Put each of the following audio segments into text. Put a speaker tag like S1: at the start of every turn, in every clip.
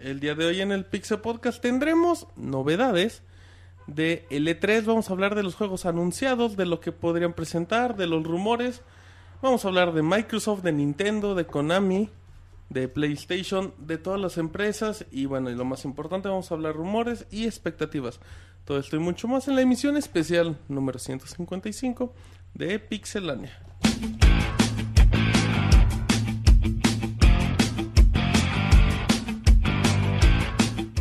S1: El día de hoy en el Pixel Podcast tendremos novedades de el E3. Vamos a hablar de los juegos anunciados, de lo que podrían presentar, de los rumores. Vamos a hablar de Microsoft, de Nintendo, de Konami, de PlayStation, de todas las empresas. Y bueno, y lo más importante, vamos a hablar rumores y expectativas. Todo esto y mucho más en la emisión especial número 155 de Pixelania.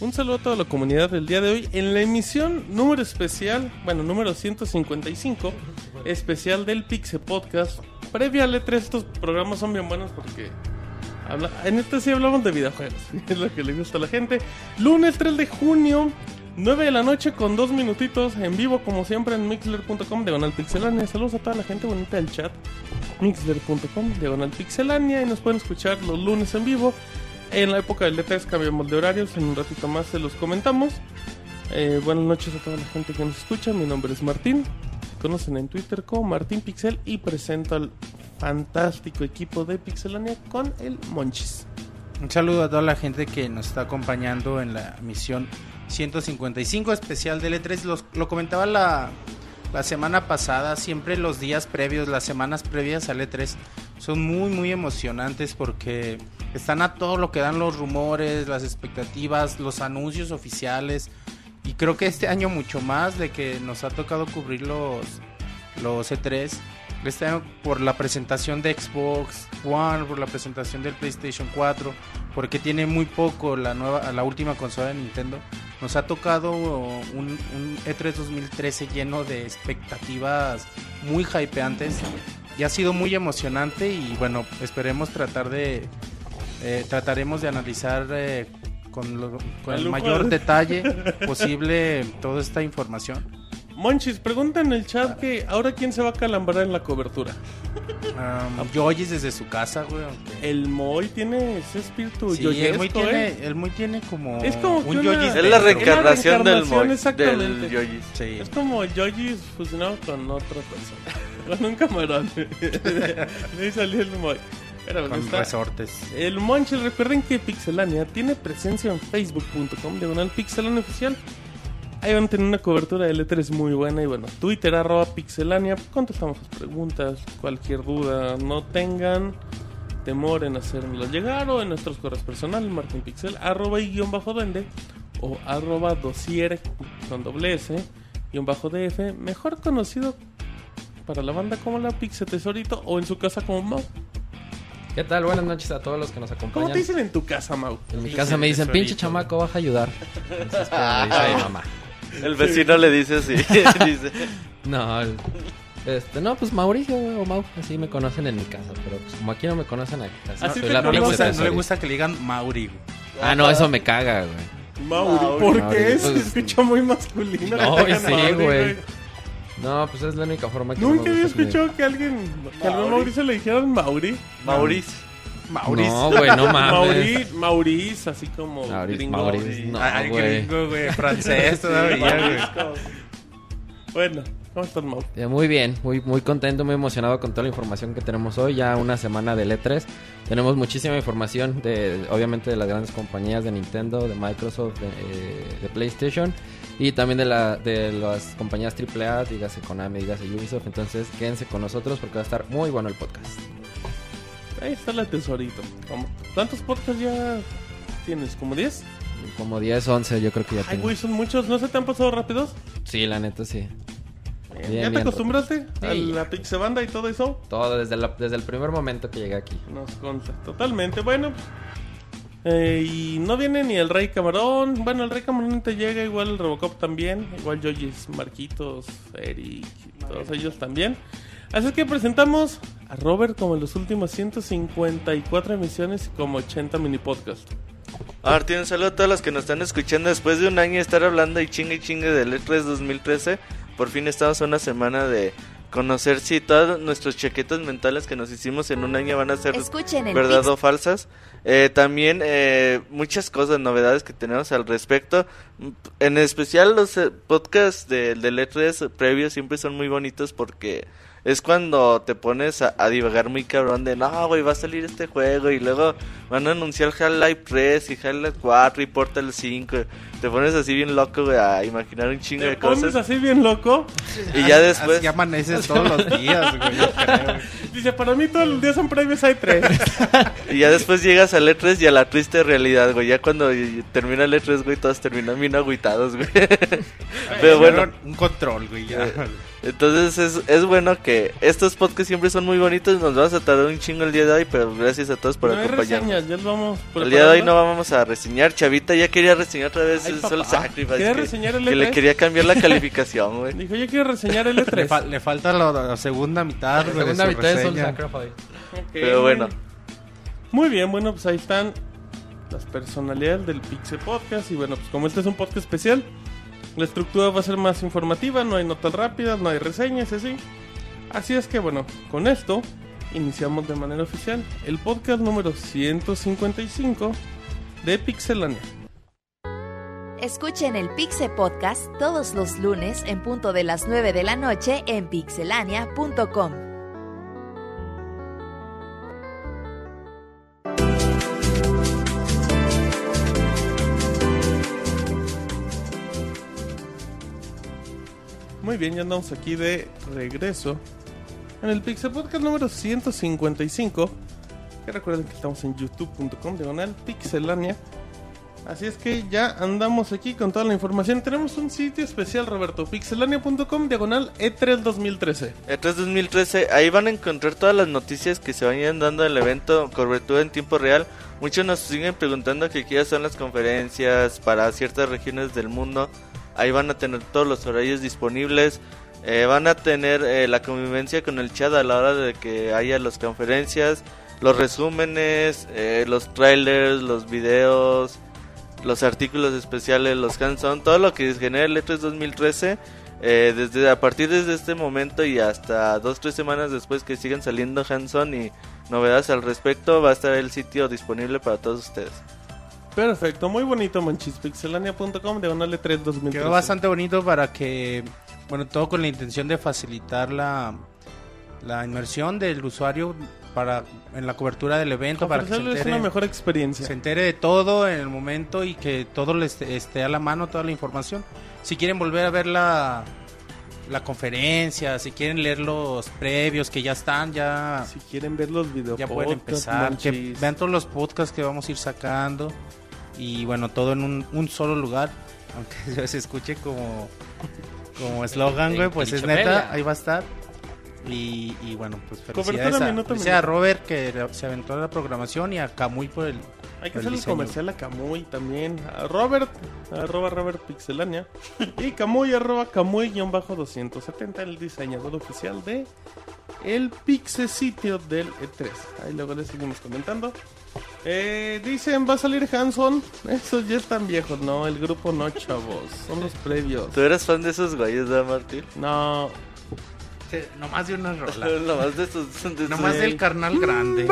S1: Un saludo a toda la comunidad del día de hoy en la emisión número especial, bueno, número 155, especial del Pixel Podcast. Previa al E3, estos programas son bien buenos porque habla- en este sí hablamos de videojuegos, es lo que le gusta a la gente. Lunes 3 de junio, 9 de la noche, con dos minutitos en vivo, como siempre, en mixler.com, diagonal pixelania. Saludos a toda la gente bonita del chat, mixler.com, diagonal pixelania, y nos pueden escuchar los lunes en vivo. En la época del E3 cambiamos de horarios, en un ratito más se los comentamos. Eh, buenas noches a toda la gente que nos escucha, mi nombre es Martín. Me Conocen en Twitter como Martín Pixel y presento al fantástico equipo de Pixelania con el Monchis.
S2: Un saludo a toda la gente que nos está acompañando en la misión 155 especial de E3. Los- lo comentaba la, la semana pasada, siempre los días previos, las semanas previas al E3 son muy, muy emocionantes porque están a todo lo que dan los rumores, las expectativas, los anuncios oficiales. Y creo que este año mucho más de que nos ha tocado cubrir los, los E3. Este año por la presentación de Xbox One, por la presentación del PlayStation 4, porque tiene muy poco la nueva, la última consola de Nintendo. Nos ha tocado un, un E E3 2013 lleno de expectativas muy hypeantes y ha sido muy emocionante y bueno, esperemos tratar de eh, trataremos de analizar eh, con, lo- con
S1: Al
S2: el
S1: lujo
S2: mayor
S1: de-
S2: detalle posible toda esta información.
S1: Monchis, pregunta en el chat que ahora quién se va a calambrar en la cobertura.
S2: Um, Yoyis desde su casa, güey. aunque-
S1: El Moy tiene ese espíritu
S2: Sí, el
S1: yoyesco,
S2: muy
S1: ¿eh?
S2: tiene, el muy tiene como
S1: Es como que
S2: un
S1: una-
S2: Yoyis
S1: Es
S3: Es la
S2: dentro.
S3: reencarnación del
S1: reencarnación,
S3: Moy,
S1: exactamente.
S3: del Yoyis.
S2: Sí.
S1: Es como el Yoyis fusionado con otra persona. con un camarón. De ahí salió el Moy. Pero
S2: con
S1: está-
S2: resortes.
S1: El Monchil, recuerden que Pixelania tiene presencia en facebook.com, diagonal Pixelania Oficial. Ahí van a tener una cobertura de letras muy buena. Y bueno, Twitter, arroba Pixelania. Contestamos sus preguntas, cualquier duda. No tengan temor en hacernos llegar o en nuestros correos personales, Martín Pixel, arroba y guión bajo duende o arroba dosier con doble S, guión bajo DF, mejor conocido para la banda como la Pixel Tesorito o en su casa como Mau.
S4: ¿Qué tal? Buenas noches a todos los que nos
S1: ¿Cómo
S4: acompañan.
S1: te dicen en tu casa, Mau?
S4: En mi casa me dicen,
S2: Tesorito.
S4: pinche chamaco, baja a ayudar. Entonces, como le dice mi mamá.
S3: El vecino le dice así. dice,
S4: No, el- este, no, pues Mauricio, güey, o Mau, así me conocen en mi casa. Pero pues como aquí no me conocen, aquí
S1: Así te
S4: soy la
S2: No le,
S1: Pinche
S2: gusta, no le
S4: Tesorito.
S2: gusta que le digan Mauri. güey.
S4: Ah, no, eso me caga, güey.
S1: Mauri,
S3: Mauri.
S1: ¿por
S4: Mauri,
S1: qué?
S4: pues-
S1: Se escucha muy masculino.
S4: No,
S1: que digan
S4: sí,
S1: Mauri,
S4: güey. No, pues es la única forma que no me
S1: Nunca había
S4: gusta que me-
S1: escuchado que alguien, que algún
S3: Mauri.
S1: Mauricio le dijeran Mauri.
S3: Maurice.
S2: Mauriz.
S4: No, güey, no mames.
S1: Mauri, Mauriz, así como
S4: Mauriz,
S1: gringo.
S4: Mauriz, no,
S2: Ay,
S4: güey.
S2: Ah, gringo, güey, francés todavía, güey.
S1: Bueno, ¿cómo estás, Mau?
S4: Ya, Eh, Muy bien, muy, muy contento, muy emocionado con toda la información que tenemos hoy, ya una semana de E3. Tenemos muchísima información, de, obviamente de las grandes compañías de Nintendo, de Microsoft, de, eh, de PlayStation y también de, la, de las compañías AAA, dígase Konami, dígase Ubisoft. Entonces quédense con nosotros porque va a estar muy bueno el podcast.
S1: Ahí está la tesorito. ¿Cómo? ¿Cuántos podcasts ya tienes? ¿Como 10?
S4: Como 10, 11 yo creo que ya
S1: Ay,
S4: tengo.
S1: güey, son muchos. ¿No se te han pasado rápidos?
S4: Sí, la neta sí. Bien,
S1: ¿Ya te
S4: bien.
S1: acostumbraste a
S4: Sí.
S1: la pixebanda y todo eso?
S4: Todo desde, la- desde el primer momento que llegué aquí.
S1: Nos consta, totalmente. Bueno, eh, y no viene ni el Rey Camarón. Bueno, el Rey Camarón te llega, igual el Robocop también. Igual Yoyis, Marquitos, Eric, y todos ellos también. Así es que presentamos a Robert como en los últimos 154 emisiones y como 80 mini podcast.
S3: Martín, un saludo a todas las que nos están escuchando. Después de un año de estar hablando y chingue y chingue del E3 2013, por fin estamos a una semana de conocer si todos nuestros chequetos mentales que nos hicimos en un año van a ser
S5: Escuchen el
S3: verdad
S5: Pix-
S3: o falsas. Eh, también eh, muchas cosas, novedades que tenemos al respecto. En especial los eh, podcasts de- del E3 previos siempre son muy bonitos porque es cuando te pones a, a divagar muy cabrón de no, güey, va a salir este juego y luego van a anunciar Half-Life 3 y Half-Life 4 y Portal 5. Te pones así bien loco, güey, a imaginar un chingo
S1: Te
S3: de
S1: pones
S3: cosas.
S1: así bien loco.
S3: Y ya después...
S2: Ya amaneces todos los días, güey. yo creo.
S1: Dice, para mí todos los días son previos, hay tres.
S3: Y ya después llegas al E3 y a la triste realidad, güey. Ya cuando y- termina el E3, güey, todos terminan bien agüitados, güey. Pero bueno,
S2: Un control, güey. ya.
S3: entonces es, es bueno que estos podcasts siempre son muy bonitos. Nos vamos a tardar un chingo el día de hoy, pero gracias a todos por
S1: no hay
S3: acompañarnos.
S1: reseñas, ya los vamos
S3: El día de hoy no
S1: preparando.
S3: vamos a reseñar. Chavita ya quería reseñar otra vez
S1: Ay,
S3: el
S1: papá.
S3: Soul Sacrifice.
S1: Quería
S3: que-
S1: reseñar el
S3: que le
S1: E3.
S3: quería cambiar la calificación, güey.
S1: Dijo, yo quiero reseñar el E
S2: Le,
S1: E3.
S2: fal- le falta la, la segunda mitad.
S6: La
S2: de
S6: segunda
S2: su
S6: mitad es Soul
S2: reseña.
S6: Sacrifice.
S1: Ok.
S3: Pero bueno.
S1: Muy bien, bueno, pues ahí están las personalidades del Pixel Podcast. Y bueno, pues como este es un podcast especial, la estructura va a ser más informativa, no hay notas rápidas, no hay reseñas, y así. Así es que bueno, con esto iniciamos de manera oficial el podcast número 155 de Pixelania.
S5: Escuchen el Pixe Podcast todos los lunes en punto de las 9 de la noche en pixelania.com.
S1: Muy bien, ya andamos aquí de regreso en el Pixel Podcast número 155. Que recuerden que estamos en youtube.com diagonal pixelania. Así es que ya andamos aquí con toda la información. Tenemos un sitio especial, Roberto, pixelania.com diagonal E E3 2013.
S3: E3 2013, ahí van a encontrar todas las noticias que se vayan dando del evento, cobertura en tiempo real. Muchos nos siguen preguntando que qué son las conferencias para ciertas regiones del mundo. Ahí van a tener todos los horarios disponibles. Eh, van a tener eh, la convivencia con el chat a la hora de que haya las conferencias, los resúmenes, eh, los trailers, los videos, los artículos especiales, los hands-on, todo lo que genera el E3 2013. eh, desde, a partir desde este momento y hasta dos tres semanas después que sigan saliendo hands-on y novedades al respecto, va a estar el sitio disponible para todos ustedes.
S1: Perfecto, muy bonito, manchis. Pixelania.com diagonal E E3 2013.
S2: Quedó bastante bonito para que, bueno, todo con la intención de facilitar la, la inmersión del usuario para en la cobertura del evento, para que se
S1: Ofrecerles una
S2: entere,
S1: mejor experiencia.
S2: se entere de todo en el momento y que todo le esté, esté a la mano, toda la información. Si quieren volver a ver la, la conferencia, si quieren leer los previos que ya están, ya,
S1: Si quieren ver los videos,
S2: ya pueden empezar, que vean todos los podcasts que vamos a ir sacando y bueno, todo en un, un solo lugar, aunque se escuche como como eslogan, güey,
S6: En
S2: pues es
S6: Quilichabela.
S2: neta, ahí va a estar. Y, y bueno, pues
S1: Cobertura
S2: felicidades a,
S1: minuto a
S2: felicidades a
S1: minuto.
S2: Robert que le- se aventó a la programación y a Camuy por el...
S1: Hay que
S2: el
S1: hacer el
S2: diseño.
S1: comercial a Camuy también. A Robert, arroba Robert Pixelania. Y Camuy, arroba Camuy-270, el diseñador oficial de el Pixe Sitio del E3. Ahí luego les seguimos comentando. Eh, dicen, va a salir Hanson. Esos ya están viejos, no, el grupo no, chavos. Son los previos.
S3: ¿Tú eras fan de esos güeyes, ¿verdad, Martín?
S1: No.
S2: Nomás de una rola.
S3: Nomás de esos. de esos-
S2: Nomás del carnal
S1: Mm,
S2: grande.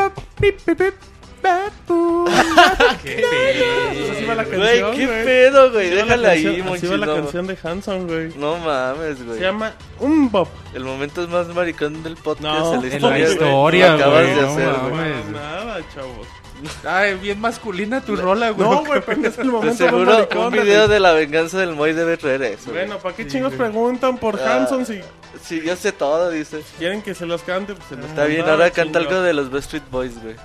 S1: Así va la
S3: Güey,
S1: canción,
S3: qué
S1: güey.
S3: pedo, güey.
S1: Así va la
S3: Déjala ahí,
S1: canción- Así va la
S3: Monchis, no,
S1: canción de Hanson, güey.
S3: No mames, güey.
S1: Se llama Un Bop.
S3: El momento es más maricón del podcast.
S1: No,
S3: en
S1: en la
S3: la historia, güey.
S2: historia,
S3: Lo acabas
S2: güey,
S3: de
S2: no
S3: hacer,
S2: mames.
S3: güey.
S2: Pues-
S1: Nada, chavos.
S2: Ay, bien masculina tu rola, güey.
S1: No, güey, pero es el
S3: De
S1: momento más
S3: seguro
S1: maricón
S3: un
S1: de la
S3: video de la venganza del Moy debe traer eso. güey.
S1: Bueno, ¿para qué chingos preguntan por
S3: Ah.
S1: Hanson si
S3: Sí, yo sé todo, dice.
S1: quieren que se los cante? Pues se los
S3: Está bien, ahora canta algo de los Best Street Boys, güey.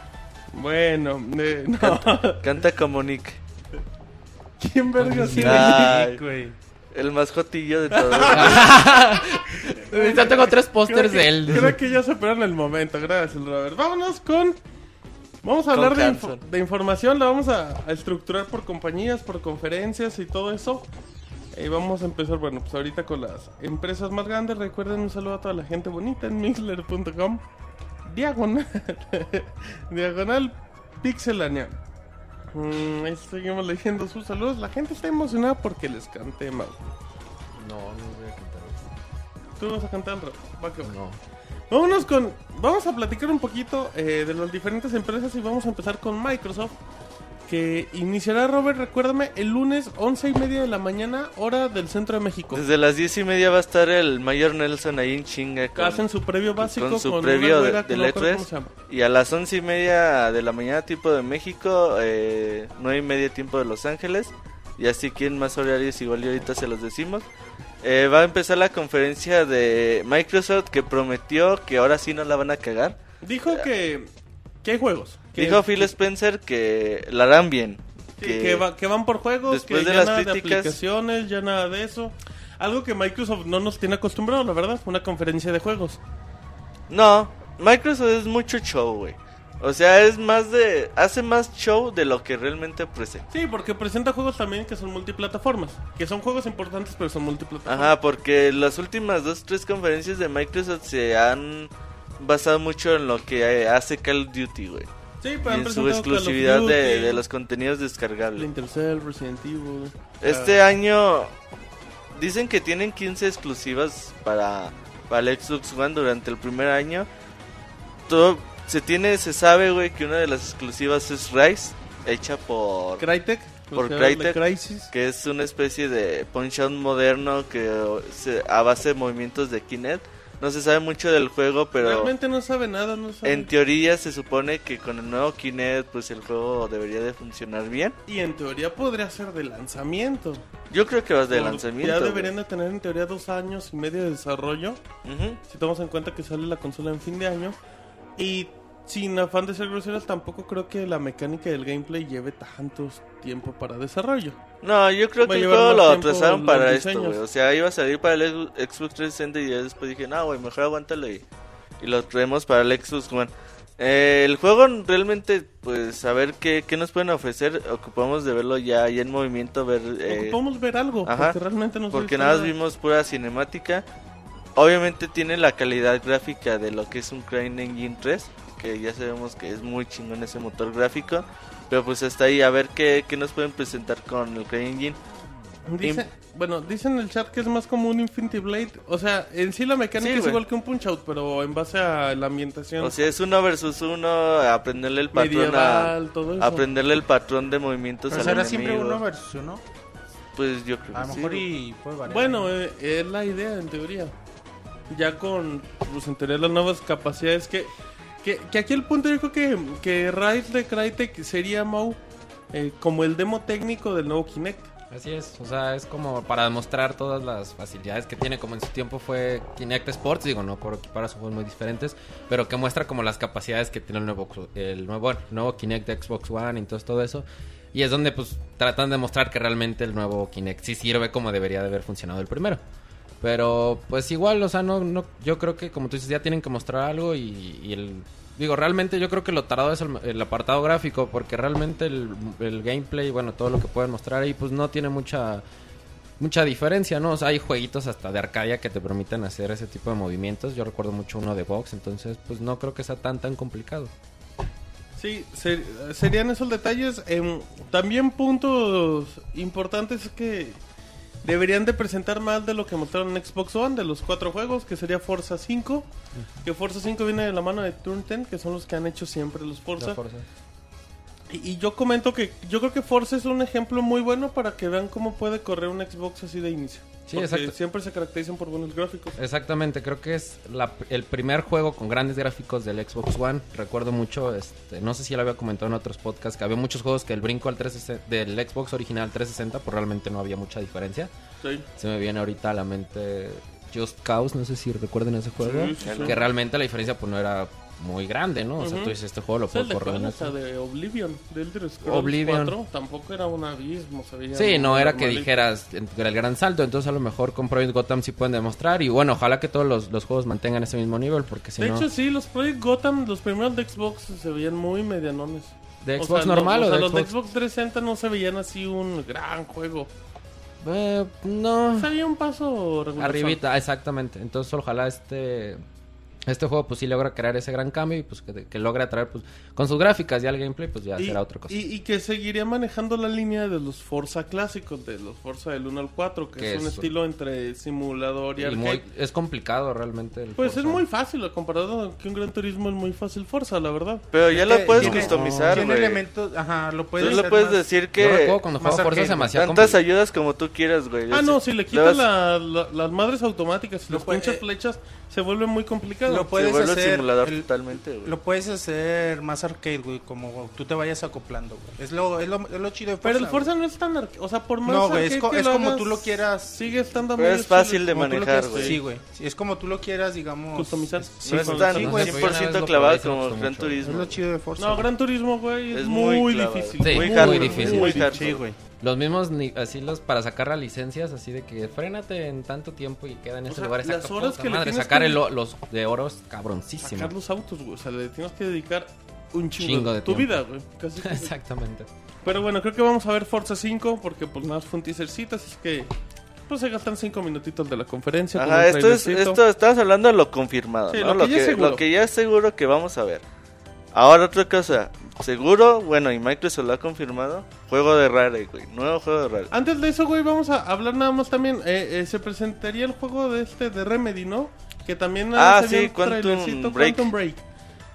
S1: Bueno, eh, no.
S3: Canta como Nick.
S1: ¿Quién verga
S3: Pues
S1: sí?
S3: Ay,
S2: güey.
S3: el más jotillo de todos.
S6: Ya tengo tres pósters de él.
S1: Creo que ya superaron el momento, gracias, Robert. Vámonos con. Vamos a
S3: Con
S1: hablar de,
S3: Hanson.
S1: info- de información, la vamos a, a estructurar por compañías, por conferencias y todo eso. Y vamos a empezar, bueno, pues ahorita con las empresas más grandes. Recuerden un saludo a toda la gente bonita en mixler.com. Diagonal. Diagonal Pixelania. Mm, ahí seguimos leyendo sus saludos. La gente está emocionada porque les canté, Mau.
S4: No, no voy a cantar.
S1: Tú vas a cantar, Ro. Va que va.
S4: No.
S1: Vámonos con. Vamos a platicar un poquito eh, de las diferentes empresas y vamos a empezar con Microsoft. Que iniciará, Robert, recuérdame, el lunes 11 y media de la mañana, hora del centro de México.
S3: Desde las diez y media va a estar el Mayor Nelson ahí en chinga. con-
S1: Hacen su previo básico
S3: con su
S1: una
S3: previo de,
S1: güera que
S3: del
S1: no me acuerdo
S3: E3.
S1: cómo se llama.
S3: Y a las once y media de la mañana, tiempo de México, eh, nueve y media, tiempo de Los Ángeles. Y así, quien más horarios, igual y ahorita se los decimos. Eh, va a empezar la conferencia de Microsoft que prometió que ahora sí no la van a cagar.
S1: Dijo que, que hay juegos. Que,
S3: Dijo Phil Spencer que la harán bien.
S1: que, que va- que van por juegos,
S3: después
S1: que
S3: de
S1: ya
S3: las
S1: nada de
S3: críticas-
S1: aplicaciones, ya nada de eso. Algo que Microsoft no nos tiene acostumbrado, la verdad, una conferencia de juegos.
S3: No, Microsoft es mucho show, güey. O sea, es más de. Hace más show de lo que realmente presenta.
S1: Sí, porque presenta juegos también que son multiplataformas. Que son juegos importantes, pero son multiplataformas.
S3: Ajá, porque las últimas dos, tres conferencias de Microsoft se han basado mucho en lo que eh, hace Call of Duty, güey.
S1: Sí,
S3: Y
S1: pero han
S3: en
S1: presentado Call
S3: su
S1: of
S3: exclusividad de,
S1: Duty,
S3: de los contenidos descargables.
S1: Splinter Cell, Resident Evil. eh,
S3: Este
S1: Ah.
S3: año. Dicen que tienen 15 exclusivas para, para el Xbox One durante el primer año. Todo, se tiene, se sabe, güey, que una de las exclusivas es Rise, hecha por
S1: Crytek.
S3: Por
S1: los creadores de
S3: Crytek.
S1: Crysis.
S3: que es una especie de punch out moderno que o, se- a base de movimientos de Kinect. No se sabe mucho del juego, pero
S1: Realmente no sabe nada, no sabe.
S3: en teoría se supone que con el nuevo Kinect pues el juego debería de funcionar bien.
S1: y en teoría podría ser de lanzamiento.
S3: Yo creo que va de
S1: Por-
S3: lanzamiento.
S1: Ya
S3: güey.
S1: deberían de tener en teoría dos años y medio de desarrollo.
S3: Ujú.
S1: Si tomamos en cuenta que sale la consola en fin de año. Y sin afán de ser groseros, tampoco creo que la mecánica del gameplay lleve tantos tiempo para desarrollo.
S3: No, yo creo
S1: Va a
S3: que el
S1: llevar
S3: juego
S1: más
S3: lo
S1: tiempo
S3: atrasaron
S1: los
S3: para esto,
S1: diseños.
S3: güey. O sea, iba a salir para el Xbox- Xbox 360 y ya después dije, no, güey, mejor aguántalo y, y lo traemos para el Xbox One. Eh, el juego realmente, pues, a ver qué, qué nos pueden ofrecer. Ocupamos de verlo ya, ya en movimiento, ver... eh,
S1: Ocupamos ver algo,
S3: ajá,
S1: porque realmente no se
S3: porque
S1: hizo
S3: nada más vimos pura cinemática. Obviamente tiene la calidad gráfica de lo que es un Crane Engine 3, que ya sabemos que es muy chingón ese motor gráfico. Pero pues hasta ahí, a ver qué, qué nos pueden presentar con el Crane Engine.
S1: Dice- bueno, dicen en el chat que es más como un Infinity Blade. O sea, en sí la mecánica
S3: Sí,
S1: es
S3: güey.
S1: igual que un Punch Out, pero en base a la ambientación
S3: O sea, es uno versus uno, aprenderle el patrón a,
S1: medieval, todo eso.
S3: aprenderle el patrón de movimientos
S2: Pero
S3: al
S2: será
S3: enemigo.
S2: siempre uno versus uno.
S3: Pues yo creo
S2: A lo
S3: que sí,
S2: mejor
S3: güey.
S2: y puede variar.
S1: Bueno, eh, es la idea en teoría. Ya con, pues en teoría, las nuevas capacidades que... Que, que aquí el punto yo creo que, que Rise de Crytek sería, Mau, eh, como el demo técnico del nuevo Kinect.
S4: Así es, o sea, es como para demostrar todas las facilidades que tiene, como en su tiempo fue Kinect Sports, digo, no por equipar a sus juegos muy diferentes, pero que muestra como las capacidades que tiene el nuevo, Xbox- el nuevo, nuevo Kinect de Xbox One y entonces todo eso. Y es donde pues tratan de mostrar que realmente el nuevo Kinect sí sirve como debería de haber funcionado el primero. Pero pues igual, o sea, no, no, yo creo que como tú dices, ya tienen que mostrar algo y, y el... Digo, realmente yo creo que lo tardado es el, el apartado gráfico, porque realmente el, el gameplay, bueno, todo lo que pueden mostrar ahí, pues no tiene mucha mucha diferencia, ¿no? O sea, hay jueguitos hasta de Arcadia que te permiten hacer ese tipo de movimientos. Yo recuerdo mucho uno de box, entonces pues no creo que sea tan tan complicado.
S1: Sí, ser- serían esos detalles. Em, también puntos importantes es que deberían de presentar más de lo que mostraron en Xbox One, de los cuatro juegos, que sería Forza 5. Que Forza 5 viene de la mano de Turn 10, que son los que han hecho siempre los Forza. Y, y yo comento que yo creo que Forza es un ejemplo muy bueno para que vean cómo puede correr un Xbox así de inicio.
S4: Sí,
S1: Porque
S4: exacto.
S1: siempre se caracterizan por buenos gráficos.
S4: Exactamente, creo que es la- el primer juego con grandes gráficos del Xbox One. Recuerdo mucho, este, no sé si lo había comentado en otros podcasts, que había muchos juegos que el brinco al 360 del Xbox original al 360, pues realmente no había mucha diferencia.
S1: Sí.
S4: Se me viene ahorita a la mente Just Cause, no sé si recuerden ese juego.
S1: Sí, sí, sí.
S4: Que realmente la diferencia pues no era muy grande, ¿no? O sea,
S1: Ujú.
S4: tú dices, este juego lo
S1: O sea,
S4: puedo
S1: el de,
S4: correr en
S1: cuál,
S4: otro".
S1: esa de Oblivion, de Elder Scrolls
S4: Oblivion.
S1: 4, tampoco era un abismo. se veía
S4: Sí, no era que
S1: normal.
S4: dijeras en- era el gran salto, entonces a lo mejor con Project Gotham sí pueden demostrar y bueno, ojalá que todos los, los juegos mantengan ese mismo nivel porque si
S1: de
S4: no...
S1: hecho, sí, los Project Gotham, los primeros de Xbox se veían muy medianones.
S4: ¿De
S1: O
S4: Xbox
S1: sea,
S4: normal
S1: los,
S4: o de
S1: los
S4: Xbox?
S1: de Xbox 360 no se veían así un gran juego.
S4: Eh, no,
S2: Mm.
S1: Sabía un paso regular.
S4: arribita, ah, exactamente. Entonces ojalá este
S6: Este juego pues sí logra crear ese gran cambio y pues que, que logra traer pues con sus gráficas ya el gameplay pues ya
S1: Y,
S6: será otra cosa.
S1: y- y que seguiría manejando la línea de los Forza clásicos, de los Forza del 1 al 4, que
S6: Que
S1: es un
S6: es-
S1: estilo entre simulador y,
S6: Y
S1: arcade.
S6: muy- es complicado realmente. el
S1: Pues
S6: Forza.
S1: es muy fácil, comparado con que un Gran Turismo es muy fácil Forza, la verdad.
S3: Pero eh, ya lo
S2: que
S3: puedes
S2: tiene-
S3: customizar,
S2: Tiene
S3: güey.
S2: elementos, ajá, lo puedes
S3: Tú le
S2: hacer
S3: puedes
S2: más-
S3: decir
S6: Yo recuerdo
S3: que
S6: cuando
S2: más
S6: jugaba Forza es
S2: arcade,
S6: demasiado
S3: tantas
S6: complicado.
S3: ayudas como tú quieras, güey.
S1: Ah,
S3: Así-
S1: no, si le
S3: vas-
S1: quitas la- la- las madres automáticas y
S2: Lo
S1: las
S2: puede-
S1: pinches flechas, se vuelve muy complicado.
S2: Lo
S3: Se
S2: puedes
S3: vuelve el
S2: hacer
S3: simulador
S2: el-
S3: totalmente, güey.
S2: Lo puedes hacer más arcade, güey, como tú te vayas acoplando, güey. Es lo, es lo, es lo chido de
S1: Pero el
S2: güey.
S1: Forza no es tan... arca- O sea, por más
S2: No, güey, es
S1: arcade
S2: co-
S1: que
S2: es
S1: lo
S2: como
S1: hagas,
S2: tú lo quieras.
S1: Sigue estando
S3: Pero
S1: medio
S3: es fácil
S1: chido.
S3: de
S1: Como tú lo
S3: manejar,
S1: quieras,
S3: güey.
S2: Sí, güey. Sí, es como tú lo quieras, digamos.
S1: Customizar.
S2: Sí,
S3: No
S1: güey.
S3: es
S2: con-
S3: tan
S2: sí, güey, pues,
S6: Yo una vez
S3: 100%
S6: lo probé y
S3: clavada
S6: se me
S3: como
S6: gustó
S3: Gran
S6: mucho.
S2: Es
S3: Turismo.
S2: lo chido de Forza.
S1: pues, No,
S2: güey.
S1: Gran Turismo, güey, es,
S3: Es
S1: muy,
S3: muy clavado.
S1: difícil.
S6: Sí,
S3: muy
S6: muy
S3: hardcore,
S6: difícil.
S3: muy
S1: Sí,
S3: hardcore.
S2: Sí, güey.
S6: Los mismos, ni- así los para sacar las licencias, así de que frénate en tanto tiempo y queda en
S1: O
S6: ese
S1: sea,
S6: lugar.
S1: las
S6: exacto.
S1: horas
S6: Puta
S1: que le
S6: madre,
S1: tienes
S6: sacar
S1: que-
S6: el o- los de oros cabroncísimo.
S1: Sacar los autos, güey. O sea, le tienes que dedicar un chingo,
S6: Chingo
S1: de
S6: de
S1: tu
S6: tiempo.
S1: vida, güey. Casi.
S6: Exactamente.
S1: Pero bueno, creo que vamos a ver Forza 5 porque pues nada más fue un teasercito, así es que pues se gastan 5 minutitos de la conferencia. con un
S3: Ajá, esto es,
S1: trailercito.
S3: esto, estamos hablando de lo confirmado,
S1: Sí,
S3: ¿no?
S1: lo
S3: Lo
S1: que ya es
S3: que,
S1: seguro.
S3: lo que ya es seguro que vamos a ver. Ahora otra cosa, seguro, bueno, y Microsoft lo ha confirmado, juego de Rare, güey, nuevo juego de Rare.
S1: Antes de eso, güey, vamos a hablar nada más también. eh, eh, se presentaría el juego de este de Remedy, ¿no? Que también nada
S3: Ah,
S1: más se
S3: sí,
S1: vio un
S3: Quantum
S1: trailercito,
S3: Break.
S1: Quantum Break.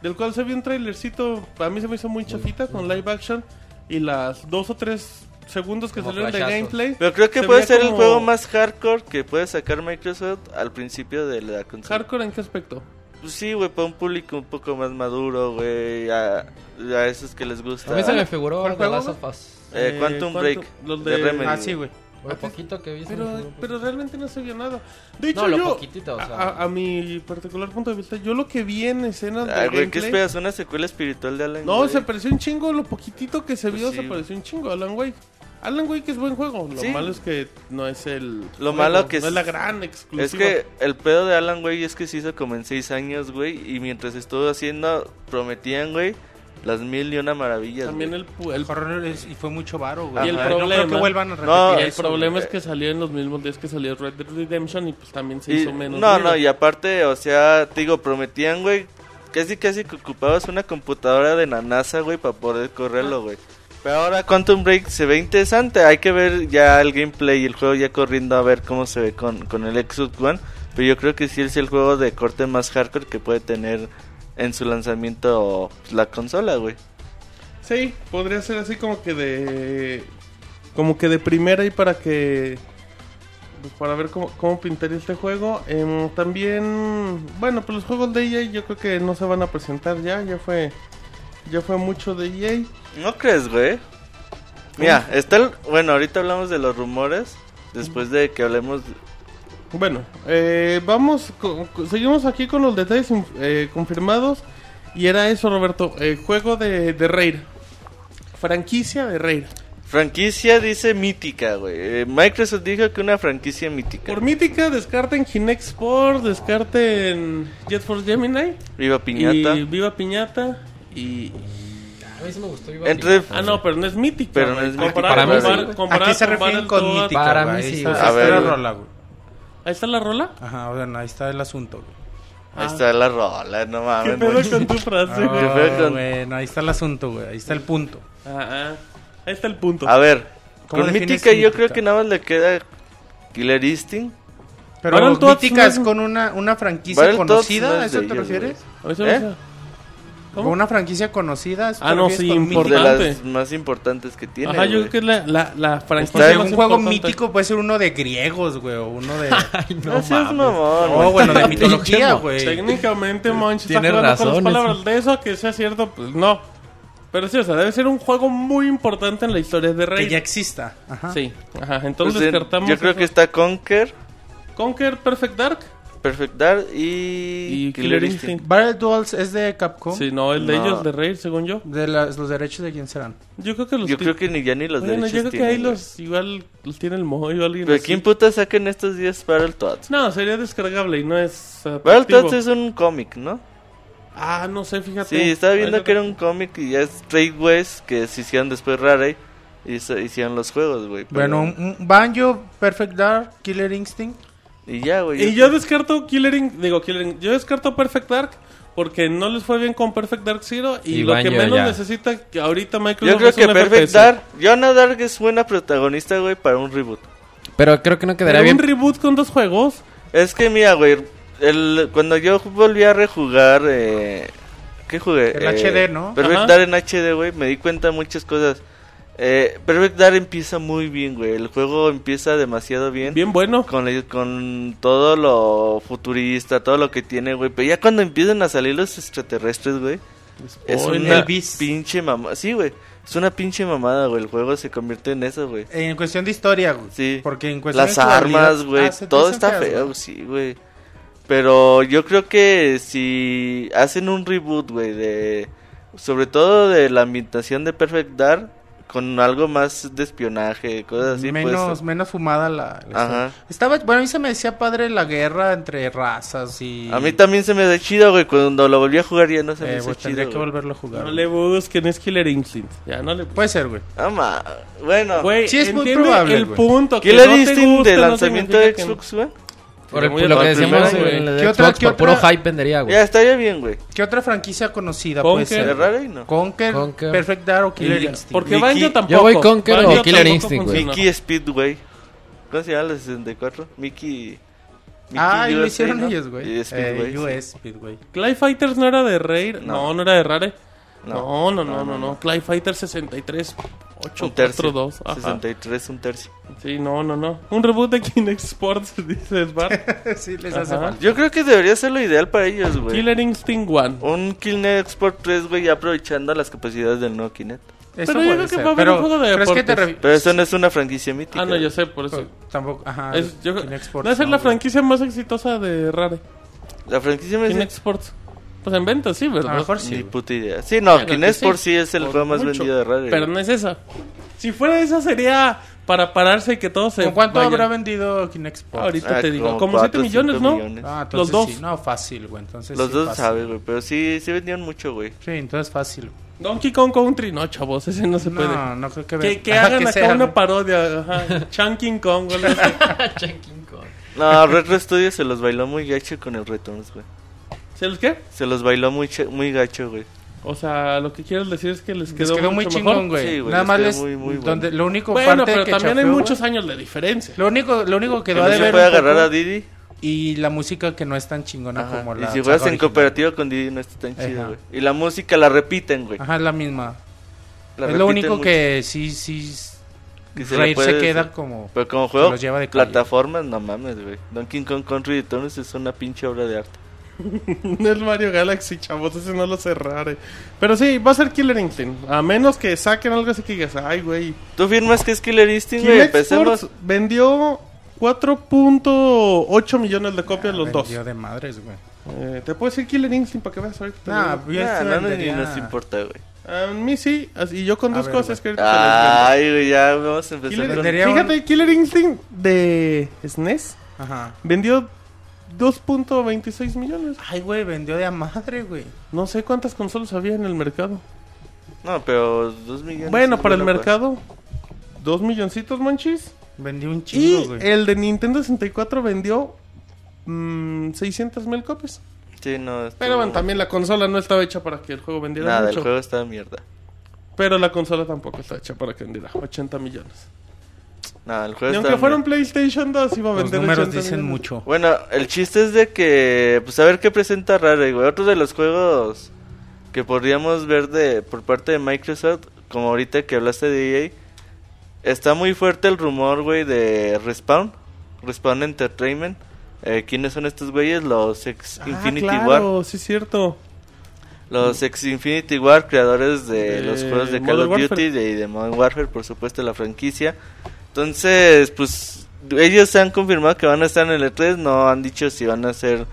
S1: Del cual se vio un trailercito, para mí se me hizo muy chafita con live action. Y las dos o tres segundos que
S6: Como
S1: salieron de
S6: flashazos.
S1: gameplay.
S3: Pero creo que
S1: se
S3: puede
S1: veía
S3: ser el
S1: como
S3: juego más hardcore que puede sacar Microsoft al principio de la consola.
S1: ¿Hardcore en qué aspecto?
S3: Pues sí, güey, para un público un poco más maduro, güey, a, a esos que les gusta.
S6: A mí se me figuró
S1: ¿Cuál
S6: el de
S1: juego,
S6: Last
S1: güey?
S6: of Us.
S3: Eh,
S1: Eh,
S3: Quantum
S1: Quantum-
S3: Break
S1: los
S3: de,
S1: de-
S3: Remedy.
S2: Ah, sí, güey.
S6: Lo poquito que vi. se me
S1: Pero,
S6: figuró,
S1: pero
S6: pues.
S1: realmente no se vio nada. De hecho,
S6: No, lo
S1: yo,
S6: poquitito, o sea.
S1: a, a mi particular punto de vista, yo lo que vi en escenas
S3: Ah,
S1: de
S3: güey, ¿qué
S1: gameplay...
S3: esperas? ¿Una secuela espiritual de Alan
S1: No,
S3: Wake?
S1: se pareció un chingo, lo poquitito que se
S3: Pues
S1: vio
S3: sí,
S1: se
S3: güey.
S1: pareció un chingo, Alan Wake. Alan Wake es buen juego, lo
S3: Sí.
S1: malo es que no es el...
S3: Lo malo que
S1: no
S3: es-
S1: es la gran
S3: Es
S1: exclusiva.
S3: que el pedo de Alan, güey, es que se hizo como en 6 años, güey. Y mientras estuvo haciendo, prometían, güey, las mil y una maravillas.
S1: También
S3: güey.
S1: el... pu- el-
S2: El horror es- y fue mucho varo, güey.
S1: Y el
S2: Ajá. No creo que
S1: problema-
S2: vuelvan a repetir
S3: No,
S1: y el
S2: eso,
S1: problema
S3: güey.
S1: es que salió en los mismos días que salió Red Dead Redemption y pues también se
S3: Y-
S1: hizo menos.
S3: no,
S1: ruido.
S3: no, y aparte, o sea, te digo, prometían, güey, casi casi que ocupabas una computadora de la NASA, güey, para poder
S1: Ah.
S3: correrlo, güey. Pero ahora Quantum Break se ve interesante. Hay que ver ya el gameplay y el juego ya corriendo a ver cómo se ve con, con el Xbox One. Pero yo creo que sí es el juego de corte más hardcore que puede tener en su lanzamiento pues, la consola, güey.
S1: Sí, podría ser así como que de. Como que de primera y para que. pues para ver cómo, cómo pintaría este juego. Em, también. Bueno, pues los juegos de EA yo creo que no se van a presentar ya. Ya fue. Ya fue mucho de E EA.
S3: ¿No crees, güey? Mira, está el... Bueno, ahorita hablamos de los rumores. Después de que hablemos...
S1: Bueno, eh, vamos. con- con- seguimos aquí con los detalles in- eh, confirmados. Y era eso, Roberto. eh, juego de, de Raid. Franquicia de Raid.
S3: Franquicia dice mítica, güey. Eh, Microsoft dijo que una franquicia mítica.
S1: Por mítica, descarten Ginex Sport, descarten Jet Force Gemini.
S3: Viva Piñata.
S1: Y Viva Piñata. Y...
S6: A mí sí me gustó. Viva
S3: Entre-
S6: Pinata.
S1: Ah, no, pero no es mítica.
S3: Pero no
S1: güey.
S3: es mítica.
S1: Comparar
S6: Para mí
S1: con
S6: sí.
S1: Bar- comparar
S2: Aquí se
S1: con
S2: refieren
S1: Battle
S2: con
S1: Toads.
S2: mítica,
S6: Para
S2: güey.
S6: mí
S2: Ahí
S6: sí,
S2: está-
S6: güey.
S2: ahí
S3: A
S2: está
S3: ver,
S2: la
S3: güey.
S2: rola, güey.
S1: Ahí está la rola.
S2: Ajá, bueno, ahí está el asunto, güey.
S3: Ahí
S1: Ah.
S3: está la rola, no
S1: ¿Qué
S3: mames.
S1: pedo
S3: güey.
S1: con tu frase, güey?
S2: Ah,
S3: feo con-
S2: bueno, ahí está el asunto, güey. Ahí está el punto.
S1: Ah, ah. Ahí está el punto.
S3: A ver,
S2: ¿Cómo
S3: con
S2: defines
S3: mítica yo
S2: mítica?
S3: creo que nada más le queda Killer Instinct.
S2: Pero
S1: Battle Toads
S2: mítica
S1: no
S2: es
S1: es-
S2: con una, una franquicia
S3: Battle Toads no
S2: conocida,
S3: es
S2: ¿a eso
S3: de
S2: te
S3: ellos,
S2: refieres?
S1: A ver si vamos
S3: ¿Eh?
S1: a-
S2: ¿Con una franquicia conocida? ¿a eso te
S1: Ah, no,
S2: refieres
S1: sí,
S2: con mítica?
S3: güey. De las
S1: Importante.
S3: más importantes que tiene.
S1: Ajá, yo creo
S3: güey.
S1: que es la, la, la
S2: O
S1: franquicia
S2: sea,
S1: más
S2: un juego
S1: importante.
S2: mítico puede ser uno de griegos, güey, o uno de...
S3: Ah, No, seas mamón.
S2: no,
S3: güey.
S2: bueno, de mitología, güey.
S1: Técnicamente, Monch está
S6: Tienes
S1: jugando con las
S6: razón,
S1: palabras de eso, que sea cierto, pues no. Pero sí, o sea, debe ser un juego muy importante en la historia de
S2: Que
S1: Rey.
S2: ya exista. Ajá.
S1: Sí, ajá,
S3: Pues,
S1: entonces
S3: eh,
S1: descartamos.
S3: yo creo
S1: eso.
S3: que está Conker,
S1: Conquer Perfect Dark.
S3: Perfect Dark y,
S1: Y Killer Instinct.
S2: Battle Duels es de Capcom.
S1: Sí, no, el de
S3: No.
S1: ellos, de Rey, según yo.
S2: De las- los derechos de quién serán.
S1: Yo creo que los
S3: Yo
S1: pi-
S3: creo que ni ya ni los
S1: Bueno,
S3: derechos
S1: yo creo que
S3: tienen,
S1: ahí
S3: güey.
S1: los igual los tiene el mojo o alguien
S3: Pero
S1: así.
S3: ¿quién puta saca en estos días Battletoads?
S1: No, sería descargable y no es atractivo.
S3: Battletoads es un cómic, ¿no?
S1: Ah, no sé, fíjate.
S3: Sí, estaba viendo
S1: Ahorita-
S3: que era un cómic y ya es Trade West que se hicieron después Rare y se hicieron los juegos, güey. pero-
S2: Bueno, un- un Banjo, Perfect Dark, Killer Instinct.
S3: Y ya, güey.
S1: Y yo descarto Killer Inc- Digo, Killer Inc- Yo descarto Perfect Dark porque no les fue bien con Perfect Dark Zero. Y,
S6: Y
S1: lo
S6: Banjo
S1: que menos
S6: ya.
S1: necesita que ahorita Microsoft
S3: Yo creo
S1: es
S3: que
S1: un
S3: Perfect
S1: FPS.
S3: Dark, Joanna Dark es buena protagonista, güey, para un reboot.
S6: Pero creo que no
S1: Pero
S6: quedaría bien.
S1: un reboot con dos juegos.
S3: Es que mira, güey, el- cuando yo volví a rejugar, eh, ¿qué jugué?
S2: El
S3: Eh,
S2: HD, ¿no?
S3: Perfect
S1: Ajá.
S3: Dark en HD, güey, me di cuenta de muchas cosas. Eh, Perfect Dark empieza muy bien, güey, el juego empieza demasiado bien.
S1: Bien bueno.
S3: Con, la- con todo lo futurista, todo lo que tiene, güey. Pero ya cuando empiezan a salir los extraterrestres, güey. Es
S1: Spoiler.
S3: una
S2: Elvis.
S3: pinche mamada. Sí, güey. Es una pinche mamada, güey. El juego se convierte en eso, güey.
S2: En cuestión de historia, güey.
S3: Sí.
S2: Porque en cuestión
S3: Las
S2: de jugabilidad-
S3: armas, güey.
S2: Ah, se te
S3: todo
S2: hacen
S3: está
S2: feas,
S3: feo,
S2: güey.
S3: sí, güey. Pero yo creo que si hacen un reboot, güey, de... Sobre todo de la ambientación de Perfect Dark con algo más de espionaje, cosas así, pues...
S2: menos, menos fumada la, la
S3: Ajá.
S2: historia. Estaba, bueno, a mí se me decía padre la guerra entre razas y...
S3: A mí también se me da chido, güey. Cuando lo volví a jugar ya no se me
S2: Eh,
S3: hizo
S2: güey,
S3: chido.
S2: tendría que
S3: güey.
S2: volverlo a jugar.
S1: No
S2: güey.
S1: le busquen, es Killer Instinct. Ya, no le
S2: Puede ser, güey.
S3: Ama, Ah, bueno.
S1: Güey,
S2: Pues, Sí, es muy
S1: entiende
S2: probable,
S1: el
S2: güey.
S1: punto. que
S3: Killer
S1: no te
S3: Instinct
S1: guste,
S3: de
S1: no
S3: lanzamiento de
S1: significa que no.
S3: Xbox, güey.
S6: Por el-
S1: Muy
S6: lo que
S1: la
S6: decíamos
S1: primera,
S6: en
S1: güey.
S6: el de
S2: ¿Qué
S6: Xbox,
S2: otra- qué
S6: por puro
S2: otra?
S6: hype vendería, güey.
S3: Ya estaría bien, güey.
S2: ¿Qué otra franquicia conocida
S1: Conker.
S2: puede ser?
S1: Cerrar-
S3: Cerrar y no.
S2: Conker,
S6: Conker.
S2: Perfect Dark o Killer
S1: Y-
S2: Instinct.
S1: Porque
S3: Wiki-
S1: Banjo
S3: Yo
S1: tampoco.
S6: voy Conker
S1: Banjo
S6: o Killer
S1: tampoco
S6: Instinct, güey.
S2: Pues
S1: funcionó.
S3: Mickey Speedway. ¿Cómo se llama la 64? Mickey. Mickey
S2: Ah, y lo
S3: USA,
S2: hicieron
S3: ¿no?
S2: ellos, güey.
S3: Y Speedway.
S2: Eh,
S3: sí.
S2: US Speedway.
S1: Clay Fighters no era de Rare. No, no,
S3: No.
S1: era de Rare. No,
S3: No.
S1: no, no, no,
S3: No,
S1: no.
S3: no,
S1: Clay Fighter 63. 8,
S3: Un tercio.
S1: 2, ajá.
S3: 63, un tercio.
S1: Sí, no, no, no. Un reboot de Kinect Sports, dice el bar.
S2: sí, les hace
S1: Ajá.
S2: falta.
S3: Yo creo que debería ser lo ideal para ellos, güey. Oh,
S1: Killer Instinct 1.
S3: Un Kinect Sport 3, güey, ya aprovechando las capacidades del nuevo Kinect.
S2: Eso
S1: Pero yo
S2: puede
S1: creo que
S2: ser.
S1: va a haber
S2: Pero-
S1: un juego de
S2: pero es que te
S1: deportes.
S2: revi-
S3: Pero eso no es una franquicia mítica.
S1: Ah, no, yo sé, por eso.
S2: Pero Tampoco, ajá.
S1: Es, yo,
S2: Ah, Kinect Sports,
S1: no es la
S2: güey.
S1: franquicia más exitosa de Rare.
S3: La franquicia me
S1: Kinect Sports. Pues en venta, sí,
S2: A
S1: ¿verdad?
S2: lo mejor
S3: Ni
S2: sí. güey.
S3: puta idea. Sí, no,
S1: Claro que
S3: Kinect
S1: sí,
S3: Sport sí es el
S1: por
S3: juego más
S1: mucho.
S3: vendido de Rare.
S1: Pero
S3: güey.
S1: no es esa. Si fuera esa sería para pararse y que todo se.
S2: ¿Con cuánto
S1: vayan.
S2: habrá vendido Kinect Sports?
S1: Ahorita
S3: Ah,
S1: te digo. Como
S3: cuatro,
S1: 7 millones,
S3: cinco
S1: ¿no?
S3: millones.
S2: Ah,
S1: Los
S2: entonces
S1: dos.
S2: sí. No, fácil, güey. Entonces
S3: Los
S2: sí,
S3: dos
S2: fácil.
S3: sabes, güey, pero sí, sí vendieron mucho, güey.
S2: Sí, entonces fácil.
S1: Donkey Kong Country, no, chavos, ese no se
S2: no,
S1: puede.
S2: no creo que...
S1: Que, que
S2: Ajá,
S1: hagan acá
S2: sea,
S1: una
S2: ¿no?
S1: parodia. Ajá. Chunking Kong, o algo así.
S3: No, Retro Studios se los bailó muy gacho con el Returns, güey.
S1: ¿Se los qué?
S3: Se los bailó muy, che- muy gacho, güey.
S1: O sea, lo que quiero decir es que les
S2: Les
S1: quedó,
S2: quedó
S1: mucho
S2: muy
S1: mejor.
S2: chingón, güey.
S3: Sí, güey,
S2: Nada
S3: les
S2: más
S3: quedó
S2: les...
S3: muy, muy bueno.
S2: donde, lo único
S1: Bueno,
S2: parte
S1: pero
S2: que
S1: también hay
S2: chafeó,
S1: muchos
S2: güey,
S1: años de diferencia.
S2: Lo único, lo único que
S3: Que
S2: va a
S3: no se
S2: deber
S3: puede
S2: un poco
S3: agarrar a Didi.
S2: y la música que no es tan chingona
S3: Ajá.
S2: como la
S3: Y si juegas
S2: saga
S3: en
S2: original.
S3: cooperativa con Didi no está tan
S2: Ajá.
S3: chido, güey. Y la música la repiten, güey.
S2: Ajá, es la misma.
S3: La
S2: es lo
S3: repiten
S2: único
S3: mucho.
S2: que sí, sí.
S3: Que se
S2: se
S3: le
S2: Rare
S3: puede
S2: se queda
S3: decir.
S2: como.
S3: Pero como juego
S2: Se los lleva de calle.
S3: plataformas, no mames, güey. Donkey Kong Country Returns es una pinche obra de arte.
S1: No es Mario Galaxy, chavos, ese no lo cerraré. Pero sí, va a ser Killer Instinct. A menos que saquen algo así que digas, ay, güey.
S3: ¿Tú firmas que es Killer Instinct, güey?
S1: Kinect Sports
S3: Empecemos.
S1: vendió 4.8 millones de copias los dos.
S2: Ah, vendió de madres, güey.
S1: Eh, Te puedo decir Killer Instinct para que veas ahorita. te
S2: Nah, pues-
S1: digo.
S2: bien
S3: Nah,
S2: se
S3: no, no, ni
S2: vendería.
S3: nos importa, güey.
S1: A mí sí, así- y yo
S2: A
S1: conduzco
S2: ver,
S1: así es que ahorita te las vendo.
S3: Ay, güey, ya vamos a empezar
S1: Killer-
S3: con...
S2: vendería un-
S1: fíjate, Killer Instinct de SNES
S2: Ajá.
S1: vendió 2.26 millones.
S2: Ay, güey, vendió de a madre, güey.
S1: No sé cuántas consolas había en el mercado.
S3: No, pero dos millones.
S1: Bueno,
S3: es
S1: para el
S3: buena, güey.
S1: mercado, dos milloncitos, manchis.
S2: Vendió un chingo,
S1: Y
S2: güey.
S1: el de Nintendo 64 vendió mm, 600 mil copias.
S3: Sí, no. estuvo-
S1: Pero bueno, también la consola no estaba hecha para que el juego vendiera
S3: Nada,
S1: mucho.
S3: el juego está de mierda.
S1: Pero la consola tampoco está hecha para que vendiera 80 millones.
S3: Nada, el juego
S1: Y
S3: está
S1: aunque
S3: de
S1: fuera un
S3: mierda.
S1: PlayStation 2, iba a
S2: Los
S1: vender
S2: números
S1: 80
S2: dicen
S1: millones.
S2: mucho.
S3: Bueno, el chiste es de que. Pues a ver qué presenta Rare, güey. Otro de los juegos que podríamos ver de por parte de Microsoft, como ahorita que hablaste de EA. Está muy fuerte el rumor, güey, de Respawn. Respawn Entertainment. Eh, ¿Quiénes son estos güeyes? Los ex
S1: Ah,
S3: Infinity
S1: claro,
S3: War.
S1: sí es cierto.
S3: Los ex Infinity War, creadores
S1: De
S3: de los juegos de Call
S1: Modern
S3: of
S1: Warfare.
S3: Duty de- y de Modern Warfare, por supuesto, la franquicia. Entonces, pues ellos han confirmado que van a estar en el E3, no han dicho si van a ser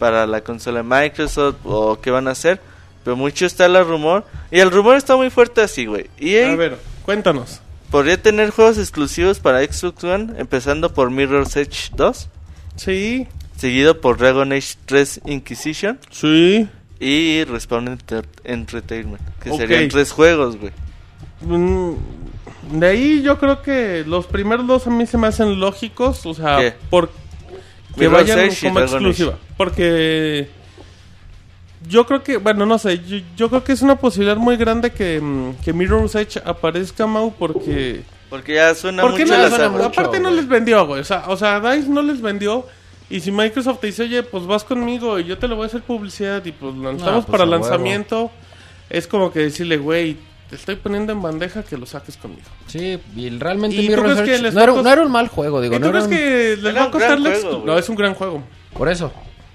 S3: para la consola de Microsoft o qué van a hacer, pero mucho está el rumor. Y el rumor está muy fuerte así, güey.
S1: A
S3: EA
S1: ver, cuéntanos.
S3: podría tener juegos exclusivos para Xbox One, empezando por Mirror's Edge 2,
S1: Sí,
S3: seguido por Dragon Age 3 Inquisition.
S1: sí.
S3: Y Respawn Enter- Entertainment. Que
S1: Ok.
S3: serían tres juegos, güey.
S1: Mm, de ahí yo creo que los primeros dos a mí se me hacen lógicos, o sea,
S3: ¿Qué?
S1: por que
S3: Mirror's
S1: vayan
S3: Edge y
S1: como
S3: Dragon Age.
S1: exclusiva. Porque yo creo que, bueno, no sé, yo, yo creo que es una posibilidad muy grande que, mm, que Mirror's Edge aparezca, Mau, porque...
S3: Porque ya suena
S1: porque
S3: mucho
S1: no
S3: la
S1: les,
S4: suena
S3: saga.
S4: mucho,
S1: aparte no
S4: güey.
S1: les vendió, güey. O sea, o sea, DICE no les vendió. Y si Microsoft te dice, oye, pues vas conmigo y yo te lo voy a hacer publicidad y pues lanzamos
S4: pues,
S1: para
S4: a huevo.
S1: lanzamiento, es como que decirle, güey, te estoy poniendo en bandeja que lo saques conmigo.
S4: Sí, y realmente
S1: ¿Y tú
S4: Mirror's
S1: crees que
S4: Edge
S1: les
S4: no, era,
S1: cost-
S4: no era un mal juego, digo.
S1: ¿Y tú
S4: No era
S1: crees
S4: un-
S1: que les
S3: Era
S1: va a
S3: un
S1: costar
S3: gran
S1: la
S3: juego,
S1: ex-
S3: güey.
S1: No, es un gran juego.
S4: Por eso.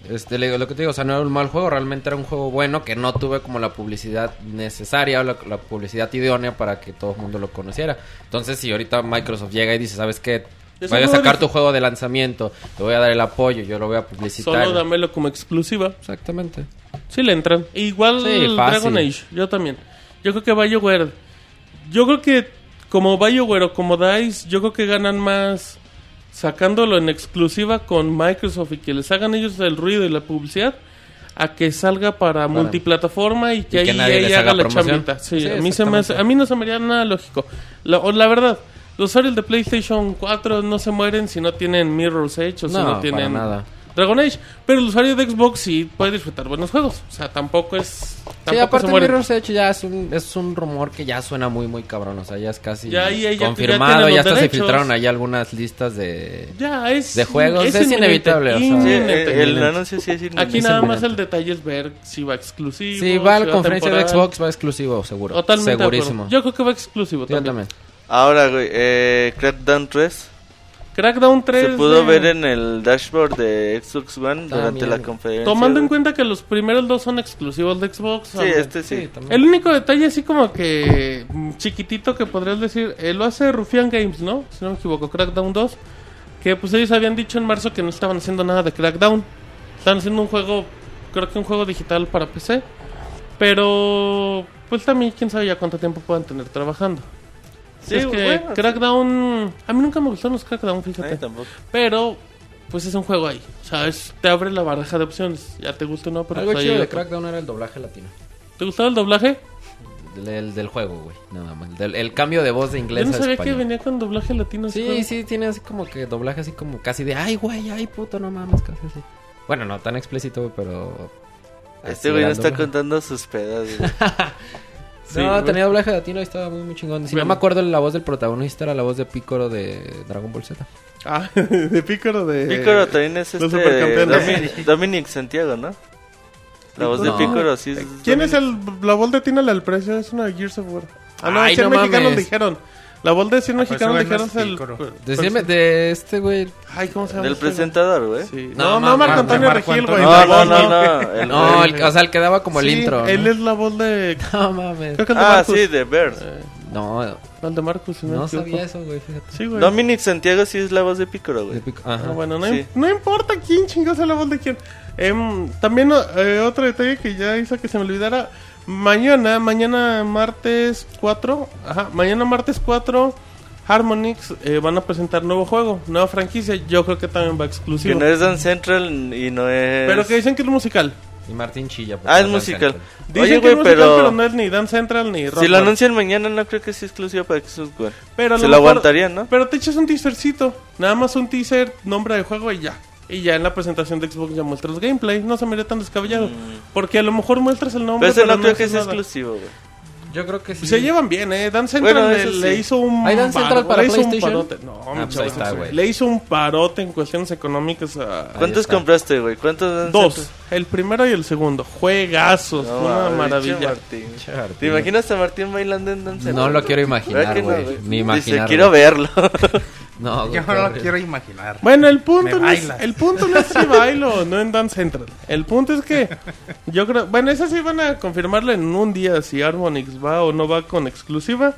S4: Este, le digo, lo que te digo, o sea, no era un mal juego, realmente era un juego bueno que no tuve como la publicidad necesaria o la, la publicidad idónea para que todo el mundo lo conociera. Entonces, si ahorita Microsoft llega y dice, ¿sabes qué?
S1: Es
S4: Voy
S1: un
S4: a
S1: juego
S4: sacar
S1: dif-
S4: tu juego de lanzamiento, te voy a dar el apoyo, yo lo voy a publicitar.
S1: Solo dámelo como exclusiva.
S4: Exactamente.
S1: Sí le entran. E igual
S4: Sí, fácil.
S1: Dragon Age, yo también. Yo creo que BioWare. Yo creo que como BioWare o como DICE, yo creo que ganan más sacándolo en exclusiva con Microsoft y que les hagan ellos el ruido y la publicidad a que salga para multiplataforma y que
S4: Y que
S1: ahí
S4: nadie les
S1: ella haga la
S4: haga promoción.
S1: chambita. Sí,
S4: Sí,
S1: a, mí se me hace-
S4: exactamente.
S1: a mí no se me haría nada lógico. La, o la verdad, los usuarios de PlayStation 4 no se mueren si no tienen Mirror's Edge o si
S4: No,
S1: no
S4: para
S1: tienen
S4: nada.
S1: Dragon Age. Pero el usuario de Xbox sí puede disfrutar buenos juegos. O sea, tampoco es. Tampoco
S4: Sí, aparte
S1: se mueren.
S4: Mirror's Edge ya es un, es un rumor que ya suena muy, muy cabrón. O sea, ya es casi
S1: Ya ahí- ahí ya- ya
S4: confirmado.
S1: tienen
S4: Ya,
S1: los
S4: hasta se
S1: derechos.
S4: filtraron ahí algunas listas de...
S1: Ya es.
S4: De juegos, es
S1: inminente,
S4: inevitable, o sea.
S3: Sí,
S1: inminente.
S3: eh, el anuncio sí es
S1: Aquí
S3: inminente.
S1: nada más
S4: inminente.
S1: el detalle es ver si va exclusivo.
S4: Si va a
S1: si
S4: la conferencia de
S1: temporal.
S4: Xbox, va exclusivo, seguro.
S1: Totalmente. de acuerdo.
S4: Segurísimo.
S1: Yo creo que va exclusivo
S4: Sí, yo
S1: también.
S4: también.
S3: Ahora, güey, eh, Crackdown 3
S1: Crackdown 3.
S3: se pudo
S1: de- Ah,
S3: ver en el dashboard de Xbox One durante
S4: mira.
S3: la conferencia.
S1: Tomando en
S3: güey.
S1: cuenta que los primeros dos son exclusivos de Xbox.
S3: Sí,
S1: hombre.
S3: este sí.
S4: Sí, también.
S1: El único detalle así como que mm, chiquitito que podrías decir, eh, lo hace Rufian Games, ¿no? Si no me equivoco, Crackdown 2. Que pues ellos habían dicho en marzo que no estaban haciendo nada de Crackdown. Estaban haciendo un juego, creo que un juego digital para PC. Pero pues también quién sabe ya cuánto tiempo puedan tener trabajando.
S3: Sí,
S1: es que
S3: bueno, sí.
S1: Crackdown... A mí nunca me gustaron los Crackdown,
S3: A mí
S1: fíjate.
S3: tampoco.
S1: Pero pues es un juego ahí. O sea, es- te abre la baraja de opciones. Ya te gusta o no, pero
S4: Algo
S1: pues, ahí
S4: chido
S1: hay
S4: de
S1: otro.
S4: Crackdown era el doblaje latino.
S1: ¿Te gustaba el doblaje?
S4: Del, el- del juego, güey. Nada más. Del- el cambio de voz de
S1: Yo
S4: inglés
S1: no
S4: a
S1: sabía que
S4: español.
S1: venía con doblaje latino. ese
S4: Sí,
S1: juego.
S4: sí, tiene así como que doblaje así como casi de ay, güey, ay, puto, no mames, casi así. Bueno, no tan explícito, güey, pero.
S3: Este güey no está
S4: con...
S3: contando sus pedas, güey.
S1: Sí,
S4: no,
S1: güey.
S4: tenía doblaje latino y estaba muy, muy chingón. Si
S1: Bueno.
S4: no me acuerdo, la voz del protagonista era la voz de Picoro de Dragon Ball Z.
S1: Ah, de Pícaro de.
S3: Pícoro también es
S1: los
S3: este.
S1: supercampeones.
S3: Domi- Dominic Santiago, ¿no? La voz de
S4: No.
S3: Pícoro sí es.
S1: ¿Quién es
S3: Dominic.
S1: el, la voz de Tina al precio? Es una de Gears of War. Ah, no,
S4: Ay,
S1: 100
S4: no
S1: mexicanos
S4: mames.
S1: dijeron. La voz de 100
S3: pues,
S2: Ah, pero
S1: mexicanos
S2: ese güey no
S1: dijeron es el.
S2: es Pícaro.
S1: per-
S4: De,
S1: per-
S4: ese- de este, güey.
S1: Ay, ¿cómo se llama?
S3: Del
S1: ese güey?
S3: presentador, güey.
S1: Sí.
S4: No,
S1: No, no,
S4: mames.
S1: Marco Antonio
S2: Marco
S1: Regil, güey.
S2: Antonio.
S1: la
S3: No, no,
S1: voz,
S3: no, no. el-
S4: No, el- o sea, el que daba como el
S1: Sí,
S4: intro. ¿no?
S1: Él es la voz de.
S4: No
S1: Creo
S4: mames.
S1: que es de
S3: Ah,
S1: Marcus. Eh,
S3: sí, de Bird.
S4: No,
S1: No, el de Marcus, si me
S4: no
S1: equivoco.
S4: sabía eso, güey, fíjate.
S1: Sí, güey.
S3: Dominic Santiago sí es la voz de Pícoro,
S4: De
S3: güey.
S4: Pic- Ajá.
S1: Ah, bueno, no,
S3: Sí.
S1: im- no importa quién chingados sea la voz de quién. Em, también eh, otro detalle que ya hizo que se me olvidara. Mañana, mañana martes 4. Ajá, mañana martes 4. Harmonix eh, van a presentar nuevo juego, nueva franquicia. Yo creo que también va
S3: Que
S1: exclusivo.
S3: no es Dan Central y no es.
S1: Pero que dicen que es musical.
S4: Y Martín Chilla. por
S3: Ah, es
S4: favor,
S3: musical.
S4: Alcántara.
S1: Dicen
S3: Oye,
S1: que es
S3: güey,
S1: musical, pero...
S3: pero.
S1: no es ni Dan Central ni Rock
S3: Si lo
S1: Band.
S3: anuncian mañana, no creo que sea exclusivo para Xbox One.
S1: Pero a
S3: Se lo
S1: mejor-
S3: aguantarían, ¿no?
S1: Pero te echas un teasercito. Nada más un teaser, nombre de juego y ya. Y ya en la presentación de Xbox ya muestras gameplay. No se me haría tan descabellado. Porque a lo mejor muestras el nombre.
S3: Mm. Pero ese no creo
S1: haces
S3: que sea
S1: nada.
S3: exclusivo, güey.
S4: Yo creo que sí.
S1: Se llevan bien, ¿eh? Dan Central
S3: Bueno,
S1: le,
S3: eso
S1: le
S3: sí.
S1: hizo un.
S4: ¿Hay Dan
S1: paro-
S4: Central para
S1: le hizo un
S4: PlayStation?
S1: parote. No, mi
S4: pues
S1: chavo,
S4: ahí está, güey.
S1: Le hizo un parote en cuestiones económicas a.
S4: Ahí
S3: ¿Cuántos
S4: está.
S3: compraste, güey? ¿Cuántos Dan
S1: Dos.
S3: Central?
S1: El primero y el segundo. Juegazos.
S3: No,
S1: una
S3: mames, pinche
S1: maravilla.
S3: Martín.
S4: Pinche Martín.
S3: ¿Te imaginas a Martín bailando en Dan Central?
S4: No lo quiero
S3: ¿Verdad
S4: imaginar,
S3: que no,
S4: güey.
S3: güey?
S4: Ni imaginar.
S3: Dice,
S4: güey.
S3: quiero verlo.
S4: No, güey,
S2: Yo
S4: qué
S2: no lo
S4: horrible.
S2: quiero imaginar.
S1: Bueno, el punto,
S2: Me
S1: no es,
S2: bailas.
S1: el punto no es si bailo o no en Dance Central. El punto es que yo creo... Bueno, esas sí van a confirmarlo en un día si Harmonix va o no va con exclusiva.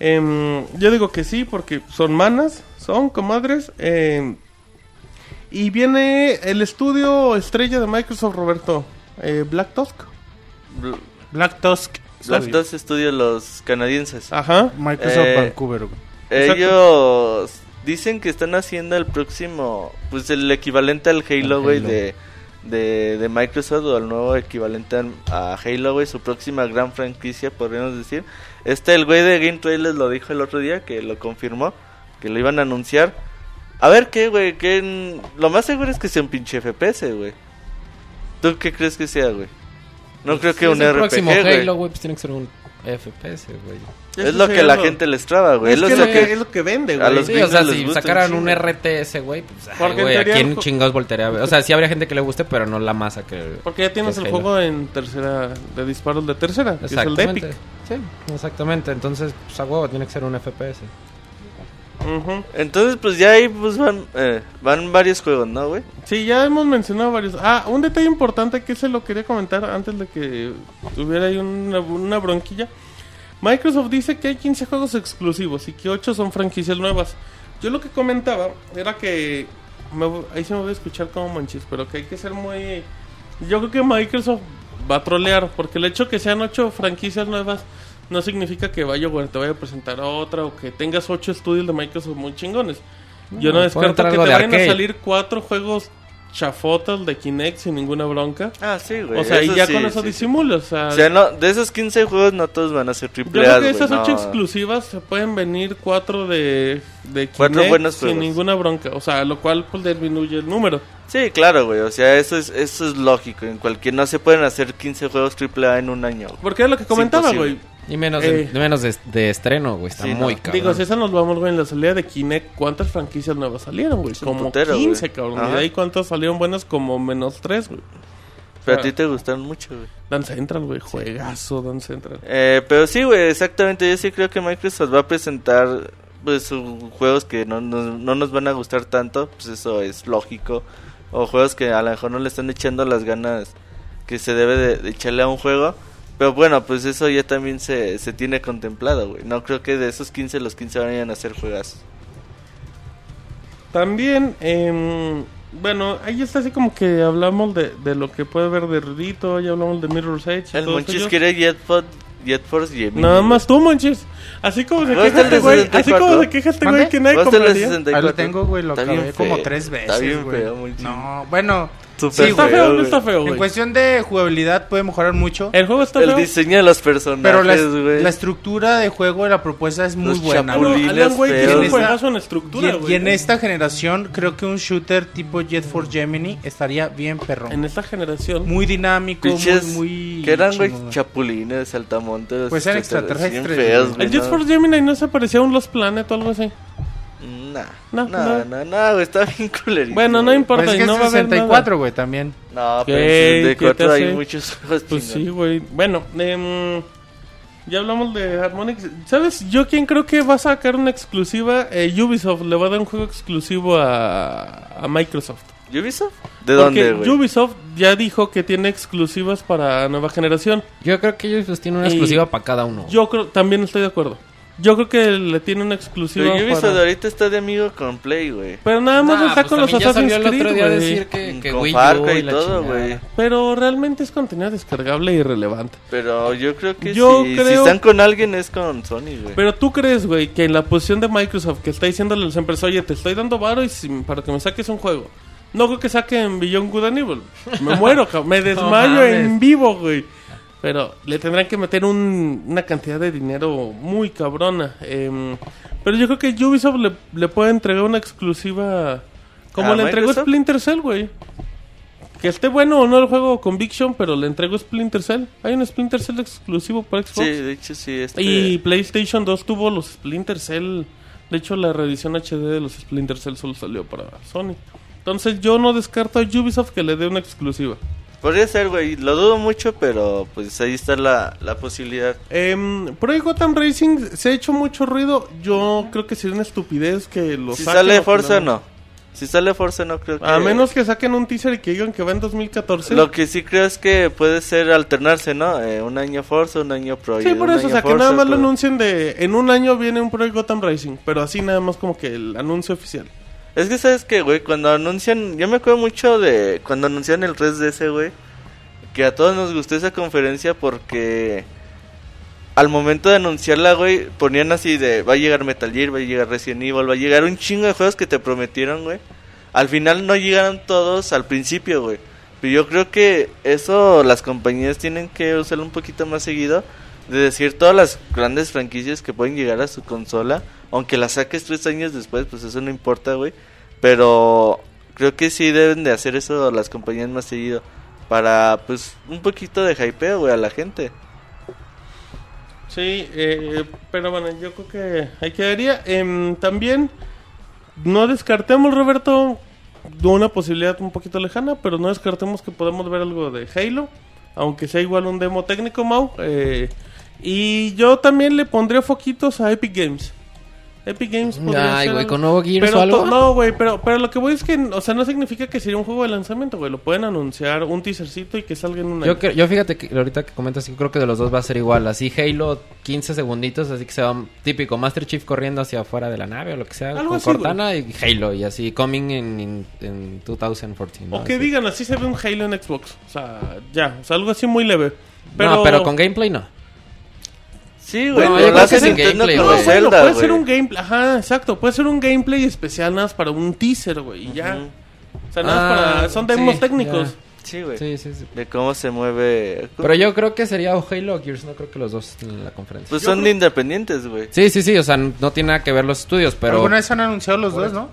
S1: Em, yo digo que sí porque son manas, son comadres. em, y viene el estudio estrella de Microsoft, Roberto. eh, Black Tusk.
S3: Bl-
S2: Black Tusk.
S3: Black Dust Studios, los canadienses.
S1: Ajá.
S2: Microsoft
S3: Eh,
S2: Vancouver. güey.
S3: Ellos dicen que están haciendo el próximo, pues el equivalente al Halo,
S4: Al
S3: güey,
S4: Halo.
S3: de, de, de Microsoft o al nuevo equivalente al- a Halo, güey, su próxima gran franquicia, podríamos decir. Este, el güey de Game Trailers lo dijo el otro día, que lo confirmó, que lo iban a anunciar. A ver qué, güey. qué en- Lo más seguro es que sea un pinche FPS, güey. ¿Tú qué crees que sea, güey? No creo que
S6: Pues Es
S3: un
S6: el
S3: RPG,
S6: próximo
S3: güey.
S6: Halo, güey, pues tiene que ser un FPS, güey.
S3: Es lo que la gente les traba, güey.
S1: Es,
S3: Es,
S1: que lo
S3: lo que-
S1: que, es lo que vende,
S3: a
S1: güey.
S3: los-
S6: Sí, o sea,
S3: gringos les
S6: si
S3: gusta un
S6: sacaran un
S3: chingo.
S6: RTS, güey, pues, ay,
S1: Porque en
S6: güey, ¿a
S1: teoría el
S6: quién
S1: ju-
S6: chingados voltearía a ver? O sea, sí habría gente que le guste, pero no la masa que...
S1: Porque ya tienes
S6: que
S1: el
S6: Halo.
S1: juego en tercera, de disparos de tercera, que es el de
S6: Exactamente.
S1: Epic.
S6: Sí, exactamente. Entonces, pues, a huevo, tiene que ser un FPS.
S1: Ujú.
S3: Entonces, pues ya ahí pues, van, eh, van varios juegos, ¿no, güey?
S1: Sí, ya hemos mencionado varios. Ah, un detalle importante que se lo quería comentar antes de que tuviera ahí una, una bronquilla. Microsoft dice que hay 15 juegos exclusivos y que 8 son franquicias nuevas. Yo lo que comentaba era que... me- ahí se me voy a escuchar como manches, pero que hay que ser muy... Yo creo que Microsoft va a trolear, porque el hecho que sean 8 franquicias nuevas no significa que BioWare te vaya a presentar otra o que tengas 8 estudios de Microsoft muy chingones. Yo no
S6: puede
S1: descarto
S6: entrar
S1: que te
S6: algo de
S1: vayan a
S6: arcade.
S1: salir 4 juegos chafotas de Kinect sin ninguna bronca.
S3: Ah, sí, güey.
S1: O sea, y
S3: eso
S1: ya
S3: sí,
S1: con eso
S3: sí, sí.
S1: disimulas. O sea,
S3: O sea, no, de esos 15 juegos no todos van a ser
S1: yo
S3: triple A,
S1: creo que
S3: güey.
S1: esas
S3: no.
S1: ocho exclusivas se pueden venir cuatro de, de
S3: Cuatro
S1: Kinect
S3: buenos
S1: sin
S3: juegos.
S1: ninguna bronca. O sea, lo cual pues disminuye el número.
S3: Sí, claro, güey. O sea, eso es, eso es lógico. En cualquier no se pueden hacer 15 juegos triple A en un año. güey.
S1: Porque es lo que comentaba,
S3: imposible.
S1: güey.
S6: Y menos,
S1: Eh.
S6: de, menos de, de estreno, güey. Está
S3: Sí, no.
S6: muy cabrón.
S1: Digo, si esa nos vamos, güey, en la salida de Kinect, ¿cuántas franquicias nuevas salieron, güey?
S3: un
S1: Como
S3: putero,
S1: 15,
S3: güey.
S1: cabrón. Y
S3: Ajá.
S1: de ahí cuántas salieron buenas, como menos 3, güey.
S3: Pero
S1: Ah.
S3: a ti te gustan mucho, güey.
S1: Dance Central, güey. Juegazo, Dance Central.
S3: Eh, pero sí, güey, exactamente. Yo sí creo que Microsoft va a presentar pues su- juegos que no, nos- no nos van a gustar tanto. Pues eso es lógico. O juegos que a lo mejor no le están echando las ganas que se debe de, de echarle a un juego. Pero bueno, pues eso ya también se, se tiene contemplado, güey. No creo que de esos 15, los 15 vayan a ser juegazos.
S1: También, em, bueno, ahí está así como que hablamos de, de lo que puede ver de Rito, ya hablamos de Mirror's Edge. y
S3: El
S1: todos
S3: Monchis
S1: ellos.
S3: quiere Jet, Pod- Jet Force y Gemini,
S1: Nada
S3: güey.
S1: más tú, Monchis. Así como se
S3: ¿Dónde
S1: queja
S3: está el
S1: este
S3: de
S1: güey, así
S3: 64?
S1: como se queja este güey
S2: ¿Mande?
S1: que nadie
S3: ¿Vas a hacer el
S1: compraría.
S3: 64?
S2: Ahí lo tengo, güey, lo
S3: Está
S2: acabé
S3: bien
S2: como
S3: feo,
S2: tres
S3: Está
S2: veces,
S3: bien
S2: güey.
S3: feo, Monchis.
S2: No, bueno,
S3: Súper
S2: sí,
S1: ¿Está
S2: güey.
S1: feo o no
S3: güey.
S1: está feo,
S2: En
S1: güey?
S2: cuestión de jugabilidad puede mejorar mucho,
S1: El juego está
S3: El
S1: feo.
S3: diseño de los personajes,
S2: pero la,
S3: güey.
S2: la estructura de juego y la propuesta es muy
S3: Los
S2: buena.
S1: Bueno,
S2: güey.
S3: chapulines
S1: Ah, Alan Wake
S3: feos.
S1: tiene
S2: Y
S1: un
S2: en
S1: juegazo en
S2: Y,
S1: estructura,
S2: y
S1: güey.
S2: en esta generación creo que un shooter tipo Jet Force Gemini estaría bien perro.
S1: En esta generación.
S2: Muy dinámico,
S3: Pinches,
S2: muy, muy
S3: que eran, güey,
S2: chingón, güey.
S3: chapulines, saltamontes.
S2: Pues eran
S3: etcétera, bien
S2: extraterrestres,
S3: feos,
S1: El
S3: güey,
S1: Just
S3: no.
S1: Force Gemini no se parecía a un Lost Planet o algo así.
S3: Mm, Nah,
S1: No,
S3: no,
S1: no.
S3: no, no, no, güey, está bien culerito.
S1: Bueno, no
S3: güey.
S1: importa,
S2: Pues es
S1: y
S2: que
S1: no
S2: es
S1: va a haber nada.
S2: 64, güey, también.
S3: No, pero
S1: Ey,
S3: en
S1: ¿qué te
S3: 64 hay
S1: hace?
S3: muchos juegos
S1: Pues sí,
S3: chingones.
S1: güey. Bueno, em, ya hablamos de Harmonix. ¿Sabes? Yo quien creo que va a sacar una exclusiva, Eh, Ubisoft le va a dar un juego exclusivo a, a Microsoft.
S3: ¿Ubisoft? ¿De
S1: Porque
S3: dónde, güey?
S1: Ubisoft ya dijo que tiene exclusivas para nueva generación.
S6: Yo creo que ellos pues, tienen una
S1: Y-
S6: exclusiva para cada uno.
S1: Yo creo, también estoy de acuerdo. Yo creo que le tiene una
S3: Pero
S1: exclusiva.
S3: Ubisoft
S1: para-
S3: ahorita está de amigo con Play, güey. Mm,
S1: Pero nada más
S6: Nah,
S1: está
S6: pues,
S1: con los
S6: también ya
S1: Assassin's
S6: salió el otro
S1: Creed,
S6: día a
S1: güey.
S6: decir que, que
S3: con
S6: Wii
S3: Far
S6: U
S3: Cry
S6: y
S3: y
S6: la
S3: todo,
S6: chingada.
S3: güey.
S1: Pero realmente es contenido descargable e irrelevante.
S3: Pero yo creo que
S1: Yo
S3: si, si
S1: creo-
S3: están con alguien es con Sony, güey.
S1: Pero tú crees, güey, que en la posición de Microsoft que está diciéndole a las empresas, oye, te estoy dando varo y si- para que me saques un juego. No creo que saquen Beyond Good and Evil. Me muero, cabrón. me desmayo en
S6: mames.
S1: vivo, güey. Pero le tendrán que meter un- una cantidad de dinero muy cabrona. Em, pero yo creo que Ubisoft le, le puede entregar una exclusiva como
S3: ¿A
S1: le entregó
S3: Microsoft?
S1: Splinter Cell, güey. Que esté bueno o no el juego Conviction, pero le entregó Splinter Cell. Hay un Splinter Cell exclusivo para Xbox.
S3: Sí, de hecho sí, este...
S1: Y PlayStation 2 tuvo los Splinter Cell. De hecho, la reedición HD de los Splinter Cell solo salió para Sony. Entonces, yo no descarto a Ubisoft que le dé una exclusiva.
S3: Podría ser, güey, lo dudo mucho, pero pues ahí está la, la posibilidad.
S1: Em, Pro y Gotham Racing se ha hecho mucho ruido. Yo creo que sería una estupidez que lo
S3: si
S1: saquen
S3: sale
S1: o
S3: Forza,
S1: que
S3: no. Si sale Forza, no creo que...
S1: A menos que saquen un teaser y que digan que va en 2014.
S3: Lo que sí creo es que puede ser alternarse, ¿no? Eh, un año Forza, un año Pro. y
S1: Sí, por
S3: un
S1: eso, o
S3: año
S1: sea, que
S3: Forza,
S1: nada más lo
S3: pero-
S1: anuncien de... En un año viene un Pro y Gotham Racing, pero así nada más como que el anuncio oficial.
S3: Es que sabes que, güey, cuando anuncian, yo me acuerdo mucho de cuando anuncian el 3DS, güey, que a todos nos gustó esa conferencia porque al momento de anunciarla, güey, ponían así de, va a llegar Metal Gear, va a llegar Resident Evil, va a llegar un chingo de juegos que te prometieron, güey. Al final no llegaron todos al principio, güey. Pero yo creo que eso las compañías tienen que usarlo un poquito más seguido. De decir todas las grandes franquicias que pueden llegar a su consola. Aunque las saques tres años después, pues eso no importa, güey. Pero creo que sí deben de hacer eso las compañías más seguido. Para, pues, un poquito de hypeo, güey, a la gente.
S1: Sí, eh, pero bueno, yo creo que ahí quedaría. Em, también, no descartemos, Roberto, una posibilidad un poquito lejana, pero no descartemos que podamos ver algo de Halo, aunque sea igual un demo técnico, Mau. eh, y yo también le pondría foquitos a Epic Games. Epic Games podría
S6: Ay,
S1: ser
S6: güey,
S1: algo-
S6: con nuevo Gears
S1: pero
S6: o algo.
S1: to- No, güey, pero, pero lo que voy es que, o sea, no significa que sería un juego de lanzamiento, güey. Lo pueden anunciar un teasercito y que salga en una.
S6: Yo, cre- yo fíjate que ahorita que comentas, yo creo que de los dos va a ser igual. Así Halo, 15 segunditos, así que se va un típico Master Chief corriendo hacia afuera de la nave o lo que sea.
S1: Algo
S6: con
S1: así,
S6: Cortana y Halo, y así coming in, in- in 2014. ¿no?
S1: O que
S6: Así.
S1: digan, así se ve un Halo en Xbox. O sea, ya, o sea, algo así muy leve. Pero,
S6: No, pero con gameplay no.
S3: Sí, güey,
S6: No,
S3: no,
S6: yo
S3: lo
S6: creo que
S3: hace
S6: es el
S3: Nintendo
S6: gameplay,
S1: No,
S3: con
S6: güey.
S1: bueno,
S3: Zelda,
S1: puede
S3: güey.
S1: ser un gameplay, ajá, exacto, puede ser un gameplay especial nada más para un teaser, güey, y ya.
S3: Ujú.
S1: O sea, nada más
S6: Ah,
S1: para son demos
S6: sí,
S1: técnicos.
S6: ya.
S3: Sí, güey.
S6: Sí, sí, sí.
S3: De cómo se mueve.
S6: Pero yo creo que sería o Halo o Gears, no creo que los dos en la conferencia.
S3: Pues son independientes, güey.
S6: Sí, sí, sí, o sea, no tiene nada que ver los estudios, pero
S2: Alguna vez han anunciado los dos, ¿no?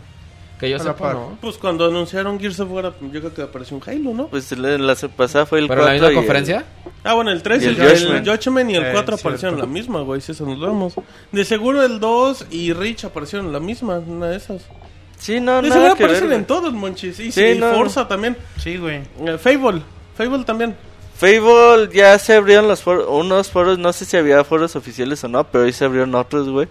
S6: que yo
S2: a la
S6: sepa,
S2: par.
S6: no.
S1: Pues cuando anunciaron Gears of War, yo creo que apareció un Halo, ¿no?
S3: Pues la, la pasada fue el
S6: Pero en la
S3: 4
S6: misma
S3: y el-
S6: conferencia,
S1: Ah, bueno, el 3
S3: Y
S1: y
S3: el
S1: el, el
S3: Judgment.
S1: Judgment y el
S2: Eh,
S1: 4
S2: cierto.
S1: aparecieron la misma, güey, si eso nos vamos. De seguro el 2 y Rich aparecieron la misma, una de esas.
S3: Sí, no,
S1: De
S3: nada
S1: seguro
S3: que ver,
S1: aparecen
S3: güey.
S1: en todos, monchis. Y
S3: Sí,
S1: sí,
S3: no.
S1: Forza también.
S2: Sí, güey.
S1: Eh, Fable, Fable también.
S3: Fable ya se abrieron los foros, unos foros, no sé si había foros oficiales o no, pero hoy se abrieron otros, güey.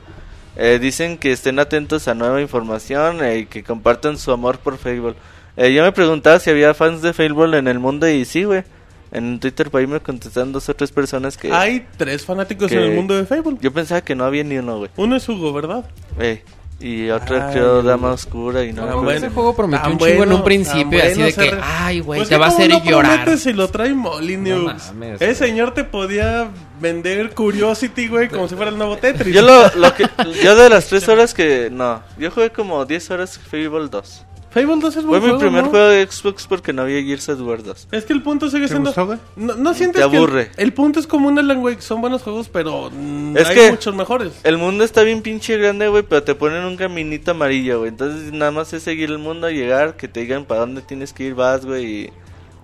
S3: Eh, dicen que estén atentos a nueva información eh, y que compartan su amor por Fable. Eh, yo me preguntaba si había fans de Fable en el mundo y sí, güey. En Twitter por ahí me contestaron dos o tres personas que...
S1: Hay tres fanáticos
S3: que-
S1: en el mundo de Fable.
S3: Yo pensaba que no había ni uno, güey.
S1: Uno es Hugo, ¿verdad?
S3: Eh, y otro
S1: Ay,
S3: creo
S1: güey.
S3: Dama Oscura y no...
S1: Ah,
S3: me acuerdo.
S1: bueno.
S6: ese juego prometió
S1: Tan
S6: un chingo en
S1: bueno,
S6: un principio,
S1: tan
S6: así de
S1: bueno,
S6: que,
S1: Serre.
S6: ay, güey,
S1: Pues
S6: te
S1: que
S6: va a
S1: cómo
S6: hacer
S1: no
S6: llorar.
S1: prometes si lo trae Molyneux.
S6: No mames,
S1: Ese
S6: güey.
S1: señor te podía vender Curiosity, güey, como si fuera el nuevo Tetris.
S3: Yo, lo, lo que, yo de las tres horas que... No, yo jugué como 10 horas Fable 2.
S1: Fable 2 es
S3: Fue
S1: buen
S3: mi
S1: juego,
S3: primer
S1: ¿no?
S3: juego de Xbox porque no había Gears of War 2.
S1: Es que el punto sigue
S2: ¿Te
S1: siendo...
S2: gustó, güey?
S1: No, no sientes
S3: Te
S1: que el-
S3: aburre.
S1: el, punto es como un Alan Wake. Son buenos juegos, pero mm,
S3: Es
S1: hay
S3: que-
S1: muchos mejores.
S3: El mundo está bien pinche grande, güey, pero te ponen un caminito amarillo, güey. Entonces nada más es seguir el mundo, llegar, que te digan para dónde tienes que ir, vas, güey. y-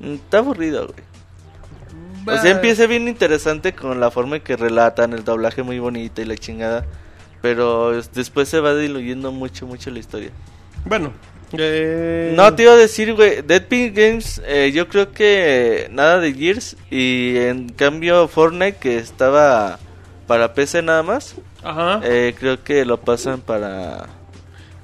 S3: mm, Está aburrido, güey. eh, O sea, empieza bien interesante con la forma en que relatan, el doblaje muy bonito y la chingada. Pero es- después se va diluyendo mucho, mucho la historia.
S1: Bueno. eh,
S3: No, te iba a decir, güey, Deadpin Games, eh, yo creo que nada de Gears. Y en cambio Fortnite, que estaba para PC nada más,
S1: Ajá.
S3: eh, creo que lo pasan para...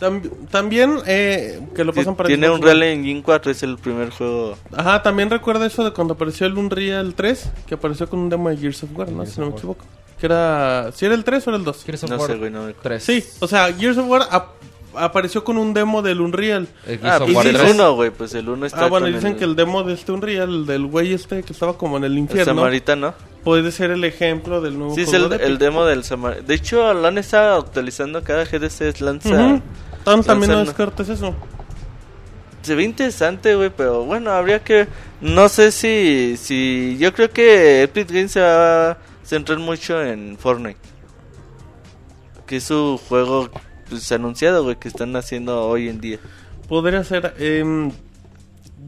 S1: Tam- también eh, que lo pasan para...
S3: Tiene
S1: Xbox
S3: un
S1: One.
S3: Real Engine 4, es el primer juego.
S1: Ajá, también recuerda eso de cuando apareció el Unreal 3, que apareció con un demo de Gears of War, ¿no?
S6: Gears
S1: Si no
S6: of
S1: me
S6: War.
S1: equivoco. Que era... ¿Si era el 3 o era el 2?
S6: Gears of
S3: No
S6: War
S3: sé, güey, no me acuerdo.
S6: 3.
S1: Sí, o sea, Gears of War ap- apareció con un demo del Unreal.
S6: El Eh, Gears
S3: Ah,
S6: of
S3: pues
S6: War
S1: sí,
S3: el
S6: 3.
S3: 1, güey, pues el 1 está...
S1: Ah, bueno,
S3: con
S1: dicen que el demo de este Unreal, el del güey este que estaba como en el
S3: el
S1: infierno,
S3: Samaritano.
S1: puede ser el ejemplo del nuevo
S3: Sí, es
S1: juego
S3: el,
S1: de Epic.
S3: el demo del Samaritano. De hecho, lo han estado actualizando cada GDC, lanza...
S1: Ujú. Tan- también no
S3: lanzando.
S1: descartes eso.
S3: Se ve interesante, güey, pero bueno, habría que... No sé si... si Yo creo que Epic Games se va a centrar mucho en Fortnite. Que es su juego pues, anunciado, güey, que están haciendo hoy en día.
S1: Podría ser... em,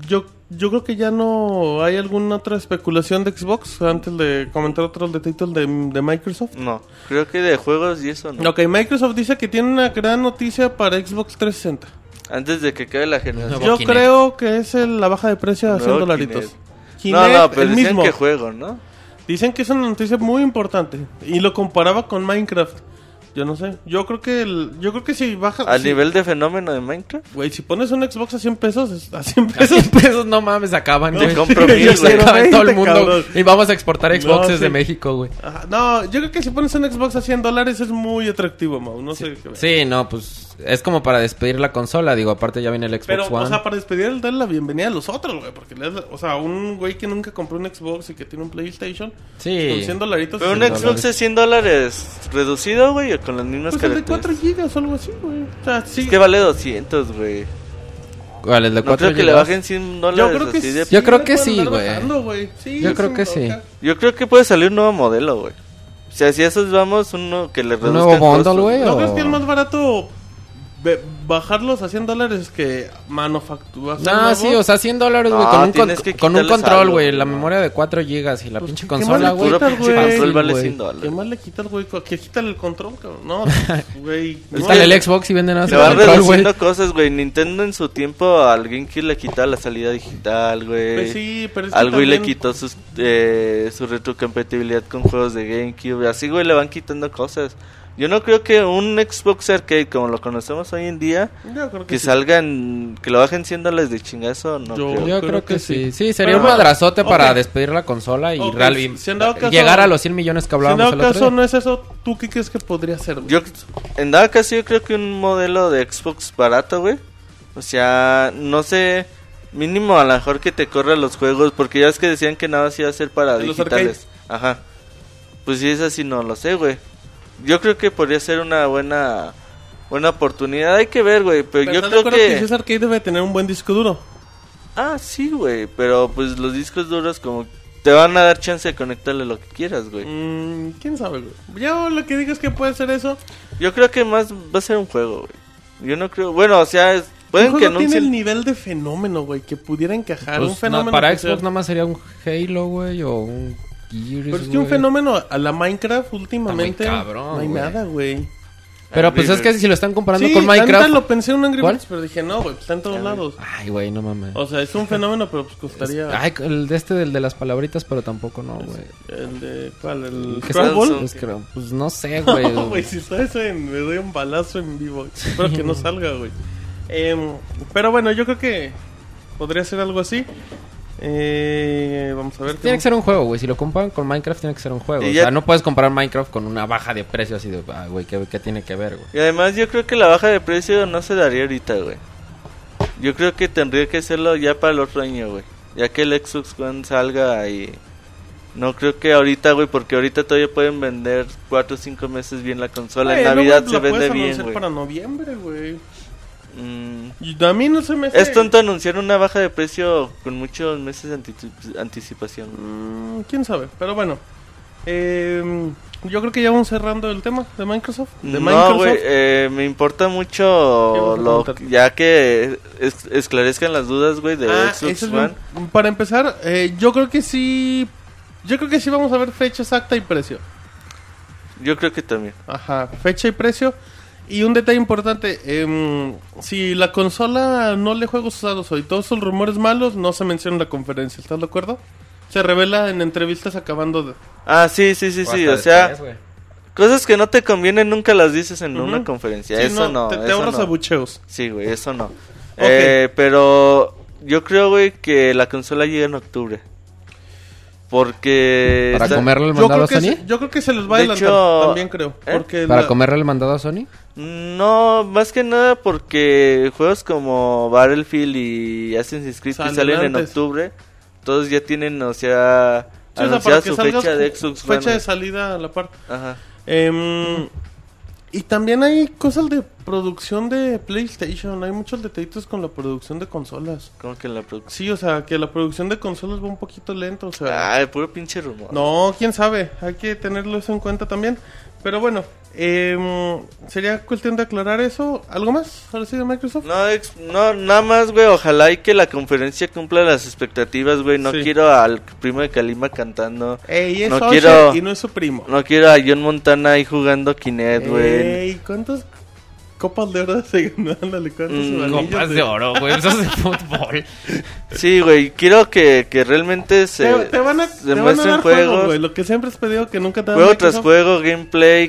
S1: yo, yo creo que ya no hay alguna otra especulación de Xbox antes de comentar otros detallitos de, de Microsoft.
S3: No, creo que de juegos y eso, ¿no?
S1: Ok, Microsoft dice que tiene una gran noticia para Xbox 360.
S3: Antes de que acabe la generación.
S6: Nuevo
S1: Yo
S6: Kinect.
S1: creo que es el- la baja de precio a
S3: Nuevo
S1: 100 dolaritos.
S3: No,
S1: Kinect,
S3: no, pero
S1: el
S3: decían
S1: mismo.
S3: que juego, ¿no?
S1: Dicen que es una noticia muy importante y lo comparaba con Minecraft. Yo no sé. Yo creo que el- yo creo que si baja
S3: Al
S1: si-
S3: nivel de fenómeno de Minecraft.
S1: güey, si pones un Xbox a 100 pesos, es- a 100
S6: A
S1: pesos
S6: 100 pesos no mames, acaban, güey.
S3: compro mil,
S6: Yo
S3: güey.
S6: sé, acaban todo el
S1: 20,
S6: mundo.
S1: cabrón.
S6: Y vamos a exportar
S1: No,
S6: Xboxes de
S1: sí.
S6: México, güey.
S1: Ajá, no, yo creo que si pones un Xbox a 100 dólares es muy atractivo, Mau. No sé qué-
S6: Sí, no, pues es como para despedir la consola, digo, aparte ya viene el Xbox
S1: Pero,
S6: One.
S1: o sea, para despedir, el darle la bienvenida a los otros, güey. Porque, le das- o sea, un güey que nunca compró un Xbox y que tiene un PlayStation, con
S6: sí.
S1: 100 dolaritos.
S3: Pero un
S1: pues,
S6: dólares.
S3: Xbox de 100 dólares reducido, güey, o con las mismas
S1: Pues el de 4
S3: características.
S1: gigas o algo así, güey. O sea, sí.
S3: Es que vale 200, güey.
S6: ¿Cuál, el de
S3: No
S6: 4
S3: creo que le
S6: gigas?
S3: bajen 100
S1: yo
S3: dólares
S1: creo que
S3: así de-
S1: sí.
S6: Yo creo
S1: le
S6: que
S1: pueden
S6: sí,
S1: andar
S6: güey.
S1: bajando, güey. Sí,
S6: Yo
S1: es
S6: creo
S1: un
S6: que sí.
S1: toca.
S3: Yo creo que puede salir un nuevo modelo, güey. O sea, si a esos vamos, uno que le reduzcan
S6: nuevo bundle,
S3: costos,
S6: güey?
S1: ¿No
S6: o-
S1: crees que el más barato ve- bajarlos a 100 dólares que manufacturas.
S6: No, sí, o sea, 100 dólares, güey,
S3: No,
S6: con, un
S3: tienes
S6: con-
S3: que
S6: con un
S3: quitarles
S6: control,
S3: algo,
S6: güey,
S3: güey,
S6: la
S3: no.
S6: memoria de 4 gigas y la pinche
S1: Pues, ¿qué más
S6: consola,
S1: le
S6: güey.
S3: Puro
S1: Puta,
S3: pinche
S1: güey.
S3: control vale
S6: güey.
S3: 100
S1: ¿Qué
S3: dólares.
S1: más le quitas, güey? Que quítale el control, cabrón. No, güey. no.
S6: Ahorita el Xbox y venden nada más
S3: Le van
S6: el control, güey.
S3: reduciendo cosas, güey. Nintendo en su tiempo al GameCube le quitaba la salida digital, güey.
S1: Pues sí, pero es que
S3: Al Wii Eh, le
S1: también-
S3: quitó sus, eh, su retrocompatibilidad con juegos de GameCube. Así, güey, le van quitando cosas. Yo no creo que un Xbox Arcade, como lo conocemos hoy en día,
S1: Yo creo que
S3: que
S1: sí.
S3: salgan, que lo bajen siéndoles de chingazo, no
S1: Yo-
S3: creo.
S6: Yo creo, que, sí. Sí, sería
S1: Pero
S6: un
S1: bueno,
S6: madrazote para
S1: ok.
S6: despedir la consola y
S1: Ok,
S6: realmente
S1: si en dado caso-
S6: llegar a los 100 millones que
S1: Si en
S6: hablábamos
S1: dado
S6: el otro
S1: caso
S6: día.
S1: no es eso, ¿tú qué crees que podría ser, güey?
S3: Yo, en dado caso, yo creo que un modelo de Xbox barato, güey. O sea, no sé, mínimo a lo mejor que te corra los juegos, porque ya ves que decían que nada más iba a ser para
S1: ¿En los
S3: digitales. Ajá. Pues si es así, no lo sé, güey. Yo creo que podría ser una buena buena oportunidad. Hay que ver, güey.
S1: Pero
S3: Pero, yo
S1: ¿estás de
S3: creo
S1: acuerdo
S3: que...
S1: si es arcade debe tener un buen disco duro.
S3: Ah, sí, güey. Pero pues los discos duros como... Te van a dar chance de conectarle lo que quieras, güey.
S1: Mm, ¿Quién sabe, güey? Yo lo que digo es que puede ser eso.
S3: Yo creo que más va a ser un juego, güey. Yo no creo... Bueno, o sea, es-
S1: El
S3: pueden que
S1: juego tiene
S3: anuncien...
S1: el nivel de fenómeno, güey, que pudiera encajar.
S6: Pues,
S1: un fenómeno.
S6: no, para
S1: que sea-
S6: Xbox nada más sería un Halo, güey, o un Gears,
S1: Pero es que
S6: güey.
S1: un fenómeno a la Minecraft últimamente.
S6: Está muy cabrón,
S1: no hay
S6: güey.
S1: nada, güey.
S6: Pero pues es que si lo están comparando
S1: Sí,
S6: con Minecraft...
S1: Minecraft. lo pensé en Angry
S6: ¿Cuál?
S1: Birds, pero dije, no, güey, está en todos lados.
S6: Ay, güey, no mames.
S1: O sea, es un fenómeno, pero pues costaría.
S6: Ay, el de este, del de las palabritas, pero tampoco no, güey.
S1: El de, ¿Cuál? ¿El
S6: Que
S1: Scrabble?
S6: sea- es que, pues no sé, güey.
S1: No, güey, si está eso, en- me doy un balazo en vivo. Espero que no salga, güey. Em, pero bueno, yo creo que podría ser algo así. Eh, vamos a ver.
S6: Tiene que ser un juego, güey. Si lo comparan con Minecraft, tiene que ser un juego.
S3: Y
S6: O
S3: ya-
S6: sea, no puedes comparar Minecraft con una baja de precio así de, ah, güey, ¿qué, qué tiene que ver, güey?
S3: Y además yo creo que la baja de precio no se daría ahorita, güey. Yo creo que tendría que hacerlo ya para el otro año, güey. Ya que el Xbox One salga y... No creo que ahorita, güey, porque ahorita todavía pueden vender 4 o 5 meses bien la consola.
S1: Bueno,
S3: en Navidad
S1: güey,
S3: se
S1: lo puedes
S3: vende bien,
S1: anunciar
S3: güey.
S1: para noviembre, güey.
S3: Mm.
S1: Y a mí no se me hace-
S3: Es tonto anunciar una baja de precio con muchos meses de antici- anticipación. güey.
S1: Mm, ¿Quién sabe? Pero bueno. em, yo creo que ya vamos cerrando el tema de Microsoft. De
S3: No,
S1: Microsoft.
S3: güey, eh, me importa
S1: ¿Qué
S3: mucho
S1: vas a
S3: lo,
S1: comentar?
S3: ya que es- esclarezcan las dudas, güey, de
S1: Ah,
S3: Xbox
S1: eso es
S3: One.
S1: bien- Para empezar, eh, yo creo que sí. Yo creo que sí vamos a ver fecha exacta y precio.
S3: Yo creo que también.
S1: Ajá, fecha y precio. Y un detalle importante, em, si la consola no le juegos usados hoy, todos esos rumores malos no se menciona en la conferencia, ¿estás de acuerdo? Se revela en entrevistas acabando de...
S3: Ah, sí, sí, sí, sí. O sea, cosas que no te convienen nunca las dices en
S1: Ujú.
S3: una conferencia.
S1: Sí,
S3: eso no.
S1: te, te
S3: eso
S1: ahorras
S3: no.
S1: abucheos.
S3: Sí, güey, eso no. Eh, pero yo creo, güey, que la consola llega en octubre. Porque.
S6: ¿Para
S3: está-
S6: comerle el
S1: Yo
S6: mandado
S1: creo,
S6: a
S1: que
S6: Sony?
S1: se, yo creo que se los va a
S3: De
S1: adelantar,
S3: hecho,
S1: también creo.
S3: ¿eh?
S1: Porque
S6: ¿Para
S1: la-
S6: comerle el mandado a Sony?
S3: No, más que nada porque juegos como Battlefield y Assassin's Creed
S1: Salen
S3: que salen en
S1: antes.
S3: octubre, todos ya tienen, o sea,
S1: Sí, o sea,
S3: anunciada
S1: para que
S3: su
S1: salgas
S3: fecha de
S1: con-
S3: Xbox One.
S1: fecha de
S3: güey.
S1: salida a la par.
S3: Ajá.
S1: Em, y también hay cosas de producción de PlayStation, hay muchos detallitos con la producción de consolas.
S3: Como que la producción.
S1: Sí, o sea, que la producción de consolas va un poquito lento, o sea...
S3: Ay, puro pinche rumor.
S1: No, quién sabe, hay que tenerlo eso en cuenta también. Pero bueno, em, sería cuestión de aclarar eso. ¿Algo más? Ahora sí de Microsoft.
S3: No, ex- no, nada más, güey. Ojalá y que la conferencia cumpla las expectativas, güey. No
S1: Sí.
S3: quiero al primo de Kalima cantando.
S1: Ey, es
S3: No
S1: Usher
S3: quiero-
S1: y no es su primo.
S3: No quiero a John Montana ahí jugando Kinect, güey.
S1: Ey, ¿cuántas copas de oro se ganó? Ándale, ¿cuántos
S3: Mm,
S1: anillos
S6: Copas de oro, güey. Eso es de fútbol.
S3: Sí, güey. Quiero que, que realmente se,
S1: Te, te van a,
S3: se
S1: te van a
S3: muestren
S1: dar
S3: juegos.
S1: juegos, güey. Lo que siempre has pedido que nunca te dan
S3: juego tras
S1: Microsoft.
S3: juego, gameplay,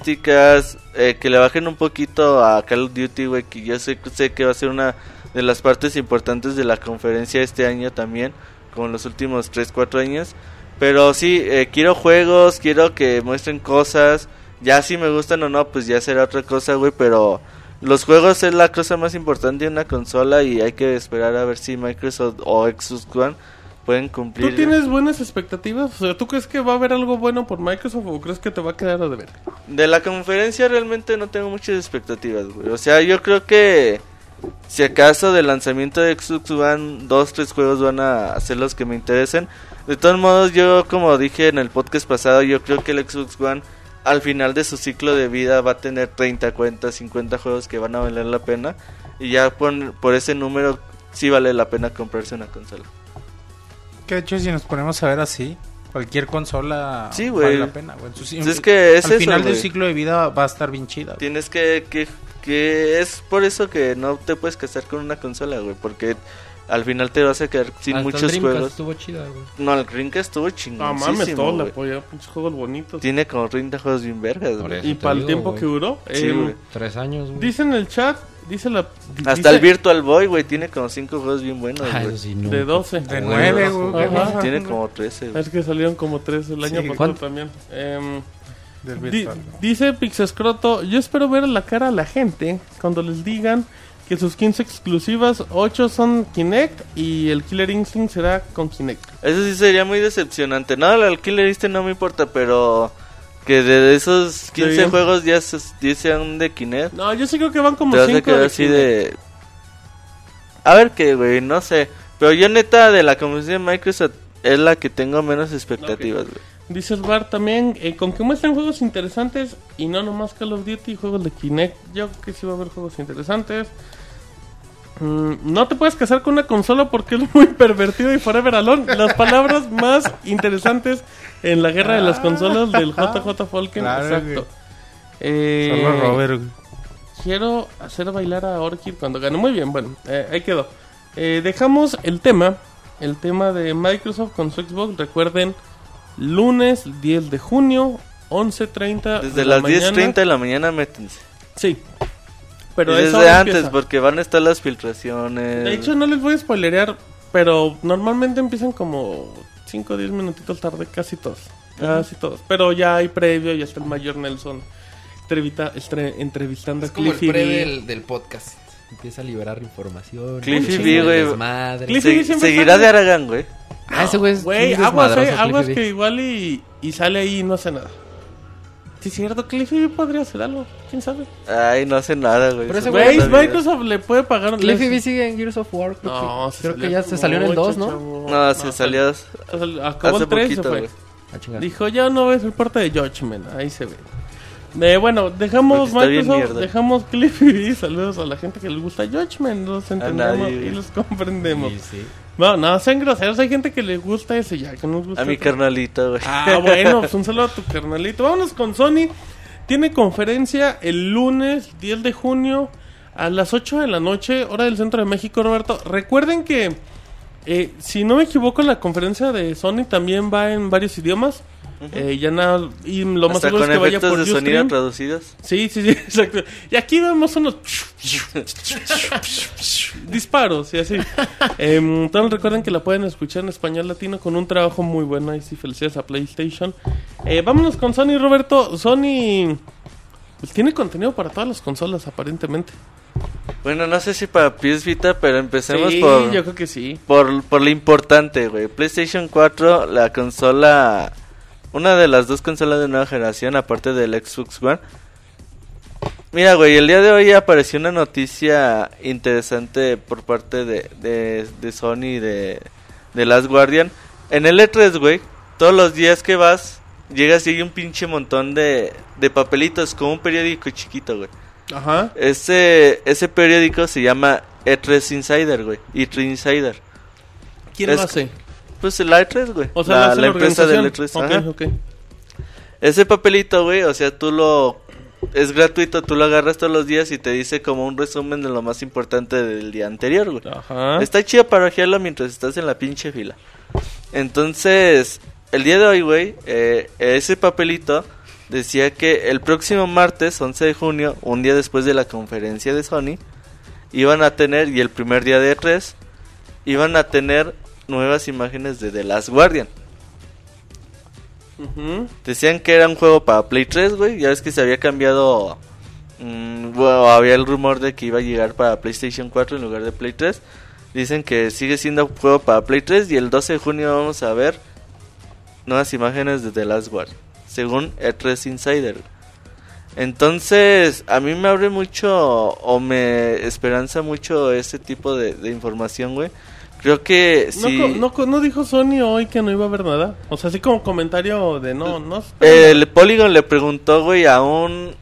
S3: características. eh, que le bajen un poquito a Call of Duty, güey. Que yo sé, sé que va a ser una de las partes importantes de la conferencia este año también. Como en los últimos 3-4 años. Pero sí, eh, quiero juegos, quiero que muestren cosas. Ya si me gustan o no, pues ya será otra cosa, güey. Pero los juegos es la cosa más importante de una consola y hay que esperar a ver si Microsoft o Xbox One pueden cumplir.
S1: ¿Tú tienes buenas expectativas? O sea, ¿tú crees que va a haber algo bueno por Microsoft o crees que te va a quedar a deber?
S3: De la conferencia realmente no tengo muchas expectativas, güey. O sea, yo creo que si acaso del lanzamiento de Xbox One, dos, tres juegos van a ser los que me interesen. De todos modos, yo como dije en el podcast pasado, yo creo que el Xbox One al final de su ciclo de vida va a tener 30, 40, 50 juegos que van a valer la pena. Y ya por, por ese número sí vale la pena comprarse una consola.
S2: Que de hecho, si nos ponemos a ver así, cualquier consola
S3: Sí,
S2: vale
S3: güey.
S2: la pena, güey. Entonces,
S3: Entonces, es que es
S2: al
S3: eso,
S2: final del
S3: güey.
S2: ciclo de vida va a estar bien chida. güey.
S3: Tienes que, que, que... Es por eso que no te puedes casar con una consola, güey. Porque al final te vas a quedar sin
S6: Hasta el
S3: muchos
S6: Dreamcast
S3: juegos.
S6: Estuvo chida, güey.
S3: No, el Dreamcast estuvo
S1: No
S3: chingoncísimo,
S1: mames, todo la
S3: güey.
S1: apoyó, pinches juegos bonitos.
S3: Tiene como 30 juegos bien vergas,
S6: Por
S3: güey.
S6: eso
S1: Y
S6: te
S1: para el
S6: digo,
S1: tiempo
S6: güey.
S1: que duró.
S3: Sí,
S1: eh,
S3: güey.
S6: Tres años, güey.
S1: dice en el chat, dice la.
S3: Hasta el
S1: dice
S3: Virtual Boy, güey, tiene como 5 juegos bien buenos,
S6: Ah, eso
S3: güey.
S6: sí, no.
S1: De 12.
S2: De
S6: Güey,
S2: nueve,
S6: no,
S2: güey.
S1: ajá.
S2: Ajá.
S3: Tiene como 13, güey.
S1: Es que salieron como tres el año
S2: Sí.
S1: pasado
S6: ¿Cuánto?
S1: también. Em,
S2: Del
S1: di-
S2: virtual, güey.
S1: dice Pixescroto, yo espero ver la cara a la gente cuando les digan que sus 15 exclusivas, 8 son Kinect y el Killer Instinct será con Kinect.
S3: Eso sí sería muy decepcionante. No, el alquiler este no me importa, pero que de esos 15
S1: Sí.
S3: juegos ya, se- ya sean de Kinect,
S1: No, yo sí creo que van como
S3: te vas a
S1: 5
S3: quedar así de... A ver qué, güey, no sé. Pero yo neta de la convención de Microsoft es la que tengo menos expectativas, güey.
S1: Dice Sbar también, eh, con que muestren juegos interesantes y no nomás Call of Duty y juegos de Kinect. Yo creo que sí va a haber juegos interesantes. Mm, no te puedes casar con una consola porque es muy pervertido y forever alone. Las palabras más interesantes en la guerra de las consolas del JJ Falken.
S2: Claro, güey.
S1: Exacto. Eh,
S2: Solo Robert, güey.
S1: Quiero hacer bailar a Orchid cuando gane. Muy bien, bueno, eh, ahí quedó. Eh, dejamos el tema, el tema de Microsoft con su Xbox. Recuerden, lunes 10 de junio, 11.30.
S3: Desde
S1: Ah, de la
S3: las
S1: mañana.
S3: 10.30 de la mañana métense.
S1: Sí. Pero
S3: Y
S1: a esa
S3: desde
S1: hora
S3: antes,
S1: empieza.
S3: porque van a estar las filtraciones.
S1: De hecho, no les voy a spoilerear, pero normalmente empiezan como 5 o 10 minutitos tarde, casi todos. Casi todos. Pero ya hay previo, ya está el mayor Nelson entrevista- estre- entrevistando
S4: Es
S1: a
S4: como el
S1: Cliffy
S4: pre
S1: B.
S4: del, del podcast. Empieza a liberar información.
S3: Cliffy B,
S4: un chingo de
S3: güey.
S4: desmadre.
S1: Cliffy-
S3: Se-
S1: sí, siempre
S3: seguirá
S1: sale.
S3: de Aragán, güey.
S4: Ah, ese güey es.
S1: Güey,
S4: un
S1: aguas, eh,
S4: desmadroso,
S1: aguas
S4: Cliffy B.
S1: que igual y, y sale ahí y no hace nada. Si es cierto, Cliffy B podría hacer algo, quién sabe.
S3: Ay, no hace nada, güey.
S4: Pero ese
S3: Eso no
S1: Güey,
S3: está bien.
S1: Microsoft le puede pagar un
S4: Cliffy B
S1: les-
S4: sigue en Gears of War. Creo,
S1: No,
S4: que, creo que ya se salió en el
S1: mucho,
S4: 2, ¿no?
S1: chavo.
S3: No, se salió hace
S1: se salió- acabó el 3 y se
S3: poquito,
S1: fue.
S3: güey.
S4: Ah, chinga.
S1: Dijo, ya no ves el parte de Judgment, ahí se ve. Eh, bueno, dejamos
S3: Porque está bien
S1: Microsoft,
S3: mierda.
S1: dejamos Cliffy B, saludos a la gente que les gusta Judgment, los entendemos
S3: nadie,
S1: y
S3: güey.
S1: los comprendemos.
S4: Sí, sí.
S1: No, no, sean groseros, hay gente que le gusta ese ya, que nos gusta
S3: A mi
S1: otro.
S3: carnalito, güey.
S1: Ah, bueno, pues un saludo a tu carnalito. Vámonos con Sony. Tiene conferencia el lunes 10 de junio a las 8 de la noche, hora del centro de México, Roberto. Recuerden que, eh, si no me equivoco, la conferencia de Sony también va en varios idiomas. Eh, ya nada, y lo más
S3: Hasta
S1: seguro
S3: con
S1: es que vaya
S3: efectos
S1: por
S3: de sonido
S1: Ustream.
S3: traducidos.
S1: Sí, sí, sí, exacto. Y aquí vemos unos disparos y así. Em, Entonces recuerden que la pueden escuchar en español latino con un trabajo muy bueno. Ahí sí, felicidades a PlayStation. Eh, vámonos con Sony, Roberto. Sony pues, tiene contenido para todas las consolas, aparentemente.
S3: Bueno, no sé si para PS Vita, pero empecemos
S1: sí,
S3: por,
S1: yo creo que sí.
S3: por, por lo importante, güey. PlayStation 4, la consola... Una de las dos consolas de nueva generación, aparte del Xbox One. Mira, güey, el día de hoy apareció una noticia interesante por parte de, de, de Sony y de, de Last Guardian. En el E3, güey, todos los días que vas, llegas y hay un pinche montón de, de papelitos como un periódico chiquito, güey.
S1: Ajá.
S3: Ese, ese periódico se llama E3 Insider, güey. E3 Insider.
S1: ¿Quién
S3: Es-
S1: lo hace?
S3: Pues el E3, güey.
S1: O sea,
S3: la,
S1: lo hace
S3: la empresa del E3.
S1: organización.
S3: ajá.
S1: Ok, ok.
S3: Ese papelito, güey, o sea, tú lo... Es gratuito, tú lo agarras todos los días y te dice como un resumen de lo más importante del día anterior, güey.
S1: Ajá.
S3: Está chido para ojearlo mientras estás en la pinche fila. Entonces, el día de hoy, güey, eh, ese papelito decía que el próximo martes, 11 de junio, un día después de la conferencia de Sony, iban a tener, y el primer día de E3, iban a tener nuevas imágenes de The Last Guardian.
S1: Ujú.
S3: Decían que era un juego para Play 3, güey. Ya ves que se había cambiado. mm, bueno, había el rumor de que iba a llegar para PlayStation 4 en lugar de Play 3. Dicen que sigue siendo un juego para Play 3 y el 12 de junio vamos a ver nuevas imágenes de The Last War, según E3 E Insider. Entonces, a mí me abre mucho o me esperanza mucho ese tipo de, de información, güey. Creo que
S1: No,
S3: si...
S1: co- no, co- no dijo Sony hoy que no iba a haber nada. O sea, así como comentario de no, no.
S3: El Polygon le preguntó, güey, a un...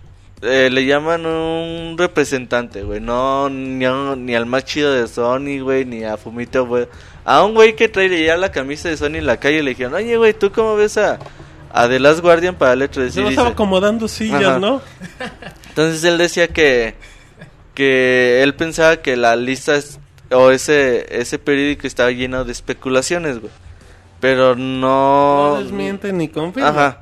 S3: eh, le llaman un representante, güey. No, ni, a- ni al más chido de Sony, güey, ni a Fumito, güey. A un güey que trae ya la camisa de Sony en la calle le dijeron, oye, güey, ¿tú cómo ves a, a The Last Guardian para Letra de
S1: Se lo estaba acomodando sillas,
S3: Ajá.
S1: ¿no?
S3: Entonces él decía que, que él pensaba que la lista es- o ese, ese periódico estaba lleno de especulaciones, güey. Pero
S1: No
S3: no...
S1: desmiente ni confirma.
S3: Oh, Ajá.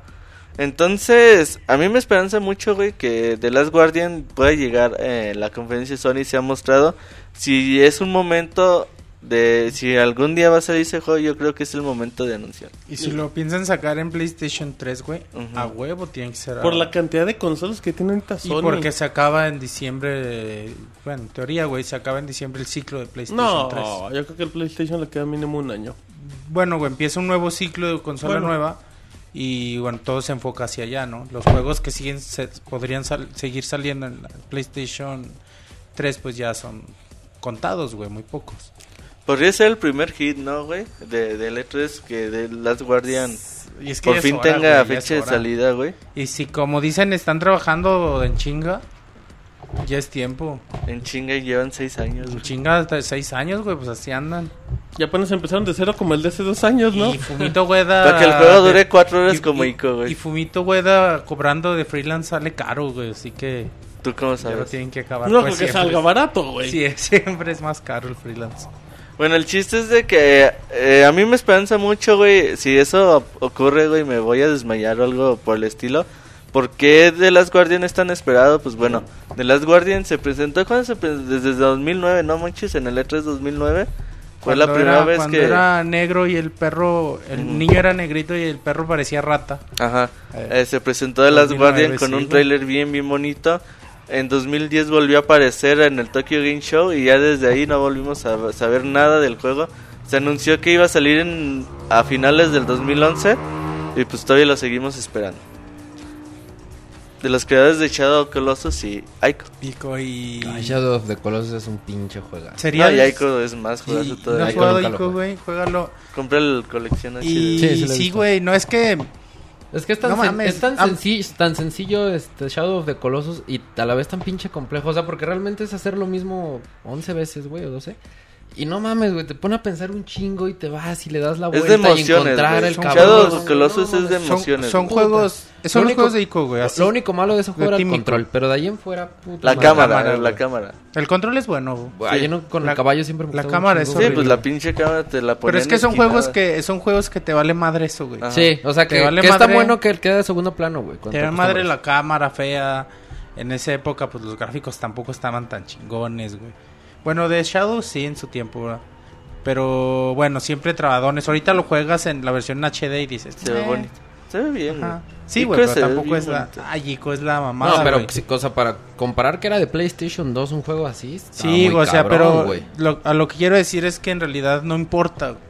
S3: Entonces, a mí me esperanza mucho, güey, que The Last Guardian pueda llegar eh, la conferencia de Sony se ha mostrado. Si es un momento de... Si algún día va a salir ese juego, yo creo que es el momento de anunciar.
S2: Y si lo piensan sacar en PlayStation 3, güey,
S3: Ujú.
S2: a huevo tiene que ser.
S1: Por
S2: ahora.
S1: la cantidad de consolas que tiene ahorita
S2: Y
S1: Sony.
S2: porque se acaba en diciembre. eh, Bueno, en teoría, güey, se acaba en diciembre el ciclo de PlayStation
S1: No,
S2: 3.
S1: yo creo que el PlayStation le queda mínimo un año.
S2: Bueno, güey, empieza un nuevo ciclo de consola
S1: Bueno.
S2: nueva. Y bueno, todo se enfoca hacia allá, ¿no? Los juegos que siguen se- podrían sal- seguir saliendo en la PlayStation 3, pues ya son contados, güey, muy pocos.
S3: Podría ser el primer hit, ¿no, güey? De, de E3 que The Last Guardian
S2: Y es que
S3: por
S2: ya es
S3: fin
S2: hora, güey,
S3: tenga
S2: ya es
S3: fecha de
S2: hora.
S3: salida, güey.
S2: Y si, como dicen, están trabajando en chinga, ya es tiempo.
S3: En chinga llevan seis años,
S2: En
S3: güey.
S2: chinga hasta seis años, güey, pues así andan.
S1: Y apenas empezaron de cero como el de hace dos años, Pues ¿no?
S2: Y Fumito Güeda.
S3: Para que el juego dure cuatro horas como
S2: y-
S3: Ico,
S2: Y
S3: güey.
S2: Fumito Güeda cobrando de freelance sale caro, güey. Así que
S3: ¿Tú cómo
S2: ya lo
S3: sabes?
S2: tienen que acabar.
S1: No
S2: pues,
S1: creo que
S2: siempre
S1: salga
S2: es-
S1: barato, güey.
S2: Sí, es- siempre es más caro el freelance.
S3: Bueno, el chiste es de que eh, a mí me esperanza mucho, güey. Si eso op- ocurre, güey, me voy a desmayar o algo por el estilo. ¿Por qué The Last Guardian es tan esperado? Pues bueno, The Last Guardian se presentó ¿cuándo se pre- desde 2009, ¿no, manches? En el E E3 2009. Fue la
S2: Cuando
S3: primera
S2: era-
S3: vez
S2: cuando
S3: que...
S2: era negro y el perro. El
S3: Ujú.
S2: niño era negrito y el perro parecía rata.
S3: Ajá.
S2: Eh,
S3: Eh, se presentó The Last
S2: 2009,
S3: Guardian con
S2: sí,
S3: un
S2: güey.
S3: tráiler bien, bien bonito. En 2010 volvió a aparecer en el Tokyo Game Show y ya desde ahí no volvimos a saber nada del juego. Se anunció que iba a salir en- a finales del 2011 y pues todavía lo seguimos esperando. De los creadores de Shadow Colossus y Ico.
S2: Pico y.
S6: Ay, Shadow of the Colossus es un pinche juega.
S2: Sería.
S3: No, y Ico es más
S2: Y-
S3: jugazo
S2: ¿No
S3: todavía.
S2: has
S6: Ico
S2: jugado
S6: nunca lo
S2: Ico,
S6: jugué.
S2: güey? Juégalo.
S3: Compré el colección así.
S2: Y
S6: Sí, sí lo he
S2: sí,
S6: visto.
S2: güey, no es que
S6: Es que es tan,
S2: No
S6: sen-
S2: mames,
S6: es tan,
S2: am-
S6: senci- tan sencillo este Shadow of the Colossus y a la vez tan pinche complejo. O sea, porque realmente es hacer lo mismo 11 veces, güey, o 12. Y no mames, güey, te pone a pensar un chingo y te vas y le das la
S3: Es
S6: vuelta
S3: de
S6: y
S3: emociones.
S6: encontrar
S3: güey.
S6: el
S2: Son
S6: cabrón.
S3: Shadow of
S6: No,
S3: the Colossus
S6: no
S3: es de
S6: mames.
S2: son,
S3: emociones.
S2: son
S3: güey.
S2: juegos, son
S6: Lo
S2: los
S6: único-
S2: juegos de Ico, güey.
S6: Lo-
S2: así.
S6: Lo único malo de ese juego
S2: De
S6: era el
S2: tímico.
S6: control, pero de ahí en fuera, puta
S3: La
S6: madre.
S3: cámara,
S2: cámara,
S3: la
S2: güey.
S3: cámara.
S2: El control es bueno. güey.
S6: Güey, yo no- con
S2: La-
S6: el caballo siempre me
S2: la
S6: gustaba
S2: cámara
S6: un
S2: es
S6: chingo.
S3: Sí,
S2: horrible.
S3: pues la pinche cámara te la ponen.
S2: Pero es que son juegos que son juegos que te vale madre eso, güey.
S4: Ah,
S3: Ajá.
S6: Sí, o sea, que,
S2: Te vale
S6: que es tan
S2: madre-
S6: bueno que queda de segundo plano, güey. cuando
S2: Te vale
S6: acostumbras.
S2: madre la cámara fea. En esa época, pues los gráficos tampoco estaban tan chingones, güey. Bueno, de Shadow sí en su tiempo, ¿verdad? Pero bueno, siempre trabadones. Ahorita lo juegas en la versión HD y dices.
S3: Se ve
S2: "Eh,
S3: bonito. Se ve bien.
S2: ajá".
S3: güey.
S2: Sí,
S3: Ico
S2: güey, pero
S3: se ve
S2: tampoco
S3: bien
S2: es la.
S3: bonito.
S2: Ay, Ico es la mamada.
S6: No, pero
S2: güey.
S6: sí, cosa para comparar que era de PlayStation 2 un juego así. estaba
S2: Sí,
S6: muy
S2: güey, o sea,
S6: cabrón,
S2: pero
S6: güey.
S2: lo- a lo que quiero decir es que en realidad no importa. güey.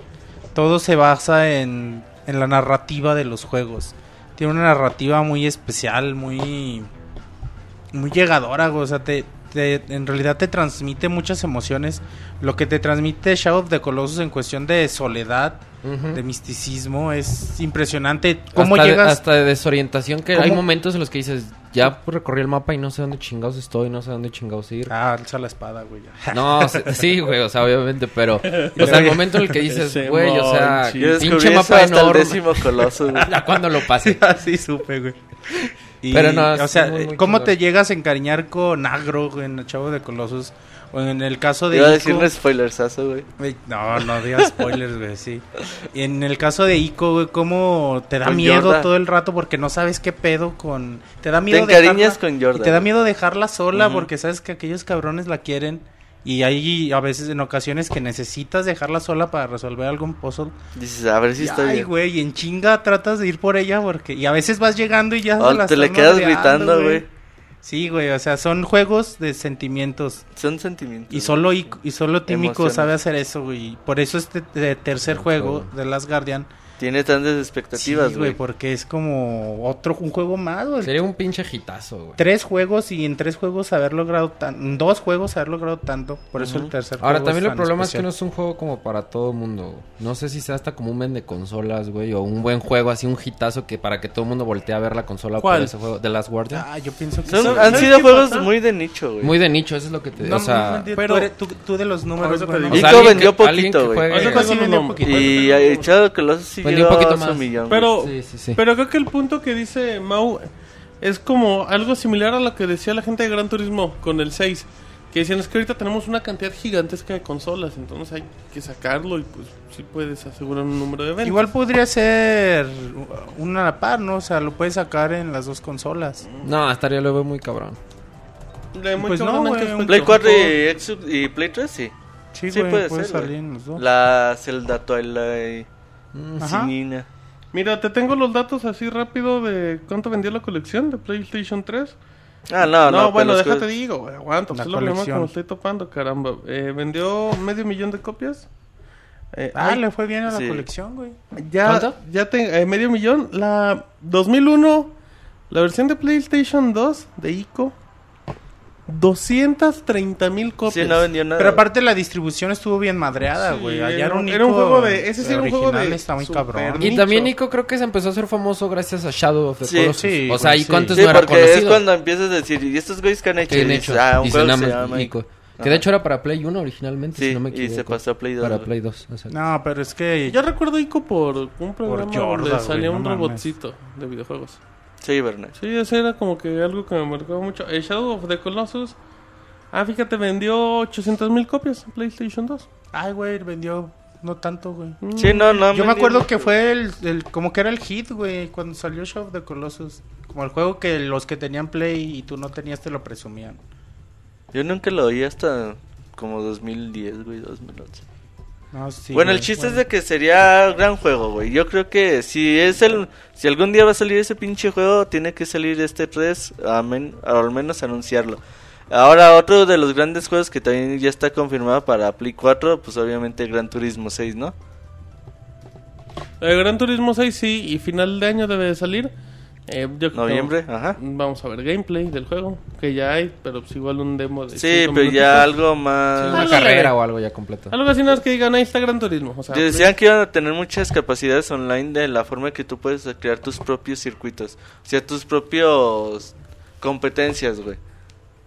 S2: Todo se basa en, en la narrativa de los juegos. Tiene una narrativa muy especial, muy, muy llegadora, güey. O sea, te, te- en realidad te transmite muchas emociones. Lo que te transmite Shadow of the Colossus en cuestión de soledad,
S6: Ujú.
S2: de misticismo, es impresionante. ¿Cómo
S6: hasta De,
S2: llegas?
S6: hasta de desorientación que hay
S2: ¿Cómo?
S6: momentos en los que dices, ya recorrí el mapa y no sé dónde chingados estoy, no sé dónde chingados ir.
S2: Ah, alza la espada, güey. ya.
S6: No, sí- sí, güey, o sea, obviamente, pero... O sea, el momento en el que dices,
S1: Ese
S6: güey, o sea,
S1: monchi.
S3: Yo descubrí
S6: pinche
S3: eso
S6: mapa
S3: hasta el
S6: enorme.
S3: décimo coloso, güey.
S6: Ya cuando lo pasé.
S2: Así supe, güey. Y,
S6: Pero no,
S2: o
S6: es
S2: sea,
S6: muy, muy
S2: ¿cómo
S6: chingón.
S2: te llegas a encariñar con Agro güey, en el Chavo de Colossus? O en el caso de
S3: Iba a
S2: Ico-
S3: decir un spoilersazo, güey.
S2: Güey, No, no digas spoilers, güey, sí. Y en el caso de Ico, güey, ¿cómo te da
S3: Con
S2: miedo
S3: Yorda.
S2: todo el rato porque no sabes qué pedo con... Te da miedo
S3: encariñas
S2: dejarla-
S3: con Yorda,
S2: y te da
S3: güey.
S2: miedo dejarla sola
S3: Ujú.
S2: porque sabes que aquellos cabrones la quieren. Y hay a veces, en ocasiones, que necesitas dejarla sola para resolver algún puzzle.
S3: Dices, a ver si
S2: Y,
S3: está
S2: ay,
S3: bien.
S2: güey, y en chinga tratas de ir por ella porque... Y a veces vas llegando y ya...
S3: O
S2: la
S3: Oh, Ah, te le
S2: estás
S3: quedas
S2: madreando,
S3: gritando, güey.
S2: Sí, güey, o sea, son juegos de sentimientos.
S3: Son sentimientos.
S2: Y solo, Ico- y solo Tímico
S3: Emociones.
S2: sabe hacer eso, güey. Por eso este te- tercer
S6: Sí,
S2: juego
S6: claro.
S2: de Last Guardian
S3: tiene tantas
S2: Sí,
S3: expectativas,
S2: güey,
S3: güey.
S2: porque es como otro un juego más, güey.
S6: Sería un pinche hitazo, güey.
S2: Tres juegos y en tres juegos haber logrado tan, dos juegos haber logrado tanto, por eso el
S3: Ujú.
S2: tercer
S6: Ahora,
S2: juego
S6: también el
S2: tan
S6: problema es que
S2: especial.
S6: no es un juego como para todo mundo. güey. No sé si sea hasta como un vende consolas, güey, o un buen juego, así un hitazo que para que todo el mundo voltee a ver la consola
S1: ¿Cuál?
S6: por ese juego. The Last Guardian.
S2: Ah, yo pienso que
S3: Son-
S2: sí.
S1: ¿Sabes-
S3: han
S1: sabes
S3: sido
S1: qué
S3: juegos
S1: pasa?
S3: muy de nicho, güey.
S6: Muy de nicho, eso es lo que te...
S2: No,
S6: o sea...
S2: no, tú
S1: pero-
S2: eres- tú, tú de los números,
S1: eso te
S2: güey,
S1: digo.
S6: o sea,
S3: Ico
S6: alguien
S3: vendió
S6: que- alguien que
S3: poquito, güey.
S6: juegue-
S1: Ahorita
S2: Eso sí vendió
S1: no.
S2: poquito.
S3: Y ha echado que los sí
S6: Vendí Pues un
S3: llegó
S6: poquito
S3: a
S6: más.
S3: su millón. güey.
S1: Pero,
S6: Sí, sí, sí.
S1: pero creo que el punto que dice Mau es como algo similar a lo que decía la gente de Gran Turismo con el 6. Que decían, es que ahorita tenemos una cantidad gigantesca de consolas, entonces hay que sacarlo y pues sí puedes asegurar un número de ventas.
S2: Igual podría ser una a la par, ¿no? O sea, lo puedes sacar en las dos consolas.
S3: Mm.
S6: No, estaría luego muy cabrón.
S1: Le- muy
S2: Pues no,
S1: cabrón en
S2: güey,
S1: qué
S2: un
S1: aspecto.
S3: Play 4 y, Xbox y Play 3, sí.
S2: Sí,
S3: Sí,
S2: güey,
S3: puede
S2: puede
S3: ser, güey.
S2: salir en los dos.
S3: La Zelda Twilight.
S2: Mm, Ajá.
S3: Sinina.
S1: Mira, te tengo los datos así rápido de cuánto vendió la colección de PlayStation 3.
S3: Ah, no, no.
S1: No,
S3: pero
S1: bueno,
S3: los
S1: déjate
S3: juegos-
S1: digo, güey, aguanta,
S2: La
S1: pues es lo primero que
S2: colección.
S1: me estoy topando, caramba. Eh, vendió medio millón de copias. Eh,
S2: Ah,
S1: hay-
S2: le fue bien a la
S3: Sí.
S2: colección, güey.
S1: Ya,
S6: ¿Cuánto?
S1: ya te- eh, medio millón. La 2001, la versión de PlayStation 2 de ICO, 230 mil copias.
S3: Sí, no vendió nada.
S2: pues. Pero aparte la distribución estuvo bien madreada,
S1: Sí,
S2: güey.
S1: era
S2: Hallar un
S1: era un
S2: Ico
S1: juego de- ese sí era un juego
S2: original
S1: de
S2: Está muy
S1: super-
S2: cabrón.
S6: Y
S1: Nicho.
S6: también Nico creo que se empezó a hacer famoso gracias a Shadow of the
S3: Sí,
S6: Colossus.
S2: sí,
S6: o sea,
S2: güey,
S6: y
S2: sí.
S6: cuántos
S3: Sí,
S6: no era
S3: porque es
S6: conocido.
S3: cuando empiezas a decir, ¿y estos güeyes que han hecho?
S6: que han
S3: Y
S6: hecho.
S3: dices, ah, un
S6: Y se
S3: juego
S6: llama
S3: se llama
S6: Ico.
S3: Ico.
S6: Que de hecho era para Play 1 originalmente,
S3: Sí,
S6: si no me
S3: y se
S6: equivoco.
S3: pasó a Play 2,
S6: Para
S3: güey.
S6: Play 2, o sea.
S2: No, pero es que
S1: Yo recuerdo ICO por un programa
S2: Yorda,
S1: donde
S2: güey,
S1: salía
S2: no
S1: un
S2: mames.
S1: robotcito de videojuegos.
S3: Sí, Bernard.
S1: Sí, eso era como que algo que me marcó mucho. Eh, Shadow of the Colossus. Ah, fíjate, vendió 800 mil copias en PlayStation Mm. 2.
S2: Ay, güey, vendió no tanto, güey.
S3: Sí, no, no.
S2: Mm, Yo
S3: vendí
S2: me acuerdo
S3: mucho.
S2: que fue el, el- como que era el hit, güey, cuando salió Shadow of the Colossus. Como el juego que los que tenían Play y tú no tenías te lo presumían.
S3: Yo nunca lo oí hasta como 2010, güey, 2011.
S2: No, sí,
S3: bueno, el
S2: güey,
S3: chiste
S2: bueno.
S3: es de que sería gran juego, güey. Yo creo que si es el si algún día va a salir ese pinche juego, tiene que salir este 3, amén, al menos anunciarlo. Ahora, otro de los grandes juegos que también ya está confirmado para Play 4, pues obviamente Gran Turismo 6, ¿no?
S1: El Gran Turismo 6 sí, y final de año debe de salir. Eh, yo creo que-
S3: Noviembre, ajá.
S1: Vamos a ver gameplay del juego, que ya hay, pero pues igual un demo de
S3: Sí,
S1: cinco
S3: pero
S1: minutitos.
S3: ya algo
S6: Una
S1: Algo
S3: más...
S6: carrera
S1: leve.
S6: o algo ya completo.
S1: Algo así nada más que digan, ahí está Gran Turismo. O sea,
S3: Decían que iban a tener muchas capacidades online de la forma que tú puedes crear tus propios circuitos, o sea, tus propios competencias, güey.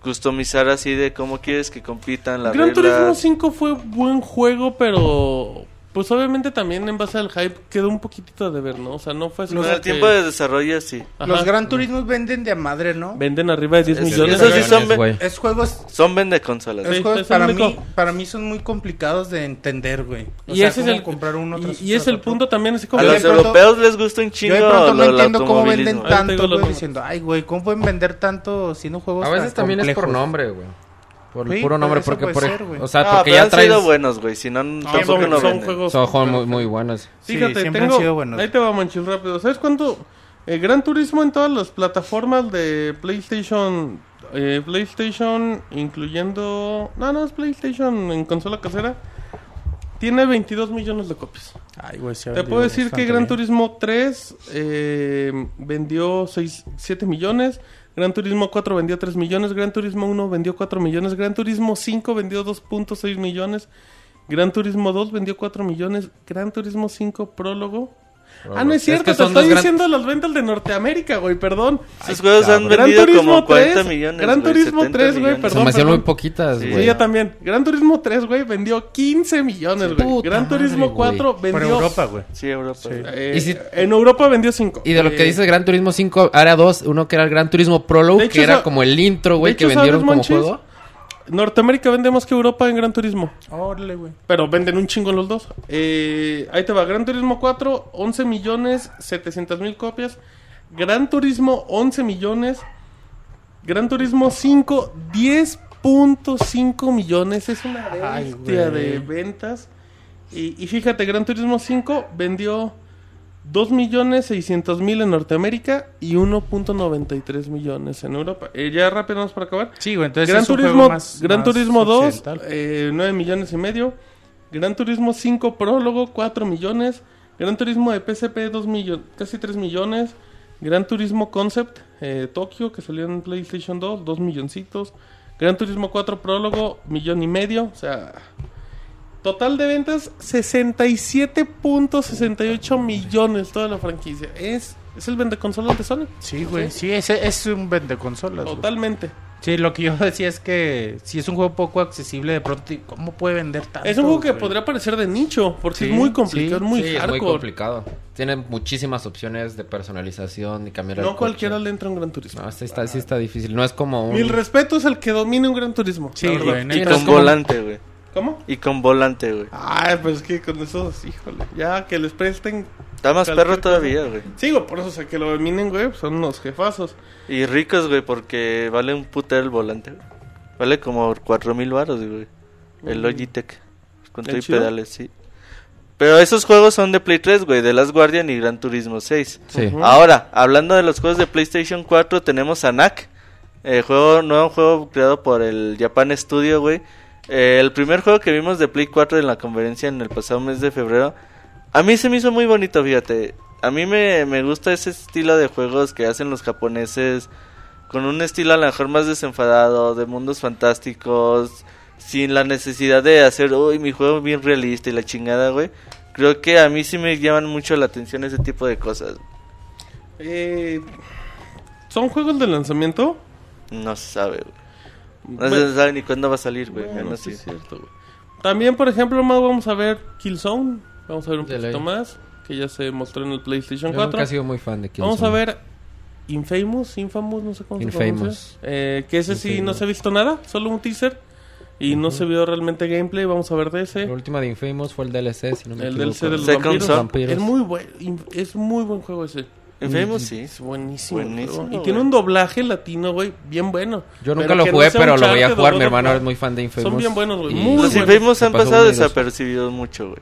S3: Customizar así de cómo quieres que compitan las
S1: Gran Turismo
S3: reglas.
S1: 5 fue buen juego, pero pues obviamente también en base al hype quedó un poquitito de ver, ¿no? O sea, no fue así
S3: Con
S1: como
S3: el
S1: que-
S3: tiempo de desarrollo, sí.
S1: Ajá.
S2: Los Gran Turismos venden de a madre, ¿no?
S1: Venden arriba de 10
S3: Es-
S1: millones.
S3: esos sí son,
S6: Millones, güey.
S2: Es juegos
S3: son vende consolas.
S2: Los
S1: Sí,
S2: juegos
S1: es
S2: para
S1: el único.
S2: mí, para mí son muy complicados de entender, güey. O
S1: y
S2: sea,
S1: ese es
S2: cómo
S1: el
S2: comprar uno
S1: y-
S2: tras
S1: y, es el
S2: otro.
S1: punto también así como
S3: A
S2: Yo
S1: que-
S2: de
S3: los
S2: pronto-
S3: europeos les gusta un
S2: Yo
S3: chingo
S2: de pronto no
S3: lo- el
S2: entiendo cómo venden
S3: automovilismo.
S1: Ahorita digo
S2: tanto,
S1: lo
S2: güey,
S1: mismo.
S2: diciendo, ay, güey, ¿cómo pueden vender tanto siendo juegos
S6: A veces
S2: tan
S6: también es por
S2: complejos?"
S6: nombre, güey. Por el
S2: Sí,
S6: puro
S2: por
S6: nombre,
S2: eso
S6: porque
S2: puede
S6: por
S2: ser, güey.
S6: o sea,
S3: Ah,
S6: porque
S3: pero
S6: ya
S3: han sido
S6: traes
S3: buenos, güey, si no, tampoco
S1: son,
S3: no
S1: son
S3: venden.
S1: juegos.
S6: son juegos muy, muy buenos.
S2: Sí,
S1: Fíjate,
S2: siempre han
S1: tengo,
S2: sido buenos.
S1: ahí te va Manchil rápido. ¿Sabes cuánto? Eh, Gran Turismo en todas las plataformas de PlayStation, eh, PlayStation incluyendo, no, no, es PlayStation en consola casera, tiene 22 millones de copias.
S2: Ay, güey, sí ha
S1: Te
S2: vendido
S1: puedo decir que
S2: bastante
S1: Gran
S2: bien.
S1: Turismo 3 eh, vendió 6, 7 millones. Gran Turismo 4 vendió 3 millones. Gran Turismo 1 vendió 4 millones. Gran Turismo 5 vendió 2.6 millones. Gran Turismo 2 vendió 4 millones. Gran Turismo 5 prólogo. Ah, no es cierto,
S6: que
S1: te
S6: son
S1: estoy
S6: los gran-
S1: diciendo las ventas de Norteamérica, güey, perdón.
S3: Esos juegos han
S1: Gran
S3: vendido
S1: Turismo
S3: como 40
S1: 3,
S3: millones.
S1: Gran
S3: güey,
S1: Turismo
S3: 70
S1: 3, güey,
S3: millones.
S1: perdón.
S6: Se me hacían muy poquitas,
S3: Sí.
S1: Sí,
S6: güey.
S1: yo también. Gran Turismo 3, güey, vendió 15 millones, güey.
S6: Puta
S1: Gran
S6: madre,
S1: Turismo
S6: güey.
S1: 4 vendió
S2: Por Europa, güey.
S3: Sí, Europa. güey.
S1: eh,
S6: Y si-
S1: En Europa vendió Eh, 5.
S6: Y de lo que dice Gran Turismo 5, área 2, uno que era el Gran Turismo Prologue,
S1: De hecho,
S6: que era
S1: sa-
S6: como el intro, güey,
S1: de
S6: que
S1: hecho,
S6: vendieron como
S1: ¿sabes, Monchis?
S6: juego.
S1: Norteamérica vende más que Europa en Gran Turismo.
S2: Órale, güey.
S1: Pero venden un chingo los dos. Eh, ahí te va. Gran Turismo 4, 11 millones 700 mil copias. Gran Turismo, 11 millones. Gran Turismo 5, 10.5 millones. Es una
S2: Ay,
S1: bestia
S2: güey.
S1: de ventas. Y, y fíjate, Gran Turismo 5 vendió 2 millones 600 mil en Norteamérica y 1.93 millones en Europa. Eh, ya rápido, vamos para acabar.
S2: Sí, güey, entonces
S1: Gran
S2: es un juego
S1: Turismo,
S2: más-
S1: Gran
S2: más
S1: Turismo 2,
S2: occidental.
S1: eh, 9 millones y medio. Gran Turismo 5 Prólogo, 4 millones. Gran Turismo de PSP, dos millo- casi 3 millones. Gran Turismo Concept, eh, Tokio, que salió en PlayStation 2, 2 milloncitos. Gran Turismo 4 Prólogo, millón y medio. O sea, total de ventas, 67.68 millones toda la franquicia. Es, es el vendeconsolas de Sony,
S2: Sí, güey. Sí, ese es un vendeconsolas. güey.
S1: totalmente.
S2: Sí, lo que yo decía es que si es un juego poco accesible, de pronto, ¿y ¿cómo puede vender tanto?
S1: Es un juego que
S2: güey?
S1: podría parecer de nicho, porque
S2: Sí,
S1: es muy complicado,
S2: sí,
S1: es muy
S6: Sí, es
S1: hardcore.
S6: muy complicado. Tiene muchísimas opciones de personalización y cambiar el
S1: no
S6: coche.
S1: cualquiera le entra un Gran Turismo.
S6: No, sí está, sí está difícil. No es como un...
S1: Mil respetos al que domine un Gran Turismo.
S2: Sí,
S1: la verdad.
S2: güey,
S3: Y
S2: neta, es
S3: con
S2: como-
S3: volante, güey.
S1: ¿Cómo?
S3: Y con volante, güey.
S1: Ay, pues que con esos, híjole. Ya que les presten.
S3: Está más
S1: Cualquier
S3: perro
S1: cosa.
S3: todavía, güey.
S1: Sí, güey, por eso, o sea, que lo dominen, güey, pues, son unos jefazos.
S3: Y ricos, güey, porque vale un putero el volante, güey. Vale como cuatro mil baros, güey. El
S1: Mm.
S3: Logitech. pues, Con
S1: ¿El
S3: todo y
S1: chido?
S3: pedales, sí. Pero esos juegos son de Play 3, güey. De Last Guardian y Gran Turismo 6.
S6: Sí.
S1: Ujú.
S3: Ahora, hablando de los juegos de PlayStation 4, tenemos a NAC. eh, juego, nuevo juego creado por el Japan Studio, güey. Eh, el primer juego que vimos de Play 4 en la conferencia en el pasado mes de febrero. A mí se me hizo muy bonito, fíjate. A mí me, me gusta ese estilo de juegos que hacen los japoneses. Con un estilo a lo mejor más desenfadado, de mundos fantásticos. Sin la necesidad de hacer, uy, mi juego bien realista y la chingada, güey. Creo que a mí sí me llaman mucho la atención ese tipo de cosas.
S1: Eh, son juegos de lanzamiento.
S3: No se sabe, güey. No
S1: Bueno,
S3: se sabe ni cuándo va a salir, güey.
S1: bueno,
S3: no
S1: sí es
S3: sé.
S1: cierto, güey. También, por ejemplo, más vamos a ver Killzone. Vamos a ver un
S6: De
S1: poquito
S6: ley.
S1: más. Que ya se mostró en el
S6: Yo
S1: PlayStation
S6: nunca
S1: 4.
S6: he sido muy fan de Killzone.
S1: Vamos a ver Infamous, Infamous, no sé cómo se
S6: Infamous.
S1: pronuncia. Eh, que ese sí no
S6: Infamous.
S1: se ha visto nada, solo un teaser. Y no se vio realmente gameplay, vamos a ver de ese.
S6: El último de Infamous fue el DLC, si no
S1: este.
S6: me
S1: El
S6: equivoco.
S1: DLC de los
S3: Second
S1: vampiros.
S3: Son.
S6: Vampiros.
S1: Es muy, buen, inf- es muy buen juego ese.
S3: Infamous, Oh, sí.
S1: Es buenísimo.
S3: Buenísimo,
S1: juego. Y
S3: güey.
S1: tiene un doblaje latino, güey, bien bueno.
S6: Yo nunca
S1: Pero
S6: lo
S1: que
S6: jugué,
S1: no sea
S6: pero
S1: un
S6: lo voy a
S1: Uncharted
S6: jugar. Mi
S1: o otro
S6: hermano
S1: juego.
S6: es muy fan de Infamous.
S1: bien buenos, güey,
S6: Y-
S1: muy
S3: Los
S1: buenos.
S3: Infamous han
S6: Me pasó
S3: pasado
S6: uno y dos.
S3: desapercibidos mucho, güey.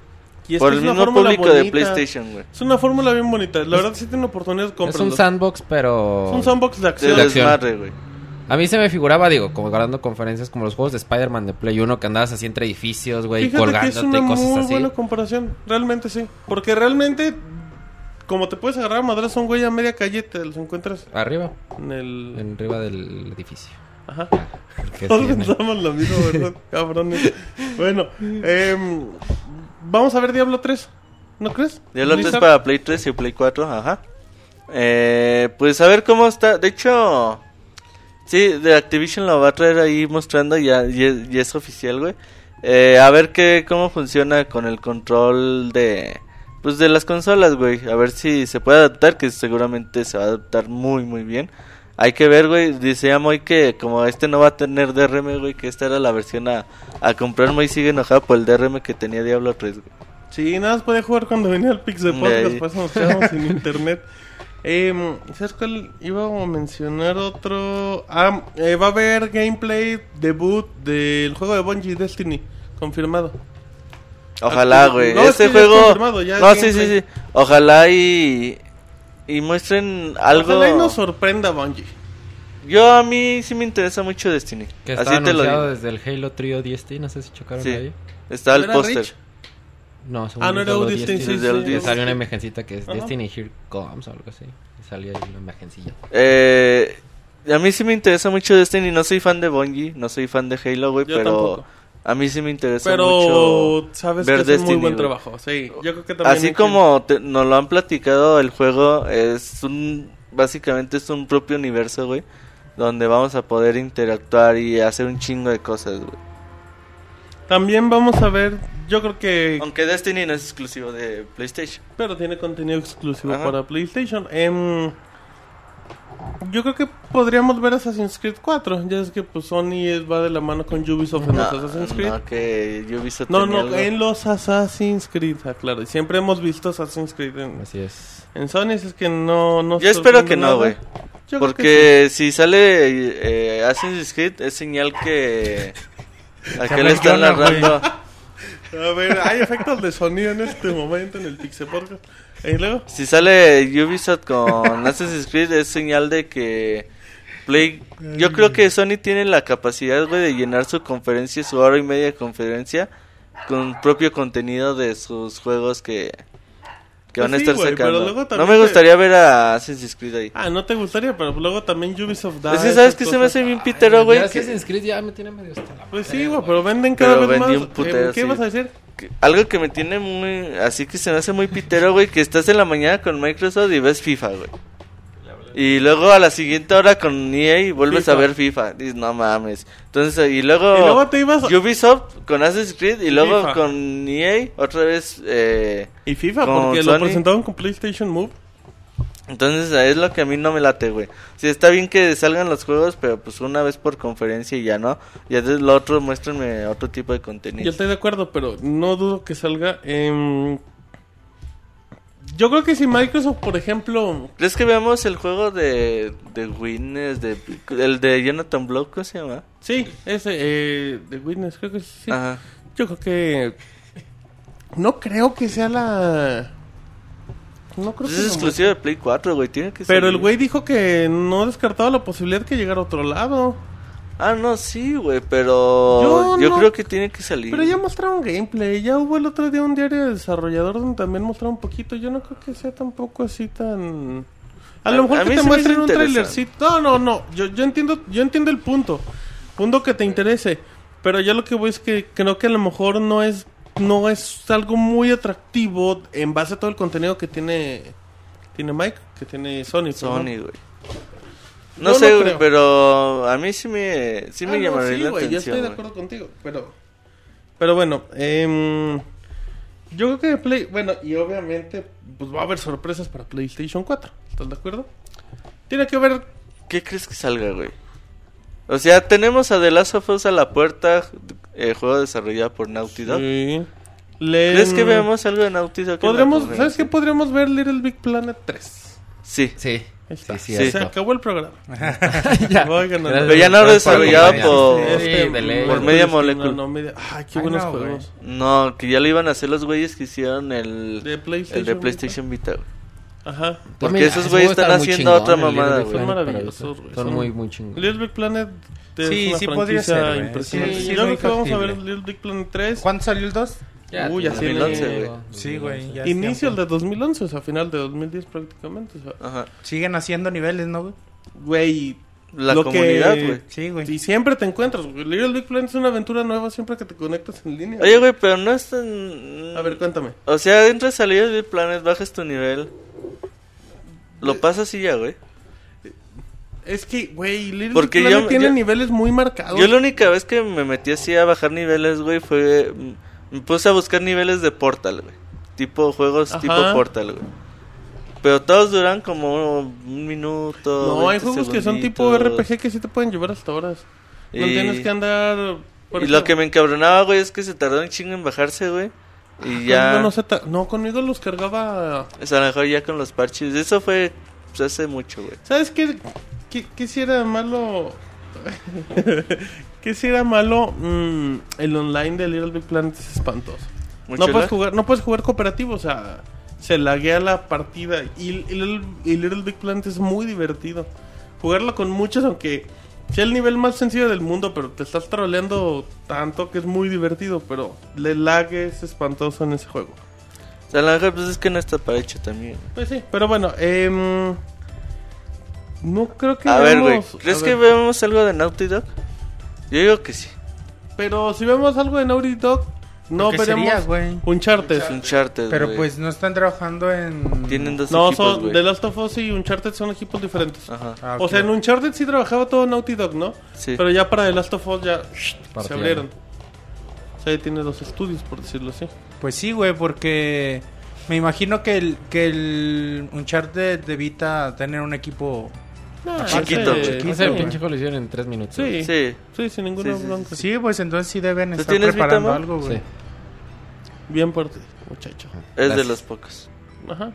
S1: Y es
S3: Por
S1: que
S3: el
S1: es una
S3: mismo
S1: fórmula
S3: público de
S1: bonita.
S3: PlayStation, güey.
S1: Es una fórmula bien bonita. La verdad, sí tiene oportunidad de
S6: Es un
S1: comprarlo.
S6: sandbox, pero...
S1: Es un sandbox de acción.
S3: Del
S6: la acción.
S3: desmadre, güey.
S6: A mí se me figuraba, digo, como guardando conferencias como los juegos de Spider-Man de Play 1 que andabas así entre edificios, güey,
S1: Fíjate que es
S6: colgándote
S1: una
S6: y
S1: muy
S6: cosas así.
S1: buena comparación. Realmente sí. Porque realmente, como te puedes agarrar a madrazos a un güey a media calle, te los encuentras
S6: Arriba,
S1: en el.
S6: en arriba del edificio.
S1: Ajá.
S6: Porque
S1: Todos
S6: tiene-
S1: pensamos lo mismo, ¿verdad? Cabrones. Bueno, em, vamos a ver Diablo 3. ¿No crees?
S3: Diablo 3
S1: Blizzard.
S3: para Play 3 y Play 4, ajá. Eh, pues a ver cómo está. De hecho, sí, de Activision lo va a traer ahí mostrando, ya, ya, ya es oficial, güey. Eh, a ver qué, cómo funciona con el control de, pues de las consolas, güey. A ver si se puede adaptar, que seguramente se va a adaptar muy, muy bien. Hay que ver, güey. Decía Moy que como este no va a tener DRM, güey, que esta era la versión a, a comprar. Moy sigue enojado por el DRM que tenía Diablo 3, güey.
S1: Sí, nada más podía jugar cuando venía el Pix de Podcast,
S3: Ey.
S1: por eso nos quedamos sin internet. Em, ¿Sabes cuál? Iba a mencionar otro. Ah, eh, va a haber gameplay debut del juego de Bungie Destiny. Confirmado.
S3: Ojalá,
S1: Arturo,
S3: güey.
S1: no, es
S3: este
S1: que ya está
S3: juego.
S1: confirmado, ya
S3: No,
S1: es
S3: sí, sí,
S1: gameplay.
S3: sí. Ojalá y. Y muestren algo.
S1: Ojalá y nos sorprenda Bungie.
S3: Yo a mí sí me interesa mucho Destiny.
S6: Que está
S3: Así te lo
S6: anunciado
S3: digo.
S6: desde el Halo Trio DST, no sé si chocaron
S3: Sí.
S6: ahí.
S3: Está el
S1: ¿Era
S3: póster.
S1: Rich?
S6: No,
S1: Ah, no era
S6: Halo
S1: Destiny,
S6: DST.
S1: sí,
S3: Desde el
S1: sí,
S6: Que
S1: sí.
S6: salió una emergencita que es
S1: Ajá.
S6: Destiny Here Comes o algo así. Y salió ahí una emergencilla.
S3: Eh, a mí sí me interesa mucho Destiny. No soy fan de Bungie, no soy fan de Halo, güey.
S1: Yo
S3: Pero
S1: tampoco.
S3: a mí sí me interesa
S1: Pero
S3: mucho.
S1: sabes que
S3: ver
S1: es un muy
S3: Destiny,
S1: buen
S3: güey.
S1: trabajo. Sí, yo creo que también.
S3: Así
S1: hay que-
S3: como te- nos lo han platicado, el juego es un. Básicamente es un propio universo, güey. Donde vamos a poder interactuar y hacer un chingo de cosas, güey.
S1: También vamos a ver. Yo creo que.
S3: Aunque Destiny no es exclusivo de PlayStation.
S1: Pero tiene contenido exclusivo
S3: Ajá.
S1: para PlayStation. Em, yo creo que podríamos ver Assassin's Creed 4. Ya es que pues Sony es- va de la mano con Ubisoft en los Assassin's Creed.
S3: no, que Ubisoft
S1: No,
S3: tenía
S1: no,
S3: algo.
S1: en los Assassin's Creed, ah, claro. Y siempre hemos visto Assassin's Creed en,
S6: Así es.
S1: en Sony, así es que no... no
S3: Yo espero
S1: sorprende
S3: que
S1: nada.
S3: no, güey.
S1: Yo creo que
S3: Porque si sale eh, Assassin's Creed es señal que... ¿A qué le están
S2: menciona, güey.
S3: narrando?
S1: sí. A ver, hay efectos de sonido en este momento en el Pixel Podcast. Y luego...
S3: Si sale Ubisoft con Assassin's Creed es señal de que... Play... Yo creo que Sony tiene la capacidad, güey, de llenar su conferencia, su hora y media de conferencia, con propio contenido de sus juegos que... que van a
S1: Pues sí,
S3: estar
S1: güey, pero
S3: sacando.
S1: luego
S3: no
S1: también
S3: me
S1: te-
S3: gustaría ver a Assassin's Creed ahí. Pues
S1: Ah, no te gustaría, pero luego también Ubisoft da.
S3: es que,
S1: esas
S3: ¿sabes qué se me
S1: cosas.
S3: hace bien pitero, güey?
S4: Ya
S3: Que-
S4: Assassin's Creed ya me tiene medio hasta la
S1: Pues sí,
S4: madre,
S1: güey, pero venden cada
S3: Pero
S1: vez
S3: vendí
S1: más.
S3: un putero,
S1: Eh, ¿Qué
S3: sí.
S1: vas a decir?
S3: que- algo que me tiene muy. Así que se me hace muy pitero, güey. Que estás en la mañana con Microsoft y ves FIFA, güey. Y luego a la siguiente hora con EA y vuelves
S1: FIFA.
S3: a ver FIFA. Dices, no mames. Entonces, y luego.
S1: Y luego te ibas.
S3: Ubisoft con Assassin's Creed y luego
S1: FIFA.
S3: con EA otra vez. Eh,
S1: Y FIFA,
S3: con
S1: porque
S3: Sony.
S1: lo presentaron con PlayStation Move.
S3: entonces es lo que a mí no me late, güey. Sí, está bien que salgan los juegos, pero pues una vez por conferencia y ya no. Y entonces lo otro, muéstrenme otro tipo de
S1: Yo
S3: contenido.
S1: estoy de acuerdo, pero no dudo que salga. em, Yo creo que si Microsoft, por ejemplo,
S3: ¿Crees que veamos el juego de, de Witness, de, el de Jonathan Blow, ¿cómo se llama?
S1: sí, ese eh, de Witness, creo que sí.
S3: Ajá.
S1: Yo creo que. No creo que sea la. No creo
S3: Pues
S1: que
S3: es
S1: la-
S3: exclusivo de Play 4, güey, tiene que
S1: Pero el
S3: salir.
S1: güey dijo que no descartaba la posibilidad que llegara a otro lado.
S3: Ah, no, sí, güey, pero yo,
S1: Yo no-
S3: creo que tiene que salir.
S1: Pero ya mostraron gameplay. Ya hubo el otro día un diario de desarrollador donde también mostraron un poquito. Yo no creo que sea tampoco así tan. A,
S3: A-
S1: lo mejor
S3: a mí
S1: que te
S3: se me
S1: muestren
S3: hizo
S1: un
S3: interesante.
S1: trailercito. No, no, no. Yo, yo entiendo yo entiendo el punto. Punto que te interese. Pero yo lo que voy es que creo que a lo mejor no es no es algo muy atractivo en base a todo el contenido que tiene tiene Mike, que tiene Sony. pues, perdón.
S3: Sony, güey. No,
S1: Yo
S3: sé,
S1: no
S3: güey,
S1: creo.
S3: pero a mí sí me, sí me
S1: Ah, no,
S3: llamaría
S1: sí,
S3: la
S1: güey,
S3: atención.
S1: Yo estoy de
S3: güey.
S1: acuerdo contigo, pero. Pero bueno, em, yo creo que de Play. Bueno, y obviamente, pues va a haber sorpresas para PlayStation 4. ¿Estás de acuerdo? Tiene que haber.
S3: ¿Qué crees que salga, güey? O sea, tenemos a The Last of Us a la puerta, eh, juego desarrollado por Naughty Dog.
S1: Sí. eh, Le-
S3: ¿Crees que veamos algo de Naughty Dog? en la
S1: Podremos,
S3: conferencia?
S1: ¿Sabes qué? Podríamos ver Little Big Planet 3.
S3: Sí.
S4: Sí.
S1: Ahí está.
S4: Sí,
S3: sí,
S1: Se
S4: eso.
S1: acabó el programa.
S4: Ya.
S1: Voy ganando.
S4: Gracias
S3: Pero ya no
S4: por
S3: desarrollado por-
S4: acompañarnos.
S1: Este,
S4: Sí, de ley.
S3: por
S1: Mercury
S3: media
S1: Steam,
S3: molécula.
S1: no, no, media- Ay, qué
S2: Ay,
S1: buenos
S2: no, güey.
S1: juegos.
S3: No, que ya lo iban a hacer los güeyes que hicieron el,
S1: De PlayStation
S3: el de
S1: Vita.
S3: PlayStation Vita. güey.
S1: Ajá.
S3: Porque
S4: Pues Mira,
S3: esos
S4: ese
S3: güeyes
S4: juego está
S3: están
S4: muy
S3: haciendo
S4: chingón,
S3: otra
S4: el Little
S3: mamada,
S4: Big
S3: güey.
S1: Son
S4: Planet, pero
S1: maravillosos, güey.
S6: Son muy, muy chingados.
S1: Little Big Planet es
S2: Sí,
S1: una
S2: sí podría
S1: franquicia
S2: ser, güey.
S1: impresionante.
S2: Sí, sí,
S1: Yo
S2: es
S1: creo
S2: muy
S1: que vamos a ver
S2: factible.
S1: Little Big Planet 3
S2: ¿Cuándo salió el 2?
S1: Uy,
S4: pues,
S1: ya
S3: tiene- 2011, güey.
S2: Sí, güey. ya es
S1: inicio el
S2: tiempo.
S1: de 2011, o sea, final de 2010 prácticamente, o sea,
S3: Ajá.
S2: Siguen haciendo niveles, ¿no, güey?
S1: güey,
S3: La
S1: Lo que-
S3: comunidad, güey.
S2: Sí, güey.
S1: y siempre te encuentras, güey. Little Big Planet es una aventura nueva siempre que te conectas en línea.
S3: Oye, güey, pero no es tan...
S1: A ver, cuéntame.
S3: O sea, entras, salidas del planet, bajas tu nivel. Lo pasas y ya, güey.
S1: Es que, güey, Little
S3: Porque
S1: Big Planet
S3: yo-
S1: tiene
S3: yo-
S1: niveles muy marcados.
S3: Yo la única vez que me metí así a bajar niveles, güey, fue... mm, Me puse a buscar niveles de Portal, güey. Tipo juegos,
S1: Ajá.
S3: tipo Portal, güey. Pero todos duran como un minuto.
S1: no, hay
S3: 20
S1: juegos que son tipo
S3: segunditos.
S1: RPG que sí te pueden llevar hasta horas. No
S3: Y-
S1: tienes que andar por
S3: Y lo
S1: ejemplo,
S3: que me encabronaba, güey, es que se tardó un chingo en bajarse, güey. Y
S1: conmigo
S3: ya...
S1: no, se ta- no, conmigo los cargaba
S3: O sea, a lo mejor ya con los parches. Eso fue pues, hace mucho, güey.
S1: ¿Sabes qué? ¿Qué, qué si era malo? ¿Qué si era malo? Mm, el online de Little Big Planet es espantoso.
S3: Mucho
S1: No pues, puedes,
S3: lag.
S1: jugar, no puedes jugar cooperativo, o sea, se laguea la partida. Y, y Little- y Little Big Planet es muy divertido. Jugarlo con muchos, aunque sea el nivel más sencillo del mundo, pero te estás troleando tanto que es muy divertido. Pero el lag es espantoso en ese juego.
S3: O sea, a lo mejor pues, es que no está para hecho también.
S1: Pues sí, pero bueno, em, no creo que
S3: A ver, güey.
S1: veamos-
S3: ¿Crees
S1: a
S3: que
S1: ver.
S3: vemos algo de Naughty Dog? Yo digo que sí.
S1: Pero si vemos algo de Naughty Dog, no
S2: ¿Qué sería,
S1: veremos
S2: güey?
S1: Uncharted.
S3: Es un charter,
S2: Pero pues no están trabajando en...
S3: Tienen dos
S1: No,
S3: equipos,
S1: son
S3: güey.
S1: The Last of Us y Uncharted son equipos diferentes.
S3: Ajá.
S2: Ah,
S1: O
S2: ok.
S1: sea, en Uncharted sí trabajaba todo Naughty Dog, ¿no?
S3: Sí.
S1: Ah, Pero ya para The Last of Us ya se
S6: Partieron.
S1: abrieron. O sea, ya tiene dos estudios, por decirlo así.
S2: Pues sí, güey, porque me imagino que el, que el Uncharted de Vita tener un equipo...
S3: Chiquito.
S1: ese-
S2: Ah, Chiquito,
S1: ese
S2: güey.
S1: pinche-
S6: pinche juego lo hicieron en tres minutos.
S1: Ah, Sí.
S3: Sí.
S1: Sí, sin ninguna
S3: Sí, sí, sí.
S1: bronca.
S2: Sí, pues entonces sí deben
S3: ¿Tú
S2: estar
S3: tienes Vita,
S2: preparando
S3: Mau?
S2: algo, güey.
S6: Sí.
S1: Bien por ti, muchacho.
S3: Es de
S6: Gracias.
S3: los pocos.
S1: Ajá.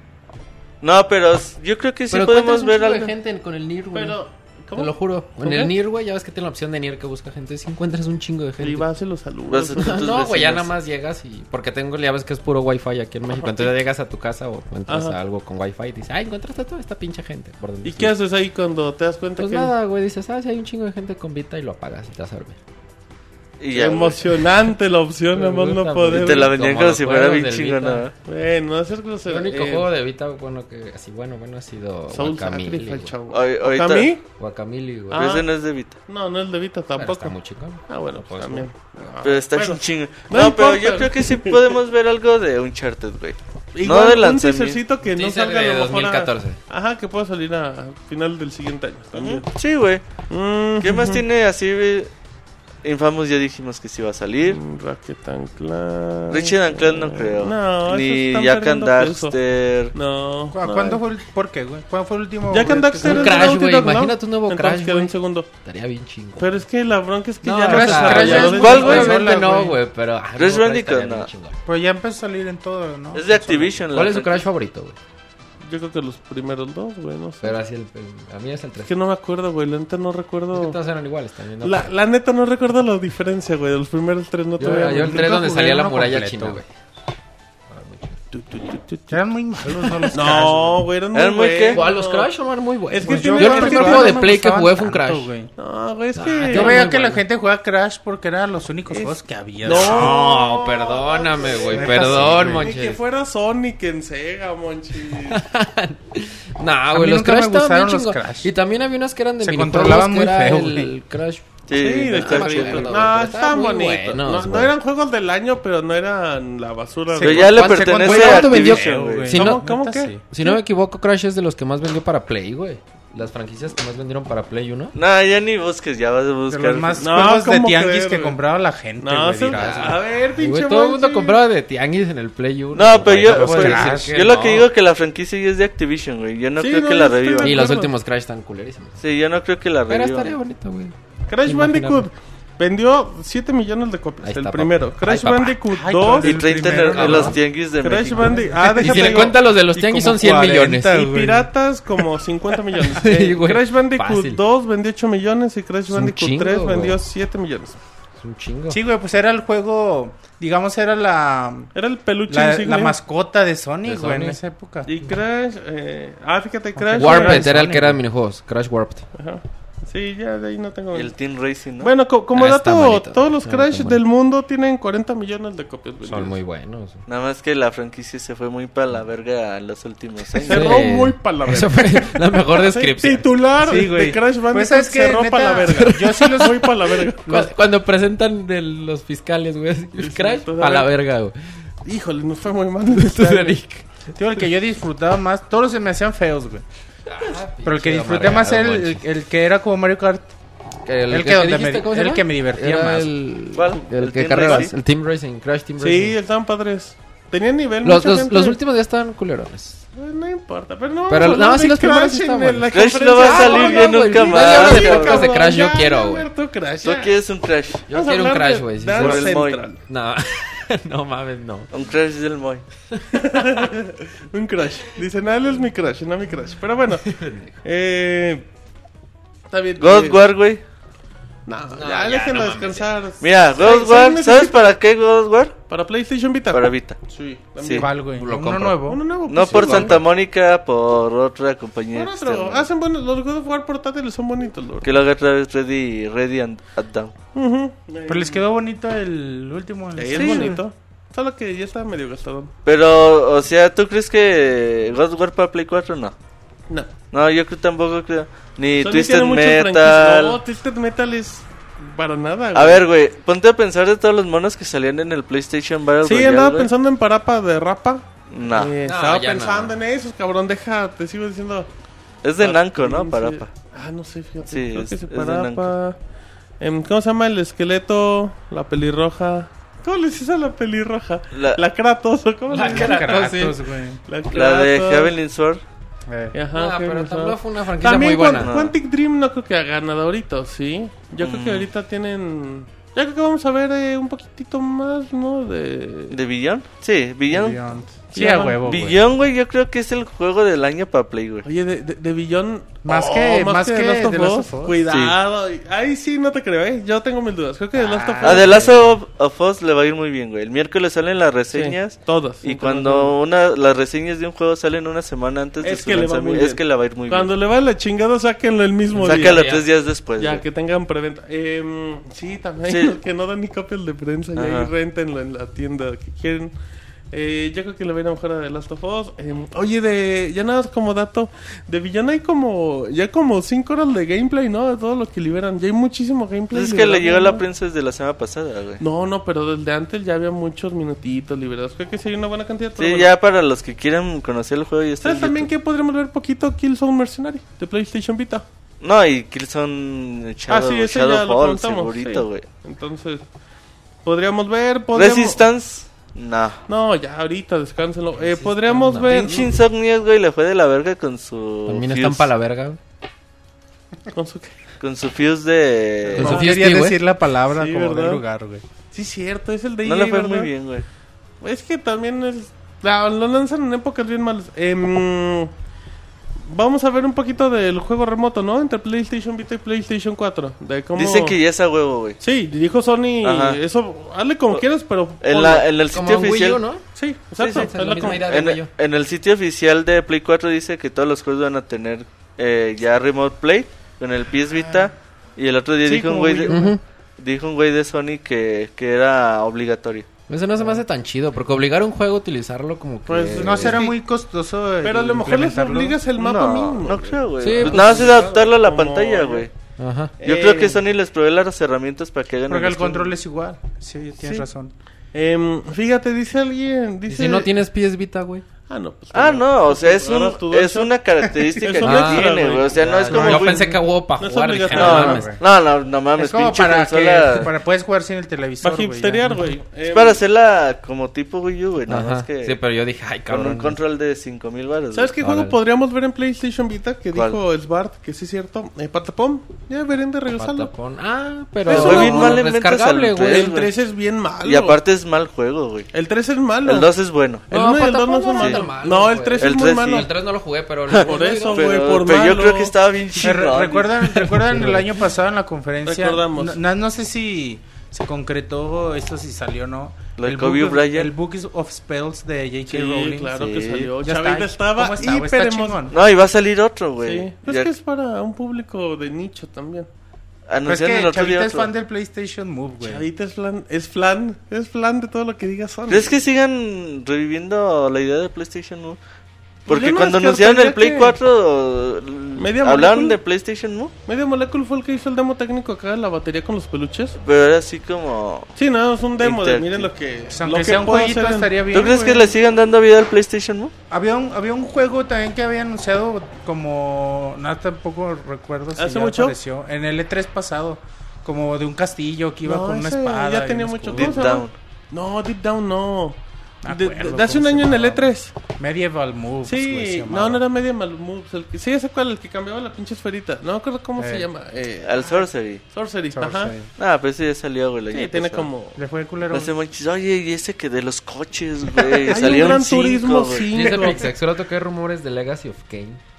S3: No, pero s- yo creo que sí
S4: Pero
S3: podemos
S4: podemos
S3: ver
S4: de
S3: algo.
S4: gente con el Nier, güey.
S1: Pero,
S4: Te lo
S1: ¿cómo?
S4: juro. En
S1: ¿Cómo?
S4: el Nier, güey, ya ves que tiene la opción de Nier que busca gente. Si encuentras un chingo de gente.
S1: Y vas y los saludos.
S3: Vas a-
S1: o sea,
S3: tus
S4: No, güey, ya
S3: vecinos.
S4: nada más llegas y... Porque tengo, ya ves que es puro wifi aquí en México. Entonces ya llegas a tu casa o entras
S1: Ajá.
S4: a algo con wifi y dices, ah, encontraste a toda esta pinche gente. Por donde
S1: ¿Y
S4: sea.
S1: qué haces ahí cuando te das cuenta
S4: Pues
S1: que
S4: nada, güey, dices, ah, si hay un chingo de gente con Vita y lo apagas y te vas a dormir.
S3: Y ya, güey.
S1: Emocionante la opción,
S4: Me
S1: nada más no
S4: gusta,
S3: Y
S1: poder.
S3: te la
S4: Como
S3: vendían como
S4: los
S3: si fuera
S4: juegos
S3: bien
S4: del
S3: chingona.
S4: Vita.
S1: Bueno, hacer grosero.
S4: El único
S1: eh,
S4: juego de Vita, bueno, que así bueno, bueno, ha sido
S1: Soul
S4: Guacamili.
S1: Sacrifice,
S4: güey.
S1: chavo.
S3: Ahí- ahorita-
S1: ¿Guacamili?
S4: Guacamili, güey.
S1: Ah,
S3: Pero ese no es de Vita.
S1: No, no es de Vita
S4: Pero
S1: tampoco.
S4: Está muy chico.
S1: Ah, bueno, pues
S4: Pues,
S1: también.
S3: Pero está
S1: Bueno,
S3: bien chingón.
S1: no
S3: No, pero
S1: importa.
S3: yo creo que sí podemos ver algo de Uncharted, güey.
S1: Igual
S3: no de
S1: un
S3: lanzamiento.
S1: teasercito que no
S4: Teaser
S1: salga a
S4: de
S1: lo mejor a-
S4: 2014.
S1: Ajá, que pueda salir a a final del siguiente año también.
S3: Ujú, Sí, güey.
S1: Mm,
S3: ¿Qué más
S1: ujú.
S3: tiene así, güey? Infamous ya dijimos que sí va a salir.
S1: Mm, Ratchet and Clank.
S3: Ratchet and Clank no creo.
S1: No,
S3: Ni
S1: esos están
S3: Jack and
S1: perdiendo peso.
S3: Daxter.
S1: No.
S2: ¿Cu-
S1: no.
S2: ¿Cuándo fue el, ¿Por qué, güey? ¿Cuándo fue el último?
S1: Jack and
S2: juguete?
S1: Daxter
S4: Un
S1: es
S4: Crash,
S1: de Naughty
S4: güey,
S1: Dog, ¿no?
S4: imagínate un nuevo
S1: Entonces
S4: Crash,
S1: quedó
S4: güey.
S1: un segundo.
S4: Estaría bien chingo.
S1: Pero es que la bronca es que ya
S4: Crash-
S1: los
S4: Crash
S1: desarrolladores...
S4: Bandicoot,
S3: ¿Cuál, güey?
S4: Obviamente no,
S2: güey.
S4: güey, pero... ah,
S3: Crash
S4: no,
S3: Bandicoot,
S4: estaría
S3: no.
S4: bien chingón.
S2: Pues ya empezó a salir en todo, ¿no?
S3: Es de Activision.
S4: ¿Cuál
S3: la
S4: es su
S3: neta.
S4: Crash favorito, güey?
S1: Yo creo que los primeros dos, güey, no sé.
S4: Pero así el... el- A mí es el
S1: Es
S4: 3.
S1: que no me acuerdo, güey, la neta no recuerdo...
S4: todos eran iguales también, ¿no?
S1: La, la neta no recuerdo la diferencia, güey, de los primeros tres no te
S4: Yo,
S1: voy a
S4: yo el
S1: mentir.
S4: 3 donde
S2: jugué
S4: salía la
S2: uno
S4: muralla
S2: completo,
S4: china,
S2: güey.
S4: güey.
S2: Eran muy malos, ¿no? Los Crash,
S1: No, güey, eran muy
S3: ¿Eran muy qué?
S1: buenos.
S4: ¿Cuál? Los Crash son muy buenos.
S1: Es que
S2: güey.
S4: Pues
S1: tiene- es
S4: yo, el
S1: que
S4: primer
S1: tiene-
S4: juego de
S2: no me
S4: Play que
S2: gustaban
S4: jugué fue un
S2: tanto,
S4: Crash.
S2: güey.
S1: No, güey, es que...
S4: Ah,
S2: Yo veía
S4: muy
S2: que la
S4: malo.
S2: gente jugaba Crash porque eran los únicos juegos que había.
S4: No, perdóname, güey.
S2: Neta,
S4: Perdón,
S2: sí, güey.
S1: Ni que
S4: Monchis.
S1: fuera Sonic en Sega, Monchi.
S4: No, güey,
S2: mí nunca
S4: los Crash
S2: me
S4: estaban
S2: gustaron
S4: bien
S2: los
S4: chingos.
S2: Crash.
S4: Y también había unas que eran de
S2: Se
S4: minijuegos,
S2: controlaban
S4: que
S2: muy
S4: era
S2: feo,
S4: el Crash.
S3: Sí,
S1: Sí, de
S3: está
S1: Crash.
S3: chido.
S4: acuerdo,
S1: No,
S4: pero estaban
S1: estaban
S4: muy
S1: bonitos.
S4: buenos,
S1: No, no
S4: güey.
S1: eran juegos del año, pero no eran la basura.
S3: Pero
S1: güey.
S3: ya le
S4: ¿Cuál- se-
S3: pertenece
S4: cuál-
S3: a
S4: cuánto vendió?
S3: Activision, güey.
S4: Sí, Si no-
S1: ¿Cómo, cómo qué?
S4: Si no me equivoco, Crash es de los que más vendió para Play, güey. Las franquicias que más vendieron para Play 1.
S3: No, ya ni busques, ya vas a
S2: De
S3: buscar.
S2: los más
S1: No,
S2: juegos de
S1: ¿cómo
S2: tianguis
S1: creer,
S2: que
S1: güey?
S2: compraba la gente,
S1: No, ah.
S2: güey,
S1: se-
S2: dirás, güey.
S1: a ver,
S4: Güey,
S1: pinche
S4: todo el mundo
S1: Monchi.
S4: compraba de tianguis en el Play 1.
S3: No, pero yo,
S2: puedo decir
S3: pero yo
S2: Pues, ah, que
S3: lo que digo es que la franquicia ya es de Activision, güey. Yo no
S1: Sí,
S3: creo
S1: no,
S3: que
S1: yo
S3: la
S1: estoy de
S3: revivan.
S4: Y los
S1: acuerdo.
S4: últimos Crash están culerísimos.
S3: Sí, yo no creo que la
S4: Pero
S3: revivan.
S4: estaría bonito, güey.
S1: Crash
S4: Imagínate.
S1: Bandicoot vendió 7 millones de copias.
S4: Ahí
S1: el
S4: está,
S1: primero.
S4: papá.
S1: Crash
S4: Ahí, papá.
S1: Bandicoot
S2: Ay,
S1: 2.
S3: Y
S2: El
S3: 30 en
S2: primero,
S3: el- en
S2: cabrón.
S3: los tianguis de
S1: Crash
S3: México.
S1: Bandicoot. Ah,
S4: Y si
S1: déjate.
S4: le
S1: digo.
S4: cuentas los de los
S2: Y
S4: tianguis
S2: como
S4: son 100 millones.
S2: 40,
S1: Y
S2: güey.
S1: piratas como 50 millones.
S4: Sí,
S1: Eh,
S4: güey.
S1: Crash Bandicoot
S4: Fácil.
S1: 2 vendió 8 millones y Crash
S4: un
S1: Bandicoot
S4: chingo,
S1: 3
S4: güey.
S1: vendió 7 millones.
S4: Es un chingo.
S2: Sí, güey, pues era el juego, digamos, era la,
S1: Era el peluche
S2: la,
S1: insignia.
S2: la mascota de Sonic,
S4: De
S2: güey, en
S4: Sonic.
S2: esa época.
S1: Y Crash, eh, ah, fíjate, Crash.
S4: Warped
S1: eh,
S4: era el que era de minijuegos. Crash Warped.
S1: ajá. Sí, ya de ahí no tengo.
S3: Y el Team Racing, ¿no?
S1: Bueno, co- como
S4: Ah, está
S1: dato,
S4: malito.
S1: todos los
S4: No,
S1: Crash
S4: está mal.
S1: del mundo tienen 40 millones de copias vendidas.
S4: Son muy buenos.
S3: Nada más que la franquicia se fue muy para la verga en los últimos
S1: Se
S3: años.
S1: Cerró muy pa' la
S4: Esa fue la mejor descripción.
S1: Titular
S2: Sí, güey.
S1: de Crash Bandicoot
S2: Pues, ¿sabes qué?
S1: cerró pa' la
S2: Neta,
S1: verga. Yo sí los voy pa' la verga.
S4: Cu- Cuando, presentan de los fiscales, güey. Crash,
S1: entonces,
S4: a
S1: a
S4: la
S1: ver.
S4: verga, güey.
S1: Híjole, nos fue muy mal.
S4: Entonces, Eric.
S2: Tío, el que yo disfrutaba más, todos se me hacían feos, güey. Pero el que disfruté más era el, el, que era como Mario Kart.
S4: el,
S2: el que donde me- el que me divertía más.
S4: El,
S3: ¿Cuál?
S4: El,
S3: ¿El
S4: que
S3: Team
S4: carreras.
S3: Racing?
S4: El Team Racing, Crash Team Racing.
S1: Sí, estaban padres. Tenían nivel.
S4: los,
S1: mucha
S4: los,
S1: gente-
S4: los últimos ya estaban culerones.
S1: Eh, No importa, pero no.
S4: Pero
S1: vamos a
S4: no,
S1: hablar
S4: sí
S1: de
S4: los primeros
S1: Crash
S4: están
S1: en
S4: buenos.
S1: la
S3: Crash no va
S1: conferencia.
S3: a
S1: Ah,
S3: salir
S1: no,
S3: bien
S1: no,
S4: güey,
S3: nunca
S4: no,
S3: más.
S4: no, no,
S3: cabrón.
S4: podcast de Crash yo
S1: Ya,
S4: quiero,
S1: ya,
S4: güey.
S1: Alberto, Crash,
S3: Tú
S1: ya.
S3: quieres un Crash.
S4: Yo
S1: Vamos a
S4: quiero un
S1: hablar de
S4: Crash, güey. sí,
S1: Dance
S4: sí.
S3: Por el Moy.
S1: Central.
S4: No, no mames, no.
S3: Un Crash del Moy.
S1: Un crush. Dicen, ah, él es mi crush, no mi crush. Pero bueno. eh, está bien.
S3: God
S1: Eh,
S3: War, güey.
S1: No, ya,
S4: ya,
S1: déjenlo
S4: no mames,
S1: descansar.
S3: Mira,
S1: ¿Saben-
S3: God War.
S1: saben
S3: ¿Sabes
S1: necesito-
S3: para qué God War?
S1: Para PlayStation Vita.
S3: Para Vita.
S1: Sí,
S3: Sí.
S1: también.
S2: ¿Cuál, güey?
S4: Lo
S2: Uno
S4: compro.
S2: nuevo.
S1: Uno nuevo.
S3: No
S1: pues,
S3: por
S1: sí,
S3: Santa este,
S1: güey.
S3: Mónica, por otra compañía.
S1: Por otro,
S3: externa.
S1: hacen buenos. Los God of War portátiles son bonitos, Lord.
S3: Que lo haga otra vez Ready, ready and, and Down.
S1: Ujú.
S2: Pero les quedó bonito el último. el-
S1: Sí, es
S2: Sí,
S1: bonito. Solo que ya está medio gastado.
S3: Pero, o sea, ¿tú crees que God of War para Play 4? No.
S1: No.
S3: No, yo creo tampoco creo. Ni
S1: Sony
S3: Twisted
S1: tiene muchas franquicias. No,
S3: Metal.
S1: Twisted Metal es para nada.
S3: A
S1: güey.
S3: ver, güey, ponte a pensar de todos los monos que salían en el PlayStation Battle
S1: Sí,
S3: Royale,
S1: andaba
S3: güey.
S1: pensando en Parapa de Rapa.
S3: No,
S1: Eh,
S4: No,
S1: estaba
S4: ya
S1: pensando
S4: no.
S1: en eso, cabrón. Deja, te sigo diciendo.
S3: es de Namco, ¿no?
S1: Sí.
S3: Parapa.
S1: Ah, no sé, fíjate.
S3: Sí,
S1: creo
S3: es-
S1: que se
S3: es de
S1: Parapa. Em, ¿Cómo se llama el esqueleto? La pelirroja. ¿Cómo le dices a la pelirroja? La,
S3: La-
S1: Kratos, ¿o cómo le
S4: La
S1: dices?
S4: Kratos,
S2: Kratos,
S4: sí.
S2: güey.
S1: La Kratos.
S3: La de Heavenly Sword.
S2: Eh.
S1: Ajá,
S4: Ah, pero
S1: Heavenly Sword.
S4: tampoco fue una franquicia
S1: También
S4: muy buena.
S1: Quan-
S3: No.
S1: Quantic Dream no creo que haga nada ahorita, ¿sí? Yo creo que
S3: Mm.
S1: ahorita tienen... Yo creo que vamos a ver eh, un poquitito más, ¿no? De...
S3: ¿De Billion? Sí, Billion.
S2: Beyond. Sí, a huevo, güey.
S3: Billón, güey, yo creo que es el juego del año para Play, güey.
S1: Oye, de, de, de oh, Billón.
S2: Más que- más
S1: de
S2: que
S1: Last of
S2: de Last
S1: Us,
S2: of Us.
S1: Cuidado. Ahí sí no te creo, ¿eh? Yo tengo mis dudas. Creo que de Last of
S2: Ah,
S1: Us.
S3: A The Last of, of Us le va a ir muy bien, güey. El miércoles salen las
S1: Sí,
S3: reseñas.
S1: todas.
S3: Y cuando una, las reseñas de un juego salen una semana antes de
S1: Es que
S3: su
S1: le va muy
S3: lanzamiento,
S1: bien.
S3: es que la va a ir muy
S1: Cuando le va la chingada, sáquenlo el mismo
S3: bien.
S1: día.
S3: Sácala
S1: Ya.
S3: tres días después.
S1: Ya,
S3: güey.
S1: que tengan preventa. Em, sí, también.
S3: Sí.
S1: Que no dan ni copias de prensa. Y ahí
S3: Ajá.
S1: rentenlo en la tienda que quieren. Eh, yo creo que le va a ir mejor a The Last of Us. Em, oye, de, ya nada más como dato. De Villana hay como. Ya como 5 horas de gameplay, ¿no? De todo lo que liberan. Ya hay muchísimo gameplay.
S3: Pues es que le
S1: liberado,
S3: llegó a la
S1: ¿no?
S3: prensa desde la semana pasada, güey.
S1: No, no, pero desde antes ya había muchos minutitos liberados. Creo que sí hay una buena cantidad. pero
S3: Sí,
S1: bueno.
S3: ya pues, para los que quieran conocer el juego y está
S1: ¿Sabes
S3: en
S1: también
S3: YouTube.
S1: que podríamos ver poquito Killzone Mercenary de PlayStation Vita?
S3: No, y Killzone Shadow,
S1: ah, sí, ese ya lo
S3: Shadowfall,
S1: contamos.
S3: segurito, güey.
S1: Entonces, podríamos ver. Podríamos...
S3: Resistance, no.
S1: No, ya ahorita, descánsenlo. Eh, podríamos ver.
S3: Pinche Insomniac, güey, le fue de la verga con su.
S6: También
S3: fuse-
S6: están para la verga. güey.
S1: Con su-
S3: Con su fuse de.
S6: Con
S2: No
S6: su-
S2: quería
S6: Fiesti, güey.
S2: decir la palabra
S1: Sí,
S2: como
S1: ¿verdad?
S2: del lugar, güey.
S1: Sí, cierto, es el de
S3: No
S1: EA,
S3: le fue muy
S1: ¿verdad?
S3: bien, güey.
S1: Es que también es. la- lo lanzan en épocas bien malas. Em, vamos a ver un poquito del juego remoto, ¿no? Entre PlayStation Vita y PlayStation 4. De cómo...
S3: Dicen que ya es a huevo, güey.
S1: Sí, dijo Sony.
S3: Ajá.
S1: Eso, hazle como quieras, pero.
S3: En,
S1: ponlo.
S3: la- en el
S4: Como
S3: sitio
S4: en Wii
S3: oficial.
S4: U, ¿no?
S1: Sí, exacto.
S3: sí,
S1: es
S4: es la
S1: la
S4: misma
S1: como-
S4: idea.
S3: En, en el sitio oficial de Play 4 dice que todos los juegos van a tener eh, ya Remote Play con el PS Vita. Y el otro día
S1: Ah. Sí,
S3: dijo, un
S1: como
S3: güey
S1: Wii
S3: de,
S1: U.
S6: Ujú.
S3: dijo un güey de Sony que, que era obligatorio.
S4: Eso no se me hace tan chido, porque obligar a un juego a utilizarlo como que...
S1: Pues,
S2: No será
S1: Sí.
S2: muy costoso. el
S1: Pero a lo mejor les
S2: implementarlo?
S1: obligas el mapa
S3: no,
S1: mismo.
S3: no
S1: güey.
S3: creo, güey.
S4: Sí,
S3: Pues
S4: pues,
S3: nada más es adaptarlo a la
S1: como-
S3: pantalla, güey.
S4: Ajá.
S3: Yo
S1: Eh,
S3: creo que Sony les provee las herramientas para que hagan
S2: Porque el
S3: estudio.
S2: control es igual. Sí, tienes
S1: Sí.
S2: razón.
S1: Em, fíjate, dice alguien.
S4: Y
S1: Dice...
S4: si no tienes pies Vita, güey.
S1: Ah, no. Pues,
S3: Ah, no, o sea, es,
S1: Ahora
S3: un-
S1: tu
S3: es
S1: Dolce.
S3: una característica
S1: Es
S3: que
S1: un extra,
S3: tiene,
S1: güey.
S3: güey. O sea, no
S1: Ah,
S3: es
S1: no,
S3: como.
S4: Yo
S3: Wii-
S4: pensé que hubo
S1: No
S4: para
S1: es
S4: jugar. dije,
S1: obligatorio,
S4: no
S3: no, no,
S4: mames.
S2: güey.
S3: no, no, no mames,
S2: es como
S3: pinche
S2: para
S3: consola.
S2: que para puedes jugar sin el televisor.
S1: Para
S3: pues,
S2: güey,
S1: hipsterear,
S2: ya.
S1: güey.
S3: Es
S1: Em,
S3: para hacerla como tipo Wii U, güey. Nada
S4: Ajá.
S3: más que
S4: Sí, pero yo dije, ay,
S3: con un
S4: cabrón.
S3: control de 5000 baros.
S1: ¿Sabes
S3: güey.
S1: qué juego
S4: Órale.
S1: podríamos ver en PlayStation Vita? Que
S3: ¿Cuál?
S1: dijo el Bart, que sí es cierto. Eh, Patapom. Ya verán de regresarlo.
S4: Patapón. Ah, pero...
S1: Eso
S4: Eso
S1: fue
S4: es
S1: bien
S3: mal en ventas
S4: Descargable,
S3: al
S4: güey.
S3: tres.
S1: El 3 es bien malo.
S3: Y aparte es mal juego, güey.
S1: El 3 es malo.
S3: El 2 es bueno.
S1: El
S4: No,
S1: 1 y el 2
S4: Patapom
S1: no son
S4: no era tan
S1: malos.
S4: malo,
S1: No, el
S4: güey.
S1: 3
S3: El
S1: es muy
S3: tres
S1: malo.
S3: sí.
S4: El 3 no lo jugué, pero... lo-
S1: Por eso, güey,
S3: Pero,
S1: por
S3: pero yo
S1: malo.
S3: creo que estaba bien
S2: Me re-
S3: chido.
S2: ¿Recuerdan, ¿Recuerdan el año pasado en la conferencia?
S1: Recordamos.
S2: No- No, no sé si se concretó esto, si salió o no.
S3: Lo de
S2: el
S3: Kobe
S2: Book of-
S3: Bryant.
S2: El Book of Spells de J.K.
S1: Sí,
S2: Rowling.
S1: claro que
S3: sí.
S1: salió.
S2: Ya
S1: Chavita
S2: está.
S1: estaba
S2: ¿Cómo está, güey? Está
S1: hiper
S2: chingón. Pues
S3: No, y va a salir otro, güey.
S1: Sí. Es
S3: Ya
S1: que es para un público de nicho también.
S2: Pero es
S3: Anunciaron el
S2: que
S3: otro día
S2: Chavita es
S3: otro.
S2: fan del PlayStation Move, güey.
S1: Chavita es flan, es flan, es flan de todo lo que diga Sony.
S3: ¿Crees que sigan reviviendo la idea de PlayStation Move?
S1: Yo
S3: Porque
S1: no
S3: cuando
S1: descartaría
S3: anunciaron el Play
S1: que-
S3: 4,
S1: Media
S3: hablaron
S1: molécula.
S3: de PlayStation Move,
S1: Media Molecule fue el que hizo el demo técnico acá de la batería con los peluches.
S3: pero era así como...
S1: Sí, no, es un demo de
S3: Inter-
S1: miren lo que.
S2: O sea,
S1: Lo
S2: Pues aunque
S1: que
S2: sea un
S1: puedo
S2: jueguito
S1: hacer en-
S2: estaría bien.
S3: ¿Tú crees
S2: güey.
S3: que le sigan dando vida al PlayStation Move?
S2: Había un, había un juego también que había anunciado como... No, tampoco recuerdo si
S1: ¿Hace
S2: ya
S1: mucho?
S2: apareció. En el E3 pasado. Como de un castillo que iba
S1: No,
S2: con una
S1: ese
S2: espada.
S1: Ya
S2: y
S1: tenía
S2: un
S1: mucho.
S2: escudo.
S1: ¿Cómo
S3: Deep
S1: se llama?
S3: Down.
S1: No, Deep Down no.
S2: Me
S1: De,
S2: acuerdo
S1: de hace un
S2: cómo se
S1: año en el
S2: llamaba.
S1: E3.
S2: Medieval Moves, güey, se
S1: Sí,
S2: llamaba.
S1: no, no era Media Mal Moves. el que- sí, ese cual, el que cambiaba la pinche esferita. No me acuerdo cómo se
S2: Eh.
S1: llama. Eh,
S3: Al Sorcery.
S1: Sorcery, ajá.
S2: Sorcery.
S3: Ah, pero ese ya salió, güey. el
S1: Sí,
S3: año
S1: tiene
S3: pasado.
S1: como.
S2: Le fue culero.
S3: No sé, manches. Oye, y ese que de los coches, güey.
S1: Hay un
S3: Salió
S1: gran
S3: un cinco,
S1: turismo
S3: güey.
S1: 5.
S4: Dice Pixexroto que hay rumores de Legacy of Kane.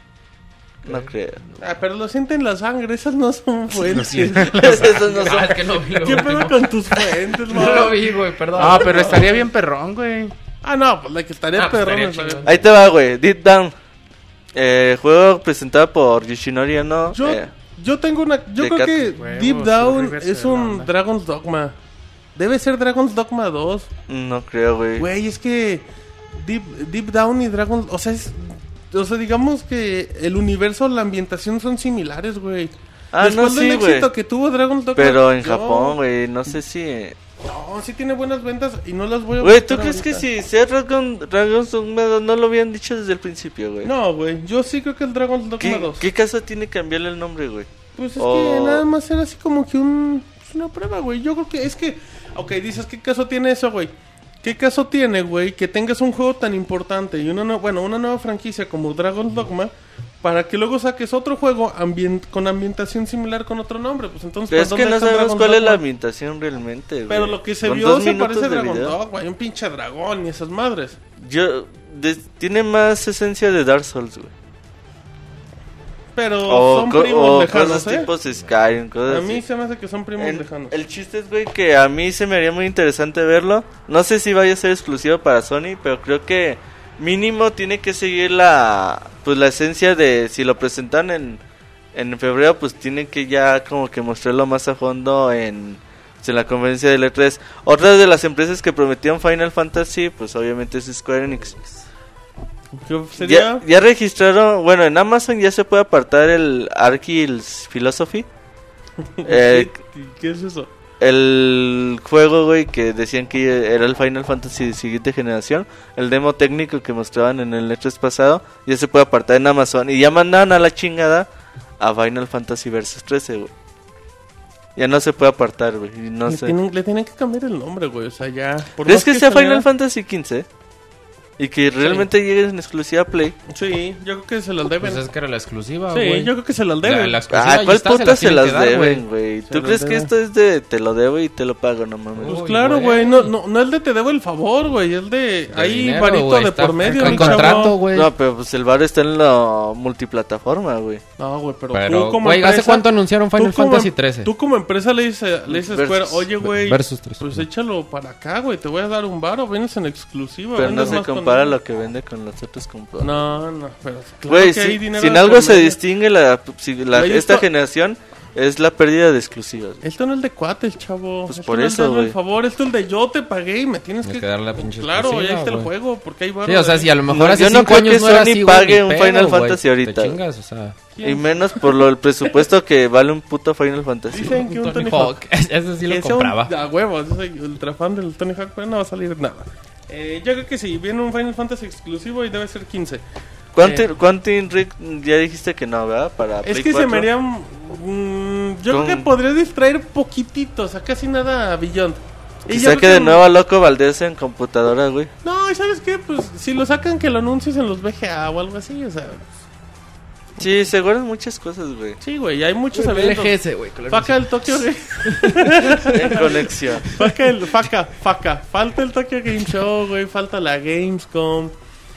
S3: No creo.
S1: Ah, pero lo sienten la sangre, esas no son fuentes. ¿Qué
S3: Esos no
S4: Ah,
S3: son...
S4: es que no vi lo
S1: pedo
S4: último.
S1: con tus fuentes,
S4: No lo
S1: no?
S4: vi, güey, perdón.
S2: Ah, pero estaría bien perrón, güey.
S1: Ah, no, pues la que estaría
S4: Ah, pues
S1: perrón.
S4: estaría
S1: estaría-
S3: Ahí te va, güey. Deep Down. Eh, juego presentado por Yoshinori Ano.
S1: Yo,
S3: eh,
S1: yo tengo una. Yo
S3: de
S1: creo
S3: cat-
S1: que
S2: Huevos,
S1: Deep
S2: el
S1: Down
S2: reverso
S1: es
S2: de la
S1: un
S2: onda.
S1: Dragon's Dogma. Debe ser Dragon's Dogma 2.
S3: no creo, güey.
S1: Güey, es que Deep, Deep Down y Dragon, o sea, es, o sea, digamos que el universo, la ambientación son similares, güey.
S3: Ah,
S1: Después
S3: no,
S1: del
S3: sí,
S1: éxito
S3: güey.
S1: que tuvo Dragon Dogma,
S3: Pero en
S1: yo-
S3: Japón, güey, no sé si...
S1: No, sí tiene buenas ventas y no las voy a
S3: Güey, ¿tú
S1: buscar
S3: crees que
S1: ahorita.
S3: si sea Dragon, Dragon's Dogma dos, no lo habían dicho desde el principio, güey?
S1: No, güey, yo sí creo que el Dragon Dogma
S3: ¿Qué,
S1: 2.
S3: ¿Qué caso tiene cambiarle el nombre, güey?
S1: Pues es que
S3: O-
S1: nada más era así como que un, es una prueba, güey. Yo creo que es que, ok, dices, ¿qué caso tiene eso, güey? ¿Qué caso tiene, güey, que tengas un juego tan importante y una, nue- bueno, una nueva franquicia como Dragon's Dogma para que luego saques otro juego ambient- con ambientación similar con otro nombre. Pues entonces,
S3: Pero es
S1: ¿para
S3: que
S1: dónde
S3: no
S1: está
S3: sabemos
S1: Dragon
S3: cuál es la
S1: Dogma?
S3: ambientación realmente. güey.
S1: Pero lo que se
S3: Con
S1: vio
S3: dos
S1: se
S3: minutos
S1: parece a
S3: de
S1: Dragon
S3: video.
S1: Dogma, un pinche dragón y esas madres.
S3: Yo, de- tiene más esencia de Dark Souls, güey.
S1: Pero
S3: O,
S1: son
S3: co-
S1: primos
S3: o
S1: lejanos,
S3: cosas
S1: ¿eh?
S3: tipo Skyrim, cosas
S1: A mí
S3: así.
S1: se me hace que son primos
S3: El,
S1: lejanos.
S3: el chiste es, güey, que a mí se me haría muy interesante verlo. No sé si vaya a ser exclusivo para Sony, pero creo que mínimo tiene que seguir la pues la esencia de si lo presentan en, en febrero, pues tienen que ya como que mostrarlo más a fondo en, pues, en la conferencia del E3. Otras de las empresas que prometieron Final Fantasy, pues obviamente es Square Enix.
S1: Que sería...
S3: Ya, ya registraron, bueno, en Amazon ya se puede apartar el Arkill Philosophy. Eh,
S1: ¿Qué, qué es eso?
S3: el juego, güey, que decían que era el Final Fantasy de siguiente generación, el demo técnico que mostraban en el E3 pasado, ya se puede apartar en Amazon. Y ya mandaron a la chingada a Final Fantasy Versus 13, güey. Ya no se puede apartar, güey. y No
S1: le,
S3: sé.
S1: tienen, le tienen que cambiar el nombre, güey. O sea, ya... por
S3: ¿Crees
S1: más
S3: que sea
S1: sea-
S3: Final Fantasy 15? Y que realmente llegue en exclusiva a Play.
S1: Sí, yo creo que se las deben.
S4: Pues es que era la exclusiva,
S1: sí,
S4: güey.
S1: yo creo que se las
S4: La,
S1: deben.
S4: la
S3: Ah,
S4: exclusiva Pues ahí
S3: ¿cuál
S4: está,
S3: puta se
S4: tienen
S3: las
S4: que dar,
S3: deben, güey?
S1: Se
S3: ¿Tú
S1: las
S3: crees que
S1: deben.
S3: esto es de te lo debo y te lo pago? No mames.
S1: Pues
S4: Uy,
S1: claro, güey.
S4: güey.
S1: No, no, no es de te debo el favor, güey. Es de...
S4: De
S1: Hay
S4: dinero,
S1: varito
S4: güey,
S1: de
S4: está
S1: por medio,
S4: En
S1: mi chavo.
S4: contrato, güey.
S3: No, pero pues el bar está en la multiplataforma, güey.
S1: No, güey, pero, tú
S4: Pero,
S1: como
S4: güey, ¿hace
S1: empresa-
S4: cuánto anunciaron
S1: tú
S4: Final
S1: como em-
S4: Fantasy 13?
S1: Tú como empresa le dices, le dices Square,
S3: Versus.
S1: oye, güey,
S4: Versus 13.
S1: pues échalo para acá, güey, te voy a dar un bar o vienes en exclusiva.
S3: Pero no
S1: vendes
S3: se
S1: más con-
S3: compara lo que vende con los otros compradores.
S1: No, no, pero claro
S3: Güey,
S1: que hay
S3: si-
S1: dinero
S3: sin
S1: de
S3: algo
S1: por
S3: se
S1: medio.
S3: distingue la, si la-
S1: Güey,
S3: esta
S1: esto-
S3: generación es la pérdida de exclusivas. güey.
S1: Esto no es de cuates, chavo.
S3: Pues
S1: Esto
S3: por
S1: no es
S3: eso,
S1: de hazme el
S3: güey.
S1: favor, esto es de yo te pagué y me tienes
S4: Me
S1: que...
S4: quedar la pinche
S1: claro,
S4: exclusiva,
S1: ahí está el
S4: güey.
S1: juego, porque hay barro
S4: Sí, o sea,
S1: de-
S4: si a lo mejor
S3: No,
S4: hace
S3: yo no
S4: cinco
S3: creo
S4: años
S3: que
S4: no era
S3: Sony
S4: así,
S3: pague
S4: güey,
S3: un
S4: ni
S3: Final
S4: pedo, güey.
S3: Fantasy ahorita,
S4: Te
S3: güey.
S4: chingas, o sea.
S3: Y menos por lo, el presupuesto que vale un puto Final Fantasy.
S1: Dicen que un
S4: Tony
S1: Tony Hawk...
S4: Hawk. Ese sí lo
S1: que sea un-
S4: compraba.
S1: a huevos, yo soy ultra fan del Tony Hawk, pero no va a salir nada. Eh, yo creo que sí, viene un Final Fantasy exclusivo y debe ser 15.
S3: Quantum, Quantum Rick mm, ya dijiste que no, ¿verdad? Para
S1: Es
S3: Play
S1: que se
S3: 4.
S1: me haría. mm, yo
S3: Con-
S1: creo que podría distraer poquitito, o sea, casi nada a Beyond. Y
S3: Y
S1: ya
S3: saque
S1: ves
S3: de
S1: que-
S3: nuevo a Loco Valdés en computadora, güey.
S1: No, ¿y sabes qué? Pues si lo sacan, que lo anuncies en los BGA o algo así, o sea.
S3: Sí, se guardan muchas cosas, güey.
S1: Sí, güey, hay muchos eventos.
S4: LGS, güey. con la
S1: Faca el Tokyo Game.
S3: En conexión.
S1: Faca el. Faca, faca. Falta el Tokyo Game Show, güey. Falta la Gamescom.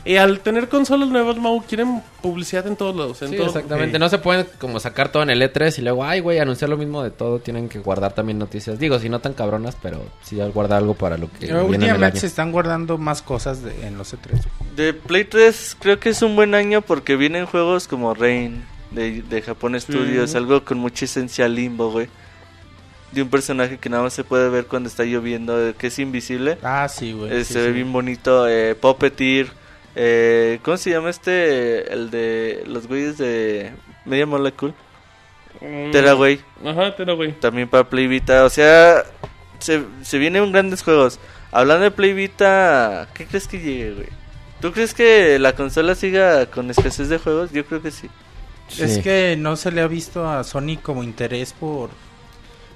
S1: Y al tener consolas nuevas, Mau, quieren publicidad en todos lados. En
S4: Sí,
S1: todo-
S4: exactamente.
S1: Sí.
S4: No se pueden como sacar todo en el E3 y luego, ay, güey, anunciar lo mismo de todo. Tienen que guardar también noticias. Digo, si no tan cabronas, pero sí al guardar algo para lo que viene en el
S2: Últimamente
S4: año.
S2: se están guardando más cosas de- en los E E3.
S3: De Play 3 creo que es un buen año porque vienen juegos como Rain de, de Japón Studios, algo con mucha esencia limbo, güey. De un personaje que nada más se puede ver cuando está lloviendo, eh, que es invisible.
S2: Ah, sí, güey.
S3: Eh,
S2: sí,
S3: se ve
S2: sí.
S3: bien bonito. Eh, Puppeteer. eh, ¿Cómo se llama este? El de los güeyes de Media Molecule.
S1: Mm.
S3: Teraway.
S1: Ajá, Tera, güey.
S3: También para Play Vita. O sea, se, se vienen grandes juegos. Hablando de Play Vita, ¿qué crees que llegue, güey? ¿Tú crees que la consola siga con escasez de juegos? Yo creo que sí.
S2: Es
S4: Sí.
S2: que no se le ha visto a Sony como interés por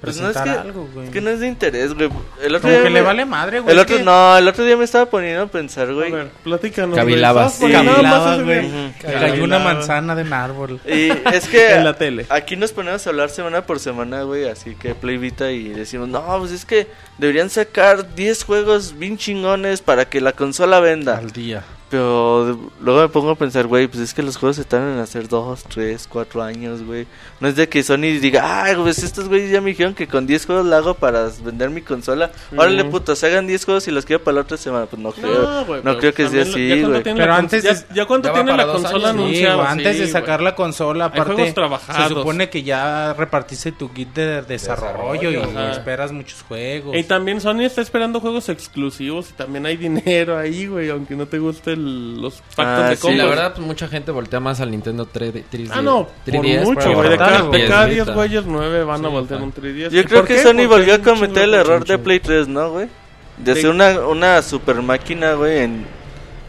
S3: Pues no, es
S2: presentar
S3: que-
S2: algo, güey.
S3: Es que no es de interés, güey. El otro
S2: Como
S3: día
S2: que le
S3: me-
S2: vale madre, güey.
S3: el
S2: es
S3: otro,
S2: que-
S3: no, el otro día me estaba poniendo a pensar, güey.
S1: A ver, platícanos.
S4: Cavilabas.
S1: güey. Software, nada
S2: Cavilaba,
S1: más es el-
S2: güey.
S3: Ujú.
S2: Cayó una manzana de un árbol.
S3: Y es que
S1: En la tele.
S3: aquí nos ponemos a hablar semana por semana, güey, así que Play Vita y decimos, no, pues es que deberían sacar 10 juegos bien chingones para que la consola venda.
S2: Al día.
S3: Pero de- luego me pongo a pensar, güey, pues es que los juegos están en hacer dos, tres, cuatro años, güey. No es de que Sony diga, ay, pues estos güeyes ya me dijeron que con 10 juegos la hago para vender mi consola. Órale, putos, hagan 10 juegos y los quiero para la otra semana. Pues no creo, no,
S1: güey, pero
S3: creo que
S1: también lo- ya
S3: sea así,
S1: cuando
S3: güey.
S1: tienen la
S2: Pero
S1: cons-
S2: antes
S1: ya,
S2: es-
S1: ya cuando
S4: ya va
S1: tienen la
S4: para dos
S1: consola
S4: años.
S2: Sí,
S1: anunciada.
S2: güey, antes
S1: sí,
S2: de
S1: güey.
S2: sacar la consola, aparte,
S1: juegos trabajados.
S2: se supone que ya repartiste tu kit de desarrollo, y
S1: Desarrollo, ajá.
S2: esperas muchos juegos.
S1: Y también Sony está esperando juegos exclusivos y también hay dinero ahí, güey, aunque no te gusten los pactos
S3: Ah,
S1: de
S3: sí,
S1: compra.
S4: Sí, la verdad, pues mucha gente voltea más al Nintendo 3D. 3
S1: Ah, no, por mucho,
S2: por
S1: güey. De
S2: ejemplo,
S1: cada, de
S2: diez
S1: cada 10 güeyes, 9 van a voltear un 3DS.
S3: Yo
S1: ¿Y
S3: creo
S1: por
S3: que
S1: qué?
S3: Sony
S1: Porque
S3: volvió
S1: hay
S3: a
S1: un
S3: cometer el
S1: chingo de
S3: error
S1: chingo.
S3: de Play 3, ¿no, güey? De
S1: De-
S3: hacer una, una super máquina, güey, en,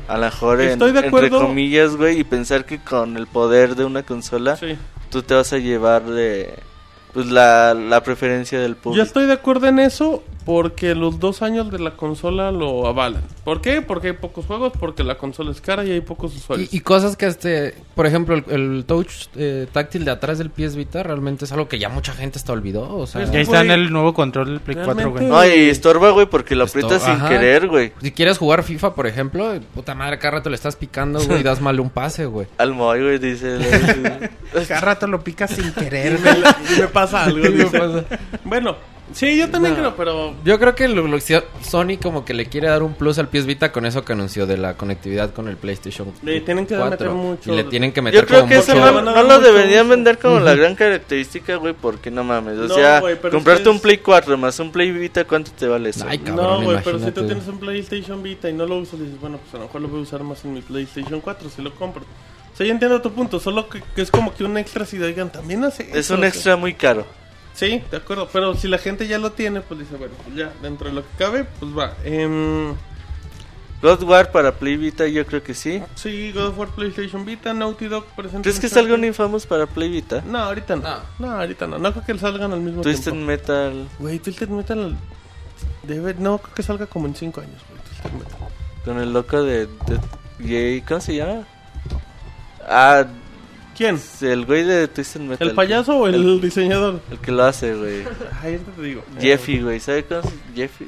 S3: a lo mejor en-
S1: Estoy de
S3: entre
S1: acuerdo.
S3: comillas, güey, y pensar que con el poder de una consola
S1: Sí.
S3: tú te vas a llevar de pues la, la preferencia del público.
S1: Yo estoy de acuerdo en eso porque los dos años de la consola lo avalan. ¿Por qué? Porque hay pocos juegos, porque la consola es cara y hay pocos usuarios.
S4: Y, y cosas que, este, por ejemplo, el, el touch eh, táctil de atrás del PS Vita realmente es algo que ya mucha gente hasta olvidó. O sea,
S1: Es
S2: Ya
S1: que-
S2: está en el nuevo control del Play 4,
S1: Realmente-
S2: güey.
S3: No, y estorba, güey, porque lo aprietas
S4: Esto-
S3: sin
S4: ajá.
S3: querer, güey.
S4: si quieres jugar FIFA, por ejemplo, puta madre, cada rato le estás picando, güey, y das mal un pase, güey.
S3: Al Moy, güey, dice.
S2: Cada rato lo picas sin querer,
S1: me, me pasa algo. dice. Bueno, sí, yo también creo, pero
S4: Yo creo que lo- lo- si- Sony como que le quiere dar un plus al PS Vita con eso que anunció de la conectividad con el PlayStation.
S1: Le tienen que meter mucho-
S4: Y le tienen que meter
S3: Yo creo
S4: como
S3: que ese
S4: mucho-
S1: le
S3: no,
S1: van a
S3: no
S1: dar
S3: lo
S1: mucho
S3: deberían
S1: uso.
S3: vender como la gran característica, güey, porque no mames. O
S1: No,
S3: sea,
S1: güey, pero
S3: comprarte
S1: ustedes-
S3: un Play 4 más un Play Vita, ¿cuánto te vale eso?
S4: Ay,
S3: güey?
S4: Cabrón,
S1: no, güey, pero si
S4: imagínate.
S1: tú tienes un PlayStation Vita y no lo usas, dices, bueno, pues a lo mejor lo voy a usar más en mi PlayStation 4 si lo compro. O sea, yo entiendo tu punto, solo que, que es como que un extra si digan, también hace
S3: es
S1: eso,
S3: un
S1: o sea.
S3: extra muy caro.
S1: Sí, de acuerdo, pero si la gente ya lo tiene, pues dice, bueno, pues ya, dentro de lo que cabe, pues va. Em,
S3: God War para Play Vita, yo creo que sí.
S1: sí, God of War PlayStation Vita, Naughty Dog presenta...
S3: ¿Crees que
S1: Uncharted.
S3: salga un Infamous para Play Vita?
S1: No, ahorita no.
S4: No.
S1: no. ahorita no. No creo que salgan al mismo
S3: Twisted
S1: tiempo.
S3: Metal.
S1: Güey, Twisted Metal... Debe... No, creo que salga como en 5 años, güey, Twisted Metal.
S3: Con el loco de, de Gay. ¿Cómo se llama? Ah,
S1: ¿Quién?
S3: el güey de Twisted Metal.
S1: ¿El payaso o el,
S3: El,
S1: diseñador?
S3: el que lo hace, güey.
S1: Ay, ahorita te digo.
S3: Jeffy, güey. ¿Sabes cómo se Jeffy.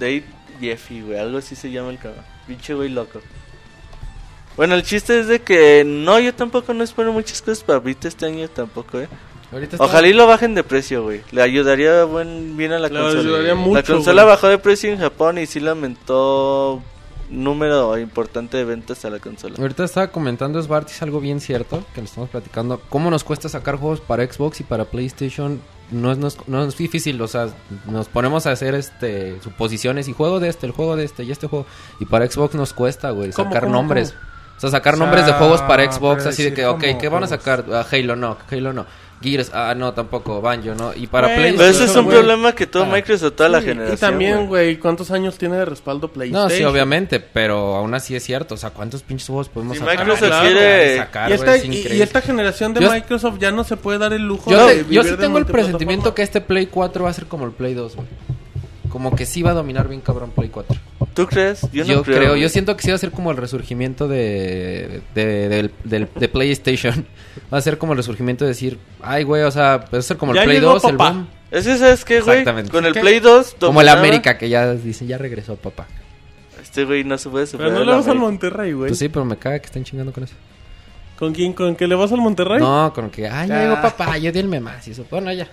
S3: Dave Jeffy, güey. Algo así se llama el cabrón. Pinche güey loco. Bueno, el chiste es de que no, yo tampoco no espero muchas cosas para Vita este año tampoco, eh.
S4: Ahorita está-
S3: Ojalá y lo bajen de precio, güey. Le ayudaría buen, bien a la
S1: Le
S3: consola.
S1: ayudaría
S3: la
S1: mucho,
S3: consola
S1: güey.
S3: bajó de precio en Japón y sí lamentó número importante de ventas a la consola.
S4: Ahorita estaba comentando Sbartis algo bien cierto que le estamos platicando. ¿Cómo nos cuesta sacar juegos para Xbox y para PlayStation? No es, no es- no es difícil, o sea, nos ponemos a hacer este suposiciones y juego de este, el juego de este y este juego. Y para Xbox nos cuesta, güey,
S1: ¿Cómo,
S4: sacar
S1: cómo,
S4: nombres.
S1: cómo?
S4: O sea, sacar
S2: O sea,
S4: nombres de juegos para Xbox,
S2: pero
S4: así de
S2: decir
S4: que, ok,
S2: como
S4: ¿qué van a
S2: juegos.
S4: sacar? Ah, Halo no, Halo no. Gears, ah, no, tampoco, Banjo, no. Y para
S1: Bueno,
S4: PlayStation.
S3: Pero ese es un
S4: güey,
S3: problema que tuvo
S4: Ah.
S3: Microsoft toda la
S1: Sí,
S3: generación.
S1: Y también, güey, ¿cuántos años tiene de respaldo PlayStation?
S4: No, sí, obviamente, pero aún así es cierto. O sea, ¿cuántos pinches juegos podemos
S3: Si
S4: sacar?
S3: Microsoft
S4: Ah,
S3: quiere-
S4: sacar,
S1: Y
S4: güey,
S1: esta,
S4: es
S1: y- y,
S4: increíble.
S1: esta generación de
S4: Yo-
S1: Microsoft ya no se puede dar el lujo
S4: Yo,
S1: de
S4: te- yo
S1: vivir
S4: sí
S1: de
S4: tengo el presentimiento
S1: multiplataforma.
S4: que este Play 4 va a ser como el Play 2, güey. Como que sí va a dominar bien cabrón Play 4.
S3: ¿Tú crees?
S4: Yo,
S3: no
S4: creo, yo
S3: güey.
S4: siento que sí va a ser como el resurgimiento de, de, del- del- de PlayStation. Va a ser como el resurgimiento de decir, ay, güey, o sea, pues, va a ser como el
S1: Ya
S4: Play
S1: llegó
S4: 2, el
S1: papá.
S4: boom.
S3: Es que, ¿sabes qué, güey?
S4: Exactamente.
S3: Con el
S1: ¿Qué?
S3: Play 2
S4: Como el
S3: dominaba-
S4: América, que ya dicen, ya regresó, papá.
S3: Este güey no se puede superar.
S1: Pero no
S3: al
S1: le vas al
S3: América.
S1: Monterrey, güey.
S4: Pues sí, pero me caga que estén chingando con eso.
S1: ¿Con quién? ¿Con que le vas al Monterrey?
S4: No, con que, ay, ya
S2: Ya.
S3: Ah.
S4: llegó papá, yo di el más y eso. Bueno, ya.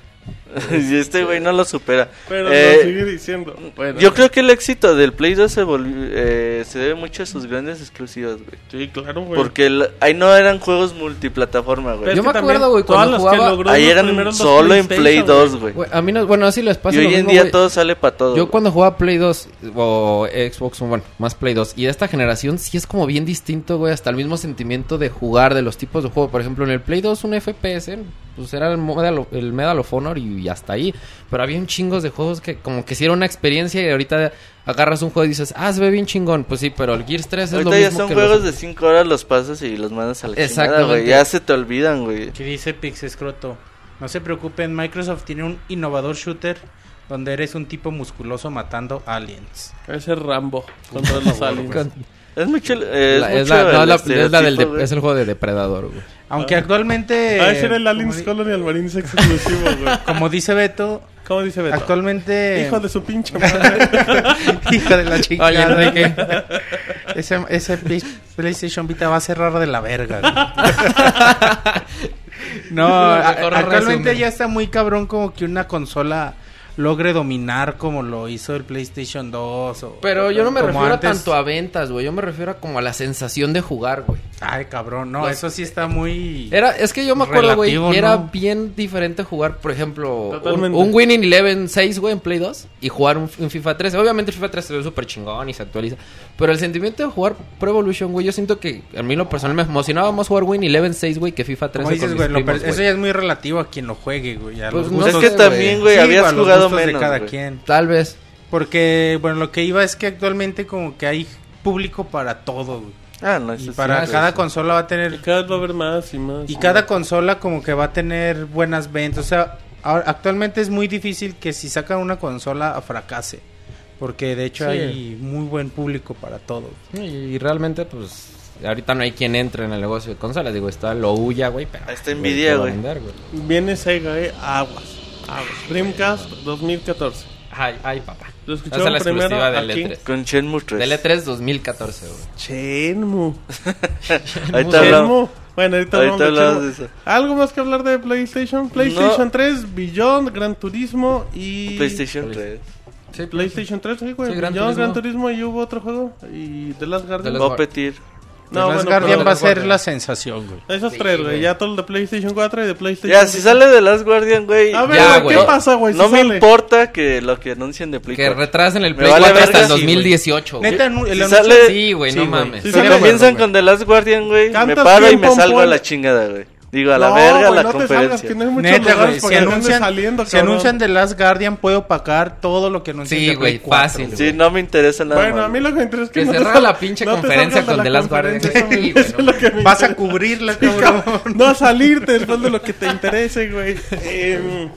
S3: y este güey no lo supera.
S1: Pero
S3: Eh,
S1: lo sigue diciendo. Bueno,
S3: Yo creo que el éxito del Play 2 se, volvió- eh, se debe mucho a sus grandes exclusivas, güey.
S1: Sí, claro, güey.
S3: Porque el- ahí no eran juegos multiplataforma,
S1: Pero
S3: güey.
S1: es
S4: Yo
S1: que
S4: me
S1: también
S4: acuerdo, güey,
S1: todas
S4: cuando
S1: las que
S4: jugaba-
S1: logró
S3: Ahí
S1: los
S3: eran
S1: primeros
S3: solo en Play
S1: PlayStation,
S3: 2, güey.
S4: Güey, A mí no, bueno, así les pasa
S3: Y
S4: lo
S3: hoy en
S4: mismo,
S3: día
S4: güey.
S3: todo sale para todo.
S4: Yo
S3: güey.
S4: cuando jugaba Play 2 o Xbox, bueno, más Play 2 y de esta generación sí es como bien distinto, güey, hasta el mismo sentimiento de jugar de los tipos de juego. Por ejemplo, en el Play 2 un FPS, pues era el Medal, el Medal of Honor y, y hasta ahí. Pero había un chingos de juegos que como que sí era una experiencia y ahorita agarras un juego y dices, ah, se ve bien chingón. Pues sí, pero el Gears 3 es
S3: Ahorita
S4: lo mismo
S3: ya son
S4: que
S3: juegos
S4: los-
S3: de 5 horas, los pasas y los mandas a la chingada,
S4: Exactamente.
S3: güey. Ya se te olvidan, güey.
S2: Que dice Pixescroto. No se preocupen, Microsoft tiene un innovador shooter donde eres un tipo musculoso matando aliens.
S1: Ese Rambo contra los aliens.
S4: Con-
S3: Es mucho. eh, es
S4: la- es
S3: mucho
S4: la- no,
S3: el
S4: la- es la del de-
S3: estereotipo, güey.
S4: es el juego de Depredador, güey.
S2: Aunque actualmente...
S1: Ah, ese era el
S2: como
S1: Aliens
S2: di-
S1: Colonial Marines exclusivo, güey.
S2: Como dice Beto,
S1: ¿Cómo dice Beto?
S2: actualmente...
S1: Hijo de su pinche madre.
S2: Hijo de la chica.
S4: Oye, Enrique.
S2: ese, ese Play- PlayStation Vita va a cerrar de la verga. güey. no, a-
S4: Mejor
S2: actualmente
S4: resumen.
S2: ya está muy cabrón como que una consola logre dominar como lo hizo el PlayStation 2. o-
S4: Pero yo no me
S2: como
S4: refiero
S2: antes.
S4: a tanto a ventas, güey. Yo me refiero a como a la sensación de jugar, güey.
S2: Ay, cabrón, no,
S4: Los-
S2: eso sí está muy...
S4: Pues, Era, es que yo me acuerdo, güey,
S2: Relativo,
S4: y era
S2: ¿no?
S4: bien diferente jugar, por ejemplo, un,
S1: Totalmente.
S4: un Winning Eleven 6, güey, en Play 2 y jugar un, un FIFA 13. Obviamente el FIFA 13 se ve súper chingón y se actualiza, pero el sentimiento de jugar Pro Evolution, güey, yo siento que a mí en lo personal me emocionaba más jugar Winning Eleven 6, güey, que FIFA 13
S2: Como dices,
S4: con mis
S2: güey, lo
S4: primos,
S2: per-
S4: güey.
S2: eso ya es muy relativo a quien lo juegue, güey. a
S4: Pues
S2: los
S4: no
S3: Pues
S2: gustos-
S4: sé,
S3: es que también, güey,
S2: Sí, a
S3: habías
S2: los
S3: jugado
S2: gustos de
S3: menos.
S2: cada
S3: güey.
S2: quien.
S4: Tal vez.
S2: Porque, bueno, lo que iba es que actualmente como que hay público para todo, güey.
S3: Ah, no,
S2: Y
S3: eso sí.
S2: para
S4: sí,
S2: cada
S4: sí.
S2: consola va a tener...
S1: Y cada vez va a haber más y más.
S2: Y cada consola como que va a tener buenas ventas. O sea, Ahora, actualmente es muy difícil que si sacan una consola fracase. Porque de hecho
S4: Sí.
S2: hay muy buen público para todo.
S6: Sí,
S4: Y realmente, pues, ahorita no hay quien entre en el negocio de consolas. Digo, está lo huya, güey, pero...
S3: Ahí está Nvidia,
S4: te va a
S3: güey.
S4: vender, güey.
S1: Viene Sega, eh, aguas. Aguas. Dreamcast 2014.
S4: Ay, ay, papá.
S1: Lo
S4: Esa
S1: escucharon
S4: es la exclusiva
S1: primero
S4: del
S1: aquí.
S4: E3.
S3: Con Shenmue 3.
S4: Del E3 2014, güey.
S1: Shenmue.
S3: Ahorita hablamos.
S1: Shenmue. Bueno, ahorita,
S3: Ahorita
S1: hablamos de
S3: hablamos de
S1: Shenmue.
S3: eso.
S1: ¿Algo más que hablar de PlayStation? PlayStation 3, Beyond, Gran Turismo y...
S3: PlayStation 3.
S4: Sí,
S1: PlayStation 3, sí, güey.
S4: Sí, Gran
S1: Beyond, Gran
S4: Turismo.
S1: Turismo y hubo otro juego. Y The Last Guardian.
S4: The Last-
S3: Puppeteer.
S1: No,
S2: The Last
S1: bueno,
S2: Guardian
S1: pero-
S2: va a ser la sensación, güey.
S1: Esos
S4: Sí,
S1: tres, güey.
S4: güey.
S1: Ya todo el de PlayStation 4 y de PlayStation
S3: Ya, si sale de Last Guardian, güey.
S1: A ver,
S4: Ya,
S1: ¿qué
S4: güey.
S1: pasa, güey? si
S3: No me
S1: sale?
S3: importa que lo que anuncien de Play
S4: Que
S3: 4.
S4: retrasen el
S3: Me
S4: Play
S3: vale
S4: 4 hasta
S3: verga,
S4: el
S3: sí, güey.
S4: 2018, güey.
S2: Neta, anu- el
S3: Si
S2: anuncio-
S3: sale-
S4: Sí, güey,
S2: Sí,
S4: no
S2: güey.
S4: mames.
S1: Sí,
S3: Si
S1: sale-
S3: comienzan
S2: güey.
S3: con The Last Guardian, güey, me
S1: Cantas
S3: paro y
S1: bien,
S3: me
S1: pon,
S3: salgo a
S1: pon.
S3: la chingada, güey. Digo, a la
S1: No,
S3: verga, a
S1: güey, no
S3: la
S1: te salgas,
S3: conferencia.
S1: que no hay muchos
S2: Neta,
S1: lugares
S2: güey, si
S1: para que andes
S2: anuncian,
S1: saliendo,
S2: si
S1: cabrón.
S2: anuncian The Last Guardian, puedo opacar todo lo que anuncian
S4: Sí,
S2: de Play
S4: güey,
S2: 4,
S4: fácil,
S2: güey.
S3: Sí, no me interesa nada
S1: Bueno,
S3: más,
S1: a mí
S3: güey.
S1: lo que me interesa es que
S4: Que
S1: no te
S4: cerra
S1: salgas-
S4: la pinche
S1: no te
S4: conferencia
S1: salgas de
S4: con
S1: la
S4: The Last Guardian.
S1: conferencia,
S4: Sí,
S1: güey, eso
S4: güey,
S1: es lo que me
S2: Vas a
S1: interesa.
S2: cubrirla,
S1: Sí,
S2: cabrón.
S1: cabrón, No a salirte después de lo que te interese, güey. Em,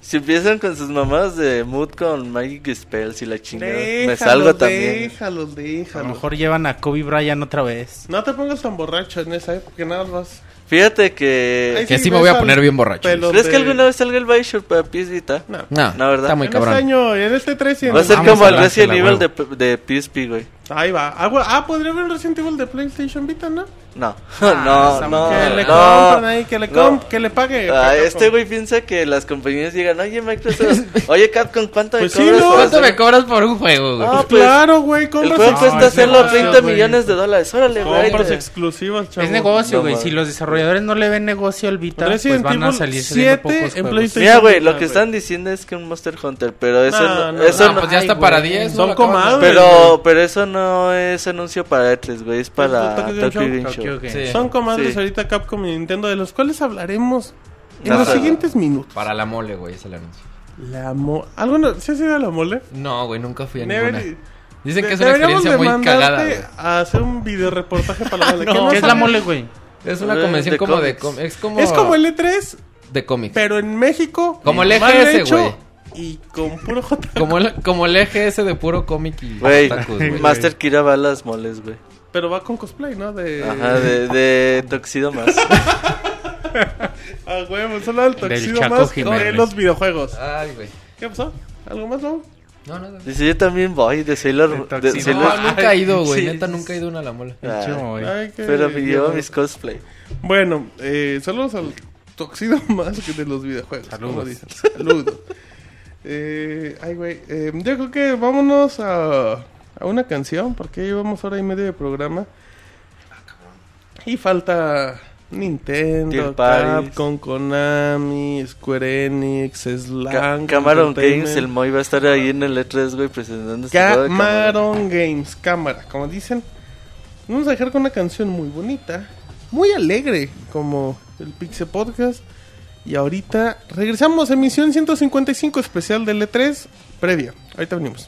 S3: Si empiezan con sus mamás de Mood con Magic Spells y la chingada, me
S1: déjalos,
S3: salgo también.
S1: Déjalos,
S2: A lo
S1: déjalos.
S2: mejor llevan a Kobe Bryant otra vez.
S1: No te pongas tan borracho en esa época, que nada más.
S3: Fíjate
S1: Ahí
S3: que...
S4: Que sí me
S1: ves
S4: voy a
S1: al
S4: poner bien borracho.
S1: pelo
S3: ¿Crees
S1: de-
S3: que alguna vez salga el Bioshock para PS Vita?
S1: No.
S4: No,
S3: No, ¿verdad?
S4: está muy
S1: en este
S4: cabrón.
S1: año, en este 3 y en
S3: Va a
S1: el-
S3: ser
S4: Vamos
S3: como
S4: a
S3: el Resident
S4: dársela,
S3: Evil de, de PSP, güey.
S1: Ahí va. Ah, güey, ah, podría haber un Resident Evil de PlayStation Vita, ¿no?
S3: No, no,
S2: esa
S3: no,
S1: Ah, que le
S3: no.
S1: compren ahí, que le,
S3: no.
S1: comp- que le pague.
S3: Ah, este
S1: Capcom.
S3: güey piensa que las compañías llegan, oye Microsoft, oye Capcom, ¿cuánto me
S1: Pues sí,
S3: cobras
S1: ¿no?
S3: por
S4: ¿Cuánto
S3: hacer
S4: me cobras por un juego, güey?
S3: Ah,
S1: Pues
S3: pues,
S1: claro, güey,
S3: El
S1: compras.
S3: juego
S2: No,
S3: cuesta
S2: es
S3: hacerlo a
S2: negocio,
S3: 30
S2: güey.
S3: millones de dólares. Órale, güey.
S1: Compras exclusivas, chavo.
S2: Es negocio,
S3: No,
S2: güey.
S3: mames.
S2: Si los desarrolladores no le ven negocio al Vita,
S1: Resident
S2: pues van a
S1: Evil
S2: salir saliendo
S1: 7
S2: pocos
S1: en
S2: juegos.
S1: PlayStation.
S3: Mira, güey, lo
S1: Ah,
S3: que están diciendo es que un Monster Hunter, pero eso
S1: No,
S3: no,
S1: no,
S3: eso
S4: No,
S3: no,
S4: pues ya
S2: Ay,
S4: está para
S2: güey.
S4: 10.
S1: Son
S4: lo acabas de-
S1: comadres.
S3: pero, pero eso no es anuncio para E3, güey, es para
S1: Tokyo Game
S3: Tokyo
S1: Show.
S3: Game
S2: Tokyo
S3: Show.
S2: Game.
S4: Sí.
S1: Son comandos
S3: Sí.
S1: ahorita Capcom y Nintendo, de los cuales hablaremos en
S3: No
S1: los
S3: sé.
S1: siguientes minutos.
S4: Para la mole, güey, es el anuncio.
S1: La mo... ¿Alguna... ¿Sí has ido a la mole?
S4: No, güey, nunca fui a
S1: Never-
S4: ninguna. Dicen que
S1: De-
S4: es una
S1: deberíamos
S4: experiencia
S1: de
S4: muy cagada,
S1: mandarte
S4: güey.
S1: a hacer un videoreportaje para la mole.
S2: No,
S1: que no
S2: ¿Qué es la
S1: sabes-
S2: mole, güey?
S4: Es una
S3: Eh,
S4: convención
S3: de
S4: como de...
S3: cómics.
S4: com- Es como...
S1: Es como el E3,
S4: De cómics.
S1: pero en México.
S4: Como el
S1: mal
S4: EGS,
S1: hecho
S4: güey.
S1: Y con puro J.
S4: Como el, como el EGS de puro cómic y
S3: Güey,
S4: otakus, güey.
S3: Master Kira va a las moles, güey.
S1: Pero va con cosplay, ¿no? De...
S3: Ajá, de, de Toxido más.
S1: Ah, güey, solo el toxido
S2: Chaco
S1: más de
S2: Jiménez.
S1: los videojuegos.
S4: Ay, güey.
S1: ¿Qué pasó? ¿Algo más, no?
S4: No, no, no.
S3: Dice, yo también voy de Sailor...
S2: De
S3: De
S2: Tuxedo
S3: Sailor-
S4: No, nunca he ido, güey.
S3: Sí.
S4: Neta, nunca he ido a una la mole.
S3: Ah,
S2: Pinche güey.
S1: Ay, qué-
S3: pero me llevo mis cosplay.
S1: Bueno, eh, saludos al toxido más que de los videojuegos.
S2: Saludos.
S1: como dicen. Saludos. Eh, ay, güey. eh, yo creo que vámonos a, a una canción, porque llevamos hora y media de programa.
S3: Ah,
S1: Y falta Nintendo,
S3: Team Paris.
S1: Capcom, Konami, Square Enix,
S3: Ca-
S1: Slang.
S3: Cameron
S1: Entertainment.
S3: Games, el Moy va a estar ahí en el E3, güey, presentando su juego Pues de
S1: Cameron Games, cámara, como dicen. Vamos a dejar con una canción muy bonita, muy alegre, como el Pixel Podcast. Y ahorita regresamos a emisión 155 especial del E3 previa. Ahorita venimos.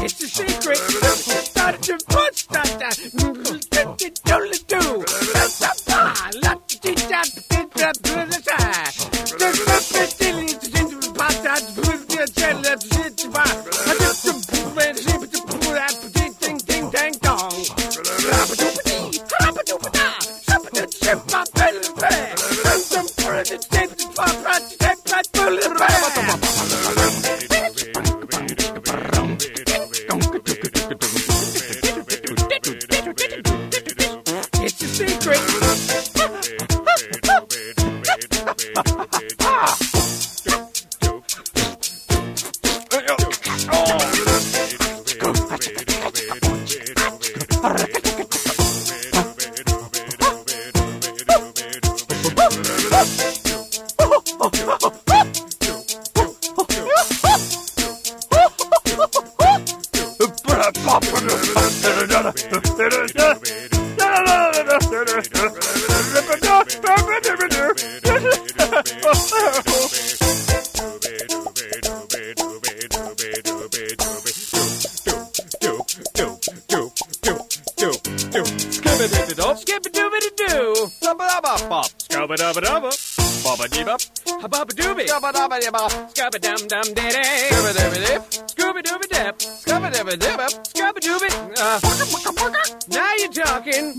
S7: It's a secret. Start to punch, start to do do. Let the It's a secret.
S8: Thank
S7: Uh, Now you're talking.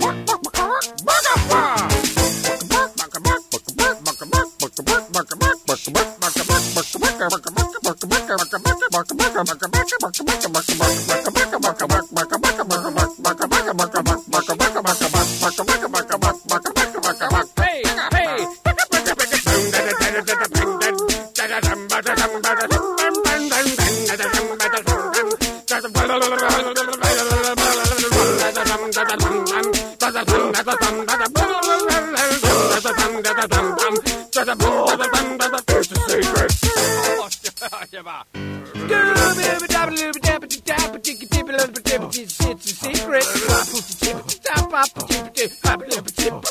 S7: Hey, hey. It's a secret. Stop, pop, tip, tip, pop, tip,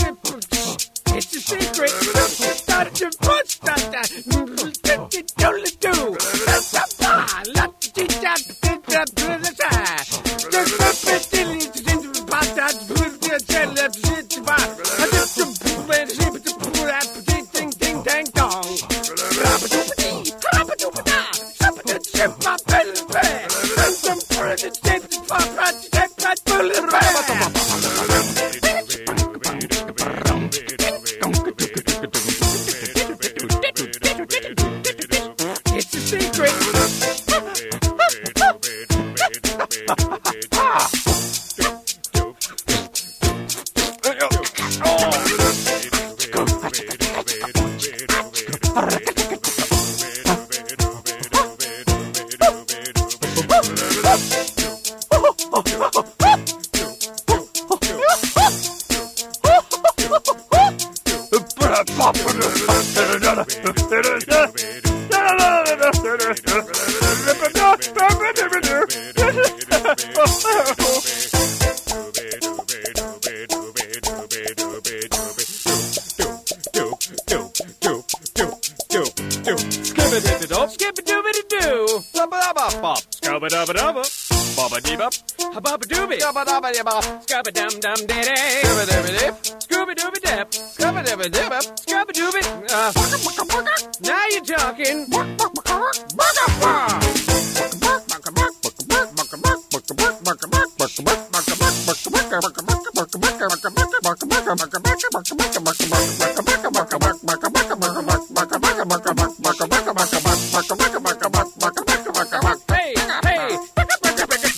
S7: it's a secret. Start your punch, da da. Don't do. It's a secret. Skip a dooby to doo. Scabba dabba dabba. Baba dee bop. Ha baba dooby. Dabba dabba dee bop. Scabba dum dum dee dee. Scooby dooby dip. Scooby dooby dip. Scabba dabba dee bop. Scabba dooby. Uh, now you're talking. Hey, hey.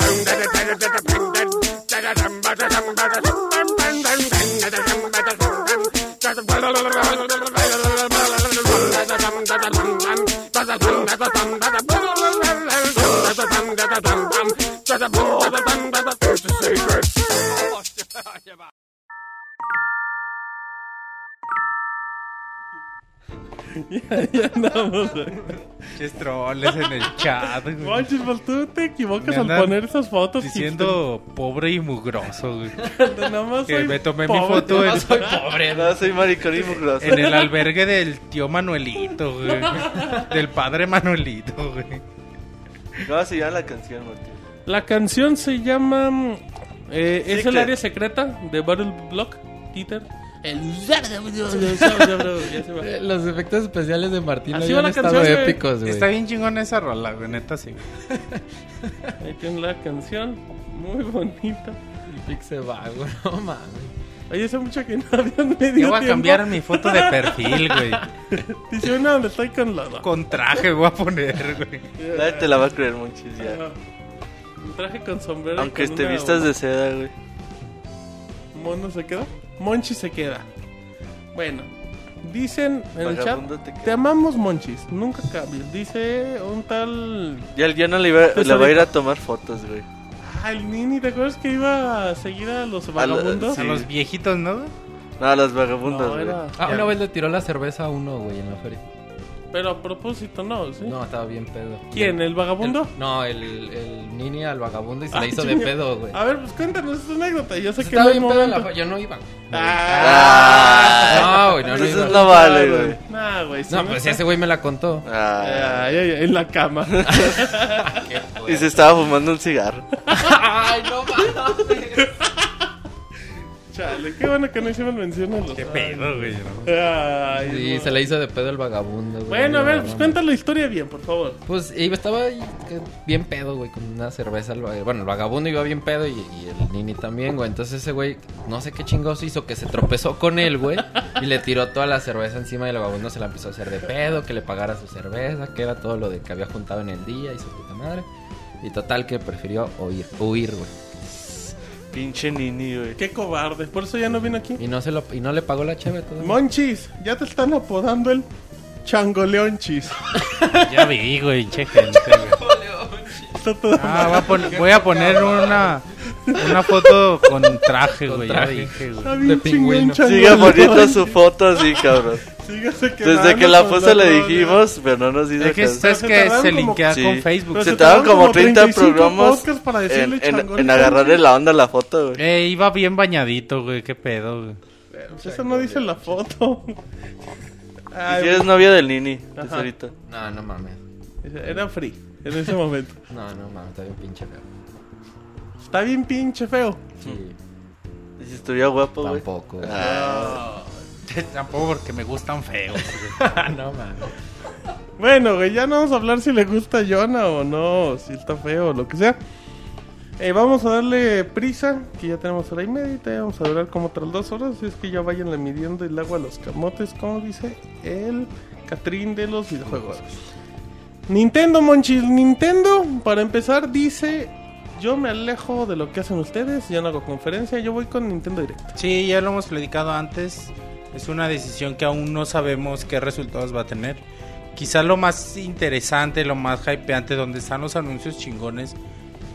S1: Ya andamos. güey.
S2: Pinches troles en el chat, güey.
S1: Monchis, pues tú te equivocas
S2: Me
S1: al
S2: andan
S1: poner esas fotos.
S2: Diciendo pobre y mugroso, güey.
S1: hipster. nada más
S2: que
S1: soy
S2: me tomé mi
S1: pobre.
S2: foto en,
S3: Pobre, no, Ah, soy maricón y mugroso.
S2: en el albergue del tío Manuelito, güey. Del padre Manuelito, güey.
S3: No, se llama la canción, Martín.
S1: La canción se llama. mm, eh, es el
S3: Secret.
S1: área secreta de Battle Block, Peter. El. Ya se va.
S4: Eh, Los efectos especiales de Martín
S1: Así
S4: habían
S1: va la
S4: estado
S1: canción, güey.
S4: épicos, güey.
S2: Está bien chingón esa rola, güey, neta, sí. güey.
S1: Ahí tienen la canción. Muy bonita.
S4: El pic se va, güey. No mames.
S1: Oye, hace mucho que no habían
S2: Yo
S1: medio
S2: voy a
S1: tiempo.
S2: cambiar mi foto de perfil, güey.
S1: Dice una donde estoy con la.
S2: Con traje voy a poner, güey.
S3: Nadie te la va a creer, Monchis, ya.
S1: Ajá. Un traje con sombrero. y
S3: Aunque
S1: con
S3: te
S1: una-
S3: vistas de seda, güey.
S1: Mono se queda. Monchi se queda. Bueno, dicen en el chat.
S3: Vagabundo te
S1: Te
S3: queda.
S1: amamos, Monchis. Nunca cambies. Dice un tal.
S3: Ya el no le, iba,
S1: Pues
S3: le va a ir
S1: ahorita-
S3: a tomar fotos, güey.
S1: Ah, el Nini, ¿te acuerdas que iba a seguir a los
S3: la-
S1: vagabundos?
S3: sí.
S2: A los viejitos, ¿no?
S3: No, las
S1: No,
S3: vagabundas, güey.
S1: era-
S4: Ah,
S2: Ya.
S4: una vez le tiró la cerveza a uno, güey, en la feria.
S1: Pero a propósito, no, ¿sí?
S4: No, estaba bien pedo.
S1: ¿Quién? ¿El vagabundo?
S4: El- no, el, el nini al vagabundo y se
S1: Ah,
S4: le hizo de
S1: chinga.
S4: pedo, güey. Pues
S1: A ver, pues cuéntanos esa anécdota. Yo sé que
S4: Estaba
S1: no
S4: bien pedo en la fa- Yo no iba, güey.
S3: Ah,
S4: No, güey, no, no
S3: Entonces
S4: iba.
S3: no vale, güey.
S1: Nah, güey. si
S4: No, pues
S1: está-
S4: ese güey me la contó.
S3: Ah,
S1: Ay, ay, ay, en la cama.
S3: y se estaba fumando un cigarro.
S4: Ay, no
S1: Chale, qué bueno que no hicieron mención a los. Qué pedo, güey. Ay,
S4: Sí,
S1: no.
S4: se le hizo de pedo el vagabundo, güey.
S1: Bueno, a ver,
S4: No,
S1: pues
S4: no,
S1: cuéntale la historia bien, por favor.
S4: Pues iba- estaba ahí, que- bien pedo, güey, con una cerveza. el vaga- Bueno, el vagabundo iba bien pedo y, y el nini también, güey. Entonces ese güey, no sé qué chingados hizo, que se tropezó con él, güey. Y le tiró toda la cerveza encima y el vagabundo se la empezó a hacer de pedo, que le pagara su cerveza, que era todo lo de que había juntado en el día y su puta madre. Y total que prefirió huir, huir, güey.
S3: Pinche nini, güey.
S1: Qué cobarde. Por eso ya no vino aquí.
S4: Y no se lo, y no le pagó la chave todavía.
S1: Monchis, ya te están apodando el Changoleonchis.
S8: Ya vi, güey, che gente, güey.
S1: Está todo
S2: Ah, va a pon- voy a poner una, una foto con traje,
S4: Con
S2: güey. ya
S4: traje.
S2: dije, güey.
S1: Está bien
S4: De
S1: chingón,
S4: pingüino.
S3: Sigue
S1: Changoleonchis.
S3: poniendo su foto así, cabrón.
S1: Sígase quemando
S3: Desde que la
S1: con
S3: puso le
S1: rola.
S3: dijimos, pero no nos hizo
S2: Es que
S3: caso.
S1: Pero
S2: sabes
S1: se
S2: que
S1: tardaron
S2: se
S1: como-
S2: linkea
S3: Sí.
S2: con Facebook.
S1: Pero
S3: Se
S1: se
S3: tardaron
S1: tardaron
S3: como
S1: como
S3: 30
S1: 35
S3: programas
S1: podcasts para
S3: en,
S1: decirle
S3: en-
S1: changol
S3: en
S1: y
S3: agarrarle
S1: chanchis.
S3: la onda a la foto, güey.
S2: Eh, iba bien bañadito, güey, qué pedo, güey.
S1: Pues Eso no dice la foto.
S3: Y
S1: Ay,
S3: si eres novia del nini,
S1: Ajá.
S3: es ahorita.
S4: No, no mames.
S1: Era free en ese momento.
S4: No, no mames, está bien pinche, güey.
S1: Está bien pinche feo.
S4: Sí,
S3: Y si estuviera guapo, güey.
S4: tampoco. güey.
S2: Tampoco porque me gustan feos.
S4: no mames.
S1: Bueno, güey, ya no vamos a hablar si le gusta a Jonah o no, si está feo o lo que sea. Eh, vamos a darle prisa, que ya tenemos hora y media y todavía vamos a durar como otras dos horas. Así es que ya vayanle midiendo el agua a los camotes, como dice el Catrín de los videojuegos. Nintendo, monchis, Nintendo, para empezar, dice: Yo me alejo de lo que hacen ustedes, yo no hago conferencia, yo voy con Nintendo Direct.
S2: Sí, ya lo hemos platicado antes. Es una decisión que aún no sabemos qué resultados va a tener. Quizá lo más interesante, lo más hypeante, donde están los anuncios chingones,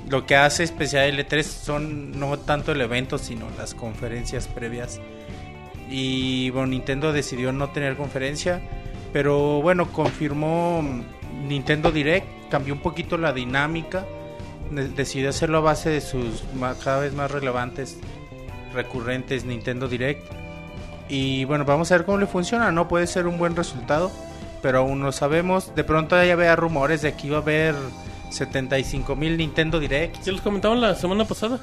S2: lo que hace especial L3 son no tanto el evento, sino las conferencias previas. Y bueno, Nintendo decidió no tener conferencia, pero bueno, confirmó mm, Nintendo Direct, cambió un poquito la dinámica, de- decidió hacerlo a base de sus ma- cada vez más relevantes recurrentes Nintendo Direct. Y bueno, vamos a ver cómo le funciona. No puede ser un buen resultado, pero aún no sabemos. De pronto ya había rumores de que iba a haber 75 mil Nintendo Direct.
S1: Ya los comentaban la semana pasada.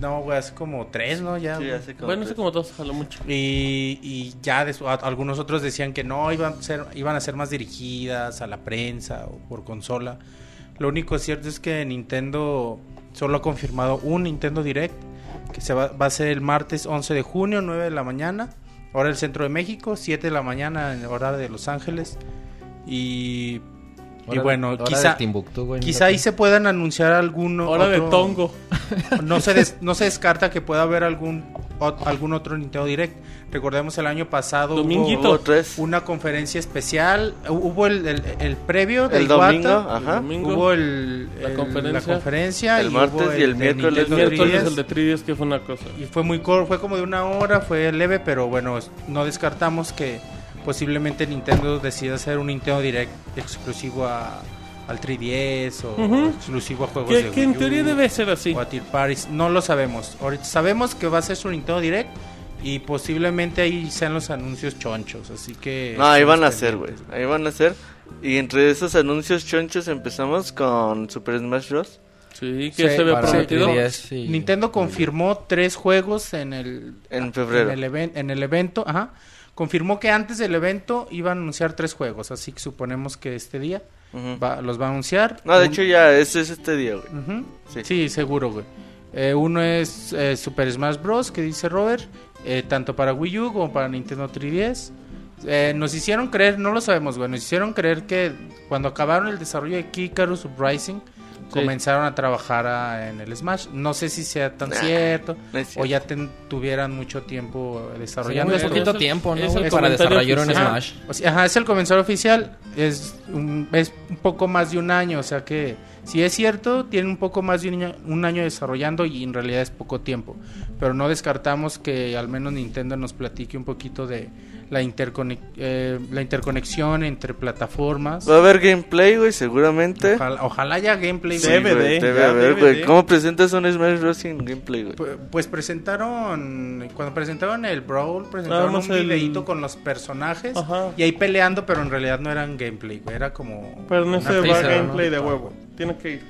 S2: No, güey, hace como tres, ¿no? Ya.
S3: Sí,
S2: güey.
S3: hace como
S1: bueno, hace
S3: tres.
S1: como dos, ojalá mucho.
S2: Y, y ya des- a- algunos otros decían que no, iban a, ser, iban a ser más dirigidas a la prensa o por consola. Lo único cierto es que Nintendo solo ha confirmado un Nintendo Direct, que se va, va a ser el martes 11 de junio, 9 de la mañana, hora del centro de México, 7 de la mañana, en hora de Los Ángeles. Y, y
S4: Hora-
S2: bueno,
S4: hora de
S2: quizá,
S4: Timbuktu, güey,
S2: quizá ahí se puedan anunciar alguno.
S1: Hora de
S2: otro-
S1: tongo.
S2: no se, des- no se descarta que pueda haber algún, o- algún otro Nintendo Direct. Recordemos el año pasado
S1: Dominguito.
S3: Hubo tres.
S2: hubo una conferencia especial. Hu- Hubo el, el- el previo del
S3: El domingo,
S2: Iwata,
S3: ajá.
S1: Domingo.
S2: Hubo el,
S1: La
S2: el-
S1: conferencia.
S2: la conferencia
S3: El
S2: y hubo
S3: martes y el
S2: de
S3: miércoles.
S1: El
S2: Nintendo
S1: miércoles
S2: 3DS.
S1: el de 3 que fue una cosa.
S2: Y fue muy cor- fue como de una hora, fue leve, pero bueno, es- no descartamos que posiblemente Nintendo decida hacer un Nintendo Direct exclusivo a, al 3DS o
S1: Ujú.
S2: exclusivo a juegos
S1: Que,
S2: de
S1: que en
S2: Wii U.
S1: teoría debe ser así.
S2: o a Tier Paris, no lo sabemos. Ahorita sabemos que va a ser su Nintendo Direct y posiblemente ahí sean los anuncios chonchos, así que...
S3: No, ahí
S2: estemos
S3: van a ser, güey.
S2: pendientes.
S3: Ahí van a ser. Y entre esos anuncios chonchos empezamos con Super Smash Bros.
S1: Sí, que
S2: Sí,
S1: se ve
S2: para
S1: prometido.
S2: el
S4: 3DS y-
S2: Nintendo confirmó tres juegos en el...
S3: En febrero.
S2: En el, even- en el evento, ajá. Confirmó que antes del evento iba a anunciar tres juegos, así que suponemos que este día
S3: Ujú.
S2: va- los va a anunciar.
S3: No, de
S2: Un-
S3: hecho ya, ese es este día, güey.
S2: Ujú.
S3: Sí.
S2: sí. seguro, güey. Eh, uno es eh, Super Smash Bros. que dice Robert, eh, tanto para Wii U como para Nintendo 3DS. Eh, nos hicieron creer, no lo sabemos, güey, nos hicieron creer que cuando acabaron el desarrollo de Kikaru Uprising, comenzaron a trabajar a- en el Smash. No sé si sea tan
S3: Nah,
S2: cierto,
S3: Ah, no es
S2: o ya ten- tuvieran mucho tiempo
S4: Ya
S2: desarrollando
S4: muy
S1: Bueno,
S2: esto.
S4: poquito
S1: es el-
S4: tiempo, ¿no?
S1: es el
S4: güey, para
S1: comentario
S4: desarrollar un
S1: oficial.
S4: Smash.
S2: O sea, ajá, es el comenzador oficial, es un, es un poco más de un año, o sea que Si es cierto, tiene un poco más de un año, un año desarrollando y en realidad es poco tiempo. Pero no descartamos que al menos Nintendo nos platique un poquito de la, intercone- eh, la interconexión entre plataformas.
S3: Va a haber gameplay, güey, seguramente.
S2: Ojalá, ojalá haya gameplay.
S3: Sí,
S2: güey.
S1: Debe
S3: güey,
S1: de,
S3: debe
S1: ya
S3: haber,
S1: debe
S3: güey.
S1: de.
S3: ¿Cómo presentas un Smash Bros. sin gameplay, güey?
S2: Pu- Pues presentaron, cuando presentaron el Brawl,
S1: Nada
S2: presentaron
S1: más
S2: un
S1: el-
S2: videíto con los personajes
S1: Ajá.
S2: y ahí peleando, pero en realidad no eran gameplay, güey, era como...
S1: Pero no
S2: una
S1: se va
S4: teaser, ¿no?
S1: gameplay de huevo. Tiene que ir.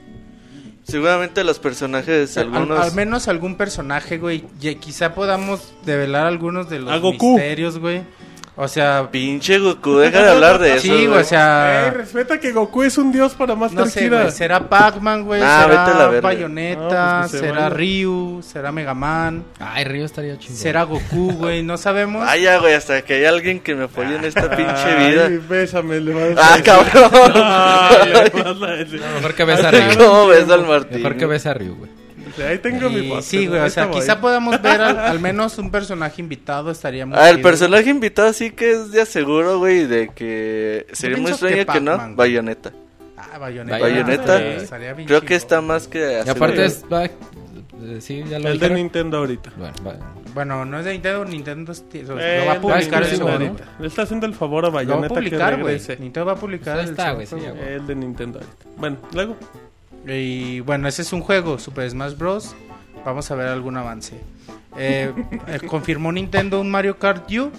S3: Seguramente los personajes,
S2: Al-
S3: algunos.
S2: Al, menos algún personaje, güey. Y quizá podamos develar algunos de los
S1: A Goku.
S2: misterios, güey. O sea,
S3: Pinche Goku, deja de hablar de eso.
S2: sí, güey, o
S1: Ey,
S2: sea,
S1: respeta que Goku es un dios para más
S2: no sé, güey, será Pac-Man, güey,
S3: Ah, vete a la
S2: será
S3: verga.
S2: Bayonetta,
S1: No, pues que se
S2: será
S1: vaya.
S2: Ryu, será Mega Man,
S4: Ay, Río estaría chido.
S2: será Goku, güey, no sabemos.
S3: Ah, ya, güey, hasta que hay alguien que me apoye en esta pinche vida.
S1: Ay, bésame, le vas a
S3: Ah,
S1: decir. Ay, le
S3: cabrón.
S1: vas a decir.
S4: Mejor que ves a Río.
S3: ¿Cómo ves al Martín?
S4: Mejor que ves a Río, güey.
S1: Ahí tengo mi
S2: Y
S1: voz.
S2: sí, güey, o sea, quizá podamos ver al, al menos un personaje invitado, estaría muy
S3: Ah, el
S2: chido.
S3: personaje invitado sí que es de aseguro, güey, de que sería muy
S2: pienso
S3: extraño que,
S2: que
S3: no.
S2: Pac-Man.
S3: Bayonetta.
S2: Ah, Bayonetta.
S3: Bayonetta.
S2: eh, estaría bien
S3: Creo
S2: chido.
S3: que está más que
S4: Y
S3: aseguro.
S4: aparte es... va- eh, Sí, ya lo
S1: El de
S4: dijeron.
S1: Nintendo ahorita.
S4: Bueno, va.
S2: Bueno, no es de Nintendo, Nintendo es- lo
S1: Eh,
S2: va a publicar
S1: el de
S2: en su
S1: Nintendo
S2: momento.
S1: ahorita. Le está haciendo el favor a
S2: Lo va a
S1: Bayonetta que
S2: publicar, güey.
S1: regrese.
S2: Nintendo va a publicar
S4: Pues Ahí está,
S2: segundo
S4: güey, sí,
S2: juego.
S4: ya, güey.
S1: El de Nintendo ahorita. Bueno, luego.
S2: Y bueno, ese es un juego, Super Smash Bros. Vamos a ver algún avance. Eh, eh, confirmó Nintendo un Mario Kart U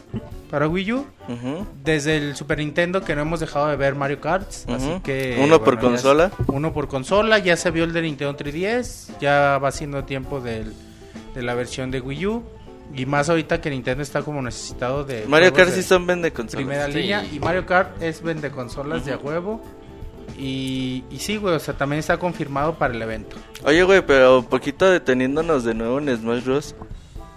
S2: para Wii U.
S3: Ujú.
S2: Desde el Super Nintendo que no hemos dejado de ver Mario Karts. Así
S3: Ujú.
S2: que...
S3: Uno por
S2: bueno, ya es-
S3: consola.
S2: uno por consola, ya se vio el de Nintendo 3DS, ya va siendo tiempo del- de la versión de Wii U. Y más ahorita que Nintendo está como necesitado de...
S3: Mario
S2: juegos
S3: Kart
S2: de
S3: sí son vende consolas.
S2: Primera
S4: Sí.
S2: línea. Y Mario Kart es vende consolas de a huevo. Y, y sí, güey, o sea, también está confirmado para el evento.
S3: Oye, güey, pero un poquito deteniéndonos de nuevo en Smash Bros.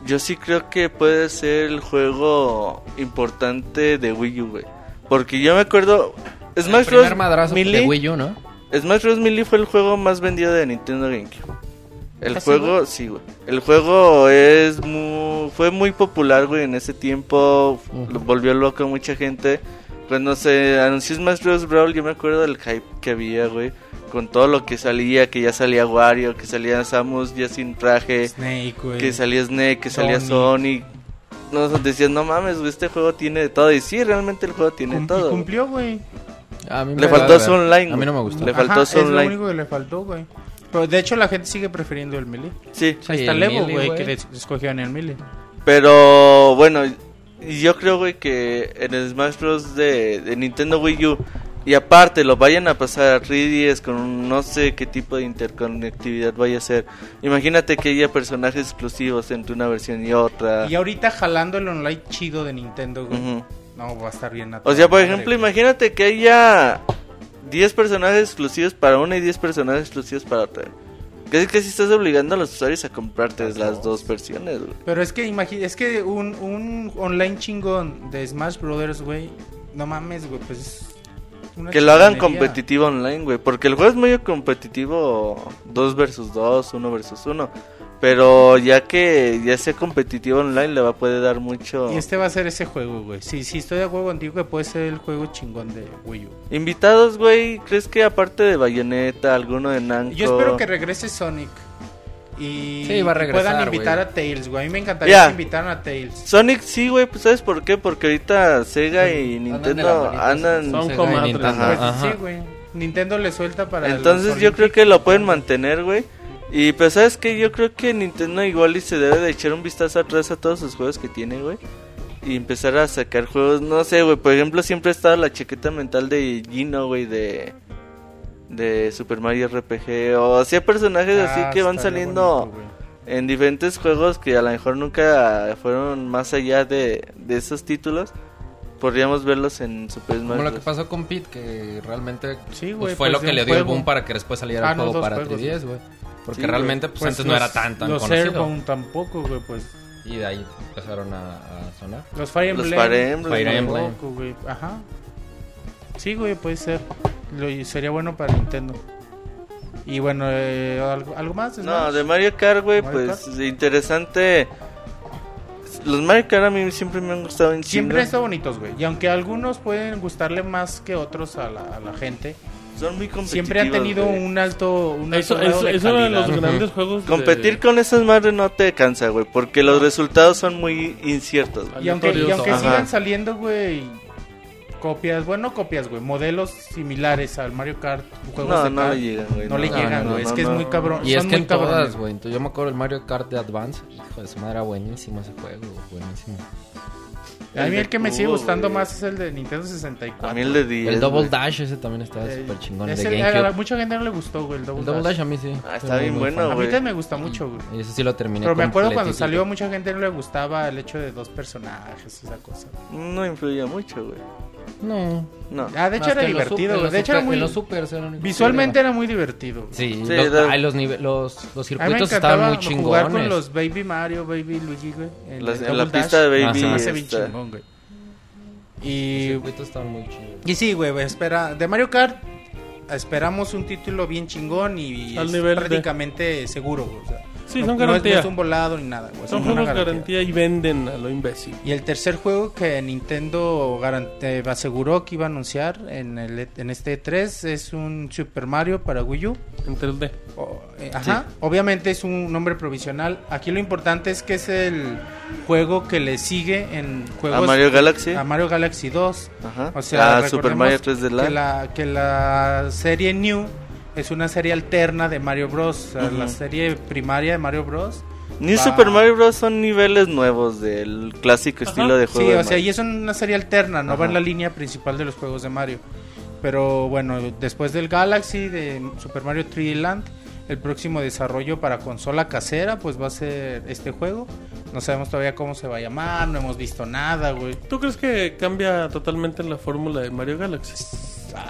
S3: Yo sí creo que puede ser el juego importante de Wii U, güey. Porque yo me acuerdo. Smash Bros.
S4: Primer madrazo de
S3: Melee-
S4: Wii U, ¿no?
S3: Smash Bros. Melee fue el juego más vendido de Nintendo GameCube. El
S2: ¿Ah, sí,
S3: juego, sí, güey. El juego es mu- fue muy popular, güey, en ese tiempo. Lo volvió loco a mucha gente. Cuando se anunció Smash Bros. Brawl, yo me acuerdo del hype que había, güey. Con todo lo que salía, que ya salía Wario, que salía Samus ya sin traje,
S2: Snake, güey.
S3: que salía Snake, que salía
S2: Sonic.
S3: Sonic. Nos decían, no mames, güey, este juego tiene de todo. Y sí, realmente el juego tiene
S2: Cum-
S3: todo.
S2: y
S3: güey.
S2: cumplió, güey.
S4: A mí me
S3: Le
S4: agrada,
S3: faltó su
S4: güey.
S3: online.
S4: A mí no me
S3: güey.
S4: gustó.
S3: Le faltó
S2: Ajá,
S3: su
S2: Es lo
S3: online.
S2: único que le faltó, güey. Pero de hecho la gente sigue prefiriendo el melee.
S3: Sí.
S2: Ahí está
S4: el
S2: Levo,
S4: Melee,
S2: güey, que le escogieron el melee.
S3: Pero bueno, yo creo, güey, que en el Smash Bros. De, de Nintendo Wii U, y aparte lo vayan a pasar a 3DS con un- no sé qué tipo de interconectividad vaya a ser. Imagínate que haya personajes exclusivos entre una versión y otra.
S2: Y ahorita jalando el online chido de Nintendo, güey.
S3: Ujú.
S2: No, va a estar bien. a
S3: O
S2: toda
S3: sea, por
S2: madre,
S3: ejemplo,
S2: güey.
S3: imagínate que haya 10 personajes exclusivos para una y 10 personajes exclusivos para otra. Casi que si estás obligando a los usuarios a comprarte las dos versiones, güey.
S2: Pero es que imagi- es que un, un online chingón de Smash Brothers, güey. No mames, güey, pues es una
S3: Que lo hagan
S2: chingonería.
S3: competitivo online, güey. Porque el juego es muy competitivo 2 versus 2, 1 versus 1. Pero ya que ya sea competitivo online, le va a poder dar mucho.
S2: Y este va a ser ese juego, güey. Sí, sí, estoy de acuerdo contigo que puede ser el juego chingón de Wii U.
S3: Invitados, güey. ¿Crees que aparte de Bayonetta, alguno de Namco?
S2: Yo espero que regrese Sonic. Y
S4: Sí, va a
S2: y
S4: regresar,
S2: puedan invitar
S4: güey.
S2: a Tails, güey. A mí me encantaría
S3: Ya.
S2: que invitaran a Tails.
S3: Sonic sí, güey. Pues ¿sabes por qué? Porque ahorita Sega y
S4: de la
S3: Nintendo
S4: manita,
S3: andan.
S1: Son
S4: Sí,
S1: comadres.
S4: Nintendo,
S3: Ajá.
S2: Pues
S4: ajá.
S2: sí, güey. Nintendo le suelta para los
S3: Entonces yo creo
S2: Olympics.
S3: que lo pueden mantener, güey. Y pues sabes que yo creo que Nintendo igual y se debe de echar un vistazo atrás a todos sus juegos que tiene, güey. Y empezar a sacar juegos, no sé, güey. Por ejemplo, siempre ha estado la chaqueta mental de Gino, güey, de, de Super Mario RPG. O hacía personajes
S2: Ah,
S3: así que van
S2: estaría
S3: saliendo
S2: bonito, güey.
S3: en diferentes juegos que a lo mejor nunca fueron más allá de, de esos títulos. Podríamos verlos en Super Smash
S4: Como lo que
S3: Bros.
S4: pasó con Pete, que realmente
S2: Sí,
S4: pues,
S2: güey,
S4: fue
S2: pues,
S4: lo
S2: de
S4: que
S2: un
S4: le dio el
S2: juego.
S4: boom para que después saliera
S2: Ah,
S4: el
S2: no,
S4: juego
S2: dos
S4: para
S2: juegos,
S4: 3DS, güey. Porque
S3: Sí,
S4: realmente pues,
S2: Pues
S4: antes no
S2: los-
S4: era tan, tan
S2: Los
S4: conocido.
S2: Airbound tampoco, güey, pues.
S4: Y de ahí empezaron a, a sonar.
S2: Los Fire
S3: Los
S2: Emblem.
S3: Fire Emblem.
S4: Fire Emblem.
S2: Tampoco, güey. Ajá. Sí, güey, puede ser. Lo, y sería bueno para Nintendo. Y bueno, eh, ¿algo, algo más?
S3: No,
S2: Smash?
S3: de Mario Kart, güey,
S2: Mario
S3: pues interesante. Los Mario Kart a mí siempre me han gustado en
S2: Siempre están bonitos, güey. Y aunque algunos pueden gustarle más que otros a la, a la gente,
S3: Son muy competitivos.
S2: Siempre han tenido
S3: güey.
S2: un alto, un alto
S6: Eso,
S2: grado
S6: eso,
S2: de
S6: eso eran
S2: calidad.
S6: los grandes juegos. de-
S3: Competir con esas madres no te cansa, güey, porque los resultados son muy inciertos. güey.
S2: Y aunque, y aunque
S3: Ajá.
S2: sigan saliendo, güey, copias, bueno, no copias, güey, modelos similares al Mario Kart, juegos
S3: No,
S2: de
S3: no
S2: kart,
S3: le llegan, güey.
S2: no le
S4: no,
S2: llegan,
S4: no,
S2: güey, es
S3: no,
S2: que
S3: no.
S2: es muy cabrón.
S4: Y es
S2: son
S4: que
S2: muy
S4: en todas,
S2: cabrones.
S4: güey. Entonces, Yo me acuerdo el Mario Kart de Advance. Hijo de su madre, era buenísimo ese juego. Buenísimo.
S2: A mí
S3: El
S2: el que me
S3: de
S2: sigue
S3: cubo,
S2: gustando
S3: güey.
S2: más es el de Nintendo 64.
S3: A mí el de 10.
S4: el Double
S3: güey.
S4: Dash, ese también estaba
S2: Eh,
S4: súper chingón. El
S2: es
S4: de
S2: el-
S4: GameCube.
S2: a mucha gente no le gustó, güey, el Double,
S4: El Double
S2: Dash.
S4: Dash a mí sí.
S3: Ah,
S4: Soy
S3: está
S4: muy,
S3: bien
S4: muy
S3: bueno,
S2: A mí
S3: güey.
S2: también me gusta mucho, güey.
S4: fan. Ese sí lo terminé.
S2: Pero me acuerdo cuando
S4: completito.
S2: salió, mucha gente no le gustaba el hecho de dos personajes, esa cosa.
S3: No influía mucho, güey.
S4: No.
S3: No.
S2: Ah, de hecho
S4: Más
S2: era
S4: que en los
S2: divertido,
S4: super-
S2: güey. De hecho era
S4: en los super- en
S2: muy...
S4: los supers era lo único que
S2: Visualmente
S4: era.
S2: era muy divertido. güey.
S4: Sí,
S3: Sí,
S4: los,
S3: era-
S4: ay, los, nive- los, los
S2: A mí me
S4: circuitos
S2: encantaba
S4: estaban muy
S2: jugar con
S4: chingones.
S2: los Baby Mario, Baby Luigi, güey. el
S3: Las- en
S2: Double
S3: la
S2: Dash.
S3: pista de Baby. este.
S4: Ah, se me
S2: hace bien
S3: está-
S2: chingón, güey.
S4: Los
S2: Y,
S4: circuitos estaban muy chingones.
S2: y sí, güey, güey, espera. De Mario Kart esperamos un título bien chingón y
S6: Al
S2: es
S6: nivel de-
S2: prácticamente seguro, güey. o sea,
S6: Sí,
S2: no,
S6: son
S2: no es-
S6: garantía.
S2: No es un volado ni nada, güey.
S6: Son
S2: una
S6: juegos garantía y venden a lo imbécil.
S2: Y el tercer juego que Nintendo garan- eh, aseguró que iba a anunciar en, el, E- en este 3 es un Super Mario para Wii U.
S6: En 3D.
S2: O- eh, ajá. Obviamente es un nombre provisional. Aquí lo importante es que es el juego que le sigue en
S3: A
S2: juegos
S3: Mario Galaxy.
S2: a Mario Galaxy 2.
S3: Ajá.
S2: O sea,
S3: a Super Mario 3D
S2: recordemos
S3: Land.
S2: que la, que la serie New es una serie alterna de Mario Bros. O sea,
S3: Ujú.
S2: La serie primaria de Mario Bros.
S3: Ni
S2: Va-
S3: Super Mario Bros. son niveles nuevos del clásico estilo de juego.
S2: Sí,
S3: de
S2: o sea,
S3: Mario.
S2: y es una serie alterna, no
S3: Ajá.
S2: va en la línea principal de los juegos de Mario. Pero bueno, después del Galaxy, de Super Mario 3D Land, el próximo desarrollo para consola casera, pues va a ser este juego. No sabemos todavía cómo se va a llamar, no hemos visto nada, güey.
S6: ¿Tú crees que cambia totalmente la fórmula de Mario Galaxy?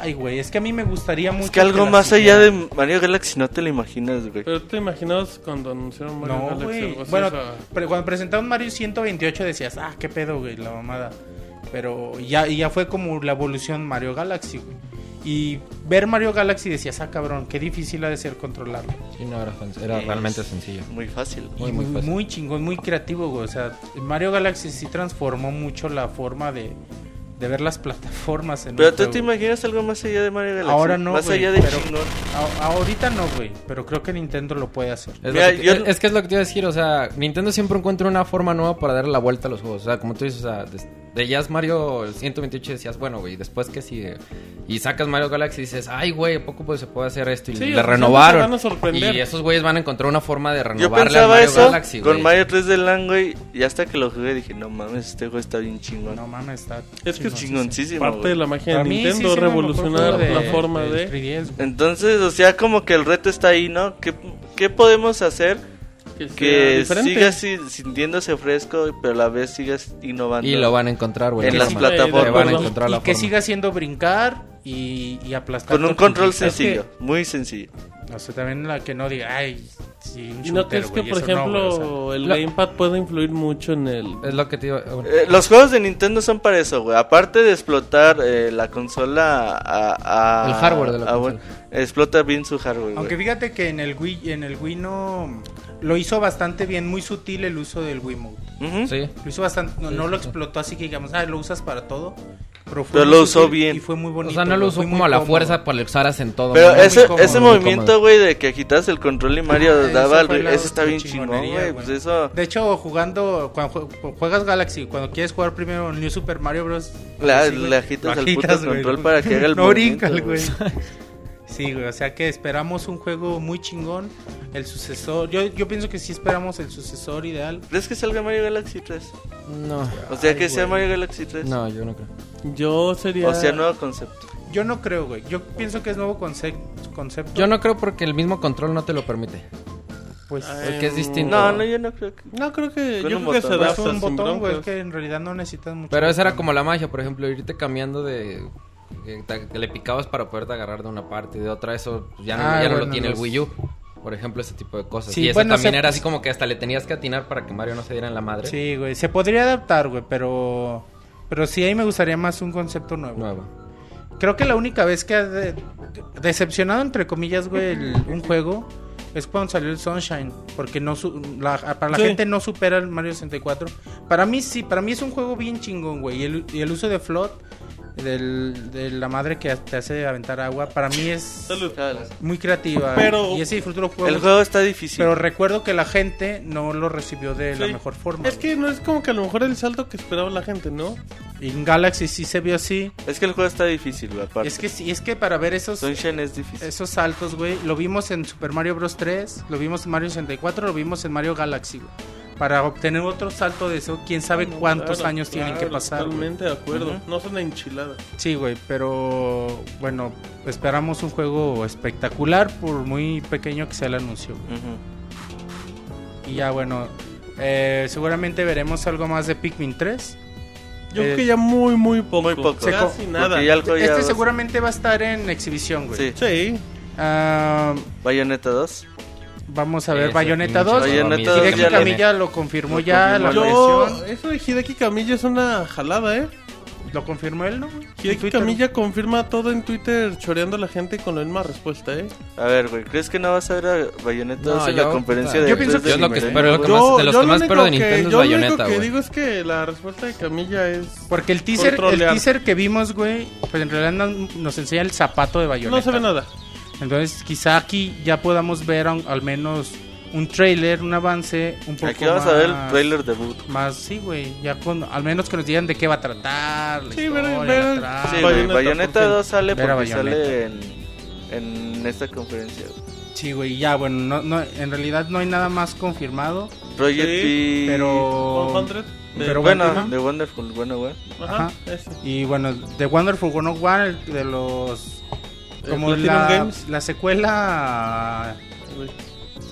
S2: Ay, güey, es que a mí me gustaría mucho.
S3: Es que algo
S2: la
S3: más allá
S2: siguieran.
S3: de Mario Galaxy no te lo imaginas, güey.
S6: Pero tú te imaginabas cuando anunciaron Mario
S2: No,
S6: Galaxy.
S2: güey.
S6: algo así,
S2: Bueno,
S6: o sea,
S2: pre- cuando presentaron Mario 128 decías, ah, qué pedo, güey, la mamada. Pero ya, ya fue como la evolución Mario Galaxy, güey. Y ver Mario Galaxy decías, ah, cabrón, qué difícil ha de ser controlarlo.
S4: Sí, no, era, fan- era
S3: Es-
S4: realmente sencillo.
S3: Muy fácil.
S4: Muy,
S2: Y
S4: muy
S2: muy,
S4: fácil.
S2: muy chingón, muy creativo, güey. O sea, Mario Galaxy sí transformó mucho la forma de, de ver las plataformas en
S3: Pero
S2: un
S3: tú
S2: juego.
S3: te imaginas algo más allá de Mario Galaxy.
S2: Ahora no,
S3: Más
S2: güey,
S3: allá de
S2: pero-
S3: chingón.
S2: A- ahorita no, güey, pero creo que Nintendo lo puede hacer.
S4: Es,
S3: Mira,
S4: lo que,
S3: yo-
S4: es- es que es lo que te iba a decir, o sea, Nintendo siempre encuentra una forma nueva para darle la vuelta a los juegos. O sea, como tú dices, o sea, des- de Jazz Mario el 128 decías, bueno, güey, después que sigue. Y sacas Mario Galaxy y dices, ay, güey, ¿a poco pues, se puede hacer esto? Y
S6: Sí, o
S4: le
S6: sea,
S4: renovaron.
S6: siempre se van a sorprender.
S4: Y esos güeyes van a encontrar una forma de
S3: Yo
S4: renovarle a
S3: pensaba
S4: Mario
S3: eso
S4: Galaxy,
S3: con
S4: güey.
S3: Mario 3D Land, güey. Y hasta que lo jugué dije, no mames, este juego está bien chingón.
S2: No mames, está.
S6: es que es
S3: Chingoncísimo.
S6: parte
S3: güey.
S6: de la magia de
S2: Para mí sí
S6: Nintendo
S2: es el mejor
S6: revolucionar
S2: juego
S6: la
S2: de-
S6: forma
S2: del
S6: de
S2: 3DS, güey.
S3: Entonces, o sea, como que el reto está ahí, ¿no? ¿Qué, qué podemos hacer
S6: sea
S3: que
S6: diferente?
S3: sigas si- sintiéndose fresco, pero a la vez sigas innovando?
S4: Y lo van a encontrar, güey.
S3: En
S4: la
S3: las
S4: forma.
S6: Sí,
S4: Le van a
S6: Perdón.
S3: plataformas.
S4: encontrar la
S2: y que
S4: forma.
S2: siga siendo brincar y, y aplastar.
S3: Con un
S2: tu
S3: control
S2: puntita.
S3: sencillo, muy sencillo.
S2: O sea, también la que no diga, ay, sí, un
S6: ¿Y no
S2: shooter,
S6: crees que,
S2: güey,
S6: por
S2: eso no,
S6: ejemplo,
S2: güey, o
S6: el
S4: Lo-
S6: Gamepad puede influir mucho en el...
S4: Es lo que te iba ah, bueno.
S3: Eh, los juegos de Nintendo son para eso, güey. Aparte de explotar eh, la consola a, a-
S4: El hardware de la
S3: a-
S4: consola.
S3: Explota bien su hardware,
S2: sea,
S3: güey.
S2: Aunque fíjate que en el Wii, en el Wii no lo hizo bastante bien, muy sutil el uso del Wiimote.
S3: Ujú.
S4: Sí.
S2: Lo hizo bastante, no,
S4: Sí,
S2: no
S4: sí,
S2: lo
S4: sí.
S2: explotó así que digamos, ah, lo usas para todo. Pero, fue
S3: Pero
S2: muy
S3: lo usó
S2: sutil
S3: bien.
S2: Y fue muy bonito.
S4: O sea, no lo
S2: güey,
S4: usó
S2: fue muy
S4: como a la
S2: cómodo.
S4: fuerza para lo usaras en todo.
S3: Pero
S4: ¿no? Muy
S3: ese,
S4: cómodo,
S3: ese
S4: muy
S3: movimiento,
S4: cómodo.
S3: güey, de que quitas el control y Mario
S2: Ah,
S3: daba
S2: esa
S3: el...
S2: fue la
S3: Ese está
S2: otra
S3: bien chingón,
S2: chingonería,
S3: güey. Pues eso...
S2: De hecho, jugando, cuando jue- juegas Galaxy, cuando quieres jugar primero New Super Mario Bros.
S3: La-
S2: güey,
S3: le agitas
S2: lo
S3: al puto
S2: agitas, güey.
S3: control para que haga el
S2: No brinca el güey.
S3: movimiento,
S2: Sí, güey, o sea que esperamos un juego muy chingón. El sucesor, yo, yo pienso que sí esperamos el sucesor ideal.
S3: ¿Crees que salga Mario Galaxy 3?
S4: No,
S3: O sea,
S2: Ay,
S3: que sea
S2: güey.
S3: Mario Galaxy 3.
S4: no, yo no creo.
S6: Yo sería...
S3: O sea, nuevo concepto.
S2: Yo no creo, güey. Yo pienso que es nuevo conce- concepto.
S4: Yo no creo porque el mismo control no te lo permite.
S2: Pues
S6: Ay,
S4: Porque es distinto.
S3: Eh, No, no, yo no creo que...
S6: No, creo que...
S3: Con
S6: Yo
S3: un
S6: creo que
S3: botón.
S6: se
S2: pues,
S6: da
S3: Pero
S2: es un botón, güey, que en realidad no necesitas mucho.
S4: Pero esa era
S2: botón.
S4: como la magia, por ejemplo, irte cambiando de... Que te- que le picabas para poderte agarrar de una parte y de otra, eso pues, ya, no,
S2: Ah,
S4: ya no lo
S2: bueno,
S4: tiene
S2: los-
S4: el Wii U. Por ejemplo, ese tipo de cosas.
S2: Sí,
S4: y eso
S2: bueno,
S4: también
S2: se-
S4: era así como que hasta le tenías que atinar para que Mario no se diera en la madre.
S2: Sí, güey, se podría adaptar, güey, pero pero sí ahí me gustaría más un concepto nuevo.
S4: Nuevo.
S2: Creo que la única vez que ha de- decepcionado entre comillas, güey, el- un juego es cuando salió el Sunshine, porque no su- la- para la
S6: Sí.
S2: gente no supera el Mario 64. Para mí sí, para mí es un juego bien chingón, güey, y el, y el uso de float del- de la madre que te hace aventar agua, para mí es
S1: Salud.
S2: muy creativa.
S1: Pero-
S2: y ese disfruto los
S3: El
S2: juegos,
S3: juego está difícil.
S2: Pero recuerdo que la gente no lo recibió de la
S1: Sí.
S2: mejor forma.
S1: Es que no es como que a lo mejor el salto que esperaba la gente, ¿no?
S2: güey. En Galaxy sí se vio así.
S3: Es que el juego está difícil, güey, aparte.
S2: Es que, sí- es que para ver esos,
S3: Sunshine es difícil.
S2: esos saltos, güey, lo vimos en Super Mario Bros. 3, lo vimos en Mario 64, lo vimos en Mario Galaxy, güey. Para obtener otro salto de eso, quién sabe
S1: No,
S2: cuántos
S1: claro,
S2: años tienen
S1: claro,
S2: que pasar. güey.
S1: Totalmente de acuerdo.
S2: Ujú.
S1: No son enchiladas.
S2: Sí, güey, pero bueno, esperamos un juego espectacular por muy pequeño que sea el anuncio. güey.
S3: Ujú.
S2: Y ya, bueno, eh, seguramente veremos algo más de Pikmin 3.
S1: Yo
S2: Eh,
S1: creo que ya muy, muy poco.
S3: Muy poco.
S1: Casi
S3: Porque
S1: nada.
S3: ya el juego ya
S2: Este
S3: va-
S2: seguramente va a estar en exhibición, güey.
S3: Sí.
S1: Sí.
S2: Ah,
S3: Bayonetta 2.
S2: vamos a ver
S4: Ese
S2: Bayonetta
S4: pinche
S2: 2.
S3: Bayonetta
S4: Konami,
S3: dos
S2: Hideki
S3: ya lo-
S2: Camilla lo confirmó
S3: Lo
S2: ya, la
S3: confirmó.
S1: Yo,
S2: versión.
S1: eso de Hideki Camilla es una jalada, ¿eh?
S2: Lo confirmó él, ¿no? güey? En
S1: Hideki
S2: Twitter.
S1: Camilla confirma todo en Twitter choreando a la gente con la misma respuesta, ¿eh?
S3: A ver, güey, ¿crees que no vas a ver a Bayonetta 2 en
S4: yo-
S3: la conferencia de
S2: Yo pienso
S3: E3
S4: que-
S3: de
S4: Yo lo que
S3: Nintendo?
S4: espero, lo que más- de los que más
S1: único
S4: espero de
S1: que-
S4: Nintendo
S1: yo
S4: es
S1: Lo
S4: Bayonetta,
S1: único que
S4: güey.
S1: digo es que la respuesta de Camilla es...
S2: Porque el teaser, el
S1: trolear.
S2: teaser que vimos, güey, pues en realidad nos, nos enseña el zapato de Bayonetta.
S1: No se ve nada.
S2: Entonces, quizá aquí ya podamos ver un- al menos un trailer, un avance, un poco
S3: Aquí vamos
S2: más,
S3: a ver el trailer debut.
S2: Más, sí, güey. Ya con, al menos que nos digan de qué va a tratar. La
S1: Sí,
S2: historia,
S1: ver-
S2: la
S1: ver-
S2: trama.
S3: Sí,
S1: Ah,
S3: güey,
S1: Bayonetta,
S3: Bayonetta
S2: ¿por qué?
S3: 2 sale
S2: Ver a
S3: porque sale
S2: Bayonetta.
S3: en, en esta conferencia. güey.
S2: Sí, güey. Ya, bueno, no, no, en realidad no hay nada más confirmado.
S3: Project
S1: Sí,
S3: P.
S2: Pero.
S1: 100 de-
S2: pero
S3: bueno,
S2: bueno,
S3: de Wonderful, bueno, güey.
S1: eh, Ajá,
S2: Ajá.
S1: ese.
S2: Y bueno, The Wonderful 101, el de los.
S1: Eh,
S2: Como
S1: Platinum
S2: la,
S1: Games.
S2: la secuela
S1: Güey.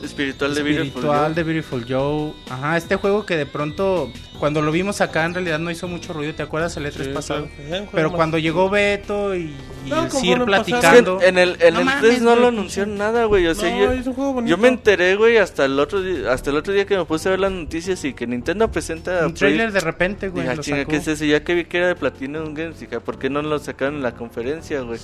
S3: Espiritual de Beautiful.
S2: espiritual de Beautiful Joe. Ajá, este juego que de pronto, cuando lo vimos acá, en realidad no hizo mucho ruido. ¿Te acuerdas el E3
S1: Sí,
S2: pasado?
S1: claro. Ajá, un eh, juego
S2: Pero
S1: más.
S2: cuando llegó Beto y, y
S1: No,
S2: el
S1: conforme
S2: Sir
S1: pasaron-
S2: platicando.
S3: en el, en
S2: No
S3: el
S2: mames,
S3: 3 no lo
S2: güey.
S3: anunciaron nada, güey. O sea,
S1: No,
S3: yo,
S1: es un juego bonito.
S3: yo me enteré, güey, hasta el otro día, hasta el otro día que me puse a ver las noticias y que Nintendo presenta
S2: Un trailer
S3: Project-
S2: de repente, güey.
S3: Dije, "Ah,
S2: lo
S3: chinga,
S2: sacó.
S3: ¿qué es eso? Y Ya que vi que era de Platinum Games, dije, "Ah, ¿por qué no lo sacaron en la conferencia, güey?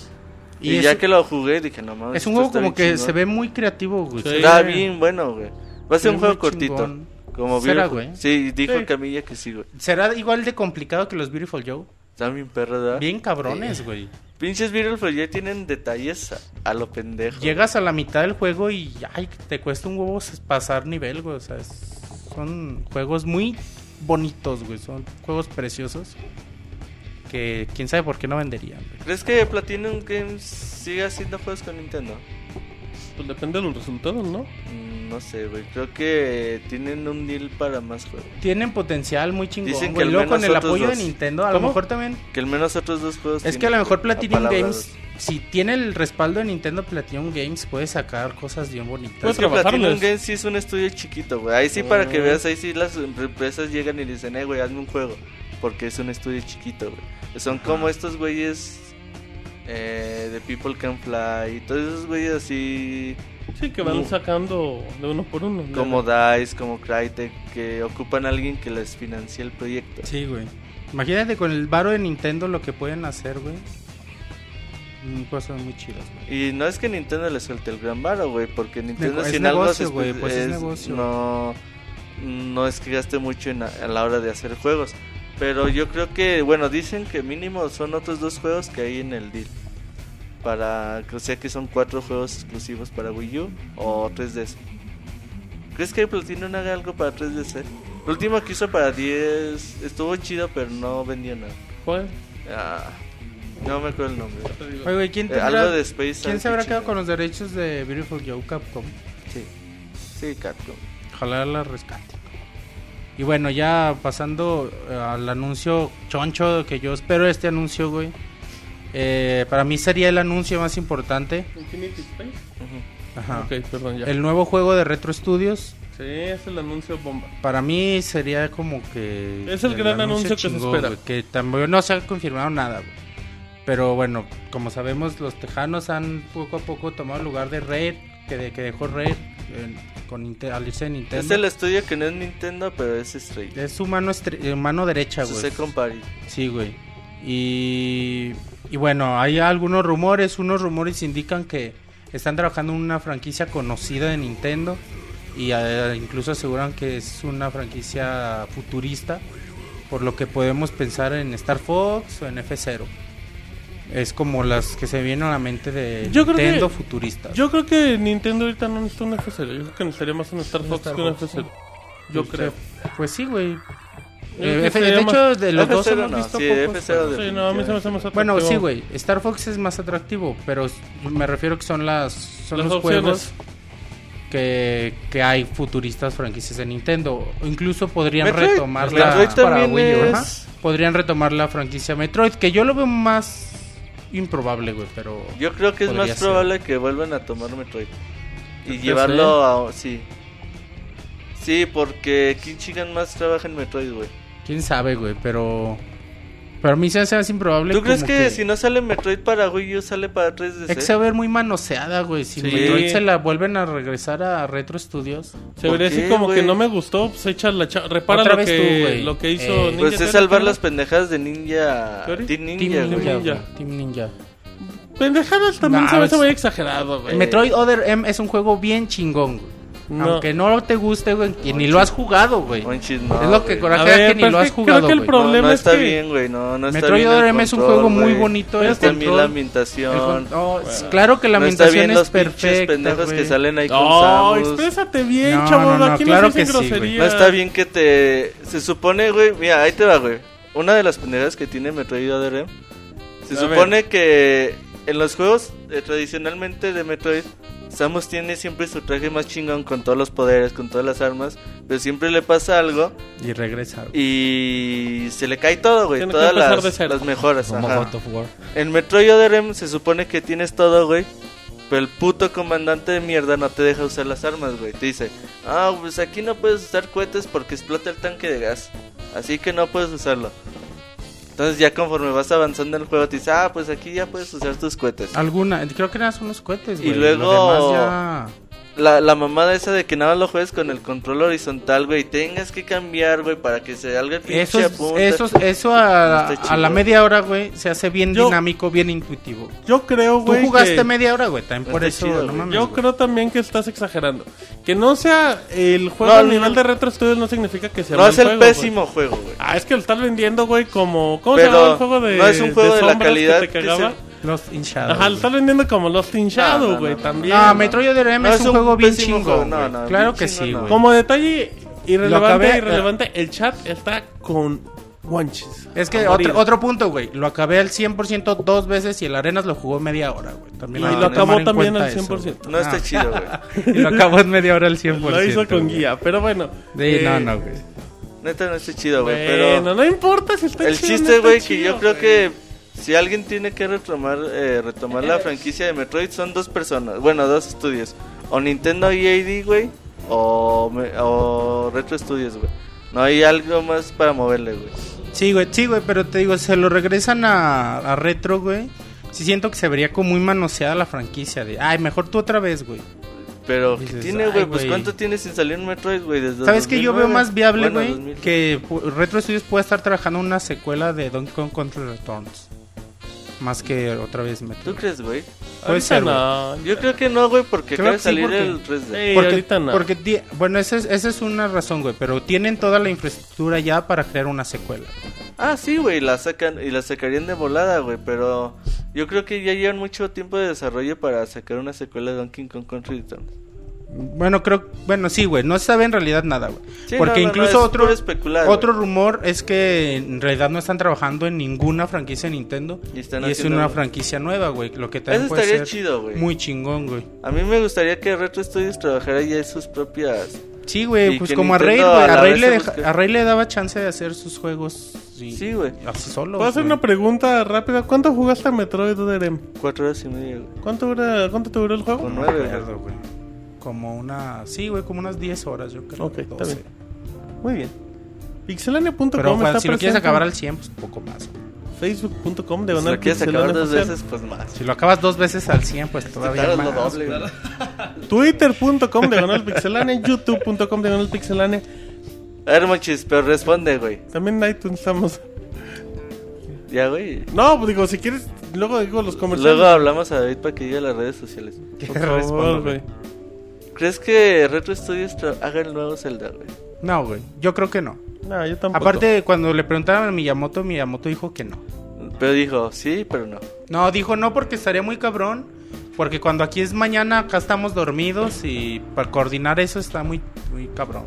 S2: Y
S3: Y,
S2: es
S3: ya
S2: un-
S3: que lo jugué, dije, no mames.
S2: Es un
S3: esto
S2: juego
S3: está
S2: como
S3: bien
S2: que
S3: chingón".
S2: se ve muy creativo, güey.
S1: Sí.
S3: Está bien bueno, güey. Va a ser un
S2: Se ve
S3: juego
S2: muy
S3: cortito.
S2: chingón.
S3: Como
S2: Será,
S3: Beautiful-
S2: güey.
S3: Sí, dijo
S1: Sí.
S3: Camilla que sí, güey.
S2: ¿Será igual de complicado que los Beautiful Joe?
S3: Están bien perros, ¿verdad?
S2: Bien cabrones, güey.
S3: Pinches Beautiful ya tienen detalles a, a lo pendejo.
S2: Llegas a la mitad del juego y ay, te cuesta un huevo s- pasar nivel, güey. O sea, es- son juegos muy bonitos, güey. Son juegos preciosos que quién sabe por qué no venderían, güey.
S3: ¿Crees que Platinum Games sigue haciendo juegos con Nintendo?
S1: Pues depende de los resultados, ¿no?
S3: Mm, No sé, güey. Creo que tienen un deal para más juegos.
S2: Tienen potencial muy chingón,
S3: Dicen que
S2: güey.
S3: al
S2: Luego con
S3: menos
S2: el
S3: otros
S2: apoyo
S3: dos.
S2: de Nintendo, a lo
S1: ¿Cómo?
S2: mejor también
S3: Que al menos otros dos
S2: Es
S3: juegos.
S2: que a
S3: tienen,
S2: lo mejor
S3: güey,
S2: Platinum
S3: apalabrados.
S2: Games, si tiene el respaldo de Nintendo, Platinum Games puede sacar cosas bien bonitas.
S1: Pues
S3: Es que
S1: trabajarles.
S3: Platinum Games sí es un estudio chiquito, güey. Ahí sí, para que veas, ahí sí las empresas llegan y dicen, eh, güey, hazme un juego. Porque es un estudio chiquito, güey. Son como estos güeyes eh, de People Can Fly y todos esos güeyes así,
S1: Sí, que van
S3: Mm.
S1: sacando de uno por uno. ¿no?
S3: como Dice, como Crytek, que ocupan a alguien que les financie el proyecto.
S2: Sí, güey. Imagínate con el varo de Nintendo lo que pueden hacer, güey. Mm, Cosas muy chidas, güey.
S3: Y no es que Nintendo le suelte el gran varo, güey, porque Nego-
S2: Nego-
S3: si
S2: es
S3: en algo
S2: negocio,
S3: se espe-
S2: güey, pues es negocio.
S3: No, no es que gaste mucho en la- a la hora de hacer juegos. Pero yo creo que, bueno, dicen que mínimo son otros dos juegos que hay en el deal. Para, o sea que son cuatro juegos exclusivos para Wii U o 3DS. ¿Crees que Platinum haga algo para 3DS? El último que hizo para 10 estuvo chido, pero no vendió nada.
S1: ¿Cuál?
S3: Ah, no me acuerdo el nombre.
S1: Te digo.
S2: Oye, güey, ¿quién,
S3: Eh,
S2: tendrá-
S3: algo de Space
S2: ¿quién
S3: algo
S2: se habrá
S3: chingado.
S2: quedado con los derechos de Beautiful Joe Capcom?
S3: Sí, sí, Capcom.
S2: Ojalá la rescate. Y bueno, ya pasando eh, al anuncio choncho que yo espero este anuncio, güey. Eh, para mí sería el anuncio más importante.
S1: Infinity Space.
S2: Ajá.
S1: Ok, perdón, ya.
S2: El nuevo juego de Retro Studios.
S1: Sí, es el anuncio bomba.
S2: Para mí sería como que.
S1: Es el gran anuncio que se espera.
S2: güey, que también no se ha confirmado nada, güey. Pero bueno, como sabemos, los tejanos han poco a poco tomado el lugar de Red, que, de- que dejó Red eh, con Inte- al irse de Nintendo.
S3: Es el estudio que no es Nintendo, pero es Stray.
S2: Es su mano, estre- eh, mano derecha,
S3: Su
S2: güey.
S3: second party.
S2: Sí, güey. Y, y bueno, hay algunos rumores. Unos rumores indican que están trabajando en una franquicia conocida de Nintendo. Y eh, incluso aseguran que es una franquicia futurista. Por lo que podemos pensar en Star Fox o en F0. Es como las que se vienen a la mente de
S1: Yo creo que-
S2: Nintendo futurista.
S1: Yo creo que Nintendo ahorita no necesita un F0. Yo creo que necesitaría más un Star
S2: Un
S1: Fox
S2: Star
S1: que un
S2: Fox,
S1: F0. Yo creo.
S2: Pues sí, güey.
S1: Yo
S2: Eh,
S1: creo que
S2: F-
S1: sería
S2: de
S1: más-
S2: hecho, de los dos
S3: F0
S2: hemos
S3: no,
S2: visto
S3: sí,
S2: pocos,
S3: F0
S2: pero-
S3: de-
S1: Sí, no, a mí se me hace más atractivo.
S2: Bueno, sí, güey. Star Fox es más atractivo, pero s- me refiero que son las son
S1: Las
S2: los
S1: opciones.
S2: juegos que, que hay futuristas franquicias de Nintendo. O Incluso podrían
S3: Metroid-
S2: retomar
S3: Metroid
S2: la
S3: también
S2: Wii U,
S3: es-
S2: ajá. Podrían retomar la franquicia Metroid, que yo lo veo más improbable, güey, pero
S3: Yo creo que es
S2: Podría
S3: más
S2: ser.
S3: probable que vuelvan a tomar Metroid. Y
S1: ¿Crees,
S3: llevarlo
S2: eh?
S3: a... Sí. Sí, porque ¿quién chingan más trabaja en Metroid, güey?
S2: quién sabe, güey, pero pero a mí se hace más improbable
S3: ¿Tú crees
S2: como
S3: que, si no sale Metroid para Wii U, sale para 3DS?
S2: Es que se va a ver muy manoseada, güey. Si
S1: Sí.
S2: Metroid se la vuelven a regresar a Retro Studios.
S1: Se vería
S3: ¿Por
S1: así
S3: qué,
S1: como que
S3: güey?
S1: no me gustó. Pues echa la cha- Repara
S2: Otra
S1: lo
S2: vez tú,
S1: que,
S2: güey.
S1: lo que hizo
S2: Eh,
S1: Ninja
S3: Pues es
S1: Theory,
S3: salvar
S1: ¿no?
S3: las pendejadas de Ninja...
S1: Theory.
S3: Team Ninja,
S2: Team
S3: güey.
S2: Ninja,
S1: Ninja.
S2: güey, Team Ninja.
S1: Pendejadas también
S2: Nah,
S1: se me hace
S2: es-
S1: muy exagerado,
S3: Eh,
S1: güey.
S2: Metroid Other M es un juego bien chingón, güey.
S1: No.
S2: Aunque no te guste, güey, que ni lo has jugado, güey.
S3: Monchis, no,
S2: es lo que
S3: güey.
S1: A
S2: coraje
S1: ver,
S2: da que
S1: pero
S2: ni lo
S1: es
S2: has
S1: que creo
S2: jugado,
S1: que el
S2: güey.
S1: pro-
S3: No,
S1: problema
S3: no
S1: es
S3: está
S1: que-
S3: bien, güey. No, no está
S2: Metroid
S3: bien.
S2: Other
S3: el
S2: M es un
S3: control,
S2: juego muy
S3: güey.
S2: bonito,
S3: No
S2: el
S3: está bien
S2: control.
S3: la
S2: El
S3: ambientación.
S2: con- no, es- claro que la
S3: no está
S2: ambientación
S3: bien los
S2: es
S3: pinches
S2: perfecta,
S3: pendejos
S2: güey.
S3: que salen ahí con
S1: No,
S3: Samus.
S1: exprésate bien,
S2: No,
S1: chavo.
S2: no, no,
S1: aquí
S2: claro
S1: no se
S2: que sí,
S1: dicen
S2: güey.
S1: groserías.
S3: No está bien que te... Se supone, güey... Mira, ahí te va, güey. Una de las pendejadas que tiene Metroid ADRM... Se
S1: A
S3: supone que en los juegos eh, tradicionalmente de Metroid... Samus tiene siempre su traje más chingón con todos los poderes, con todas las armas... Pero siempre le pasa algo
S2: Y regresa. güey.
S3: y se le cae todo, güey.
S1: Tiene que
S3: Todas
S1: empezar
S3: las,
S1: de cero.
S3: las mejoras.
S6: Como
S3: ajá.
S6: God of War.
S3: En Metroid Other se supone que tienes todo, güey. Pero el puto comandante de mierda no te deja usar las armas, güey. Te dice, ah, pues aquí no puedes usar cohetes porque explota el tanque de gas. Así que no puedes usarlo. Entonces ya conforme vas avanzando en el juego te dice, ah, pues aquí ya puedes usar tus cohetes.
S1: Ah.
S2: Alguna, creo que eran unos cohetes,
S3: Y
S2: güey.
S3: luego-
S2: Lo demás
S3: La, la mamada esa de que nada más lo juegues con el control horizontal, güey. Tengas que cambiar, güey, para que se salga el
S2: ya...
S3: pinche
S2: Eso, es-
S3: apunte.
S2: eso, es- eso a,
S3: No está
S2: a la
S3: chido.
S2: media hora, güey, se hace bien
S1: Yo-
S2: dinámico, bien intuitivo.
S1: Yo creo,
S2: Tú
S1: güey.
S2: jugaste
S1: que-
S2: media hora, güey, también por eso,
S3: Está chido,
S2: no
S3: güey.
S2: mames.
S1: Yo
S2: güey.
S1: creo también que estás exagerando. Que no sea el juego
S3: No,
S1: al
S3: no,
S1: nivel
S3: no.
S1: de Retro Studios no significa que sea
S3: No
S1: mal
S3: es el
S1: juego, güey.
S3: pésimo juego, güey.
S1: Ah, es que lo estás vendiendo, güey, como... ¿Cómo se llama
S3: Pero
S1: el juego de
S3: no es un juego de, la
S1: sombras
S3: calidad
S1: que te
S3: que se-
S1: cagaba?
S2: Los hinchados.
S1: Ajá, lo estás vendiendo como Lost in
S3: No,
S1: Shadow,
S3: no,
S1: güey,
S3: no,
S1: también.
S2: No, Metroid Other M
S3: No,
S2: es un juego bien
S3: pésimo
S2: chingo.
S3: juego, no,
S2: güey.
S3: no,
S2: claro
S3: bien
S2: que
S3: chingón,
S2: sí,
S3: no.
S2: güey.
S1: Como detalle irrelevante,
S2: acabé- eh.
S1: irrelevante, el chat está con guanches.
S2: Es que
S1: A morir.
S2: otro, otro punto, güey. Lo acabé al 100% dos veces y el Arenas lo jugó media hora, güey.
S1: Y
S2: También Ah, hay
S1: Ah, lo
S2: que tomar
S1: acabó
S2: en
S1: también
S2: cuenta
S1: al
S2: eso,
S1: 100%.
S3: No está chido, güey.
S2: güey. y lo acabó en media hora al 100%.
S1: Lo hizo con
S2: güey.
S1: guía, pero bueno.
S2: Sí,
S1: eh,
S2: no, no, güey.
S3: Neta no está chido, güey. pero...
S1: Bueno, no importa si está
S3: El
S1: chido, no
S3: chiste,
S1: está
S3: güey, que
S1: chido,
S3: yo creo
S1: güey.
S3: que si alguien tiene que retomar, eh, retomar la franquicia de Metroid, son dos personas, bueno, dos estudios. O Nintendo EAD, güey, o, me- o Retro Studios, güey. No hay algo más para moverle, güey.
S2: Sí, güey, sí, güey, pero te digo, se lo regresan a, a retro, güey. Sí siento que se vería como muy manoseada la franquicia de, ay, mejor tú otra vez, güey.
S3: Pero, ¿qué
S2: Dices,
S3: tiene,
S2: "Ay,
S3: güey? Pues,
S2: güey".
S3: ¿cuánto tiene sin salir un Metroid, güey? Desde
S2: ¿Sabes que yo veo
S3: 2009?
S2: más viable,
S3: Bueno,
S2: güey?
S3: 2000.
S2: que pu- Retro Studios pueda estar trabajando una secuela de Donkey Kong Country Returns. Más que otra vez
S3: ¿Tú
S2: Metroid.
S3: crees, güey?
S2: Puede
S1: Ahorita
S2: ser, güey.
S1: no.
S3: Yo creo que no, güey, porque
S2: Creo
S3: acaba de
S2: que sí,
S3: salir
S2: porque-
S3: el 3D.
S1: Sí,
S2: Porque,
S1: ahorita no.
S2: porque ti- bueno, esa es, esa es una razón, güey, pero tienen toda la infraestructura ya para crear una secuela.
S3: Ah, sí, güey, la sacan y la sacarían de volada, güey, pero yo creo que ya llevan mucho tiempo de desarrollo para sacar una secuela de Donkey Kong Country Returns.
S2: Bueno, creo, bueno, sí, güey, no se sabe en realidad nada, güey.
S3: Sí,
S2: Porque
S3: no, no, no,
S2: incluso
S3: es
S2: otro
S3: puro especular,
S2: otro
S3: güey.
S2: rumor es que en realidad no están trabajando en ninguna franquicia de Nintendo
S3: Y
S2: y,
S3: están
S2: es
S3: haciendo-
S2: una franquicia nueva, güey, lo que también
S3: Eso
S2: puede
S3: estaría
S2: ser
S3: chido, güey.
S2: muy chingón, güey.
S3: A mí me gustaría que Retro Studios trabajara ya en sus propias...
S2: Sí,
S3: Y
S2: güey, pues
S3: que
S2: como a Rey,
S3: Nintendo
S2: güey,
S3: a la
S2: a Rey
S3: vez
S2: le
S3: se
S2: deja-
S3: busque.
S2: a Rey le daba chance de hacer sus juegos y-
S3: Sí, güey.
S2: así solo.
S1: Puedo hacer una pregunta rápida. ¿Cuánto jugaste a Metroid Other
S3: Cuatro horas y media, güey.
S1: ¿Cuánto, dura- ¿Cuánto te duró el juego?
S3: Con nueve, güey.
S2: Como una, sí, güey, como unas 10 horas, yo creo.
S1: Ok, está
S2: 12.
S1: bien. Muy bien. Pixelania.com
S2: Pero
S1: está
S2: Juan, si lo quieres
S1: presente.
S2: acabar al 100, pues poco más. güey.
S1: Facebook.com de
S3: Si lo
S1: ganar
S3: quieres acabar dos
S1: Pixelania
S3: veces, pues más.
S2: Si lo acabas dos veces al 100, pues todavía
S3: Claro,
S2: más.
S3: lo doble, güey.
S1: Oficial. Twitter.com de ganar Pixelania. YouTube.com de ganar Pixelania.
S3: A ver, Monchis, pero responde, güey.
S1: También en iTunes estamos.
S3: Ya, güey.
S1: No, pues digo, si quieres, luego digo los comerciales.
S3: Luego hablamos a David para que diga las redes sociales.
S1: Por
S2: Que
S1: favor,
S2: responda,
S1: güey.
S3: ¿Crees que Retro Studios tra- haga el nuevo Zelda, güey?
S2: No, güey, yo creo que no.
S1: No, yo tampoco.
S2: Aparte, cuando le preguntaron a Miyamoto, Miyamoto dijo que no.
S3: Pero dijo, sí, pero no.
S2: No, dijo no porque estaría muy cabrón. Porque cuando aquí es mañana, acá estamos dormidos y para coordinar eso está muy, muy cabrón.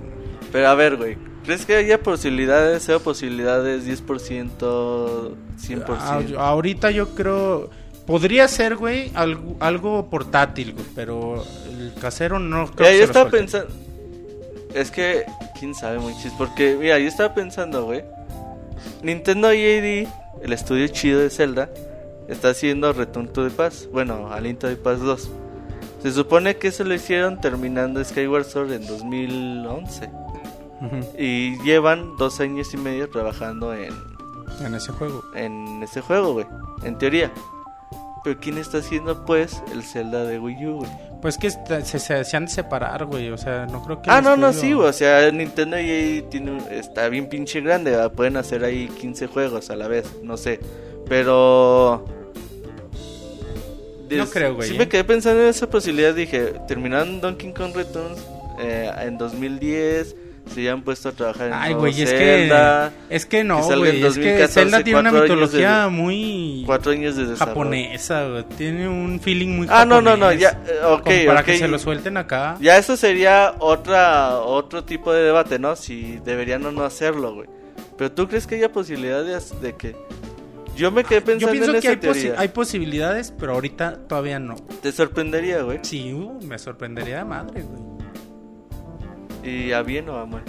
S3: Pero a ver, güey. ¿Crees que haya posibilidades, cero posibilidades, 10%, 100%?
S2: Ah, yo- ahorita yo creo... Podría ser, güey, algo, algo portátil, güey, pero el casero no creo
S3: Mira,
S2: que
S3: yo
S2: se
S3: estaba
S2: resuelva.
S3: pensando. Es que. Quién sabe, muchis. Porque, mira, yo estaba pensando, güey. Nintendo EAD, el estudio chido de Zelda, está haciendo Return to the Paz. Bueno, Alinto de Paz 2. Se supone que eso lo hicieron terminando Skyward Sword en 2011.
S2: Ujú,
S3: Y llevan dos años y medio trabajando en,
S2: En ese juego.
S3: en este juego, güey. En teoría. Pero ¿quién está haciendo, pues, el Zelda de Wii U, güey?
S2: Pues que esta- se, se, se han de separar, güey, o sea, no creo que...
S3: Ah,
S2: el
S3: no, no,
S2: estudio-
S3: sí, güey, o sea, Nintendo EA tiene, un- está bien pinche grande, ¿verdad? pueden hacer ahí 15 juegos a la vez, no sé, pero...
S2: No creo, güey,
S3: Sí
S2: ¿eh?
S3: me quedé pensando en esa posibilidad, dije, terminaron Donkey Kong Returns eh, en 2010, se ya han puesto a trabajar en
S2: Ay,
S3: nuevo
S2: güey, es
S3: Zelda,
S2: que... Es que no,
S3: que salga en
S2: güey, es que
S3: 2014,
S2: Zelda tiene una
S3: cuatro años
S2: mitología
S3: desde-
S2: muy...
S3: cuatro años de desarrollo.
S2: japonesa, güey, tiene un feeling muy
S3: Ah, no, no, no,
S2: japonés,
S3: ya, eh, ok,
S2: como para que
S3: ok.
S2: se lo suelten acá.
S3: Ya eso sería otra otro tipo de debate, ¿no? Si deberían o no hacerlo, güey. Pero tú crees que haya posibilidades de que yo me quedé
S2: Yo
S3: pensando
S2: pienso
S3: en
S2: que hay,
S3: esa
S2: posi-
S3: teoría.
S2: hay posibilidades, pero ahorita todavía no.
S3: Te sorprendería, güey.
S2: Sí, uh, me sorprendería de madre, güey.
S3: Y a bien o a mal.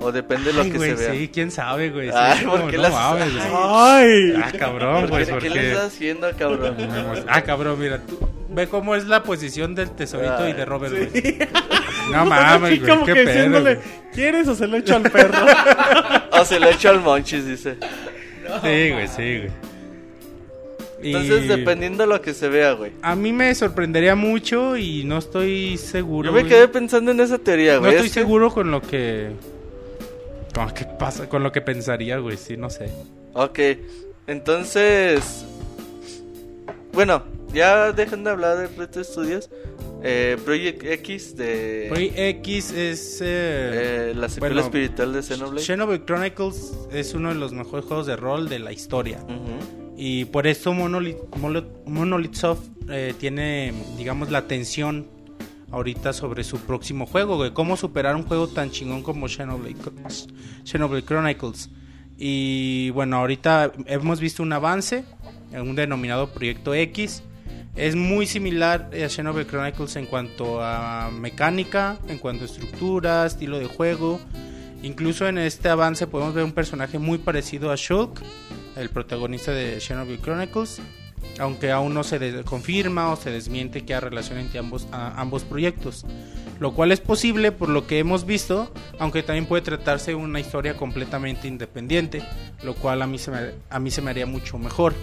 S3: O depende de lo
S2: Ay,
S3: que
S2: güey,
S3: se vea.
S2: sí, quién sabe, güey. sí,
S3: Ay,
S2: no,
S3: ¿por qué
S2: no
S3: las-
S2: mames, güey.
S1: ¡Ay!
S2: Ah, cabrón,
S3: ¿Por
S2: güey,
S3: qué-
S2: porque...
S3: ¿Qué le estás haciendo, cabrón?
S2: Ah, cabrón, mira, tú- ve cómo es la posición del tesorito
S3: Ay,
S2: y de Robert,
S1: Sí.
S2: güey. No
S1: Aquí
S2: mames, güey,
S1: como
S2: qué
S1: que
S2: pedo,
S1: diciéndole,
S2: güey.
S1: ¿quieres o se lo echo al perro?
S3: o se lo echo al Monchis, dice.
S2: Sí, güey, sí, güey. Y
S3: Entonces, dependiendo de lo que se vea, güey.
S2: A mí me sorprendería mucho y no estoy seguro.
S3: Yo me
S2: güey.
S3: quedé pensando en esa teoría,
S2: No
S3: güey.
S2: estoy
S3: Es que-
S2: seguro con lo que. Con lo que pasa, con lo que pensaría, güey, sí, no sé.
S3: Ok, entonces. Bueno, ya dejen de hablar de Retro Studios. Eh, Project X de.
S2: Hoy X es. eh,
S3: eh, la secuela
S2: bueno,
S3: espiritual de Xenoblade.
S2: Xenoblade Chronicles es uno de los mejores juegos de rol de la historia.
S3: Ujú.
S2: Y por eso Monolith, Molo- Monolith Soft eh, tiene, digamos, la atención ahorita sobre su próximo juego, güey. Cómo superar un juego tan chingón como Xenoblade, Chron- Xenoblade Chronicles. Y bueno, ahorita hemos visto un avance en un denominado Proyecto X. Es muy similar eh, a Xenoblade Chronicles en cuanto a mecánica, en cuanto a estructura, estilo de juego. Incluso en este avance podemos ver un personaje muy parecido a Shulk, el protagonista de Xenoblade Chronicles, aunque aún no se des- confirma o se desmiente que haya relación entre ambos, a- ambos proyectos. Lo cual es posible por lo que hemos visto, aunque también puede tratarse de una historia completamente independiente, lo cual a mí se me, a mí se me haría mucho mejor.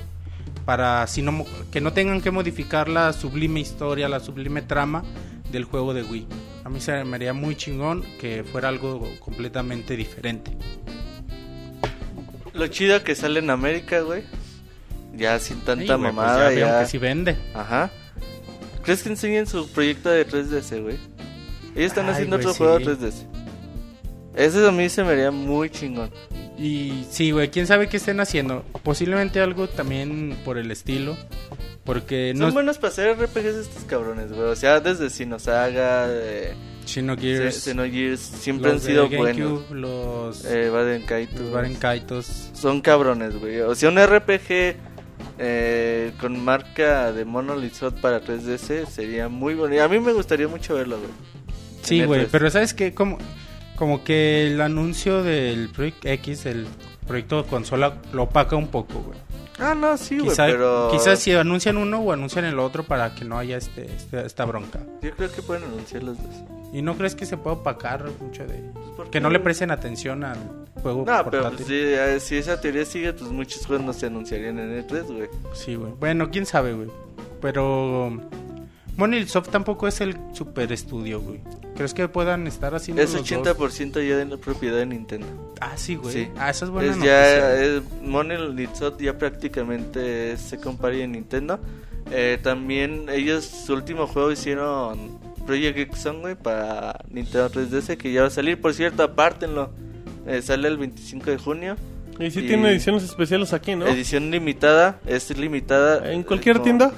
S2: Para si no mo- que no tengan que modificar la sublime historia, la sublime trama del juego de Wii. A mí se me haría muy chingón que fuera algo completamente diferente.
S3: Lo chido que sale en América, güey. Ya sin
S2: Sí,
S3: tanta
S2: güey, pues
S3: mamada,
S2: ya
S3: ya.
S2: vieron que sí vende.
S3: Ajá. ¿Crees que enseñen su proyecto de 3DS, güey? Ellos están
S2: Ay,
S3: haciendo
S2: güey,
S3: otro juego
S2: sí.
S3: de 3DS. Ese a mí se me haría muy chingón.
S2: Y sí, güey, quién sabe qué estén haciendo. Posiblemente algo también por el estilo. Porque
S3: Son
S2: no es
S3: buenos para hacer RPGs estos cabrones, güey. O sea, desde Sinosaga, de.
S2: Chino
S3: Se-
S2: Gears.
S3: Xenogears siempre han
S2: los de
S3: sido
S2: GameCube,
S3: buenos.
S2: Los,
S3: Eh, Baden Kaitos.
S2: los Baren Kaitos.
S3: Son cabrones, güey. O sea, un RPG eh, con marca de Monolith Soft para 3DS sería muy bonito. A mí me gustaría mucho verlo, güey.
S2: Sí,
S3: En
S2: güey,
S3: E3.
S2: pero ¿sabes qué? Como, como que el anuncio del Project X, el proyecto de consola, lo opaca un poco, güey.
S3: Ah, no, sí, güey,
S2: Quizá-
S3: pero...
S2: Quizás si anuncian uno o anuncian el otro para que no haya este, este- esta bronca.
S3: Yo creo que pueden anunciar los dos.
S2: ¿Y no crees que se pueda opacar mucho de...
S3: Pues, ¿Por
S2: Que
S3: qué,
S2: no le
S3: güey?
S2: presten atención al juego
S3: No, pero
S2: portátil?
S3: pues, sí, eh, si esa teoría sigue, pues muchos juegos no se anunciarían en E3, güey.
S2: Sí, güey. Bueno, quién sabe, güey. Pero. Monolith Soft tampoco es el super estudio, güey. ¿Crees que puedan estar haciendo
S3: Es
S2: los
S3: 80% ya de la propiedad de Nintendo.
S2: dos? Ah, sí, güey.
S3: Sí.
S2: Ah, eso es buena
S3: Es
S2: noticia.
S3: ya, eh. es, Monolith Soft ya prácticamente se compara en Nintendo. Eh, también ellos su último juego hicieron Project X güey, para Nintendo 3DS que ya va a salir. Por cierto, apártenlo. Eh, sale el 25 de junio.
S1: Y sí
S3: Y-
S1: tiene ediciones especiales aquí, ¿no?
S3: Edición limitada, es limitada.
S1: En
S3: eh,
S1: cualquier
S3: no,
S1: tienda.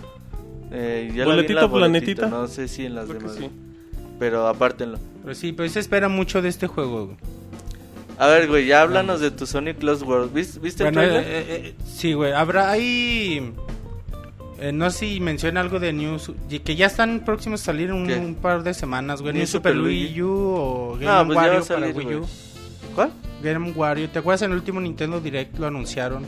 S3: eh, ya la vi en la
S1: Boletito,
S3: boletita,
S1: planetita.
S3: No sé si en las
S1: Creo que
S3: demás.
S1: sí.
S3: Pero apártenlo.
S2: Pero sí, pero se espera mucho de este juego. güey.
S3: A ver, güey, ya háblanos de tu Sonic Lost World. ¿Viste, viste
S2: Bueno,
S3: el
S2: eh,
S3: ¿Este trailer?
S2: eh, eh, sí, güey. Habrá ahí. eh, no sé si menciona algo de News. Que ya están próximos a salir un,
S3: ¿Qué?
S2: un par de semanas, güey.
S3: New
S2: New Super
S3: Super Luigi.
S2: Wii U o Game
S3: No, pues ya va a
S2: Wario
S3: salir,
S2: para Wii U.
S3: güey.
S2: eh,
S3: ¿Cuál?
S2: Game Wario. ¿Te acuerdas en el último Nintendo Direct lo anunciaron?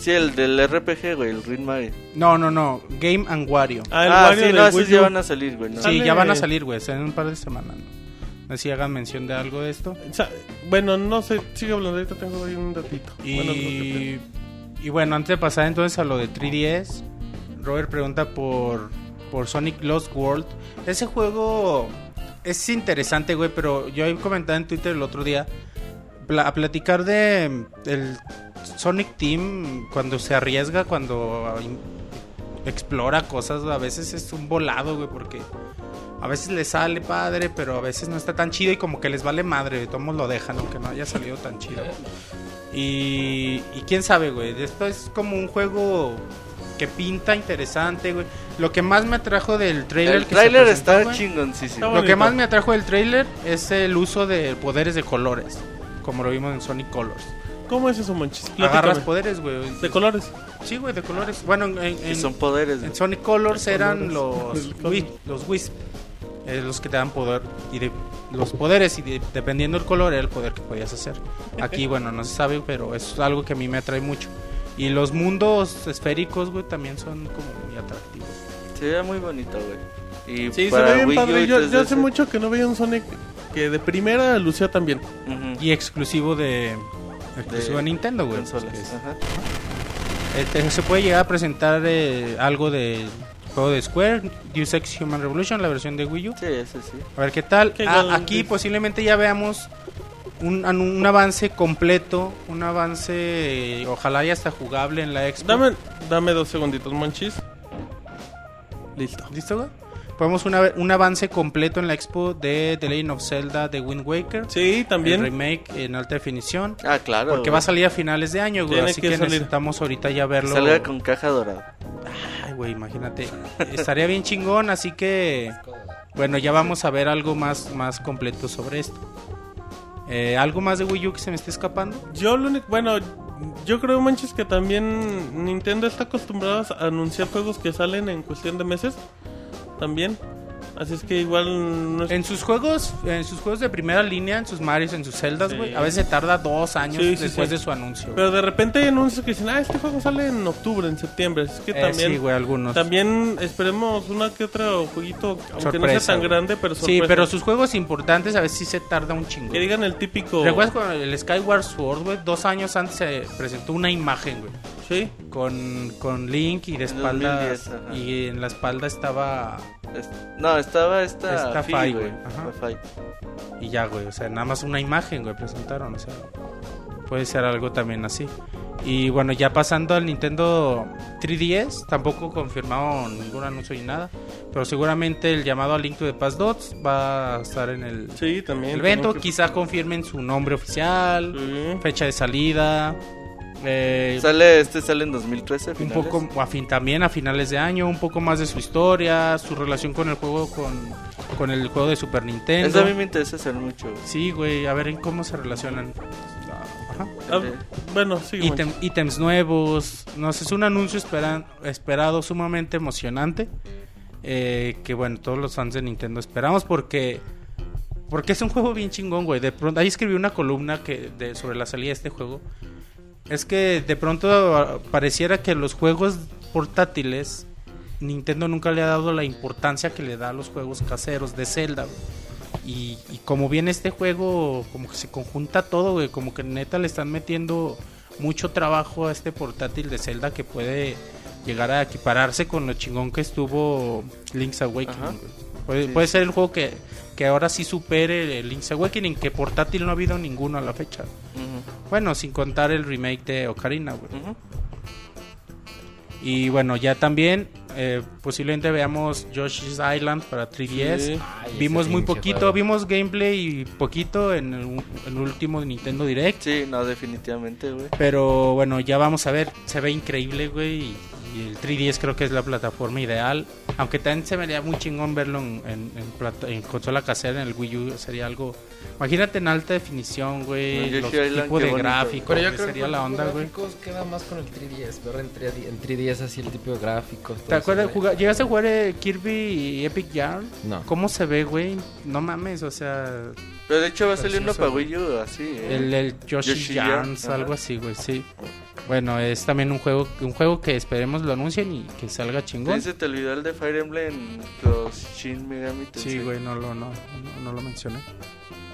S3: Sí, el del RPG, güey, el Ring Mario.
S2: No, no, no. Game and Wario.
S1: Ah, el
S3: ah,
S1: Mario
S3: sí,
S1: del
S3: no, esos
S1: Wii
S3: ya
S1: U.
S3: van a salir, güey. ¿no?
S2: sí,
S1: sale-
S2: ya van a salir, güey. En un par de semanas. ¿no? No sé si hagan mención de algo de esto.
S1: O sea, bueno, no sé, sigue hablando, ahorita tengo ahí un ratito. Bueno, lo que
S2: Y, y bueno, antes de pasar entonces a lo de 3DS, Robert pregunta por, por Sonic Lost World. Ese juego es interesante, güey, pero yo comentaba en Twitter el otro día pla- a platicar de mm, el Sonic Team cuando se arriesga, cuando in- explora cosas, a veces es un volado, güey, porque a veces le sale padre, pero a veces no está tan chido y como que les vale madre, de todos modos lo dejan, aunque no haya salido tan chido. Y, y quién sabe, güey. Esto es como un juego que pinta interesante, güey. Lo que más me atrajo del trailer.
S3: El
S2: que se
S3: trailer
S2: presentó,
S3: está
S2: güey,
S3: chingón, sí, sí.
S1: Está
S2: Lo que
S1: bonito.
S2: más me atrajo del trailer es el uso de poderes de colores. Como lo vimos en Sonic Colors.
S1: ¿Cómo es eso,
S3: Ah,
S1: manches?
S2: Agarras
S1: Platícame.
S2: poderes, güey.
S1: De colores.
S2: Sí, güey, de colores. Bueno, en, en-
S3: Que son poderes,
S2: en
S3: güey.
S2: Sonic Colors eran
S1: colores.
S2: los wi- los Wisp, eh, los que te dan poder y de, los poderes y de- dependiendo del color era el poder que podías hacer. Aquí bueno no se sabe, pero es algo que a mí me atrae mucho. Y los mundos esféricos, güey, también son como muy atractivos.
S3: Se ve muy bonito, güey. Y
S1: Sí, se
S3: para
S1: ve bien
S3: Wii U
S1: padre.
S3: y
S1: Yo, yo hace
S3: 3DS.
S1: mucho que no veía un Sonic que de primera lucía tan bien.
S3: Ujú.
S2: Y pues, exclusivo de exclusivo de, Nintendo, güey. que
S3: Consolas. ah.
S2: es-
S3: Ajá.
S2: Este, se puede llegar a presentar eh, algo de juego de Square, Deus Ex Human Revolution, la versión de Wii U.
S3: Sí, ese sí.
S2: A ver qué tal.
S1: Qué
S2: Ah,
S1: gol,
S2: aquí
S1: Luis.
S2: posiblemente ya veamos un, an- un avance completo, un avance, eh, ojalá ya hasta jugable en la Expo.
S1: Dame, dame dos segunditos, manchis. Listo.
S2: ¿Listo, güey? Podemos una, un avance completo en la Expo de The Legend of Zelda de Wind Waker.
S1: Sí,
S2: El
S1: también.
S2: remake en alta definición.
S3: Ah, claro.
S2: Porque
S3: güey.
S2: va a salir a finales de año, güey.
S1: Tiene
S2: Así
S1: que
S2: que,
S1: salir.
S2: necesitamos ahorita ya verlo.
S3: Salga con caja dorada.
S2: Ay, güey, imagínate. Estaría bien chingón, así que. Bueno, ya vamos a ver algo más, más completo sobre esto. Eh, ¿Algo más de Wii U que se me esté escapando?
S1: Yo lo único. Bueno, yo creo, manches, que también Nintendo está acostumbrada a anunciar juegos que salen en cuestión de meses. También. Así es que igual no es.
S2: En sus juegos, en sus juegos de primera línea, en sus Marios, en sus Zeldas,
S1: Sí.
S2: güey, a veces se tarda dos años
S1: Sí, sí,
S2: después
S1: sí.
S2: de su anuncio.
S1: Pero de repente hay anuncios que dicen, ah, este juego sale en octubre, en septiembre. Así es que
S2: Eh,
S1: también.
S2: sí, güey, algunos.
S1: También esperemos una que otro jueguito, aunque no sea
S2: Sorpresa,
S1: tan
S2: güey.
S1: grande, pero
S2: sí,
S1: sorpresa.
S2: pero sus juegos importantes a veces sí se tarda un chingo.
S1: Que digan el típico...
S2: ¿Recuerdas cuando el Skyward Sword, güey? Dos años antes se presentó una imagen, güey.
S1: Sí,
S2: Con, con Link y de
S3: En
S2: espalda.
S3: 2010, ajá.
S2: Y en la espalda estaba.
S3: Es- No, estaba esta.
S2: Esta
S3: Fi,
S2: Fi,
S3: güey.
S2: güey. Ajá.
S3: La Fi.
S2: Y ya, güey, o sea, nada más una imagen, güey, presentaron, o sea, puede ser algo también así. Y bueno, ya pasando al Nintendo 3DS, tampoco confirmado ningún anuncio ni nada, pero seguramente el llamado a Link to the Past Dots va a estar en el,
S1: sí, también.
S2: el evento,
S1: también
S2: quizá confirmen su nombre oficial,
S1: que- Sí.
S2: fecha de salida, eh,
S3: Sale, este sale en 2013.
S2: un
S3: finales.
S2: poco a fin, también a finales de año, un poco más de su historia, su relación con el juego con, con el juego de Super Nintendo.
S3: Eso a mí me interesa hacer mucho. güey.
S2: Sí, güey, a ver en cómo se relacionan. Ajá.
S1: Ah, bueno, sí.
S2: Ítem- ítems nuevos, no sé, es un anuncio esperan- esperado sumamente emocionante. eh, que bueno, todos los fans de Nintendo esperamos porque porque es un juego bien chingón, güey. De pronto, ahí escribí una columna que de, sobre la salida de este juego. Es que de pronto ah, pareciera que los juegos portátiles, Nintendo nunca le ha dado la importancia que le da a los juegos caseros de Zelda. güey. Y, y como viene este juego, como que se conjunta todo, güey. Como que neta le están metiendo mucho trabajo a este portátil de Zelda que puede llegar a equipararse con lo chingón que estuvo Link's Awakening.
S3: Ajá.
S2: güey. Puede, puede ser el juego que, que ahora sí supere el Link's Awakening, que portátil no ha habido ninguno a la fecha.
S3: Ujú,
S2: Bueno, sin contar el remake de Ocarina, güey.
S3: ujú.
S2: Y bueno, ya también eh, posiblemente veamos Yoshi's Island para 3DS.
S1: Sí.
S2: Vimos
S4: ese
S2: muy
S4: pinche
S2: poquito,
S4: juego.
S2: vimos gameplay y poquito en el, u- el último Nintendo Direct.
S3: Sí, no, definitivamente, güey.
S2: Pero bueno, ya vamos a ver. Se ve increíble, güey. Y, y el 3DS creo que es la plataforma ideal. Aunque también se me haría muy chingón verlo en, en- en plata- en consola casera, en el Wii U. Sería algo. Isagínate en alta definición, güey.
S3: Yoshi
S2: los
S3: Island,
S2: tipos
S3: qué
S2: de
S3: bonito.
S2: gráficos.
S4: Pero yo
S2: güey,
S4: creo
S2: sería
S4: que
S2: la onda, güey.
S4: gráficos queda más con el 3DS. Pero en 3D en 3DS así el tipo de gráficos. todo
S2: ¿Te acuerdas?
S4: eso, güey.
S2: jugar- ¿Llegaste a jugar eh, Kirby y Epic Yarn?
S4: No.
S2: ¿Cómo se ve, güey? No mames, o sea.
S3: Pero de hecho va a salir uno
S2: Precioso,
S3: para Wii U así, eh.
S2: El, el Yoshi,
S3: Yoshi
S2: Yarns,
S3: Yarn,
S2: algo
S3: ajá.
S2: así, güey, sí. Bueno, es también un juego, un juego que esperemos lo anuncien y que salga
S3: Sí,
S2: chingón.
S3: se te olvidó el de Fire Emblem los Shin Megami Tensei.
S2: Sí, güey, no lo, no, no, no lo mencioné.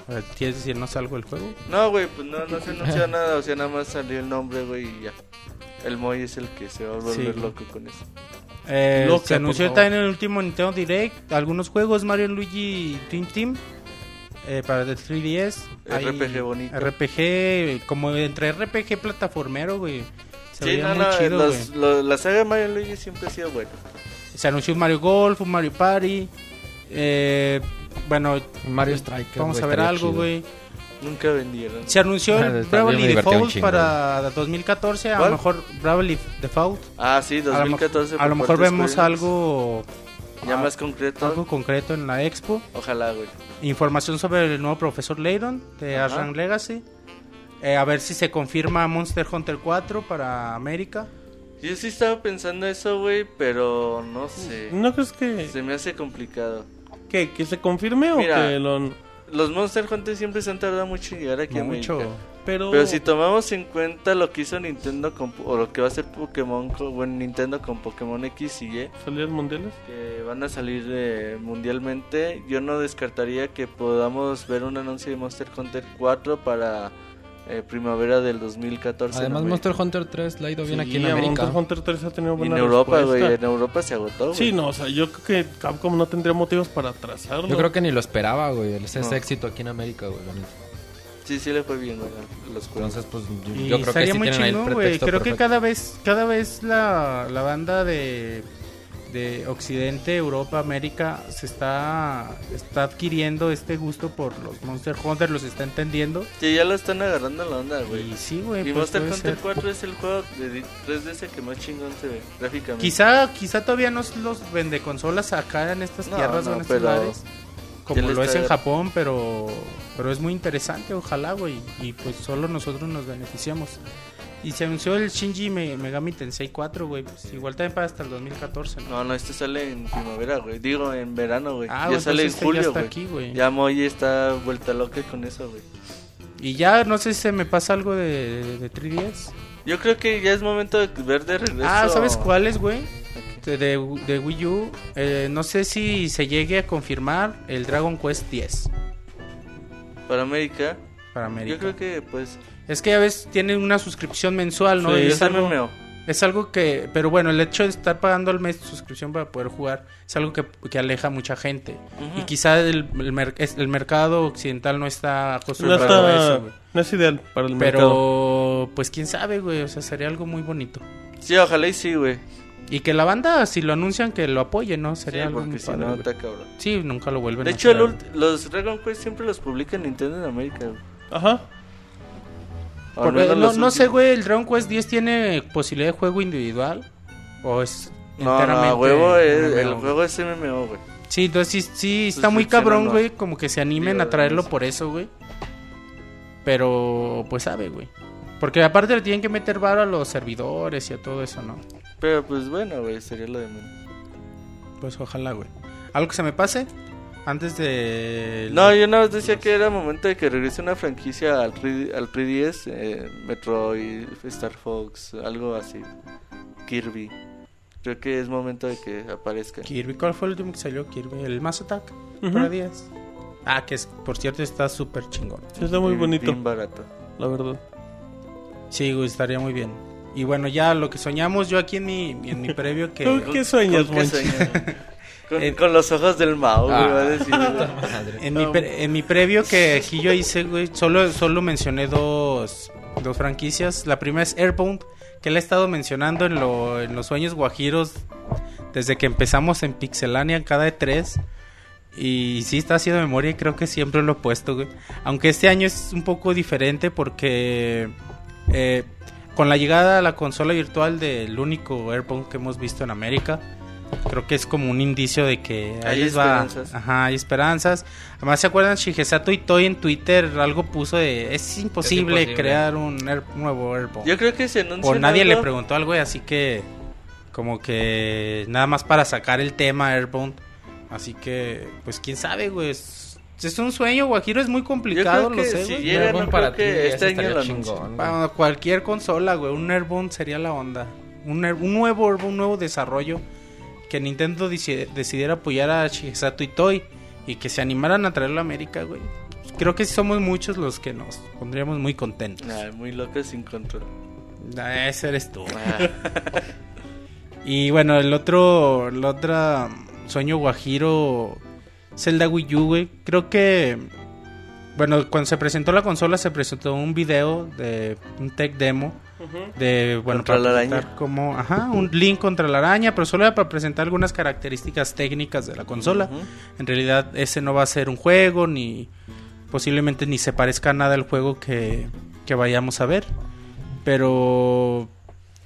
S2: A ver, ¿Quieres decirnos algo del juego?
S3: No, güey, pues no, no se anunció nada, o sea, nada más salió el nombre, güey, y ya. El Moy es el que se va a volver
S2: Sí.
S3: loco con eso.
S2: Eh,
S1: Loca,
S2: se
S1: por
S2: anunció
S1: favor.
S2: también en el último Nintendo Direct algunos juegos, Mario Luigi Team Team eh, para el 3DS. Hay
S3: RPG bonito.
S2: RPG, como entre RPG plataformero, güey. Se
S3: Sí,
S2: veía
S3: no,
S2: muy
S3: no,
S2: chido,
S3: los-
S2: güey.
S3: lo- la saga de Mario y Luigi siempre ha sido buena.
S2: Se anunció un Mario Golf, un Mario Party. eh, bueno, eh,
S4: Mario Strike.
S2: vamos a ver algo, güey.
S3: Nunca vendieron.
S2: Se anunció el
S4: Ah, también me
S2: Bravely
S4: divertí un
S2: Default
S4: chingo,
S2: para 2014. A lo
S3: ¿Cuál?
S2: mejor Bravely Default.
S3: Ah, sí,
S2: A lo, mo-
S3: 2014.
S2: a lo
S3: por
S2: mejor
S3: parte de
S2: vemos
S3: Square
S2: algo,
S3: Enix. Ya
S2: ah,
S3: más concreto.
S2: algo concreto en la expo.
S3: Ojalá, güey.
S2: Información sobre el nuevo profesor Leiron de
S3: Ajá.
S2: Arran Legacy. Eh, a ver si se confirma Monster Hunter 4 para América.
S3: Yo sí estaba pensando eso, güey, pero no sé.
S2: Mm.
S1: ¿No crees que,
S3: Se me hace complicado.
S1: que, que se confirme o
S3: Mira.
S1: que lo...
S3: Los Monster Hunter siempre se han tardado mucho en llegar aquí a
S2: Mucho.
S3: América.
S1: Pero,
S3: Pero si tomamos en cuenta lo que hizo Nintendo con, o lo que va a hacer Pokémon con, bueno, Nintendo con Pokémon X y Y,
S1: ¿Salidas mundiales?
S3: que van a salir eh, mundialmente, yo no descartaría que podamos ver un anuncio de Monster Hunter 4 para eh, primavera del 2014.
S4: Además,
S3: ¿no, güey?
S4: Monster Hunter 3 la ha ido bien aquí en
S1: a
S4: América.
S1: Monster Hunter 3 ha tenido
S3: Y
S1: buena
S3: en Europa,
S1: respuesta.
S3: güey, en Europa se agotó, güey.
S1: Sí, no, o sea, yo creo que Capcom no tendría motivos para atrasarlo.
S4: Yo creo que ni lo esperaba, güey. Ese
S3: No.
S4: éxito aquí en América, güey. la neta.
S3: Sí, sí le fue bien, güey, a los cuernos.
S4: Entonces, pues yo,
S2: Y
S4: yo creo que
S2: estaría
S4: sí
S2: muy
S4: tienen ahí el
S2: chingón, güey.
S4: pretexto
S2: Creo que
S4: perfecto.
S2: cada vez, cada vez la, la banda de, de Occidente, Europa, América se está, está adquiriendo este gusto por los Monster Hunter, los está entendiendo.
S3: Sí, ya lo están agarrando la onda, güey.
S2: Y sí, güey.
S3: Y
S2: pues
S3: Monster
S2: puede
S3: Hunter
S2: ser.
S3: 4 es el juego de 3DS que más chingón se ve gráficamente.
S2: Quizá, quizá todavía no los vende consolas acá en estas
S3: No,
S2: tierras
S3: no,
S2: o en estos
S3: pero
S2: lares. Como
S3: ya le
S2: lo es
S3: está-
S2: en Japón, pero, pero es muy interesante, ojalá, güey. Y pues solo nosotros nos beneficiamos. Y se anunció el Shinji Me- Megami Tensei 4, güey. Pues igual también para hasta el 2014, ¿no?
S3: No, no, este sale en primavera, güey. Digo, en verano, güey.
S2: Ah,
S3: ya
S2: güey,
S3: sale
S2: entonces
S3: en
S2: este ya
S3: julio,
S2: está
S3: güey.
S2: aquí, güey.
S3: Ya Moy está vuelta loca con eso, güey.
S2: Y ya no sé si se me pasa algo de, de, de 3DS.
S3: Yo creo que ya es momento de ver de regreso.
S2: Ah, ¿sabes cuáles, güey?
S3: Ok.
S2: De, de- de Wii U. Eh, no sé si se llegue a confirmar el Dragon Quest 10
S3: Para América.
S2: para América.
S3: Yo creo que, pues.
S2: Es que a veces tienen una suscripción mensual, ¿no?
S3: sí,
S2: Y
S3: es
S2: es, algo,
S3: MMO.
S2: es algo que... Pero bueno, el hecho de estar pagando al mes de suscripción para poder jugar es algo que, que aleja a mucha gente.
S3: Ujú.
S2: Y quizá el, el, mer- es- el mercado occidental no está
S1: No,
S2: acostumbrado a
S1: está,
S2: eso, güey.
S1: no es ideal para el
S2: Pero
S1: mercado.
S2: pues quién sabe, güey. O sea, sería algo muy bonito.
S3: Sí, ojalá y sí, güey.
S2: Y que la banda, si lo anuncian, que lo apoye, ¿no?
S3: Sí,
S2: Sería algo muy
S3: porque si
S2: padre,
S3: no,
S2: güey.
S3: está cabrón.
S2: Sí, nunca lo vuelven
S3: De
S2: a
S3: hecho, el
S2: hacer.
S3: ult- los Dragon Quest siempre los publica Nintendo en América, güey.
S1: Ajá.
S3: O
S2: Por-
S3: al menos
S2: eh, no,
S3: los
S2: no sé,
S3: últimos.
S2: güey, ¿el Dragon Quest 10 tiene posibilidad de juego individual? ¿O es
S3: No, no, a
S2: enteramente
S3: huevo, es- el
S2: MMO?
S3: juego es MMO, güey.
S2: Sí, entonces sí, sí, está muy
S3: Suscripción
S2: cabrón,
S3: anual.
S2: güey. Como que se animen
S3: Digo,
S2: a traerlo
S3: además.
S2: por eso, güey. Pero, pues sabe, güey. Porque aparte le tienen que meter varo a los servidores y a todo eso, ¿no?
S3: Pero pues bueno, güey, sería lo de menos.
S2: Pues ojalá, güey. ¿Algo que se me pase? Antes de...
S3: No, yo nada más decía que era momento de que regrese una franquicia al 3, al 3DS, eh, Metroid, Star Fox, algo así. Kirby. Creo que es momento de que aparezca.
S2: Kirby, ¿cuál fue el último que salió Kirby? El Mass Attack.
S1: Ujú.
S2: Para 10. Ah, que es, por cierto está súper chingón.
S1: Sí, está muy
S3: Bien-
S1: bonito,
S3: Bien barato.
S1: la verdad.
S2: Sí, güey, estaría muy bien. Y bueno, ya lo que soñamos yo aquí en mi, en mi previo
S1: ¿Tú
S2: que...
S1: ¿Qué sueñas,
S3: Eh, ¿Con qué
S1: Monchi?
S3: sueñas? Con,
S2: Eh,
S3: con los ojos del Mao, güey,
S4: Ah.
S3: va a decir. güey.
S2: En mi, pre- en mi previo que aquí yo hice, güey, solo, solo mencioné dos, dos franquicias. La primera es Airbound, que la he estado mencionando en, lo- en los sueños guajiros Desde que empezamos en Pixelania, cada de tres. Y sí, está haciendo memoria y creo que siempre lo he puesto, güey. Aunque este año es un poco diferente porque eh, con la llegada a la consola virtual del único Airpunk que hemos visto en América, creo que es como un indicio de que ahí
S3: Hay
S2: les va.
S3: esperanzas.
S2: Ajá, hay esperanzas. Además, ¿se acuerdan? Shigesato Itoi en Twitter algo puso de: es imposible,
S4: imposible".
S2: crear un Air- nuevo Airpunk.
S3: Yo creo que se anuncia.
S2: Por nadie le preguntó algo, güey, así que como que nada más para sacar el tema Airbound. Así que, pues quién sabe, güey. Es, es un sueño, Guajiro es muy complicado,
S3: Yo creo
S2: lo
S3: que
S2: sé,
S3: si
S2: güey.
S3: llega,
S4: Airborne
S3: no
S4: para
S3: creo que
S4: ti,
S3: este
S4: ese
S3: año lo
S4: estaría
S3: anuncie.
S4: chingón.
S2: Para cualquier consola, güey, un Airbound sería la onda. Un, Air- un nuevo Airbound, un nuevo desarrollo que Nintendo deci- decidiera apoyar a Shigesato Itoi y que se animaran a traerlo a América, güey. Creo que somos muchos los que nos pondríamos muy contentos.
S3: Ay, muy loca sin control.
S2: Ah, Ese eres tú.
S3: Ah,
S2: Y bueno, el otro, el otro sueño guajiro, Zelda Wii U, güey. Creo que, bueno, cuando se presentó la consola se presentó un video de un tech demo de, bueno,
S3: Contra la
S2: presentar
S3: araña.
S2: como, ajá, un link contra la araña, pero solo era para presentar algunas características técnicas de la consola.
S3: ujú.
S2: En realidad ese no va a ser un juego ni posiblemente ni se parezca a nada al juego que, que vayamos a ver. Pero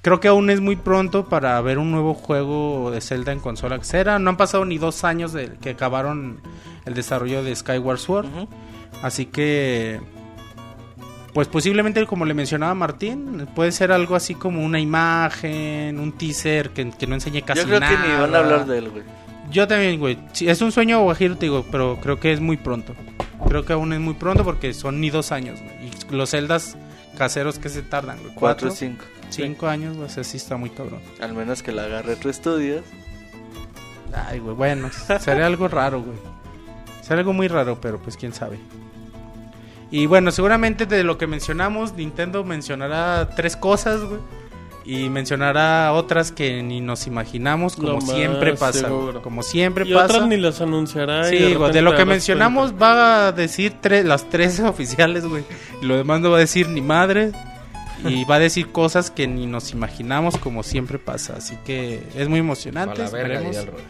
S2: creo que aún es muy pronto para ver un nuevo juego de Zelda en consola casera. No han pasado ni dos años de que acabaron el desarrollo de Skyward Sword.
S3: Ujú.
S2: Así que, pues posiblemente, como le mencionaba Martín, puede ser algo así como una imagen, un teaser que, que no enseñe casi
S3: Yo creo que ni van a
S2: nada.
S3: hablar de él, güey.
S2: Yo también, güey. Sí, es un sueño guajiro, te digo, pero creo que es muy pronto. Creo que aún es muy pronto porque son ni dos años, güey. Y los celdas caseros que se tardan, güey. Cuatro,
S3: Cuatro o cinco.
S2: cinco años, güey. O sea, sí está muy cabrón.
S3: Al menos que la agarre tu estudios.
S2: Ay, güey, bueno. Sería algo raro, güey. Sería algo muy raro, pero pues quién sabe. Y bueno, seguramente de lo que mencionamos, Nintendo mencionará tres cosas, güey. Y mencionará otras que ni nos imaginamos, como
S1: Lo más
S2: siempre pasa. güey.
S1: seguro.
S2: Como siempre
S1: Y
S2: pasa.
S1: otras ni las anunciará. y
S2: Sí, güey, de,
S1: repente
S2: lo
S1: te
S2: que
S1: das
S2: mencionamos
S1: cuenta.
S2: va a decir tres, las tres oficiales, güey. Y lo demás no va a decir ni madre. Y va a decir cosas que ni nos imaginamos como siempre pasa. Así que es muy
S4: Para
S2: emocionante.
S4: la verga,
S2: esperemos.
S4: diría el Roy.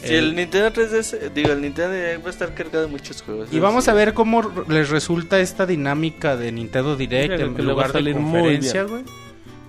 S3: Si el Nintendo 3DS, eh, digo, el Nintendo Direct va a estar cargado de muchos juegos.
S2: Eh, Y vamos a ver cómo r- les resulta esta dinámica de Nintendo Direct
S1: Creo
S2: en
S1: que le va a
S2: lugar de
S1: salir muy
S2: conferencia,
S1: bien.
S2: güey.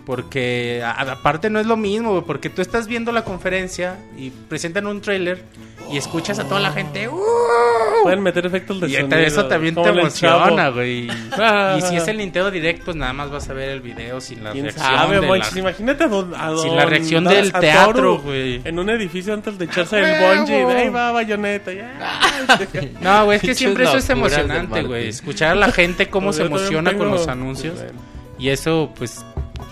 S2: Porque a- aparte no es lo mismo, güey, porque tú estás viendo la conferencia y presentan un tráiler y escuchas a toda la gente.
S4: Oh.
S2: "Uh".
S1: Pueden meter efectos de
S2: Y
S1: sonido.
S2: eso también te
S1: como el Chavo.
S2: emociona, güey. y si es el Nintendo Direct, pues nada más vas a ver el video sin la
S1: ¿Quién
S2: reacción.
S1: sabe,
S2: de
S1: Monchis?
S2: la-
S1: Imagínate a don, a
S2: sin
S1: don-
S2: la reacción
S1: a-
S2: del
S1: a
S2: teatro,
S1: Toru
S2: güey.
S1: En un edificio antes de echarse
S2: ¡A
S1: el bungee.
S2: huevo! Ah,
S1: de, Ahí va bayoneta. ya.
S2: No, güey, es que
S4: Pinches
S2: siempre eso es
S4: locuras del
S2: emocionante,
S4: Martín.
S2: güey. Escuchar a la gente cómo
S1: Pues
S2: se
S1: yo también
S2: emociona con
S1: tengo-
S2: los anuncios.
S1: Bueno.
S2: Y eso, pues,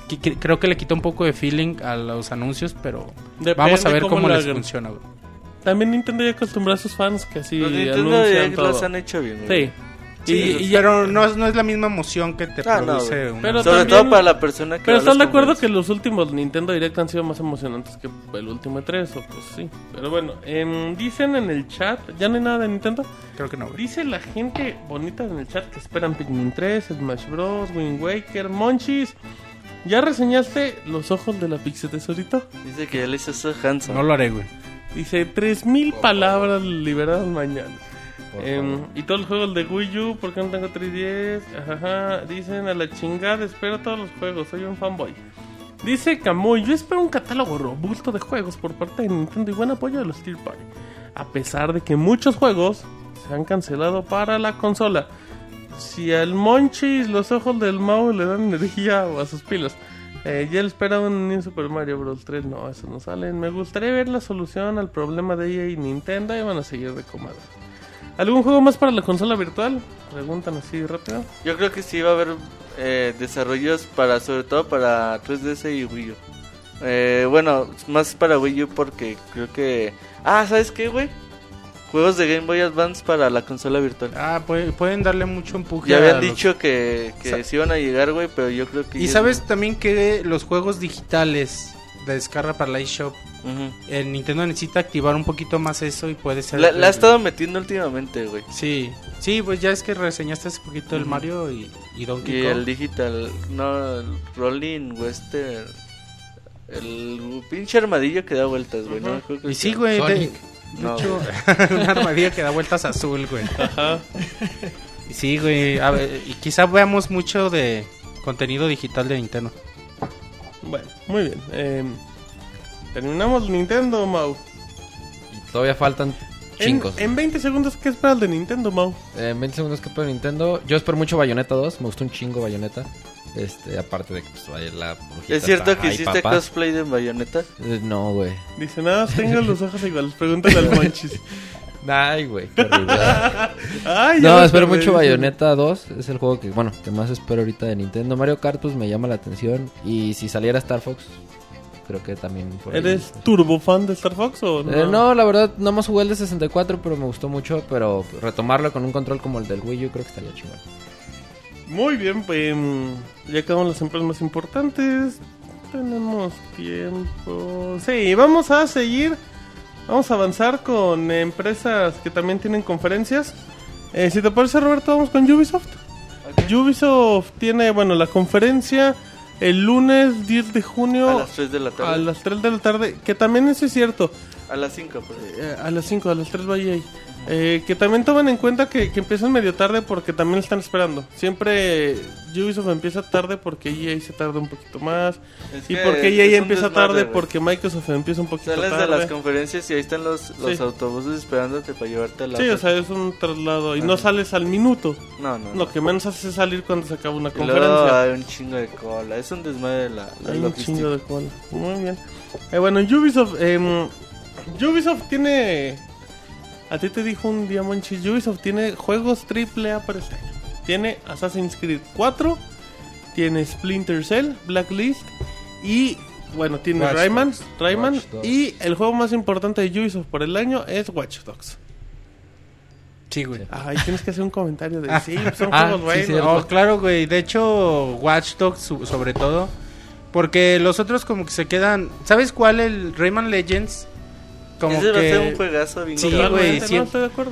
S2: que- que- creo que le quita un poco de feeling a los anuncios, pero
S1: Depende
S2: vamos a ver cómo,
S1: lo
S2: les
S1: hagan.
S2: funciona, güey.
S1: También Nintendo ya acostumbra a sus fans que así
S3: Los Nintendo
S1: anuncian
S3: Direct los
S1: todo.
S3: han hecho bien, güey.
S1: Sí.
S2: Y-
S3: los-
S2: y- pero no, es- no es la misma emoción que te
S3: Ah, no,
S2: produce
S3: güey.
S2: un
S1: Pero
S3: Sobre
S1: también-
S3: todo para la persona que.
S1: Pero
S3: va a las
S1: estás de acuerdo que
S3: conferencias.
S1: los últimos Nintendo Direct han sido más emocionantes que el último E3, o pues sí. Pero bueno, em, dicen en el chat, ya no hay nada de Nintendo.
S2: Creo que no, güey.
S1: Dice la gente bonita en el chat que esperan Pikmin 3, Smash Bros, Wind Waker, Monchis. ¿Ya reseñaste los ojos de la Pixie Tesorito?
S3: Dice que ya le hizo eso a Hanson.
S2: No lo haré, güey.
S1: Dice 3000 palabras liberadas mañana.
S4: Por
S1: Em,
S4: favor.
S1: y todos los juegos de Wii U, ¿por qué no tengo 3DS? Ajá, dicen a la chingada, espero todos los juegos, soy un fanboy. Dice Camuy, yo espero un catálogo robusto de juegos por parte de Nintendo y buen apoyo de los Steel Party. A pesar de que muchos juegos se han cancelado para la consola. Si al Monchis los ojos del Mau le dan energía o a sus pilas. Eh, ya esperaba un New Super Mario Bros. 3, no, eso no sale. Me gustaría ver la solución al problema de EA y Nintendo y van a seguir de comadres. ¿Algún juego más para la consola virtual? Preguntan así rápido.
S3: Yo creo que sí va a haber eh, desarrollos para, sobre todo para 3DS y Wii U. Eh, bueno, más para Wii U porque creo que... Ah, ¿sabes qué, güey? Juegos de Game Boy Advance para la consola virtual.
S2: Ah, puede- pueden darle mucho empuje.
S3: ya
S2: a
S3: habían
S2: los-
S3: dicho que, que
S2: Sa-
S3: sí iban a llegar, güey, pero yo creo que...
S2: Y
S3: ya-
S2: sabes también que los juegos digitales de descarga para la eShop,
S3: Ujú.
S2: el Nintendo necesita activar un poquito más eso y puede ser...
S3: La,
S2: el-
S3: la ha estado metiendo últimamente, güey.
S2: Sí, sí, pues ya es que reseñaste hace poquito el
S3: Ujú.
S2: Mario y, y Donkey
S3: Y
S2: Kong.
S3: el digital, no, el Rolling Western... El pinche armadillo que da vueltas, güey. ¿no? Creo que
S2: Y sí,
S3: sea-
S2: güey. De,
S6: Sonic.
S2: de
S3: No.
S2: hecho, una armadilla que da vueltas azul, güey.
S1: Ajá.
S2: Y Sí, güey. a ver, y quizá veamos mucho de contenido digital de Nintendo.
S1: Bueno, muy bien. eh, terminamos Nintendo, Mau.
S4: Y todavía faltan
S1: En,
S4: chingos. En,
S1: en 20 segundos, ¿qué esperas de Nintendo, Mau?
S4: 20 segundos que puede Nintendo. Yo espero mucho Bayonetta 2. Me gustó un chingo Bayonetta. Este, aparte de que pues, vaya la brujita
S3: ¿Es cierto
S4: está-
S3: que
S4: ay,
S3: hiciste
S4: papá.
S3: cosplay de bayoneta?
S4: Eh, No, güey.
S1: Dice, nada, más tengo los ojos iguales. Pregúntale al Monchis.
S4: Ay, güey. qué horrible.
S1: Ay, ya
S4: No,
S1: me
S4: espero
S1: acordé, dice.
S4: mucho Bayonetta 2. Es el juego que, bueno, que más espero ahorita de Nintendo. Mario Kart pues, me llama la atención. Y si saliera Star Fox, creo que también. por ahí- pues,
S1: ¿Eres turbo fan de Star Fox o no?
S4: Eh, no, la verdad, nada más jugué el de 64, pero me gustó mucho. Pero retomarlo con un control como el del Wii, yo creo que estaría chingón.
S1: Muy bien, pues mm, ya acabamos las empresas más importantes. Tenemos tiempo. Sí, vamos a seguir. Vamos a avanzar con empresas que también tienen conferencias. Eh, si te parece, Roberto, vamos con Ubisoft. Ubisoft tiene, bueno, la conferencia el lunes 10 de junio
S3: A las 3 de la tarde.
S1: a las 3 de la tarde. Que también eso es cierto.
S3: A las pues. 5, por ahí.
S1: Eh, a las 5, a las 3 vaya ahí. Eh, que también tomen en cuenta que, que empiezan medio tarde porque también están esperando. Siempre eh, Ubisoft empieza tarde porque EA se tarda un poquito más.
S3: Es
S1: y
S3: que
S1: porque
S3: es
S1: EA
S3: un
S1: empieza
S3: desmadre,
S1: tarde
S3: güey.
S1: porque Microsoft empieza un poquito
S3: Sales
S1: tarde.
S3: de las conferencias y ahí están los, los
S1: Sí.
S3: autobuses esperándote para llevarte a la
S1: sí,
S3: otra.
S1: o sea, es un traslado. Y no sales al minuto.
S3: No, no.
S1: Lo que menos hace es salir cuando se acaba una
S3: Y luego
S1: conferencia.
S3: hay un chingo de cola. Es un desmadre la, la
S1: Hay un
S3: logística.
S1: chingo de cola. Muy bien. Eh, bueno, Ubisoft. em, Ubisoft tiene. A ti te dijo un día, Monchis. Ubisoft tiene juegos triple A para este año. Tiene Assassin's Creed 4. Tiene Splinter Cell, Blacklist. Y. Bueno, tiene
S2: Watch
S1: Rayman.
S2: Dogs.
S1: Rayman.
S4: Watch Dogs.
S1: Y el juego más importante de Ubisoft por el año es Watch Dogs.
S2: Sí, güey.
S1: Ay, tienes que hacer un comentario de. Sí, pues, son
S4: Ah,
S1: juegos
S4: sí,
S1: buenos.
S4: cierto.
S2: No, claro, güey. De hecho, Watch Dogs su- sobre todo. Porque los otros como que se quedan... ¿Sabes cuál? El Rayman Legends. Como
S3: Ese va a ser un
S2: que...
S3: juegazo bien
S2: Sí,
S3: cabrón.
S2: güey,
S1: Totalmente, no,
S2: siempre-
S1: estoy de acuerdo.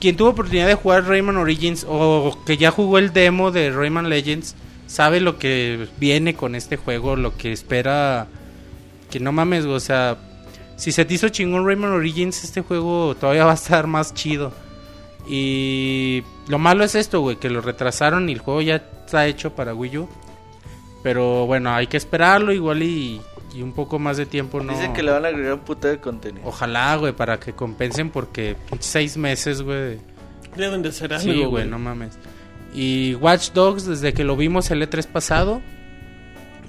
S2: Quien tuvo oportunidad de jugar Rayman Origins o que ya jugó el demo de Rayman Legends, sabe lo que viene con este juego, lo que espera... Que no mames, güey, o sea... Si se te hizo chingón Rayman Origins, este juego todavía va a estar más chido. Y lo malo es esto, güey, que lo retrasaron y el juego ya está hecho para Wii U. Pero bueno, hay que esperarlo igual y, y un poco más de tiempo no.
S3: Dicen que le van a agregar un puto de contenido.
S2: Ojalá, güey, para que compensen porque seis meses, güey. de-
S1: Deben de ser algo.
S2: Sí,
S1: güey.
S2: güey, no mames. Y Watch Dogs, desde que lo vimos el E3 pasado,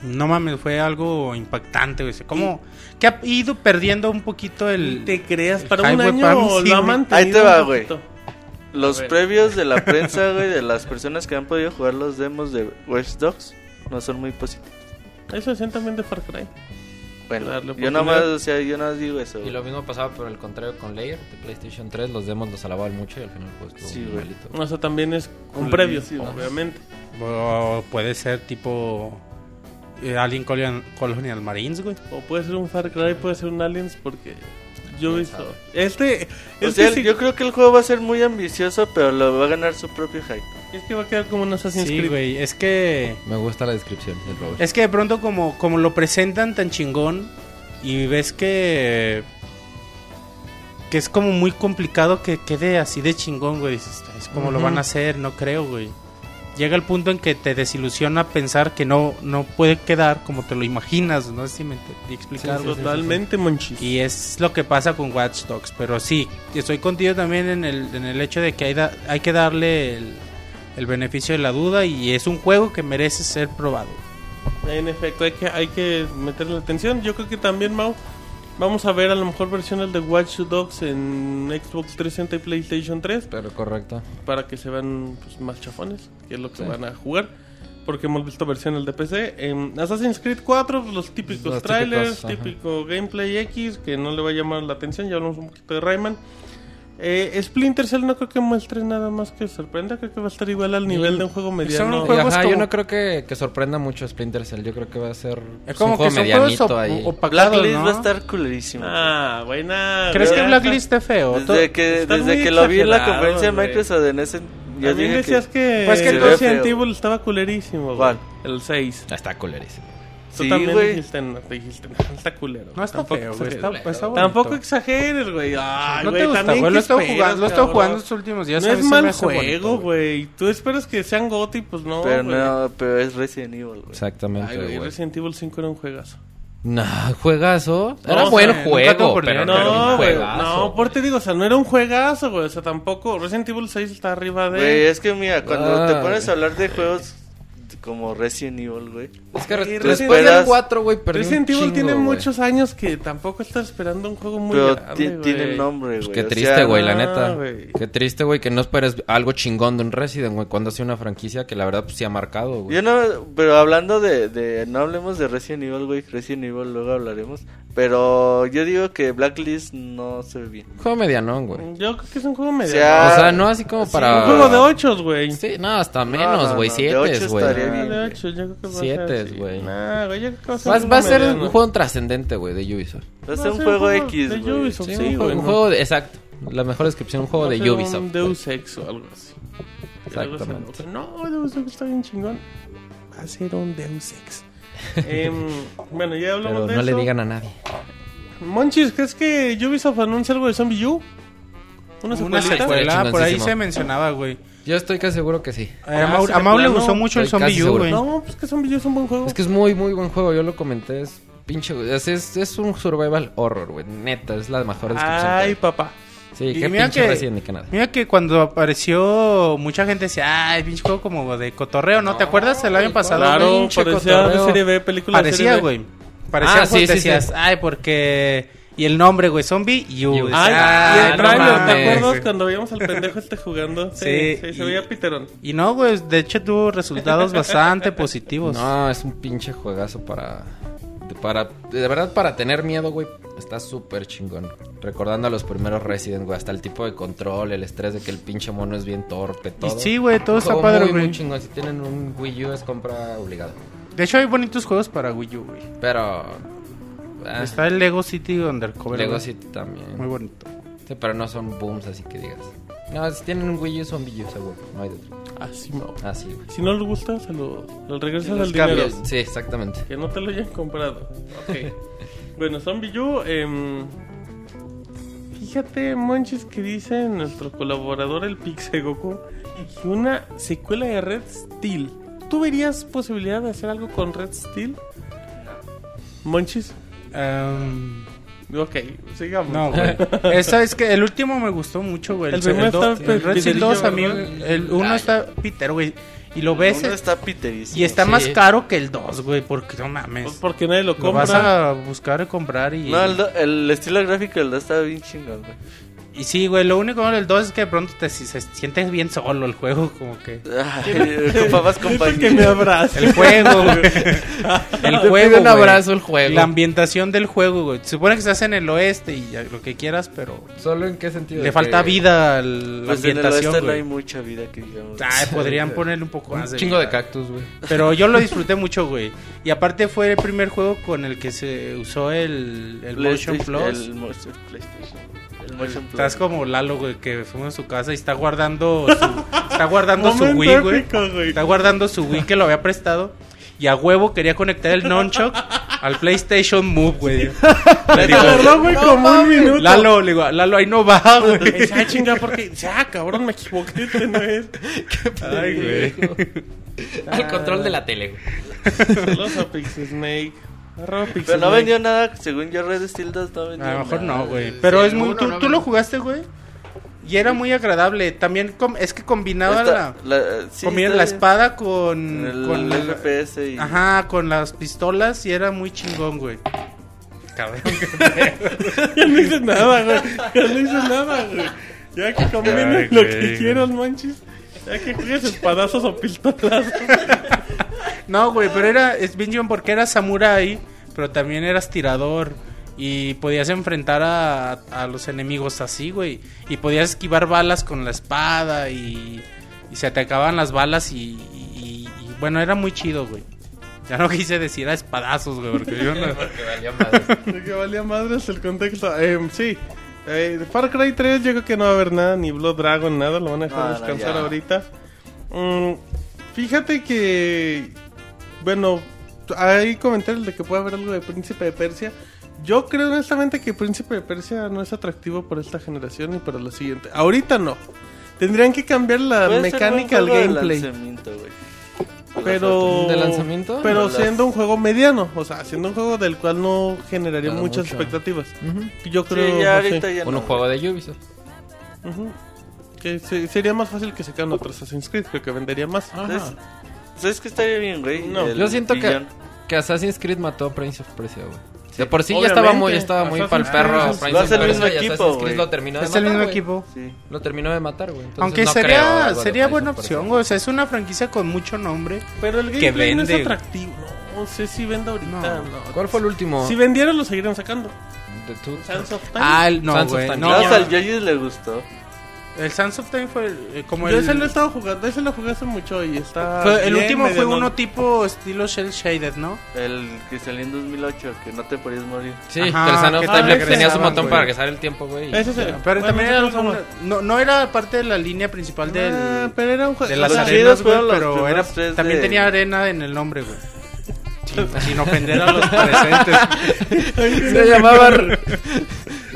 S2: no mames, fue algo impactante, güey. ¿Cómo? Que ha ido perdiendo un poquito el...
S1: Te creas,
S2: El
S1: para un
S2: Highway
S1: año
S2: Pam, sí,
S1: lo ha
S2: güey.
S1: mantenido
S3: Ahí te va,
S1: un
S3: güey.
S1: poquito.
S3: Los
S1: A ver.
S3: previos de la prensa, güey, de las personas que han podido jugar los demos de Watch Dogs, no son muy positivos.
S1: Eso decían también de Far Cry. Darle
S3: Bueno,
S1: oportunidad.
S3: yo nada más, o sea, yo nada más digo eso.
S4: Y
S3: güey.
S4: lo mismo pasaba por el contrario con Layer de PlayStation 3. Los demos los alababan mucho y al final pues estuvo
S3: Sí,
S4: muy
S3: güey.
S4: malito.
S1: O sea, también es un
S3: Culpísimo.
S1: previo, obviamente.
S2: O puede ser tipo eh, Alien Colonial, Colonial Marines, güey.
S1: O puede ser un Far Cry, puede ser un Aliens, porque yo he visto. Este.
S3: O
S1: Es,
S3: sea,
S1: que sí-
S3: yo creo que el juego va a ser muy ambicioso, pero lo va a ganar su propio hype.
S1: es que este va a quedar como un Assassin's
S2: Sí,
S1: Creed.
S2: güey, es que
S4: Me gusta la descripción del Robert.
S2: es que de pronto como como lo presentan tan chingón y ves que que es como muy complicado que quede así de chingón, güey, dices, es como lo
S1: Ujú.
S2: van a hacer, no creo, güey. Llega el punto en que te desilusiona pensar que no no puede quedar como te lo imaginas, no sé si me te- explicar. güey.
S1: Totalmente, monchis.
S2: Y es lo que pasa con Watch Dogs. Pero sí, estoy contigo también en el, en el hecho de que hay, da- hay que darle el, el beneficio de la duda y es un juego que merece ser probado.
S1: En efecto, hay que, hay que meterle atención. Yo creo que también, Mau, vamos a ver a lo mejor versiones de Watch Dogs en Xbox 360 y PlayStation 3.
S4: Pero correcto.
S1: para que se vean pues, más chafones, que es lo que
S4: Sí.
S1: van a jugar. Porque hemos visto versiones de PC. En Assassin's Creed 4, pues, los típicos
S4: Los
S1: trailers,
S4: típicos, ajá.
S1: típico gameplay X, que no le va a llamar la atención. Ya hablamos un poquito de Rayman. Eh, Splinter Cell no creo que muestre nada más que sorprenda. Creo que va a estar igual al nivel de un juego mediano.
S2: Mm, un
S4: Y
S2: juego-
S4: ajá,
S2: como-
S4: yo no creo que, que sorprenda mucho Splinter Cell. Yo creo que va a ser pues,
S2: Es como que
S4: un juego
S2: son juegos
S4: medianito
S2: op-
S4: ahí.
S2: opacados,
S3: Blacklist
S2: ¿no?
S3: va a estar culerísimo.
S1: Ah, buena.
S2: ¿Crees que
S1: güey.
S2: Blacklist esté feo?
S3: Desde
S2: Tú-
S3: que,
S1: está
S3: desde
S1: muy
S3: que lo vi en la
S1: exagerado,
S3: conferencia de
S1: güey.
S3: Microsoft en ese... Yo
S1: También
S3: dije
S1: decías
S3: que...
S1: que,
S2: Pues que
S1: el
S3: se ve
S1: Resident
S3: feo.
S1: Evil estaba culerísimo. güey.
S3: ¿Cuál?
S1: El 6.
S4: Está culerísimo.
S1: Tú
S3: Sí,
S1: también
S3: güey.
S1: dijiste, no, te dijiste, no, está culero.
S2: No está
S1: Tampoco
S2: feo, güey.
S1: exageres.
S2: Está, está bonito.
S1: Tampoco exageres, güey. Ay,
S2: No
S1: güey,
S2: te gusta,
S1: también
S2: güey. Lo he
S1: qué
S2: estado
S1: esperas,
S2: jugando, lo he estado
S1: cabrón?
S2: jugando estos últimos días.
S1: No
S2: a
S1: es
S2: mí se me
S1: mal
S2: hace bonito,
S1: juego, güey. Tú esperas que sean GOTY, pues no,
S3: pero
S1: güey.
S3: no, pero es Resident Evil, güey.
S1: Ay,
S4: Exactamente,
S1: güey,
S4: güey.
S1: Resident Evil 5 era un juegazo.
S4: Nah, juegazo.
S1: No,
S4: Era
S1: o
S4: buen
S2: sea, nunca tuve
S4: juego, pero
S2: oportunidad.
S4: no, era
S1: No,
S4: un
S1: güey.
S4: juegazo.
S1: No, por te digo, o sea, no era un juegazo, güey. O sea, tampoco. Resident Evil 6 está arriba de.
S3: Güey, es que mira, cuando te
S4: Ah,
S3: pones a hablar de juegos como Resident Evil, güey.
S4: Es que
S1: Sí,
S4: res-
S1: Resident
S4: después
S3: Evil-
S4: del 4, güey, perdí un
S1: Resident Evil
S4: chingo,
S1: tiene
S4: güey.
S1: muchos años que tampoco está esperando un juego muy
S3: Pero ti-
S1: grande,
S3: tiene
S1: güey.
S3: nombre, güey.
S4: Pues qué
S3: o
S4: triste,
S3: sea,
S4: güey, la
S1: no,
S4: neta.
S1: güey.
S4: Qué triste, güey, que no esperes algo chingón de un Resident, güey, cuando hace una franquicia que la verdad pues sí ha marcado, güey.
S3: Yo no, pero hablando de, de- no hablemos de Resident Evil, güey, Resident Evil luego hablaremos, pero yo digo que Blacklist no se ve bien.
S4: Juego medianón, güey.
S1: Yo creo que es un juego medio.
S3: O sea,
S4: o sea, no así como
S1: Ah,
S4: para
S1: Un juego de 8, güey.
S4: Sí, no, hasta menos,
S3: no,
S4: güey,
S3: no, de
S4: siete,
S3: ocho estaría
S4: güey.
S3: bien.
S1: Ah, de 8, yo creo que va a ser.
S4: Siete,
S1: así.
S4: güey.
S1: Nah, güey, yo creo que va a ser.
S4: Va, va a ser
S1: mediano.
S4: un juego trascendente, güey, de Ubisoft.
S3: Va a ser un juego X,
S1: de
S3: güey.
S1: Ubisoft,
S4: Sí,
S1: Sí,
S4: un, juego-
S1: güey, no.
S4: un juego de- exacto. La mejor descripción, un juego
S1: Va a
S4: de
S1: ser
S4: Ubisoft.
S1: Un
S4: güey.
S1: Deus Ex o algo así. Que luego se-
S4: Exactamente.
S1: No, Deus Ex está bien chingón. Va a ser un Deus Ex. Em, bueno, ya hablamos
S4: Pero
S1: de
S4: no
S1: eso.
S4: le digan a nadie.
S1: Monchis, ¿crees que Ubisoft anuncia algo de Zombie U? ¿Una
S2: Una
S1: secuelita?
S2: secuela, por ahí
S4: Chingoncísimo.
S2: se mencionaba, güey.
S4: Yo estoy casi seguro que sí.
S2: Eh, A Mau, a Mau le gustó mucho el
S4: Estoy casi
S2: Zombie U,
S4: seguro.
S2: güey.
S1: No, pues que Zombie U es un buen juego.
S4: Es que es muy, muy buen juego. Yo lo comenté. Es pinche. Es, es, es un survival horror, güey. Neta, es la mejor descripción. que
S1: Ay,
S4: hay.
S1: papá.
S4: sí,
S2: y
S4: qué
S2: mira
S4: pinche
S2: que-
S4: Resident ni que nada.
S2: Mira que cuando apareció, mucha gente decía, ay, pinche juego como de cotorreo, ¿no? ¿Te acuerdas el año pasado?
S1: Claro,
S2: pinche
S1: parecía de
S2: cotorreo"?
S1: serie B, película de serie
S2: Parecía,
S1: B.
S2: güey. Parecía,
S4: Ah,
S2: pues,
S4: sí, sí,
S2: decías,
S4: sí.
S2: ay, porque... Y el nombre, güey, Zombie U.
S4: U.
S2: Decías,
S1: Ay, y
S2: "Ah,
S1: el
S2: no
S1: trailer, ¿te
S2: mames".
S1: acuerdas cuando veíamos al pendejo este jugando? Sí,
S2: Sí,
S1: sí, se
S2: y-
S1: veía Piterón.
S2: Y no, güey, de hecho tuvo resultados bastante positivos.
S4: No, es un pinche juegazo para. de- para de verdad, para tener miedo, güey. Está súper chingón. Recordando a los primeros Resident, güey. Hasta el tipo de control, el estrés de que el pinche mono es bien torpe,
S2: Y
S4: todo.
S2: sí, güey, todo
S4: Un
S2: está
S4: juego
S2: padre,
S4: muy, muy
S2: güey.
S4: chingón. Si tienen un Wii U, es compra obligado.
S2: De hecho, hay bonitos juegos para Wii U, güey.
S4: Pero. ah,
S2: Está el Lego City Undercover.
S4: Lego
S2: güey.
S4: City también.
S2: Muy bonito.
S4: Sí, pero no son booms, así que digas. No, si tienen un Wii U, son Wii U, seguro. No hay de otro.
S1: Así, Ah, no.
S4: Así, güey.
S1: Si no le gusta, se lo, lo regresas al dinero.
S4: Cambios. Sí, exactamente.
S1: Que no te lo hayan comprado. Ok. bueno, Zombie U. em, fíjate, Monchis, que dice nuestro colaborador, el Pixe Goku, que una secuela de Red Steel. ¿Tú verías posibilidad de hacer algo con Red Steel? Monchis.
S2: Em,
S1: Ok, sigamos.
S2: no, güey. Esa es que el último me gustó mucho, güey.
S1: El primero
S2: do-
S1: está
S2: el Red Steel
S1: Piterillo,
S2: 2 a mí.
S1: ¿verdad?
S2: El uno está Peter, güey. Y lo ves
S3: Uno
S2: es-
S3: está piterísimo.
S2: y está
S4: Sí.
S2: más caro que el 2, güey. Porque no
S1: Pues
S2: mames.
S1: porque nadie lo
S2: Lo
S1: compra.
S2: vas a buscar y comprar y.
S3: No, el, do- el estilo gráfico del 2 está bien chingón, güey.
S2: Y sí, güey. Lo único malo del 2 es que de pronto te si- se sientes bien solo el juego, como que.
S3: Ay, ocupa más
S1: Necesito que me
S3: compañía.
S1: abrace.
S2: El juego, güey. El
S4: Te
S2: juego.
S4: pide un
S2: güey.
S4: abrazo el juego.
S2: La ambientación del juego, güey. Se supone que estás en el oeste y ya lo que quieras, pero
S4: ¿Solo en qué sentido?
S2: le
S4: De
S2: falta
S4: que
S2: vida a la
S3: Pues en el oeste
S2: ambientación,
S3: no
S2: güey. Ah,
S3: hay mucha vida que digamos.
S2: Ay, podrían ponerle un poco
S4: Un
S2: más de
S4: chingo de
S2: vida.
S4: cactus, güey.
S2: Pero yo lo disfruté mucho, güey. Y aparte fue el primer juego con el que se usó el, el Motion
S3: PlayStation-
S2: Plus.
S3: El Motion PlayStation. El Motion Plus.
S2: Estás como Lalo, güey, que fuimos a su casa y está guardando su, está guardando su
S1: Momento
S2: Wii, güey.
S1: épico, güey.
S2: Está guardando su Wii que lo había prestado. Y a huevo quería conectar el Nonchok al PlayStation Move, güey. Le digo,
S1: Tardó, güey, como un minuto.
S2: Lalo, le digo, Lalo, ahí no va, güey.
S1: Dice, ah, chinga, porque. dice, Ah, cabrón, me equivoqué. este no es.
S2: Ay, güey.
S4: Al control de la tele, güey.
S1: Saludos a Pixie Snake. Arroba Pixie
S3: Pero no
S1: Snake.
S3: vendió nada, según yo Red Steel 2 no vendió
S2: A lo mejor
S3: nada.
S2: no, güey. Pero
S4: Sí,
S2: es muy.
S4: uno
S2: ¿Tú,
S4: no
S2: tú
S4: me-
S2: lo jugaste, güey? Y era muy agradable. También com- es que combinaba
S3: Está-
S2: la,
S3: la- eh, sí,
S2: combi-
S3: está
S2: la
S3: bien.
S2: espada con.
S3: el,
S2: con
S3: el FPS y
S2: Ajá, con las pistolas y era muy chingón, güey. Cabrón.
S1: Ya no hice nada, güey. Ya no hice nada, güey. Ya que combinen
S8: Ay,
S1: lo
S8: güey.
S1: que quieran, manches. Ya que juegues espadazos o pistolas.
S2: No, güey, pero era. Es bien chingón porque era samurái, pero también eras tirador. Y podías enfrentar a, a los enemigos así, güey. Y podías esquivar balas con la espada y. Y se te acababan las balas y. y- y bueno, era muy chido, güey. Ya no quise decir a espadazos, güey, porque yo no.
S4: Que valía madre.
S1: Lo que valía madres el contexto. Em, sí. Eh, de Far Cry 3 yo creo que no va a haber nada, ni Blood Dragon, nada. Lo van a dejar
S3: Ah, no,
S1: descansar
S3: ya.
S1: ahorita. Mm, fíjate que... Bueno, hay comentarios de que puede haber algo de Príncipe de Persia. Yo creo honestamente que Príncipe de Persia no es atractivo para esta generación ni para la siguiente. Ahorita no. Tendrían que cambiar la
S3: Puede ser buen
S1: mecánica al
S3: juego de
S1: gameplay.
S3: lanzamiento, güey. Pues,
S1: Pero.
S4: ¿De lanzamiento?
S1: Pero
S3: No, las-
S1: siendo un juego mediano. O sea, siendo un juego del cual no generaría
S4: Claro,
S1: muchas
S4: mucho.
S1: expectativas. Yo
S3: Sí,
S1: creo
S3: ya
S1: no sé.
S3: ahorita ya
S4: Un
S3: no.
S4: juego de Ubisoft.
S1: Ujú. que se- sería más fácil que sacaran otro Assassin's Creed, creo que vendería más.
S3: ¿Sabes? ¿Sabes qué pues, estaría bien, güey?
S1: No.
S3: El
S4: Yo siento que,
S3: billón.
S4: que Assassin's Creed mató a Prince of Persia, güey. De por sí ya estaba muy,
S1: obviamente.
S4: estaba muy para el
S1: Assassin's
S4: perro.
S1: Creed.
S4: Prince
S3: Lo
S4: of
S3: hace el
S4: Persia
S3: mismo
S4: y Assassin's
S3: equipo,
S4: Creed
S3: güey.
S4: Lo terminó de
S2: es
S4: matar,
S2: el mismo
S4: güey.
S2: equipo.
S3: Sí.
S4: Lo terminó de matar, güey. Entonces,
S2: Aunque
S4: no creo
S2: sería,
S4: algo de
S2: sería
S4: Prince
S2: buena
S4: of Persia.
S2: opción, güey. O sea, es una franquicia con mucho nombre.
S1: Pero el
S2: Que
S1: gameplay no es
S2: vende.
S1: atractivo. No, sé si venda ahorita.
S2: No.
S1: no.
S4: ¿Cuál fue el último?
S1: Si vendieron, lo seguirían sacando.
S4: de tu-
S1: Sands of Time.
S2: Ah, el, no,
S4: Sands of
S2: güey.
S4: Time.
S2: No,
S3: Nada más
S2: ya.
S3: al Yoyis le gustó.
S2: el Sands of Time fue eh, como
S1: Yo
S2: el.
S1: ese lo he estado jugando, ese lo jugué hace mucho y está.
S2: fue- el
S1: bien
S2: último fue
S1: medianón.
S2: uno tipo estilo Shell Shaded, ¿no?
S3: El que salió en 2008, que no te podías morir.
S4: Sí,
S2: Ajá,
S4: el Sands of
S2: que
S4: Time le-
S1: regresaban,
S4: tenía su botón
S2: güey.
S4: para regresar el tiempo, güey.
S1: Ese
S4: y-
S1: es el-
S2: Pero
S1: bueno,
S2: también
S1: ese
S2: era
S1: es otro
S2: una-
S1: juego.
S2: no, no era parte de la línea principal del.
S1: Ah, pero era un juego.
S2: de
S1: o
S2: las
S1: sea,
S3: Los
S2: arenas,
S3: pues, chidos
S2: güey,
S3: fueron los
S2: pero era,
S3: primeros tres
S2: también
S3: de-
S2: tenía arena en el nombre, güey. Sin, sin ofender a los presentes.
S4: Se llamaba R-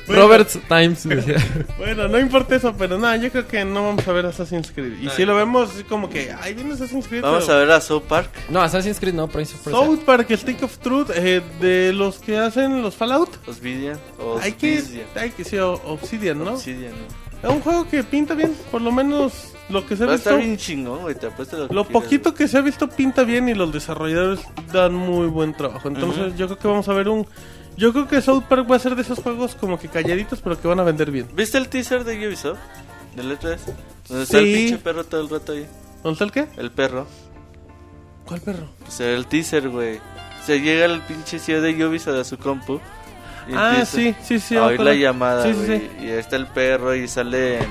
S4: Robert's Times. decía.
S1: Bueno, no importa eso, pero nada, yo creo que no vamos a ver Assassin's Creed. Y si lo vemos, es como que ahí viene Assassin's Creed.
S3: Vamos a ver a South Park.
S4: No, Assassin's Creed no, Prince of Persia.
S1: South Park, Stick of Truth, eh, de los que hacen los Fallout.
S3: Los Obsidian. Os
S1: Hay que,
S3: Obsidian,
S1: hay que sí, o- Obsidian, ¿no?
S3: Obsidian, ¿no?
S1: Es un juego que pinta bien, por lo menos lo que se ha
S3: Va a estar
S1: visto.
S3: bien chingón, güey. Te apuesto lo que
S1: Lo
S3: quieras,
S1: poquito que se ha visto pinta bien y los desarrolladores dan muy buen trabajo. Entonces yo creo que vamos a ver un... Yo creo que South Park va a ser de esos juegos como que calladitos pero que van a vender bien.
S3: güey. ¿Viste el teaser de Ubisoft? Del E3. Donde está el
S1: Sí.
S3: pinche perro todo el rato ahí.
S1: ¿Dónde está el qué?
S3: El perro.
S1: ¿Cuál perro?
S3: O sea, el teaser, güey. Se llega el pinche CEO de Ubisoft a su compu. y
S1: Ah,
S3: empieza
S1: sí, sí, sí.
S3: a oír la
S1: ojalá.
S3: llamada,
S1: Sí, sí,
S3: güey,
S1: sí.
S3: Y ahí está el perro y salen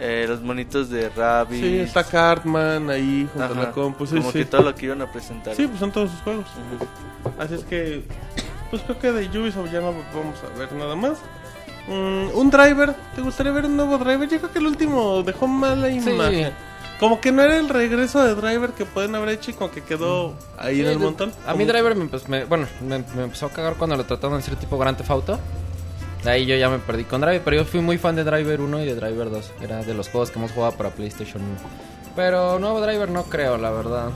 S3: eh, los monitos de Rabbids.
S1: Sí, está Cartman ahí junto
S3: Ajá,
S1: a la compu. Sí,
S3: Como
S1: sí.
S3: que todo lo que iban a presentar.
S1: Sí, pues son todos sus juegos.
S3: Ujú.
S1: Así es que, pues creo que de Ubisoft ya no vamos a ver nada más. Mm, un driver, ¿te gustaría ver un nuevo driver? Yo creo que el último dejó mala
S4: Sí,
S1: imagen. Como que no era el regreso de driver que pueden haber hecho y como que quedó ahí en el
S4: de-
S1: montón.
S4: A mí Driver me, empe- me- bueno, me, me empezó a cagar cuando lo trataron de hacer tipo Grand Theft Auto. De ahí yo ya me perdí con Driver, pero yo fui muy fan de Driver 1 y de Driver 2. Era de los juegos que hemos jugado para PlayStation 1. Pero nuevo Driver no creo, la verdad.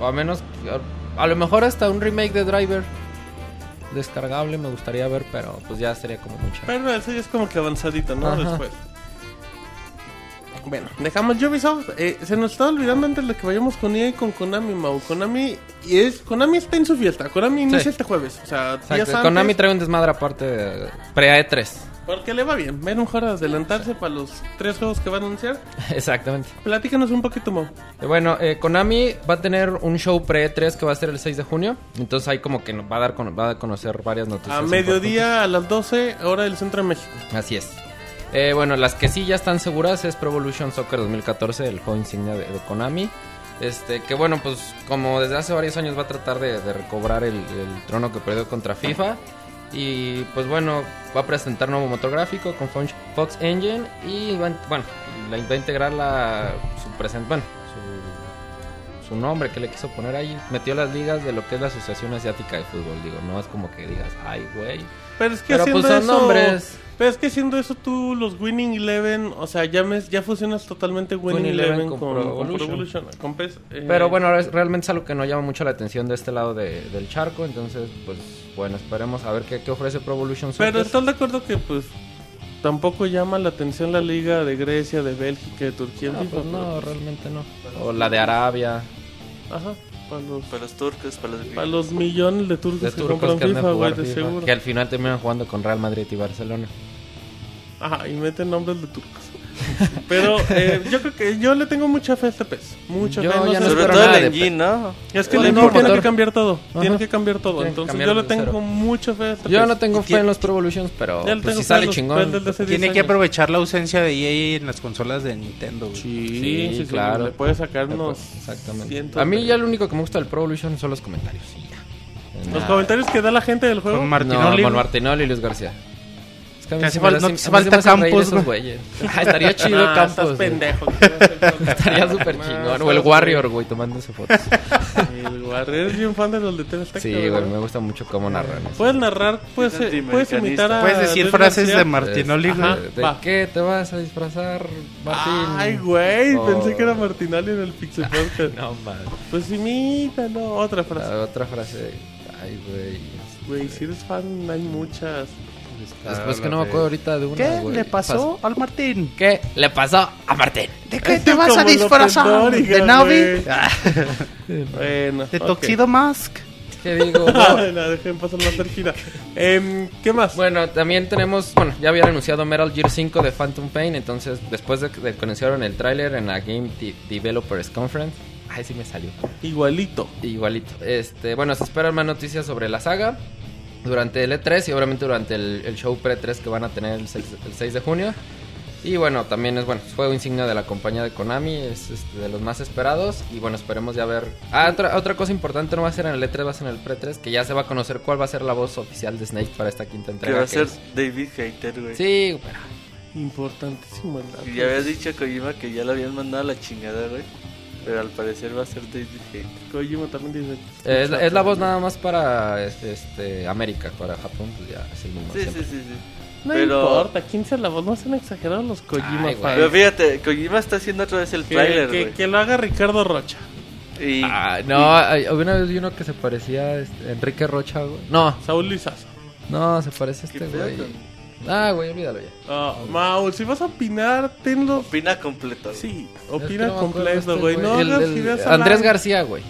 S4: O a menos, a, a lo mejor hasta un remake de Driver descargable me gustaría ver, pero pues ya sería como mucha.
S1: Pero eso ya es como que avanzadito, ¿no?
S4: Ajá.
S1: Después. Bueno, dejamos Ubisoft. Eh, se nos está olvidando antes de que vayamos con EA y con Konami, Mau. Konami, y es, Konami está en su fiesta. Konami inicia
S4: Sí.
S1: este jueves. O sea, días
S4: Exacto,
S1: antes.
S4: Konami trae un desmadre aparte de E pre-E3.
S1: Porque le va bien. Ven un mejor adelantarse para los tres juegos que va a anunciar.
S4: Exactamente.
S1: Platícanos un poquito, Mau.
S4: Eh, Bueno, eh, Konami va a tener un show pre-3 que va a ser el 6 de junio. Entonces ahí como que nos va a dar con- va a conocer varias noticias.
S1: A mediodía, a las 12, hora del centro de México.
S4: importantes. Así es. Eh, bueno, las que sí ya están seguras es Pro Evolution Soccer 2014, el juego insignia de, de Konami. Este, que bueno, pues como desde hace varios años va a tratar de, de recobrar el, el trono que perdió contra FIFA. Y pues bueno, va a presentar nuevo motor gráfico con Fon- Fox Engine y va, a- bueno, la, va a integrar la, su present, bueno, su, su nombre que le quiso poner ahí. Metió las ligas de lo que es la Asociación Asiática de Fútbol, digo, no es como que digas, ay güey.
S1: Pero es que
S4: Pero
S1: haciendo
S4: pues son
S1: eso.
S4: nombres.
S1: Pero es que haciendo eso tú, los Winning Eleven, o sea, ya, mes- ya fusionas totalmente Winning,
S4: Winning
S1: Eleven
S4: Eleven
S1: con, con
S4: con Pro
S1: Pro
S4: Evolution.
S1: Evolution, con PES, eh,
S4: Pero bueno, ahora es- realmente es algo que no llama mucho la atención de este lado de- del charco, entonces pues bueno, esperemos a ver qué, qué ofrece Pro Evolution Soccer.
S1: Pero estás de acuerdo que, pues, tampoco llama la atención la liga de Grecia, de Bélgica, de Turquía. en
S4: No,
S1: FIFA,
S4: pues no,
S1: pero,
S4: realmente no. O la de Arabia.
S1: pues, Ajá, para los,
S3: Para los turcos, para los
S1: para los millones de turcos
S4: De
S1: que
S4: turcos
S1: compran
S4: que andan
S1: FIFA,
S4: a
S1: güey,
S4: jugar
S1: de
S4: FIFA,
S1: seguro.
S4: que al final terminan jugando con Real Madrid y Barcelona.
S1: Ajá, y meten nombres de turcos. Pero eh, yo creo que yo le tengo mucha fe a este pez. Mucha
S4: Yo
S1: fe. no
S4: ya
S1: sé-
S4: no
S3: Sobre
S4: espero
S3: todo
S4: nada
S3: el
S4: de
S3: engine, ¿no?
S1: Es que
S4: Bueno,
S1: el
S4: no,
S1: equipo tiene
S4: motor.
S1: que cambiar todo.
S4: Ajá.
S1: Tiene que cambiar todo.
S4: Tiene que
S1: Entonces
S4: cambiar
S1: yo le
S4: desde
S1: tengo
S4: cero.
S1: mucha fe a este
S4: Yo
S1: pez.
S4: no tengo fe
S2: tiene-
S4: en los Pro Evolutions, pero
S1: Ya le
S4: pues,
S1: tengo
S4: si
S1: fe
S4: sale
S1: a los
S4: chingón.
S1: pez desde hace 10
S2: Tiene que
S1: años.
S2: aprovechar la ausencia de EA en las consolas de Nintendo, güey.
S1: Sí,
S4: Sí,
S1: sí, sí,
S4: claro. Eh, Pues,
S1: Le puede sacarnos.
S4: Exactamente.
S1: cientos
S4: a mí
S1: de-
S4: ya lo único que me gusta del Pro Evolution son los comentarios. y ya.
S1: Los comentarios que da la gente del juego.
S2: Con
S4: No,
S2: Martinoli.
S4: con Martinoli y Luis García.
S1: Es
S4: que a mí
S2: Te
S4: se
S2: hace
S4: me
S2: fal-
S4: hacen-
S2: no te
S4: a mí se me
S2: falta
S4: hacen reír
S2: Campos,
S4: esos güeyes. Ah, estaría chido
S1: Ah,
S4: Campos.
S1: estás
S4: güey.
S1: pendejo. quiero hacer podcast.
S4: Estaría súper chingón. O el Warrior, güey, tomándose fotos.
S1: El Warrior es bien fan de los de TV Azteca,
S4: Sí,
S1: ¿verdad?
S4: güey, me gusta mucho cómo narran. eso.
S1: Puedes narrar, puedes, eh,
S3: Es
S1: puedes
S3: antiamericanista.
S1: imitar
S4: Pues,
S1: a.
S2: Puedes decir
S1: Luis
S2: frases de
S1: García.
S2: Martín Oliva.
S1: ajá.
S4: eh, ¿De
S1: va.
S4: qué te vas a disfrazar, Martín?
S1: Ay, güey,
S4: Oh.
S1: pensé que era Martinali en el Pixel Podcast.
S4: No, Ah. madre.
S1: Pues imítalo, otra frase.
S4: La otra frase. Ay, güey.
S1: Güey, si eres fan, hay muchas.
S4: Después que no me acuerdo ahorita Ah, de una.
S2: ¿Qué
S4: güey.
S2: le pasó al Martín?
S4: ¿Qué le pasó a Martín?
S2: ¿De qué
S1: Este
S2: te vas a
S1: como
S2: disfrazar?
S1: López Dóriga,
S2: ¿De Navi?
S1: güey.
S2: Ah,
S1: Bueno.
S2: ¿De
S1: ok.
S2: Toxido Mask?
S4: ¿Qué digo?
S1: Ah, la dejé en pasar la terquina. Em, ¿Qué más?
S4: Bueno, también tenemos, bueno, ya habían anunciado Metal Gear 5 de Phantom Pain, entonces después de que que anunciaron el tráiler en la Game De- Developers Conference, ay sí me salió,
S1: Igualito.
S4: igualito. Este, bueno, se esperan más noticias sobre la saga durante el E3 y obviamente durante el, el show pre-3 que van a tener el 6, el 6 de junio. Y bueno, también es bueno, fue un signo de la compañía de Konami, es este, de los más esperados. Y bueno, esperemos ya ver. Ah, otra, otra cosa importante no va a ser en el E3, va a ser en el pre-3, que ya se va a conocer cuál va a ser la voz oficial de Snake para esta quinta
S3: Que
S4: entrega.
S3: va a
S4: que
S3: ser
S4: es-
S3: David Hater, güey.
S4: Sí, pero
S1: Importantísimo el dato.
S3: Y ya había dicho a Kojima que ya lo habían mandado a la chingada, güey. Pero al parecer va a ser David Hater.
S1: Kojima también dice. "Pues,
S4: Eh, es, la- es la voz nada más para este, América, para Japón, pues ya es el mismo.
S3: Sí,
S4: siempre.
S3: sí, sí, sí.
S1: No
S3: Pero-
S1: importa, ¿quién sea la voz? No sean exagerados los Kojima
S4: Ay, güey.
S1: fans.
S3: Pero fíjate, Kojima está haciendo otra vez el
S1: Que-
S3: trailer,
S1: que-
S3: güey.
S1: que lo haga Ricardo Rocha.
S3: Y
S4: Ah, no, hay- una vez vi uno que se parecía a este, Enrique Rocha, güey. No,
S1: Saúl Lizazo.
S4: no, se parece a
S3: ¿Qué
S4: este
S3: pedo
S4: güey.
S3: con-
S4: Ah, güey, olvídalo ya.
S1: Ah, Maul, si vas a opinar, tenlo.
S3: Opina completo. güey.
S1: Sí,
S4: Es que
S1: opina
S4: no me acuerdo
S1: completo,
S4: este
S1: güey. No
S4: El-
S1: hagas
S4: el-
S1: ideas al
S4: Andrés
S1: aire.
S4: García, güey.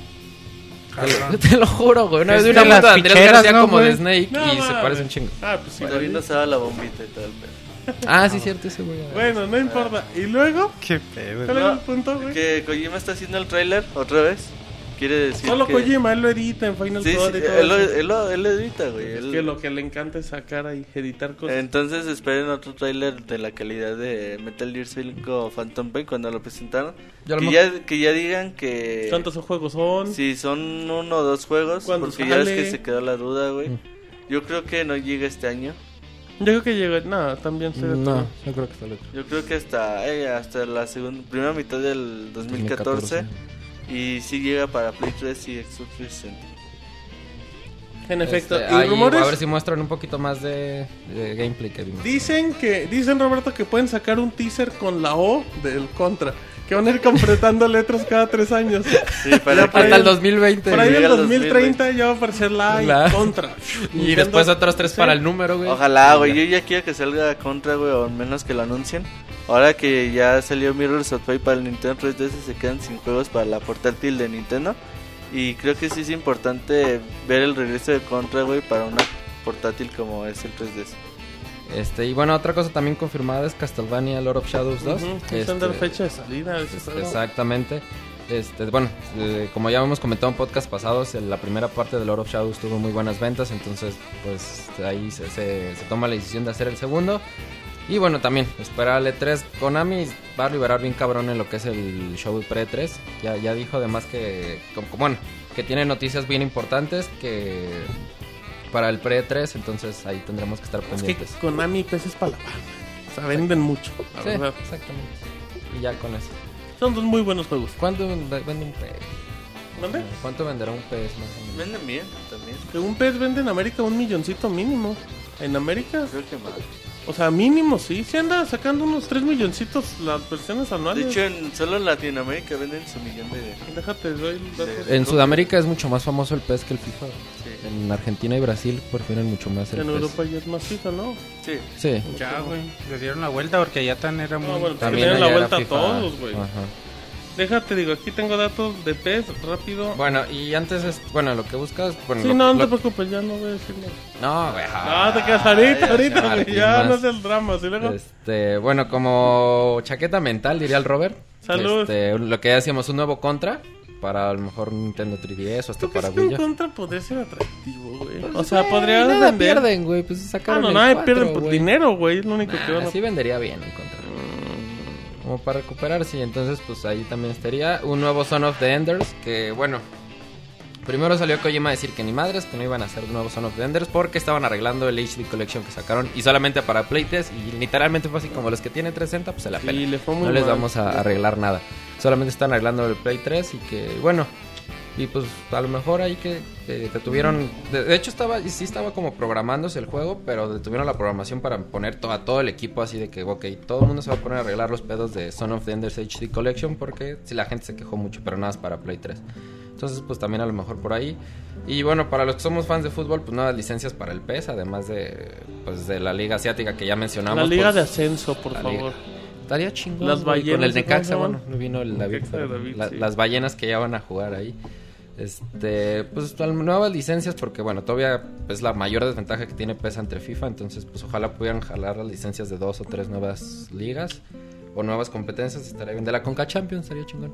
S4: Te, te lo juro, güey. Una
S2: Es
S4: vez vi
S2: de
S4: una
S2: las
S4: foto de Andrés
S2: ficheras,
S4: García
S2: ¿no,
S4: como de
S2: güey?
S4: Snake
S1: No,
S4: y se
S1: mames.
S4: parece un chingo.
S1: Ah, pues sí.
S3: Todavía no se daba la bombita y todo el pedo.
S4: Ah, sí, cierto ese güey.
S1: Bueno, no importa.
S3: Ah.
S1: Y luego,
S2: Qué pedo.
S1: ¿cuál era
S3: No,
S1: el punto, güey?
S3: Que Kojima está haciendo el trailer otra vez. Quiere decir.
S1: Solo
S3: que...
S1: Kojima, él lo edita en Final
S3: Sí, sí,
S1: Cut y todo.
S3: él, lo,
S1: eso.
S3: él, lo, él lo edita, güey.
S1: Es
S3: él-
S1: que lo que le encanta es sacar ahí, editar cosas.
S3: Entonces esperen otro tráiler de la calidad de Metal Gear 5 Phantom Pain cuando lo presentaron.
S4: Ya lo
S3: que,
S4: mo-
S3: ya, que ya digan que...
S1: ¿Cuántos juegos son?
S3: Si son uno o dos juegos,
S1: ¿Cuándo
S3: porque ya es
S1: sale? Mm.
S3: que se quedó la duda, güey. Yo creo que no llega este año.
S1: Yo creo que llegó. No, también se.
S4: No, no creo que está el otro.
S3: Yo creo que hasta eh, hasta la segunda, primera mitad del 2014. Y si llega para Play 3 y Xbox 360.
S1: En efecto.
S4: Este,
S1: y
S4: ahí,
S1: rumores.
S4: A ver si muestran un poquito más de, de gameplay que vimos.
S1: Dicen que, dicen Roberto que pueden sacar un teaser con la O del contra. Que van a ir completando letras cada tres años.
S3: Sí,
S1: Ya
S3: para que-
S1: para
S4: Hasta
S1: ahí-
S4: el 2020.
S1: Por ahí
S3: Llega
S1: del
S3: el
S1: 2030 ya va a aparecer la, A y
S4: La-
S1: contra.
S4: Y después otros tres
S1: Sí.
S4: para el número, güey.
S3: Ojalá, güey. Yo ya quiero que salga contra, güey, o al menos que lo anuncien. Ahora que ya salió Mirror's of Fate para el Nintendo 3DS, se quedan sin juegos para la portátil de Nintendo. Y creo que sí es importante ver el regreso de contra, güey, para una portátil como es el 3DS.
S4: Este, y bueno, otra cosa también confirmada es Castlevania Lord of Shadows 2.
S1: Ujú,
S4: Este,
S1: están dar fecha de salida. ese juego.
S4: Exactamente. Este, bueno, eh, como ya hemos comentado en podcast pasados, en la primera parte de Lord of Shadows tuvo muy buenas ventas, entonces pues ahí se, se- se toma la decisión de hacer el segundo. Y bueno, también, esperar al E3, Konami va a liberar bien cabrón en lo que es el show pre-3. Ya, ya dijo además que, como- como, bueno, que tiene noticias bien importantes que para el pre-3, entonces ahí tendremos que estar
S1: Es que
S4: pendientes.
S1: Konami peces para la pan. O sea, venden mucho, la
S4: Sí,
S1: verdad.
S4: exactamente. Y ya con eso.
S1: Son dos muy buenos juegos.
S4: ¿Cuánto vende vende un pez?
S1: ¿Dónde?
S4: ¿Cuánto venderá un pez más o menos?
S3: Venden bien también.
S1: Que un pez vende en América un milloncito mínimo. En América,
S3: Creo que más.
S1: o sea, mínimo, sí. Se anda sacando unos tres milloncitos las versiones
S3: De
S1: anuales.
S3: hecho, en solo en Latinoamérica venden su millón de.
S1: Déjate, doy el dato.
S3: Sí.
S4: En Sudamérica es mucho más famoso el pez que el FIFA.
S3: Sí,
S4: En Argentina y Brasil prefieren mucho más el
S1: En
S4: pez.
S1: Europa ya es más fija, ¿no?
S3: sí.
S4: Sí.
S2: Ya, güey. Le dieron la vuelta porque ya tan era muy...
S1: No, bueno,
S4: También
S1: le den la
S4: allá era
S1: vuelta a
S4: FIFA.
S1: todos, güey.
S4: Ajá.
S1: Déjate, digo, aquí tengo datos de pez rápido.
S4: Bueno, y antes, es- bueno, lo que buscas... Bueno,
S1: sí,
S4: lo-
S1: no, no
S4: lo-
S1: te preocupes, ya no voy a decir nada.
S4: No, güey.
S1: Ah, te quedas ahorita,
S3: ya,
S1: ahorita, güey.
S4: Martín,
S1: Ya
S4: más.
S1: no es el drama, ¿sí luego?
S4: Este, bueno, como chaqueta mental, diría el Robert.
S1: Salud.
S4: Este, lo que decíamos, un nuevo contra para a lo mejor Nintendo 3DS o hasta
S1: ¿Tú crees
S4: para
S1: que
S4: Wii
S1: un
S4: U.
S1: contra podría ser atractivo, güey?
S4: Pues,
S1: o sea,
S4: güey,
S1: podría
S4: nada
S1: vender.
S4: pierden, güey, pues
S1: Ah,
S4: sacaron
S1: no,
S4: el
S1: nada
S4: cuatro,
S1: pierden por
S4: güey.
S1: dinero, güey. Es lo único que van
S4: Nah,
S1: a.
S4: sí vendería bien en contra. Como para recuperarse, entonces pues ahí también estaría un nuevo Son of the Enders que bueno, Primero salió Kojima a decir que ni madres, que no iban a hacer nuevo Son of the Enders porque estaban arreglando el HD Collection que sacaron y solamente para Playtest y literalmente fue así como los que tienen 360 pues se la
S1: Sí,
S4: pela.
S1: le fue muy
S4: no les
S1: mal.
S4: vamos a arreglar nada. Solamente están arreglando el Play 3 y que bueno, y pues a lo mejor ahí que eh, detuvieron. De, de hecho, estaba sí estaba como programándose el juego, pero detuvieron la programación para poner to- a todo el equipo así de que, ok, todo el mundo se va a poner a arreglar los pedos de Son of the Enders HD Collection porque si la gente se quejó mucho, pero nada es para Play 3. Entonces, pues también a lo mejor por ahí. Y bueno, para los que somos fans de fútbol, pues nuevas licencias para el PES, además de, pues, de la Liga Asiática que ya mencionamos.
S1: La liga
S4: pues,
S1: de ascenso, por
S4: la liga.
S1: favor.
S4: Estaría chingón.
S1: Las
S4: güey, Con el
S1: ballenas,
S4: Necaxa,
S1: ¿cómo se
S4: bueno,
S1: llaman?
S4: no vino el David.
S1: Necaxa de
S4: pero
S1: David,
S4: la-
S1: sí.
S4: Las ballenas que ya van a jugar ahí. Este, pues tal- nuevas licencias, porque bueno, todavía es la mayor desventaja que tiene PES entre FIFA. Entonces, pues ojalá pudieran jalar las licencias de dos o tres nuevas ligas o nuevas competencias. Estaría bien. De la Conca Champions, estaría chingón.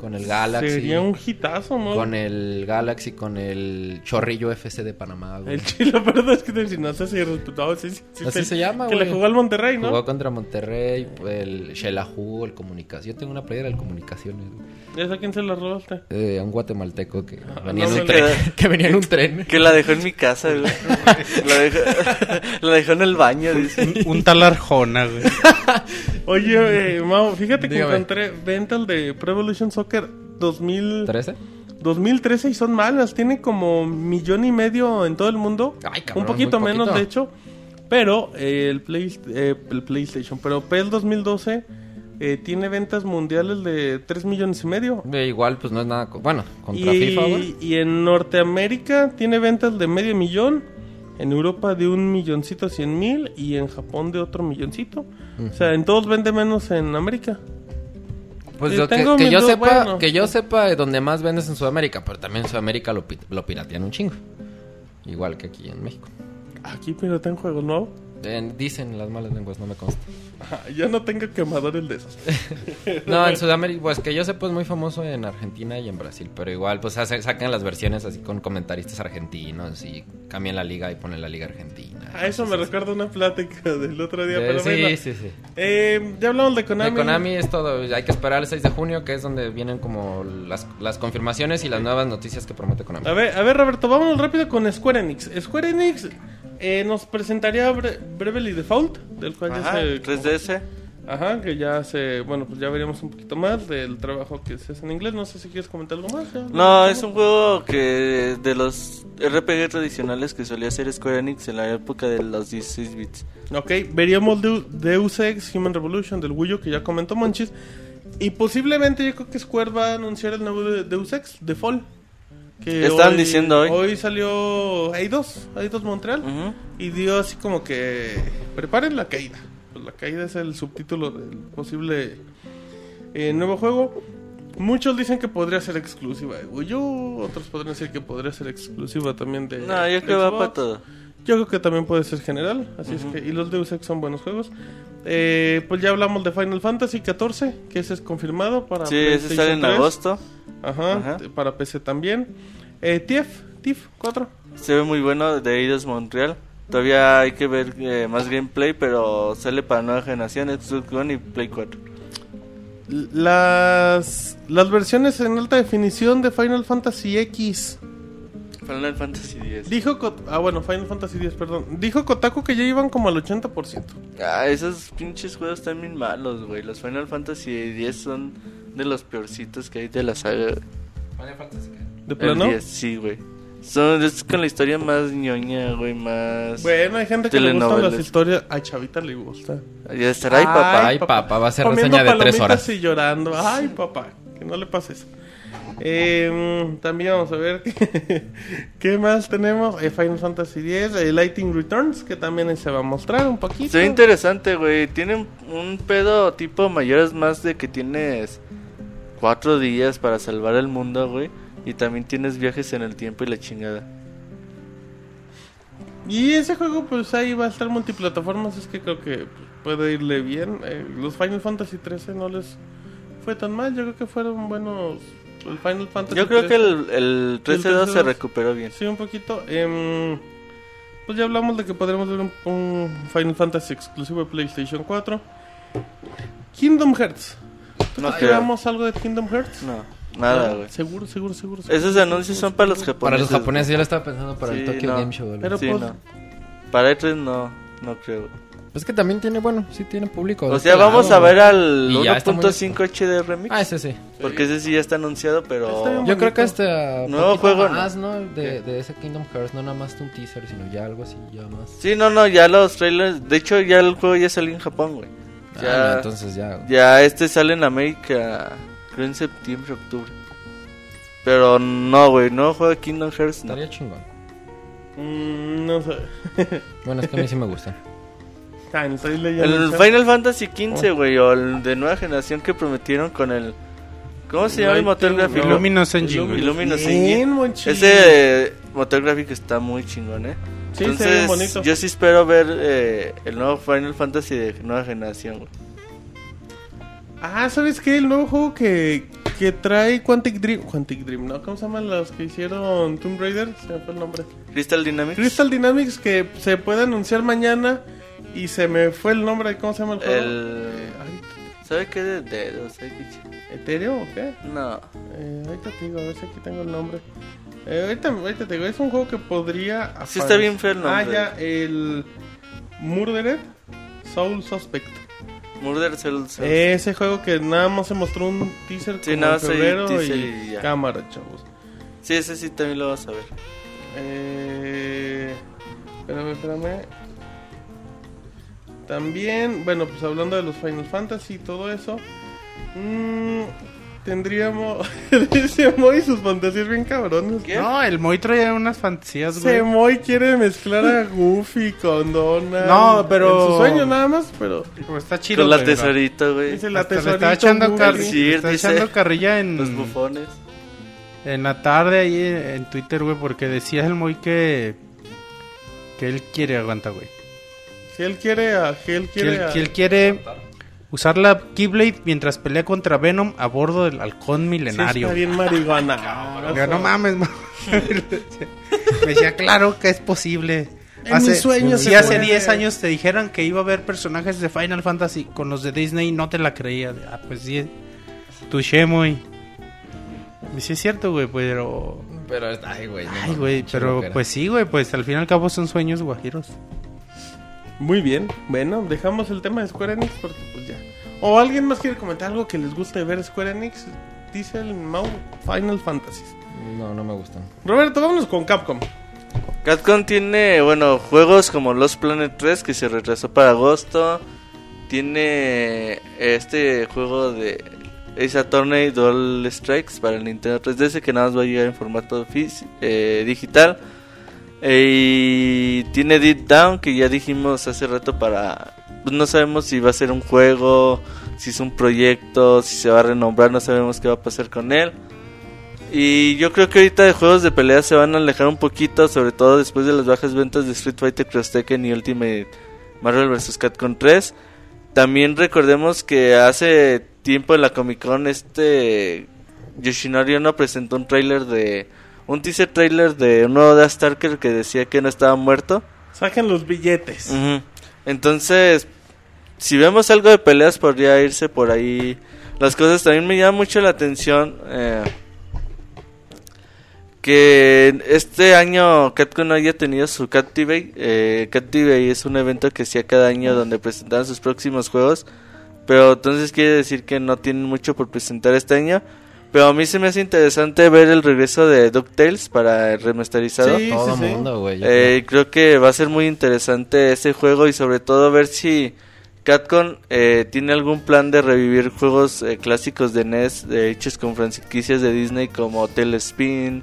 S4: Con el Galaxy.
S1: Sería un hitazo, ¿no?
S4: Con el Galaxy, con el Chorrillo FC de Panamá. güey.
S1: El chile, la verdad es que te- no sé si respetado. Sí, sí, sí,
S4: Así
S1: te-
S4: se llama,
S1: Que
S4: güey.
S1: le jugó al Monterrey, ¿no?
S4: Jugó contra Monterrey, el Shelahu, el Comunicación. Yo tengo una playera del Comunicaciones. güey.
S1: ¿Esa quién se la robaste?
S4: eh, a un guatemalteco que
S1: Ah,
S4: venía
S1: no
S4: en
S1: me
S4: un tren.
S3: la-
S4: Que venía en un tren.
S3: Que la dejó en mi casa, güey. La dejó, la dejó en el baño, dice.
S2: Un, un tal Arjona, güey.
S1: Oye, eh, Mau, fíjate que
S4: Dígame.
S1: encontré ventas de Pro Evolution Soccer 2000
S4: ¿13?
S1: 2013 y son malas. Tiene como millón y medio en todo el mundo.
S4: Ay, cabrón,
S1: un poquito
S4: muy
S1: menos,
S4: poquito.
S1: de hecho. Pero eh, el, Play- eh, el PlayStation, pero E PES 2012 eh, tiene ventas mundiales de 3 millones y medio.
S4: Eh, igual, pues no es nada. co- Bueno, contra
S1: Y,
S4: FIFA, güey.
S1: y en Norteamérica tiene ventas de medio millón. En Europa de un milloncito cien mil y en Japón de otro milloncito. O sea, en todos vende menos en América.
S4: Pues
S1: sí,
S4: lo que,
S1: tengo
S4: que
S1: mis
S4: yo
S1: dos-
S4: sepa,
S1: bueno.
S4: que yo sepa eh, donde más vendes en Sudamérica, pero también en Sudamérica lo, pi- lo piratean un chingo. Igual que aquí en México.
S1: Aquí pero en juegos nuevos.
S4: Eh, dicen las malas lenguas, no me consta.
S1: Ya no tengo quemador el de esos.
S4: No, en Sudamérica, pues que yo sepa es muy famoso en Argentina y en Brasil, pero igual, pues hace- sacan las versiones así con comentaristas argentinos y cambian la liga y ponen la liga argentina.
S1: A eso me recuerda una plática del otro día.
S4: Eh,
S1: Ah, pero bueno.
S4: sí, sí, sí.
S1: Eh, ya hablamos de Konami.
S4: De Konami es todo. Hay que esperar el 6 de junio, que es donde vienen como las, las confirmaciones y las nuevas noticias que promete Konami.
S1: A ver, a ver, Roberto, vamos rápido con Square Enix. Square Enix eh, nos presentaría Bre- Bravely Default, del cual
S3: Ajá,
S1: ya se.
S3: 3DS.
S1: Ajá, que ya se. Bueno, pues ya veríamos un poquito más del trabajo que se hace en inglés. No sé si quieres comentar algo más. ya.
S3: No, es un juego que de los RPG tradicionales que solía hacer Square Enix en la época de los 16 bits.
S1: Ok, veríamos Deu- Deus Ex, Human Revolution, del Wii U, que ya comentó Monchis. Y posiblemente yo creo que Square va a anunciar el nuevo de- Deus Ex, The Fall. Que
S3: Estaban diciendo hoy.
S1: Hoy salió Eidos, Eidos Montreal.
S3: Ujú.
S1: Y dio así como que. Preparen la caída. Pues la caída es el subtítulo del posible eh, nuevo juego. Muchos dicen que podría ser exclusiva de Wii U, otros podrían decir que podría ser exclusiva también de.
S3: No, yo creo que va
S1: Xbox.
S3: para todo.
S1: Yo creo que también puede ser general, así es que y los Deus Ex son buenos juegos. Eh, pues ya hablamos de Final Fantasy 14, que ese es confirmado para
S3: Sí, ese sale en
S1: 3.
S3: agosto.
S1: Ajá,
S3: Ajá.
S1: t- para PC también. Eh, TIF, TIF 4.
S3: Se ve muy bueno de Eidos Montreal. Todavía hay que ver eh, más gameplay, pero sale para nueva generación, Xbox One y Play 4.
S1: L- Las las versiones en alta definición de Final Fantasy X.
S3: Final Fantasy X.
S1: Dijo Kot- ah bueno, Final Fantasy 10, perdón. Dijo Kotaku que ya iban como al 80%.
S3: Ah, esos pinches juegos están bien malos, güey. Los Final Fantasy X son de los peorcitos que hay de la saga.
S1: De
S3: El
S1: plano.
S3: 10, sí, güey. Son es con la historia más ñoña, güey, más...
S1: Bueno, hay gente que le gustan las
S3: Telenovelas.
S1: historias. A Chavita le gusta.
S3: Ya estará ahí, papá.
S4: Ay, papá, va a ser
S1: Comiendo
S4: reseña de tres
S1: palomitas
S4: horas.
S1: y llorando. Ay, papá, que no le pase eso. Eh, también vamos a ver qué, qué más tenemos. Eh, Final Fantasy X, eh, Lighting Returns, que también ahí se va a mostrar un poquito.
S3: Se ve interesante, güey. Tiene un- un pedo tipo mayores más de que tienes cuatro días para salvar el mundo, güey. Y también tienes viajes en el tiempo y la chingada.
S1: Y ese juego, pues ahí va a estar multiplataformas, es que creo que pues, puede irle bien. Eh, los Final Fantasy 13 no les fue tan mal, yo creo que fueron buenos. El Final Fantasy
S3: Yo creo que
S1: 13.
S3: el, el 13-2 se
S1: 13-2.
S3: recuperó bien.
S1: Sí, un poquito. em, pues ya hablamos de que podremos ver un, un Final Fantasy exclusivo de PlayStation 4. Kingdom Hearts. ¿Tú
S3: No
S1: crees que
S3: creo.
S1: veamos algo de Kingdom Hearts?
S3: pues, No. Nada, güey.
S1: Seguro, seguro, seguro. seguro.
S3: Esos anuncios son para los japoneses.
S4: Para los
S3: güey.
S4: japoneses, yo lo estaba pensando para el
S3: Sí,
S4: Tokyo
S3: no.
S4: Game Show. güey.
S1: Pero
S3: Sí,
S1: pues,
S3: no. Para E3 no, no creo.
S4: Pues que también tiene, bueno, sí tiene público. de
S3: O
S4: este
S3: sea, vamos
S4: lado,
S3: a
S4: güey.
S3: ver al
S4: Y ya está muy
S3: 1.5 HD Remix.
S4: Ah, ese sí.
S3: Porque ese sí ya está anunciado,
S1: Está
S3: pero...
S1: bien.
S4: Yo creo que
S1: bonito.
S4: este ah,
S3: Nuevo
S4: poquito
S3: juego,
S4: más, ¿no? De, de ese Kingdom Hearts, no nada más un teaser, sino ya algo así, ya más.
S3: Sí, no, no, ya los trailers... De hecho, ya el juego ya salió en Japón, güey.
S4: Ah,
S3: Ya,
S4: no, entonces ya. güey.
S3: ya este sale en América, creo en septiembre, octubre. Pero no, güey, no juega Kingdom Hearts, no.
S4: Estaría chingón.
S1: mm, no sé.
S4: Bueno, es que a mí sí me gusta.
S1: Ah, en el trailer ya
S3: El
S1: anunciaron.
S3: Final Fantasy
S4: Oh.
S3: XV, güey, o el de nueva generación que prometieron con el... ¿Cómo se llama el motor
S1: Lighting,
S3: gráfico?
S2: Luminous Engine, güey.
S3: Illuminous Engine.
S1: Bien, monchis.
S3: Ese eh, motor gráfico está muy chingón, ¿eh?
S1: Sí, se ve bien
S3: Entonces,
S1: bonito.
S3: yo sí espero ver eh, el nuevo Final Fantasy de nueva generación. güey.
S1: Ah, ¿sabes qué? El nuevo juego que, que trae Quantic Dream. Quantic Dream, ¿no? ¿Cómo se llaman los que hicieron Tomb Raider? Se me fue el nombre.
S3: Crystal Dynamics.
S1: Crystal Dynamics que se puede anunciar mañana. Y se me fue el nombre. ¿Cómo se llama el juego?
S3: El-
S1: Ay,
S3: ¿Sabe qué de dedos? Ay, pinche-
S1: ¿Etéreo o qué?
S3: No.
S1: Eh, ahorita te digo, a ver si aquí tengo el nombre. Eh, ahorita, ahorita te digo, es un juego que podría.
S3: Sí
S1: aparecer-
S3: está bien feo el nombre.
S1: Ah, ya, el. Murdered Soul Suspect.
S3: Murder Cells.
S1: Ese juego que nada más se mostró un teaser
S3: Sí,
S1: como
S3: nada
S1: en
S3: más hay
S1: febrero
S3: teaser
S1: y,
S3: y ya.
S1: cámara, chavos.
S3: Sí, ese sí también lo vas a ver.
S1: Eh, espérame, espérame. También, bueno, pues hablando de los Final Fantasy y todo eso, mm, tendríamos. Dice Moy sus fantasías bien cabrones.
S3: ¿Qué?
S2: No, el Moy traía unas fantasías,
S1: Ese
S2: güey.
S1: Moy quiere mezclar a Goofy con Donald.
S2: No, pero-
S1: En su sueño nada más, pero.
S2: Pero Está chido,
S3: Con la
S2: güey, ¿verdad?
S3: tesorita, güey.
S1: Dice la
S2: Hasta le
S1: tesorita.
S2: estaba echando,
S1: Goofy.
S2: car-
S3: Sí,
S2: le estaba
S3: dice.
S2: echando carrilla
S1: Mm.
S3: Los
S2: en,
S3: bufones.
S2: en la tarde ahí en, en Twitter, güey, porque decía el Moy que, que él quiere aguanta, güey.
S1: Si él quiere a. Si él
S2: Que
S1: quiere
S2: él,
S1: a-
S2: que él quiere usar la Keyblade mientras pelea contra Venom a bordo del halcón
S1: Sí,
S2: milenario.
S1: está bien marihuana.
S2: Le digo, no mames, mo-". Me decía, claro que es posible.
S1: En mis sueños
S2: si
S1: se
S2: hace
S1: puede.
S2: 10 años te dijeran que iba a haber personajes de Final Fantasy con los de Disney, no te la creía. Ah, pues sí. Touché, muy. Y Sí, es cierto, güey, pero.
S4: Pero, ay, güey. no
S2: Ay,
S4: mames,
S2: güey,
S4: qué
S2: pero
S4: loquera.
S2: pues sí, güey, pues al fin y al cabo son sueños guajiros.
S1: Muy bien. Bueno, dejamos el tema de Square Enix porque pues ya. O alguien más quiere comentar algo que les guste ver Square Enix. Dice el Mau Final Fantasy.
S4: No, no me gustan.
S1: Roberto, vámonos con Capcom.
S3: Capcom tiene, bueno, juegos como Los Planet 3 que se retrasó para agosto. Tiene este juego de Ace Attorney Dual Strikes para el Nintendo 3DS que nada más va a llegar en formato fis- eh, digital. Eh, Y tiene Deep Down que ya dijimos hace rato para... pues no sabemos si va a ser un juego, si es un proyecto, si se va a renombrar, no sabemos qué va a pasar con él. Y yo creo que ahorita de juegos de pelea se van a alejar un poquito, sobre todo después de las bajas ventas de Street Fighter Cross Tekken y Ultimate Marvel vs. Capcom 3. También recordemos que hace tiempo en la Comic Con este Yoshinori Ono presentó un tráiler de un teaser trailer de un nuevo Darth Starker que decía que no estaba muerto.
S1: Saquen los billetes.
S3: Ujú. Entonces, si vemos algo de peleas, podría irse por ahí. Las cosas también me llama mucho la atención. eh, que este año Capcom no haya tenido su Captivate. Eh, Captivate es un evento que hacía cada año donde presentaban sus próximos juegos. Pero entonces quiere decir que no tienen mucho por presentar este año. Pero a mí se me hace interesante ver el regreso de DuckTales para el remasterizado.
S1: Sí,
S4: Todo
S1: sí, sí.
S4: mundo, güey. yo
S3: Eh, creo que va a ser muy interesante ese juego y sobre todo ver si Capcom eh, tiene algún plan de revivir juegos eh, clásicos de NES eh, hechos con franquicias de Disney como Telespin,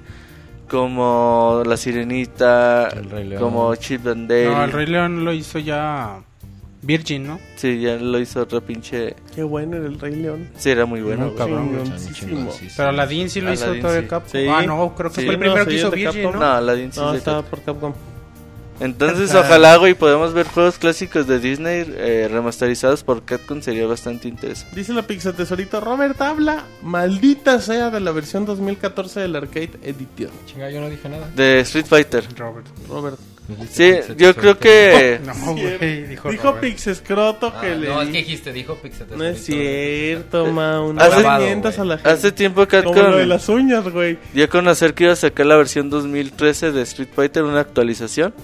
S3: como La Sirenita,
S4: El Rey León.
S3: como Chip and Dale.
S2: No, el Rey León lo hizo ya Virgin, ¿no?
S3: Sí, ya lo hizo otra pinche...
S1: Qué bueno era el Rey León.
S3: Sí, era muy bueno.
S2: No,
S3: güey.
S2: cabrón, güey.
S4: creo. Chan, chingón, sí, sí.
S2: Pero Aladdin sí lo hizo
S3: Aladdin,
S2: todavía
S3: sí.
S2: Capcom.
S1: Sí.
S2: Ah, no, creo que
S3: Sí.
S2: fue el primero
S1: No,
S2: que
S1: sí,
S2: hizo
S1: es de
S2: Virgin,
S1: Capcom.
S2: ¿no?
S3: No, Aladdin sí
S1: No,
S3: se
S1: estaba por Capcom.
S3: Entonces,
S2: Ajá.
S3: ojalá, güey, podemos ver juegos clásicos de Disney eh, remasterizados por Capcom, sería bastante interesante.
S1: Dice la Pixel Tesorito, Robert habla, maldita sea de la versión 2014 del Arcade Edition.
S4: Chinga, yo no dije nada.
S3: De Street Fighter.
S2: Robert.
S1: Robert.
S3: Sí, yo creo que...
S2: No, güey, dijo,
S1: Dijo
S2: Robert.
S1: Pixescroto que le.
S4: Ah, no, es que dijiste, dijo Pixel.
S1: No es cierto, Mau. No
S3: Hace-
S1: le mientas a la gente.
S3: Hace tiempo que
S1: Como lo de las uñas, güey.
S3: dio a conocer que iba a sacar la versión 2013 de Street Fighter, una actualización.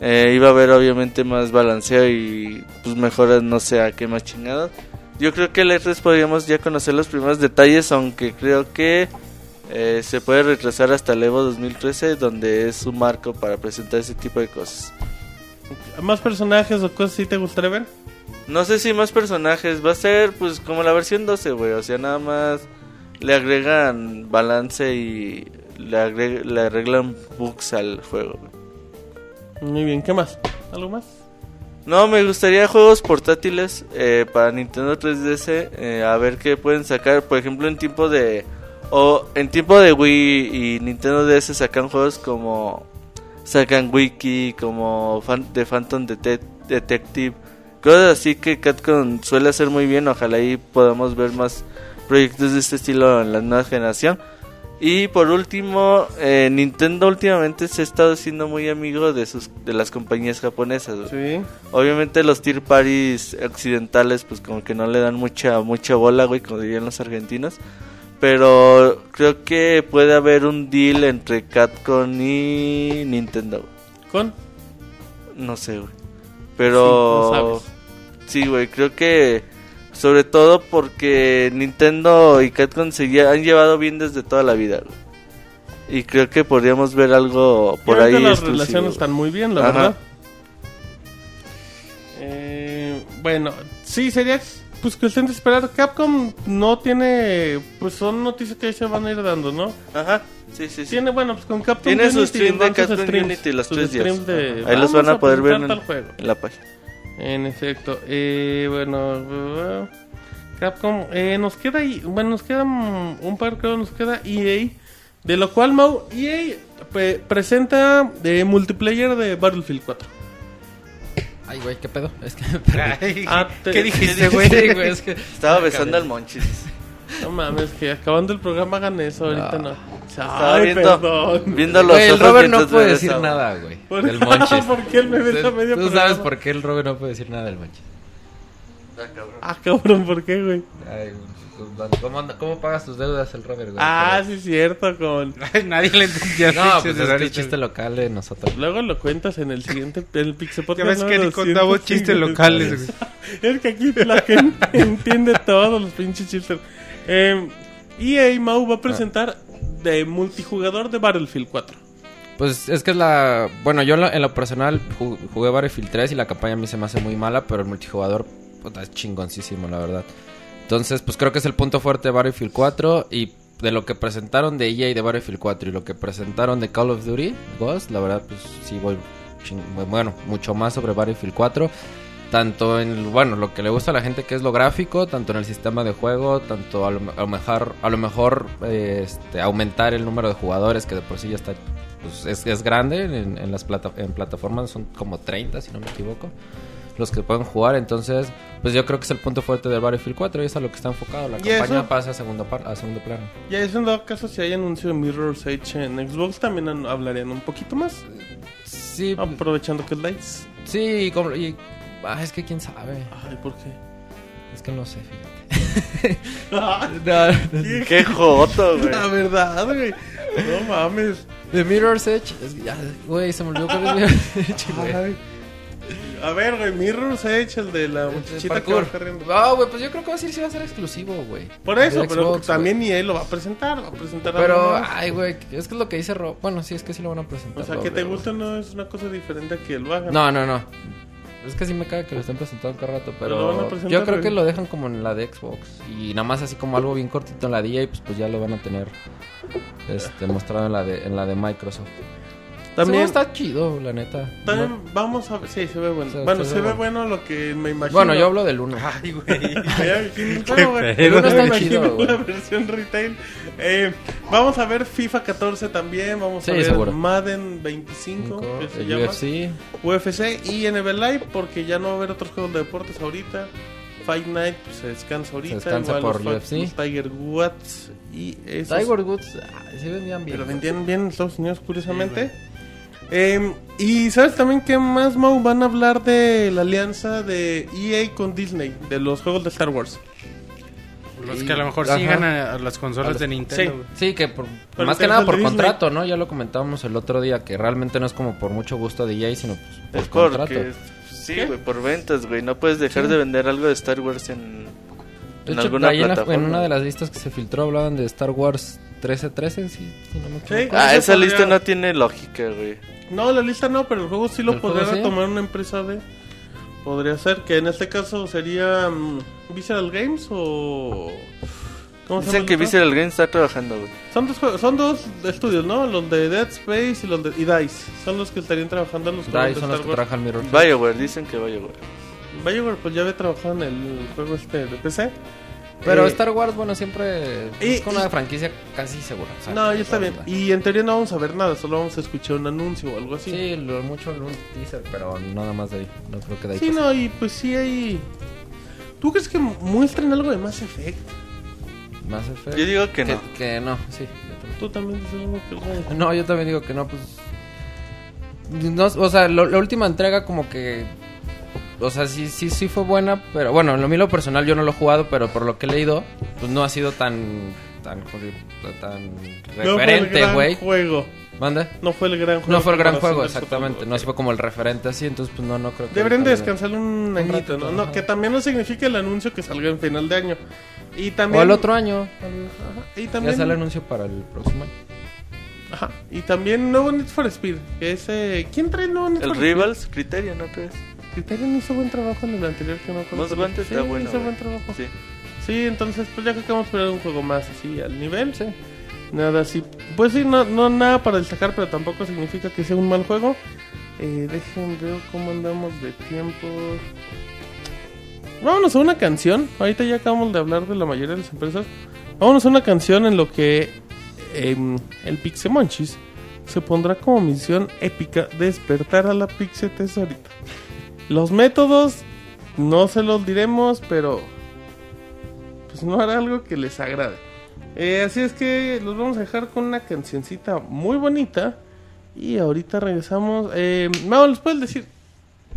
S3: Eh, iba a haber obviamente más balanceo y pues mejoras, no sé a qué más chingadas. Yo creo que el E3 podríamos ya conocer los primeros detalles, aunque creo que eh, se puede retrasar hasta el Evo 2013, donde es su marco para presentar ese tipo de cosas.
S1: ¿Más personajes o cosas así te gustaría ver?
S3: No sé si más personajes, va a ser pues como la versión 12, güey, o sea, nada más le agregan balance y le, agre- le arreglan bugs al juego, güey.
S1: Muy bien, ¿qué más? ¿Algo más?
S3: No, me gustaría juegos portátiles eh, para Nintendo 3DS, eh, a ver qué pueden sacar, por ejemplo, en tiempo de o en tiempo de Wii y Nintendo DS sacan juegos como sacan Wiki, como fan, The Phantom Dete- Detective, cosas así que Capcom suele hacer muy bien, ojalá y podamos ver más proyectos de este estilo en la nueva generación. Y por último, eh, Nintendo últimamente se ha estado siendo muy amigo de sus de las compañías japonesas. güey.
S1: Sí.
S3: Obviamente los tier parties occidentales pues como que no le dan mucha mucha bola, güey, como dirían los argentinos. Pero creo que puede haber un deal entre Capcom y Nintendo. güey.
S1: ¿Con?
S3: No sé, güey.
S1: Sí, no
S3: Pero
S1: sabes.
S3: sí, güey, creo que sobre todo porque Nintendo y Capcom se lle- han llevado bien desde toda la vida. güey. Y creo que podríamos ver algo por
S1: Yo
S3: ahí
S1: creo que las
S3: exclusivo,
S1: relaciones
S3: güey.
S1: están muy bien, la
S3: Ajá.
S1: verdad. Eh, bueno, sí, sería pues cuestión de esperar. Capcom no tiene, pues son noticias que se van a ir dando, ¿no?
S3: Ajá. Sí, sí, sí.
S1: Tiene, bueno, pues con Capcom
S3: Tiene su
S1: Unity,
S3: stream de
S1: van sus
S3: Capcom
S1: streams,
S3: Unity los
S1: sus
S3: tres días.
S1: streams de,
S3: Ahí
S1: "Vamos
S3: los van a poder ver
S1: presentar
S3: en,
S1: tal juego.
S3: en la página.
S1: En efecto, eh, bueno, eh, Capcom, eh, nos queda ahí, bueno, nos queda mm, un par, creo, nos queda EA, de lo cual Mau, EA pre- presenta de multiplayer de Battlefield 4.
S4: Ay, güey, ¿qué pedo? Es que...
S2: Ay,
S1: Ah, te-
S2: ¿Qué dijiste, güey?
S4: Sí, güey, es que...
S3: Estaba besando al monchis.
S1: No mames, que acabando el programa hagan eso, ahorita no.
S3: Estaba
S1: Ay,
S3: viendo,
S1: perdón.
S3: viendo los
S4: Güey, el
S3: ojos
S4: Robert no
S3: mientras
S4: puede
S3: me
S4: decir
S3: besaba.
S4: nada, güey.
S1: Por-
S4: Del Monchis.
S1: ¿Por qué él me
S4: Tú-
S1: besa medio
S4: Tú sabes
S1: programa?
S4: por qué el Robert no puede decir nada del Monchis.
S1: Ah, cabrón, ¿por qué, güey?
S4: Ay, güey, ¿Cómo, anda- ¿Cómo pagas tus deudas el Robert, güey?
S1: Ah, sí, es cierto, con...
S2: Ay, Nadie le entendió.
S4: No, pues
S2: Sí,
S4: es que
S2: sí,
S4: el chiste local de nosotros.
S1: Luego lo cuentas en el siguiente, en el Pixel
S2: Ya
S1: Podcast.
S2: ves que
S1: número
S2: ni contamos
S1: 250.
S2: chistes locales, güey.
S1: Es que aquí la gente entiende todos los pinches chistes. Eh, EA Mau va a presentar de multijugador de Battlefield 4.
S4: Pues es que es la. Bueno, yo en lo, en lo personal ju- jugué Battlefield 3 y la campaña a mí se me hace muy mala, pero el multijugador puta, es chingoncísimo, la verdad. Entonces, pues creo que es el punto fuerte de Battlefield 4 y de lo que presentaron de EA de Battlefield 4 y lo que presentaron de Call of Duty Ghost, la verdad, pues sí voy. chin- Bueno, mucho más sobre Battlefield 4. Tanto en, bueno, lo que le gusta a la gente que es lo gráfico, tanto en el sistema de juego, tanto a lo, a lo mejor, a lo mejor eh, este, aumentar el número de jugadores que de por sí ya está pues, es, es grande en, en las plata- en plataformas son como 30 si no me equivoco los que pueden jugar entonces pues yo creo que es el punto fuerte del Battlefield 4 y es a lo que está enfocado la
S1: ¿Y
S4: campaña
S1: eso?
S4: pasa a segundo par- a segundo plano
S1: Ya eso en dado caso, si hay anuncio de Mirror's Edge en Xbox, también an- hablarían un poquito más.
S4: sí
S1: Aprovechando que es Lights.
S4: sí y como- y- ah, es que quién sabe
S1: Ay, ¿por qué?
S4: es que no sé fíjate.
S3: Qué joto, güey.
S1: La verdad, güey. No mames.
S4: The Mirror's Edge es- ya, güey se me olvidó cuál es Mirror's Edge güey.
S1: Ay. A ver, güey, Mirror's Edge, el de la
S4: El
S1: muchachita que va
S4: parkour.
S1: corriendo.
S4: Ah, güey, pues yo creo que va a ser si va a ser exclusivo, güey.
S1: Por eso,
S4: Del
S1: pero
S4: Xbox,
S1: también EA lo va a presentar. Va a presentar
S4: güey. Pero, ah,
S1: algo más.
S4: ay, güey, es que es lo que dice Rob. Bueno, sí, es que sí lo van a presentar.
S1: O sea, que
S4: doble,
S1: te
S4: güey.
S1: guste no es una cosa diferente a que lo hagan.
S4: No, no, no. Es que sí me caga que lo estén presentando cada rato,
S1: Pero lo van a
S4: pero,
S1: presentar,
S4: yo creo que
S1: güey.
S4: lo dejan como en la de Xbox. Y nada más así como algo bien cortito en la de EA, pues, pues ya lo van a tener este, mostrado en la de, en la de Microsoft. También
S1: También,
S4: está chido, la neta.
S1: también vamos a ver. Sí, se ve bueno.
S4: Se-
S1: bueno,
S4: se
S1: se,
S4: ve
S1: ve bueno lo que me
S4: No-
S1: imagino.
S4: Bueno, yo hablo del 1.
S2: Ay, güey.
S1: Ay, qué raro, güey.
S2: pedo,
S1: Yo me
S4: está
S1: imagino
S4: chido, güey.
S1: la versión retail. Eh, vamos a ver FIFA 14 también. Vamos
S4: Sí,
S1: a ver
S4: seguro.
S1: Madden 25, que se
S4: El
S1: llama.
S4: UFC.
S1: UFC y NBA Live, porque ya no va a haber otros juegos de deportes ahorita. Fight Night pues, se descansa ahorita.
S4: descansa
S1: igual
S4: por
S1: los Fox,
S4: UFC.
S1: los Tiger Woods y esos
S4: Tiger Woods, ah, sí vendían
S1: que
S4: bien.
S1: lo vendían bien en Estados Unidos, curiosamente. Eh, y sabes también que más, Mau, van a hablar de la alianza de EA con Disney, de los juegos de Star Wars.
S2: Los que a lo mejor
S4: Ajá.
S2: sigan a, a las
S4: A
S2: consolas
S4: los-
S2: de Nintendo.
S1: sí.
S2: güey.
S4: Sí, que por-
S1: Pero
S4: más que
S1: ustedes
S4: nada
S1: son
S4: por
S1: de Disney.
S4: contrato, ¿no? Ya lo comentábamos el otro día, que realmente no es como por mucho gusto de EA, sino pues, por
S3: Es
S4: contrato.
S3: porque. Sí,
S1: ¿Qué?
S3: güey, por ventas, güey. No puedes dejar
S4: Sí.
S3: de vender algo de Star Wars en.
S4: De
S3: en
S4: hecho,
S3: alguna
S4: ahí en, la- en
S3: plataforma.
S4: una de las listas que se filtró hablaban de Star Wars 1313, sí, sí, no me equivoco.
S1: Sí.
S3: Ah,
S1: Eso
S3: esa
S1: podría-
S3: lista no tiene lógica, güey.
S1: No, la lista no, pero el juego sí lo
S4: ¿El juego
S1: podría
S4: sí?
S1: tomar una empresa de. Podría ser, que en este caso sería mm, Visceral Games o. ¿Cómo
S3: Dicen
S1: el
S3: que
S1: otro?
S3: Visceral Games está trabajando, güey.
S1: Son dos, juegos- son dos estudios, ¿no? Los de Dead Space y los de y DICE. Son los que estarían trabajando en los
S4: Pues Ahí
S1: juegos de
S4: son los
S1: Star
S4: que
S1: Wars.
S4: trabaja el Mirror.
S3: Bioware, dicen que Bioware.
S1: Bioware, pues ya había trabajado en el juego este de PC.
S4: Pero
S1: Eh,
S4: Star Wars, bueno, siempre
S1: y-
S4: es con una
S1: y-
S4: franquicia casi segura. o sea,
S1: No, ya está
S4: la
S1: bien.
S4: verdad.
S1: Y en teoría no vamos a ver nada, solo vamos a escuchar un anuncio o algo así.
S4: Sí, lo mucho un teaser, pero nada más de ahí. No creo que de ahí.
S1: Sí,
S4: pase.
S1: no, y pues sí hay... ¿Tú crees que muestren algo de Mass Effect?
S4: Más Effect.
S3: Yo digo que no.
S4: Que, que no, sí. yo también.
S1: Tú también dices "Oh, algo que...
S4: No, yo también digo que no, pues. no, o sea, lo- la última entrega, como que. O sea, sí, sí, sí fue buena, pero bueno, en lo mío personal yo no lo he jugado, pero por lo que he leído, pues no ha sido tan. tan. tan
S1: No fue el
S4: referente,
S1: gran
S4: güey.
S1: juego.
S4: ¿Manda.
S1: No fue el gran juego.
S4: No fue el gran
S1: en comparación
S4: juego,
S1: del otro
S4: exactamente.
S1: juego.
S4: No fue como el referente así, entonces pues no, no creo que.
S1: Deberían de
S4: ahorita-
S1: descansar un añito, ¿no?
S4: ratito,
S1: No,
S4: ajá.
S1: que también no significa el anuncio que salga en final de año. Y también...
S4: O el otro año, tal vez.
S1: Y
S4: Ya
S1: también...
S4: sale el anuncio para el próximo año.
S1: Ajá. Y también nuevo Need for Speed. Que ese... ¿Quién trae el nuevo Need
S3: El
S1: for Speed?
S3: Rivals, criterio, ¿no crees?
S1: Criterion hizo buen trabajo en el anterior que no acuerdo.
S3: Más guantes
S1: Sí,
S3: está bueno.
S1: Hizo
S3: güey.
S1: buen trabajo.
S3: Sí.
S1: Sí, entonces pues ya creo que vamos a esperar un juego más así al nivel.
S4: Sí.
S1: Nada así. Pues sí, no, no nada para destacar, pero tampoco significa que sea un mal juego. Eh, dejen ver cómo andamos de tiempo. Vámonos a una canción. Ahorita ya acabamos de hablar de la mayoría de las empresas. Vámonos a una canción en lo que em, el Pixemonchis se pondrá como misión épica despertar a la Pixe Tesorita. Los métodos no se los diremos, pero pues no hará algo que les agrade. Eh, así es que los vamos a dejar con una cancioncita muy bonita. Y ahorita regresamos. Eh, Mao, ¿les puedes decir?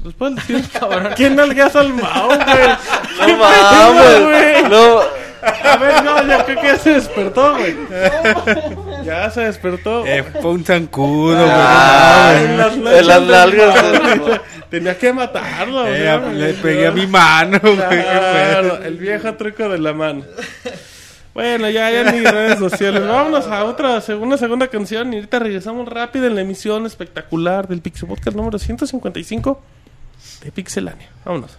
S1: ¿Les puedes decir? ¿Quién nalgas al Mao, güey?
S3: No mames.
S1: güey.
S3: No.
S1: A ver, no, ya creo que ya se despertó, güey. Ya se despertó.
S2: Eh, ah, fue un zancudo, güey.
S7: Ah.
S3: Ay,
S1: en las
S3: en las
S1: nalgas
S3: nalgas. güey.
S1: Tenía que matarlo,
S2: Eh,
S1: güey.
S2: a- le pegué a mi mano, güey. qué
S1: Claro,
S2: pedo.
S1: el viejo truco de la mano. Bueno, ya, ya ni redes sociales. Vámonos a otra, seg- una segunda canción y ahorita regresamos rápido en la emisión espectacular del Pixel Podcast número 155 de Pixelania. Vámonos.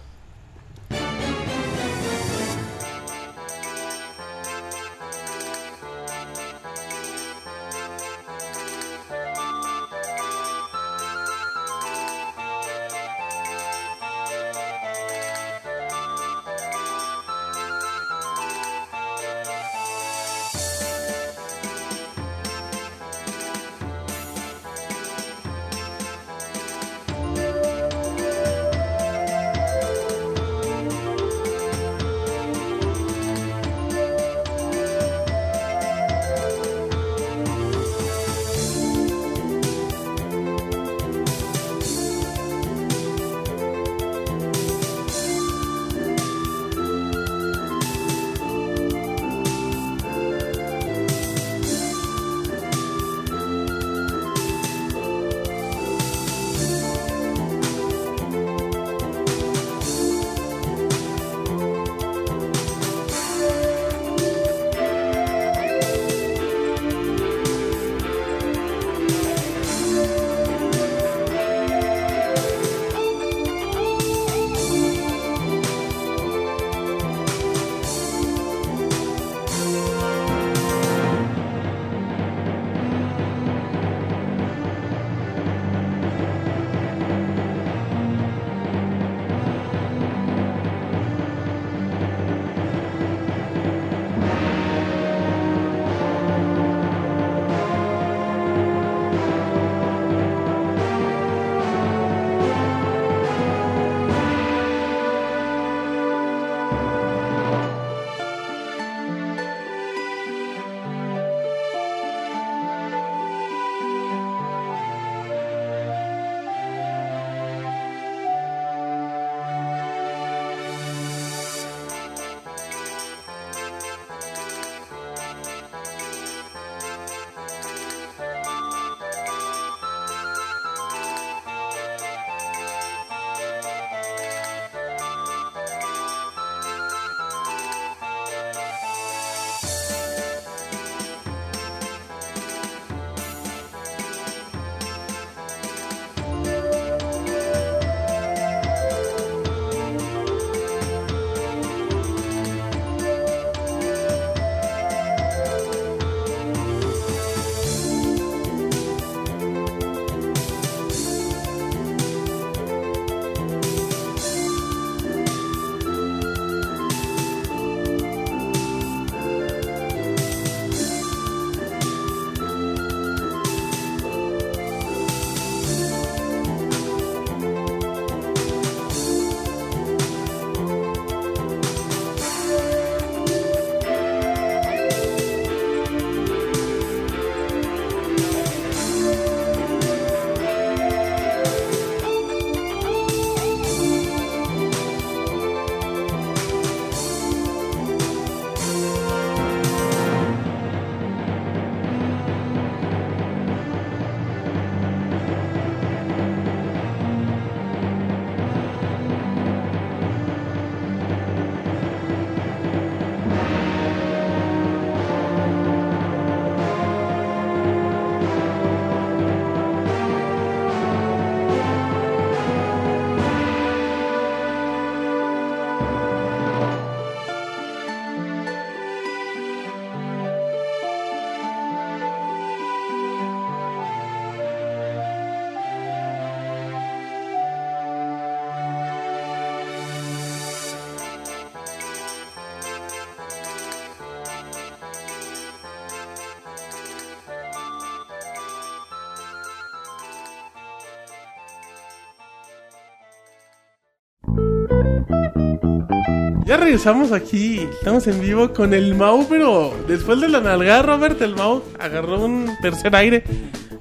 S1: Ya regresamos aquí. Estamos en vivo con el Mau, pero después de la nalgada, Robert, el Mau agarró un tercer aire.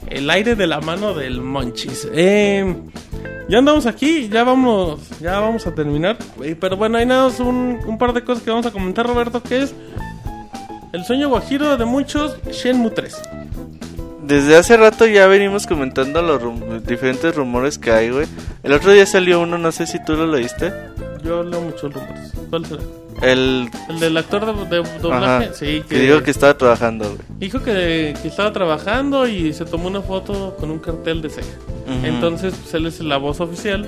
S1: El aire de la mano del Monchis. Eh, ya andamos aquí, ya vamos, ya vamos a terminar. Eh, Pero bueno, hay nada más un, un par de cosas que vamos a comentar, Roberto, que es el sueño guajiro de muchos, Shenmue 3.
S3: Desde hace rato ya venimos comentando los rum- diferentes rumores que hay, güey. El otro día salió uno, no sé si tú lo leíste.
S1: Yo leo muchos rumores. ¿Cuál será?
S3: El
S1: ¿El del actor de, de doblaje?
S3: Ajá,
S1: sí,
S3: que digo que estaba trabajando, güey.
S1: Dijo que, que estaba trabajando y se tomó una foto con un cartel de Sega.
S3: Ujú.
S1: Entonces, pues, él es la voz oficial.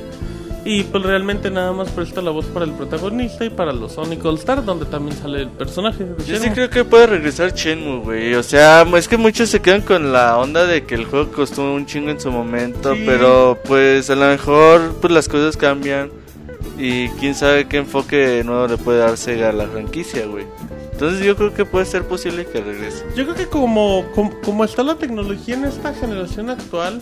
S1: Y pues realmente nada más presta la voz para el protagonista y para los Sonic All Star, donde también sale el personaje. de
S3: Yo sí
S1: Shenmue.
S3: creo que puede regresar Shenmue, güey. O sea, es que muchos se quedan con la onda de que el juego costó un chingo en su momento,
S1: Sí.
S3: pero pues a lo mejor pues las cosas cambian y quién sabe qué enfoque nuevo le puede dar Sega a la franquicia, güey. Entonces yo creo que puede ser posible que regrese.
S1: Yo creo que como, como, como está la tecnología en esta generación actual,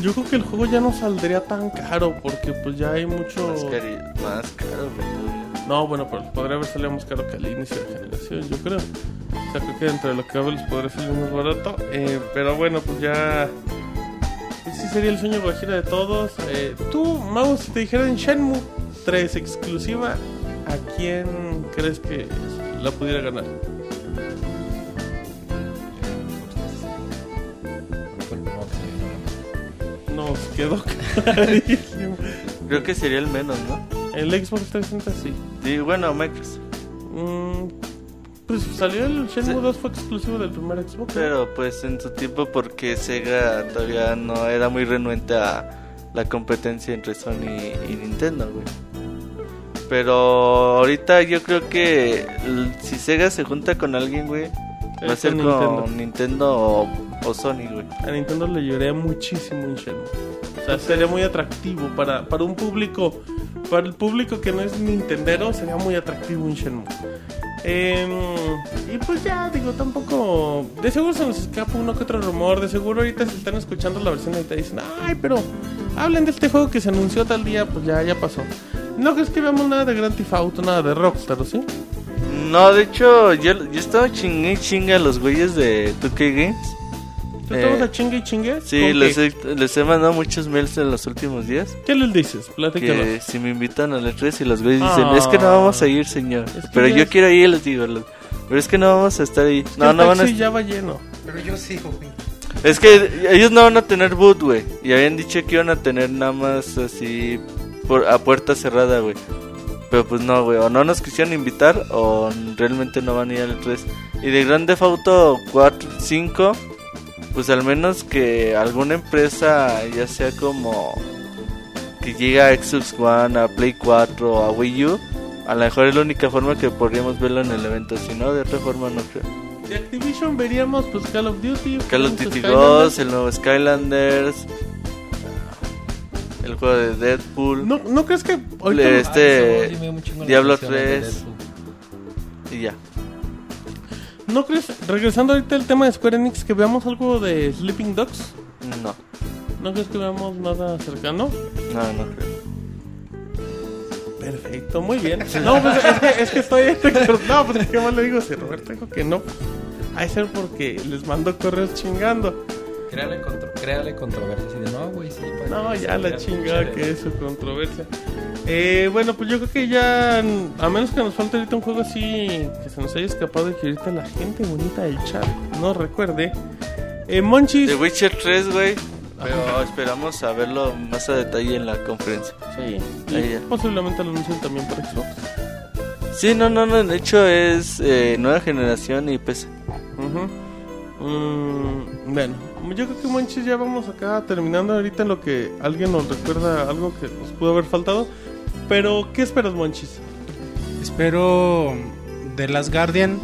S1: yo creo que el juego ya no saldría tan caro, porque pues ya hay mucho...
S3: Más, cari- más caro, güey. todavía.
S1: No, bueno, pero podría haber salido más caro que al inicio de generación, yo creo. O sea, creo que entre lo que cabe les podría salir más barato. Eh, pero bueno, pues ya. Pues sí sería el sueño guajira de todos. Eh, tú, Mau, si te dijeran Shenmue 3 exclusiva, ¿a quién crees que la pudiera ganar?
S4: Pues,
S1: Nos quedó clarísimo.
S3: Creo que sería el menos, ¿no?
S1: El Xbox 360 sí.
S3: Sí, bueno, Microsoft.
S1: Mm, pues salió el Shenmue
S3: Sí.
S1: 2 fue exclusivo del primer Xbox. ¿no?
S3: Pero pues en su tiempo porque Sega todavía no era muy renuente a la competencia entre Sony y Nintendo, güey. Pero ahorita yo creo que l- si Sega se junta con alguien, güey, va a
S1: Es
S3: ser
S1: con
S3: con Nintendo, o, o Sony, güey.
S1: A Nintendo le lloré muchísimo en Shenmue. O sea, sería muy atractivo para, para un público. Para el público que no es Nintendero, sería muy atractivo un Shenmue. Em, y pues ya, digo, tampoco. De seguro se nos escapa uno que otro rumor. De seguro ahorita se están escuchando la versión y te dicen, ay, pero hablen de este juego que se anunció tal día. Pues ya, ya pasó. No crees que veamos nada de Grand Theft Auto, nada de Rockstar, ¿o ¿sí?
S3: No, de hecho, yo, yo estaba chingue y chinga a los güeyes de 2K Games.
S1: ¿Tú
S3: Eh,
S1: estamos a chingue y chingue?
S3: Sí,
S1: ¿Con
S3: les
S1: qué?
S3: he, les he mandado muchos mails en los últimos días.
S1: ¿Qué les dices? Platícanos.
S3: que si me invitan a las 3 y los güeyes dicen,
S1: Ah.
S3: es que no vamos a ir, señor.
S1: Es que
S3: pero
S1: ya
S3: yo
S1: es-
S3: quiero ir, les digo. lo- Pero es que no vamos a estar ahí.
S1: Es que
S3: No,
S1: el
S3: no van a...
S1: taxi ya va lleno.
S2: Pero yo sí, güey.
S3: Es que ellos no van a tener boot, güey. Y habían dicho que iban a tener nada más así por, a puerta cerrada, güey. Pero pues no, güey. O no nos quisieron invitar o realmente no van a ir al 3. Y de Grand Theft Auto 4, 5, pues al menos que alguna empresa, ya sea como que llegue a Xbox One, a Play 4 o a Wii U, a lo mejor es la única forma que podríamos verlo en el evento. Si no, de otra forma no creo.
S1: De Activision veríamos pues Call of Duty.
S3: Call of
S1: Princess
S3: Duty
S1: Skylanders.
S3: 2, el nuevo Skylanders, el juego de Deadpool
S1: ¿No, ¿No crees que ahorita
S3: Le-
S1: nos-
S3: Este, Diablo y ya.
S1: no crees regresando ahorita al tema de Square Enix que veamos algo de Sleeping Dogs?
S3: No,
S1: ¿No crees que veamos nada cercano?
S3: no, no creo.
S1: Perfecto, muy bien. No, pues es que, es que estoy No, pues qué más le digo si Roberto dijo que no. Hay ser porque les mando correos chingando.
S4: Créale, contro- créale controversia así de no, güey, sí. para
S1: No,
S4: que
S1: ya
S4: se
S1: la
S4: vea,
S1: chingada
S4: chale".
S1: que es su controversia. Eh, bueno, pues yo creo que ya, mm, a menos que nos falte ahorita un juego así, que se nos haya escapado y que ahorita la gente bonita del chat no recuerde. Eh, Monchis.
S3: The Witcher 3, güey. Pero esperamos a verlo más a detalle en la conferencia.
S1: Sí, y
S3: Ahí ya.
S1: posiblemente lo anuncien también para Xbox.
S3: Sí, no, no, no. De hecho, es eh, nueva generación y PC.
S1: Ujú. Mm, bueno, yo creo que Monchis ya vamos acá terminando ahorita en lo que alguien nos recuerda algo que nos pudo haber faltado. Pero, ¿qué esperas, Monchis?
S2: Espero de Last Guardian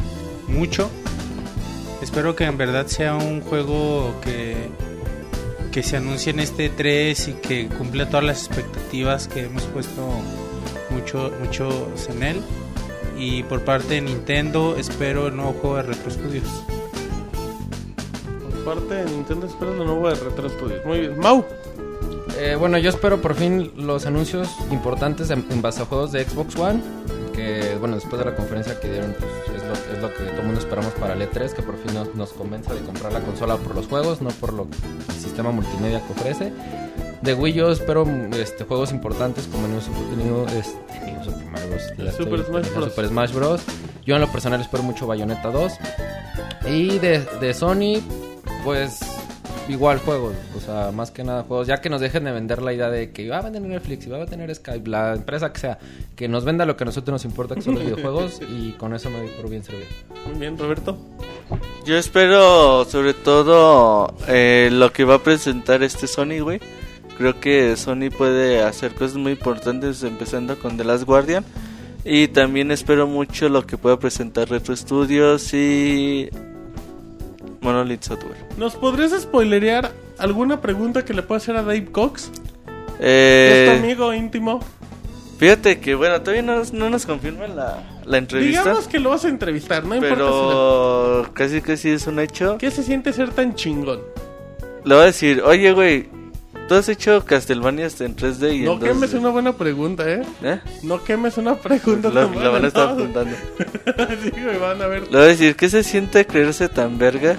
S2: mucho. Espero que en verdad sea un juego que, que se anuncie en este 3 y que cumpla todas las expectativas que hemos puesto mucho, muchos en él. Y por parte de Nintendo, espero el nuevo juego de Retro Studios.
S1: Por parte de Nintendo, esperas lo nuevo de Retro Studios. Muy bien, Mau.
S4: Eh, bueno, yo espero por fin los anuncios importantes en, en base a juegos de Xbox One.
S6: Porque, bueno, después de la conferencia que dieron, pues es lo, es lo que todo el mundo esperamos para el E3, que por fin nos, nos convenza de comprar la consola por los juegos, no por lo, el sistema multimedia que ofrece. De Wii yo espero mm, este, juegos importantes como New Super, New, este, New Super Mario Bros. La
S1: Super
S6: estoy-
S1: Smash
S6: New
S1: Bros.
S6: Super Smash Bros. Yo en lo personal espero mucho Bayonetta 2. Y de, de Sony, pues igual juegos. O sea, más que nada juegos. Ya que nos dejen de vender la idea de que va a vender Netflix y va a tener Skype, la empresa que sea, que nos venda lo que a nosotros nos importa, que son los videojuegos. Y con eso me doy por bien servido.
S1: Muy bien, Roberto.
S3: Yo espero sobre todo eh, lo que va a presentar este Sony, güey. Creo que Sony puede hacer cosas muy importantes empezando con The Last Guardian. Y también espero mucho lo que pueda presentar Retro Studios y Monolith Software.
S1: ¿Nos podrías spoilerear alguna pregunta que le pueda hacer a Dave Cox? Que Es tu
S3: Eh,
S1: amigo íntimo.
S3: fíjate que bueno, todavía no, no nos confirman la, la entrevista.
S1: Digamos que lo vas a entrevistar, no importa si
S3: Pero casi casi es un hecho.
S1: le- ¿Qué se siente ser tan chingón?
S3: Le voy a decir, oye güey, tú has hecho Castlevania hasta en 3D y
S1: No
S3: en
S1: quemes
S3: 2D".
S1: una buena pregunta, ¿eh?
S3: ¿Eh?
S1: No quemes una pregunta.
S3: Lo,
S1: tu
S3: lo van
S1: madre,
S3: a estar
S1: no.
S3: apuntando.
S1: sí, güey, van a ver.
S3: Le voy a decir, ¿qué se siente creerse tan verga?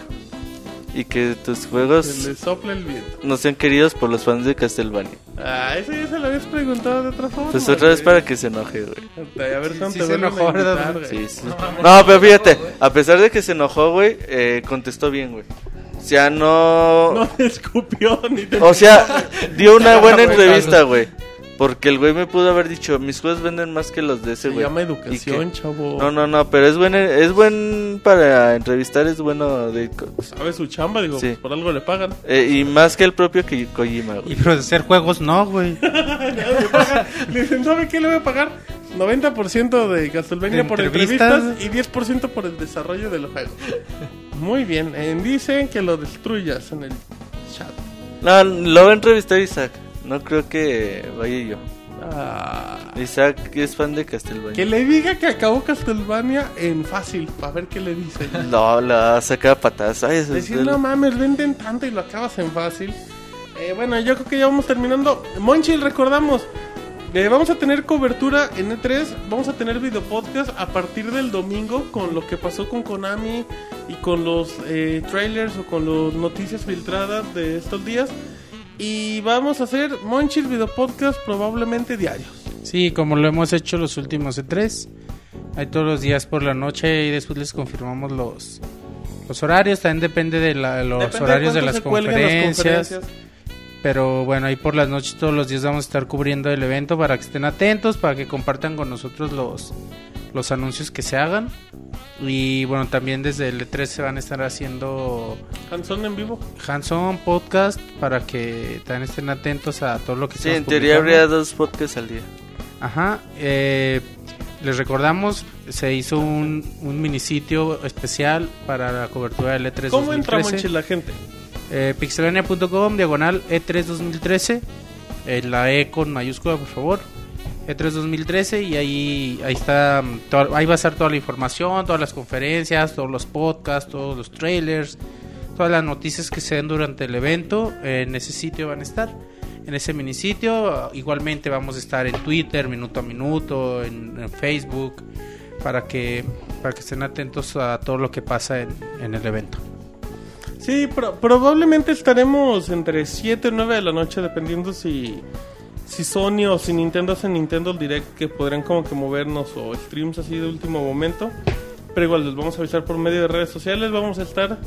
S3: Y que tus
S1: Se le
S3: juegos
S1: sopla el viento.
S3: no sean queridos por los fans de Castlevania.
S1: Ah, eso ya se lo habías preguntado de otra forma.
S3: Pues otra vez
S1: güey.
S3: para que se enoje, güey.
S1: A ver, cuándo
S2: sí
S1: te
S2: se
S1: vuelven a
S2: enojó, ¿verdad?
S1: invitar, güey.
S3: Sí, sí. No, pero fíjate, a pesar de que se enojó, güey, eh, contestó bien, güey. O sea,
S1: No
S3: no...
S1: te escupió ni te.
S3: O sea, dio una buena entrevista, güey. Porque el güey me pudo haber dicho, mis juegos venden más que los de ese,
S1: se
S3: güey.
S1: llama
S3: ¿Y qué?
S1: educación, chavo.
S3: No, no, no, pero es buen, es buen para entrevistar, es bueno de...
S1: Sabe su chamba, digo,
S3: Sí.
S1: pues por algo le pagan.
S3: Eh, y más que el propio Ki- Kojima,
S2: Y
S3: güey.
S2: pero de hacer juegos no, güey.
S1: Le pagan. Le dicen, ¿sabe qué le voy a pagar? 90% de Castlevania
S2: ¿De
S1: por
S2: entrevistas?
S1: entrevistas y 10% por el desarrollo del juego. Muy bien, eh, dicen que lo destruyas en el chat.
S3: No, lo va a entrevistar Isaac. No creo que vaya yo.
S1: Ah,
S3: Isaac es fan de Castlevania.
S1: que le diga que acabó Castlevania en fácil, para ver qué le dice.
S3: No, la saca a patadas. Ay, eso es
S1: Decir,
S3: del-
S1: no mames, venden tanto y lo acabas en fácil. Eh, bueno, yo creo que ya vamos terminando. Monchil, recordamos. eh, vamos a tener cobertura en E3, vamos a tener videopodcast a partir del domingo con lo que pasó con Konami y con los eh, trailers o con las noticias filtradas de estos días. Y vamos a hacer Monchil videopodcast probablemente diario.
S2: Sí, como lo hemos hecho los últimos E3. Hay todos los días por la noche y después les confirmamos los, los horarios. También depende de la- los
S1: Depende
S2: horarios de,
S1: cuánto se
S2: las
S1: cuelguen las
S2: conferencias.
S1: conferencias.
S2: Pero bueno, ahí por las noches todos los días vamos a estar cubriendo el evento para que estén atentos, para que compartan con nosotros los, los anuncios que se hagan. Y bueno, también desde el E3 se van a estar haciendo
S1: Hanson en vivo.
S2: hands-on podcast para que también estén atentos a todo lo que
S3: Sí,
S2: estamos
S3: en teoría
S2: publicando.
S3: habría dos podcasts al día.
S2: Ajá. eh, les recordamos, se hizo un, un minisitio especial para la cobertura del E3
S1: ¿Cómo entra
S2: 2013.
S1: Monchil la gente?
S2: Eh, pixelania.com, diagonal E E3 2013. eh, la E con mayúscula, por favor. E E3 2013 y ahí, ahí está mm, toda- ahí va a estar toda la información, todas las conferencias, todos los podcasts, todos los trailers, todas las noticias que se den durante el evento eh, en ese sitio van a estar. En ese minisitio ah, igualmente vamos a estar en Twitter minuto a minuto, en, en Facebook para que para que estén atentos a todo lo que pasa en- en el evento.
S1: Sí, pro- probablemente estaremos entre 7 y 9 de la noche, dependiendo si, si Sony o si Nintendo hacen Nintendo Direct, que podrán como que movernos o streams así de último momento. Pero igual les vamos a avisar por medio de redes sociales. Vamos a estar,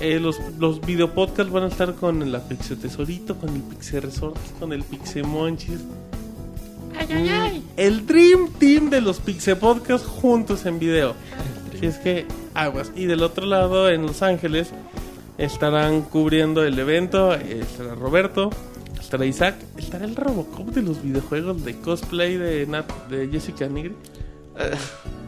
S1: eh, los, los videopodcasts van a estar con la Pixel Tesorito, con el Pixel Resort, con el Pixel Monchis. Mm, El Dream Team de los Pixel Podcasts juntos en video. Si es que aguas. Y del otro lado, en Los Ángeles, estarán cubriendo el evento. eh, Estará Roberto, estará Isaac, estará el Robocop de los videojuegos de cosplay de, Nat- de Jessica Nigri.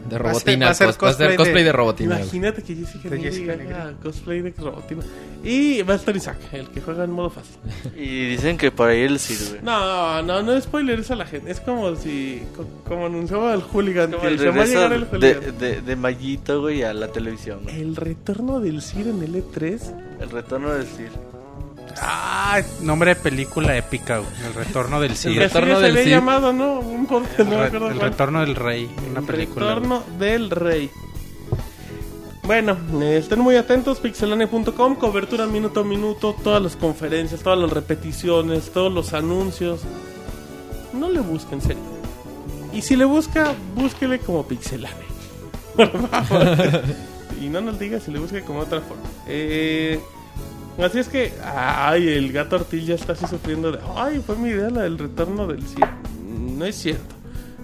S6: De
S2: Va a ser-
S6: robotina.
S2: va a ser
S6: pues, Va a ser
S2: cosplay de-
S6: cosplay de robotina. güey.
S1: Imagínate que Jessica
S2: De
S1: Nigri
S2: Jessica
S1: haga cosplay de Robotina. Y va a estar Isaac, el que juega en modo fácil.
S3: Y dicen que para ahí él sirve.
S1: No, no, no spoilers a la gente. Es como si, co- como anunciaba el hooligan,
S3: Como
S1: que
S3: el
S1: se va a Eh.
S3: regreso
S1: llegar el
S3: de,
S1: hooligan.
S3: de, de Mayito, güey, a la televisión. güey.
S1: El E retorno del Cir en el E3
S3: El retorno del Steel.
S2: Ah, nombre de película épica, güey. El retorno del
S1: El
S2: Cid.
S1: que sí
S6: retorno
S1: se
S6: del
S1: había
S6: Cid.
S1: llamado, ¿no? Un podcast,
S2: El,
S1: no me
S2: re-
S1: acuerdo
S2: el
S1: cuál.
S2: retorno del rey. Una
S1: El
S2: película.
S1: Retorno del Rey. Bueno, eh, estén muy atentos, pixelane.com, cobertura minuto a minuto, todas las conferencias, todas las repeticiones, todos los anuncios. No le busquen, en serio. Y si le busca, búsquele como pixelane. Por favor. y no nos diga si le busque como otra forma. Eh, así es que, ay, el gato Ortiz ya está así sufriendo de, ay, fue mi idea la del retorno del cielo. No es cierto.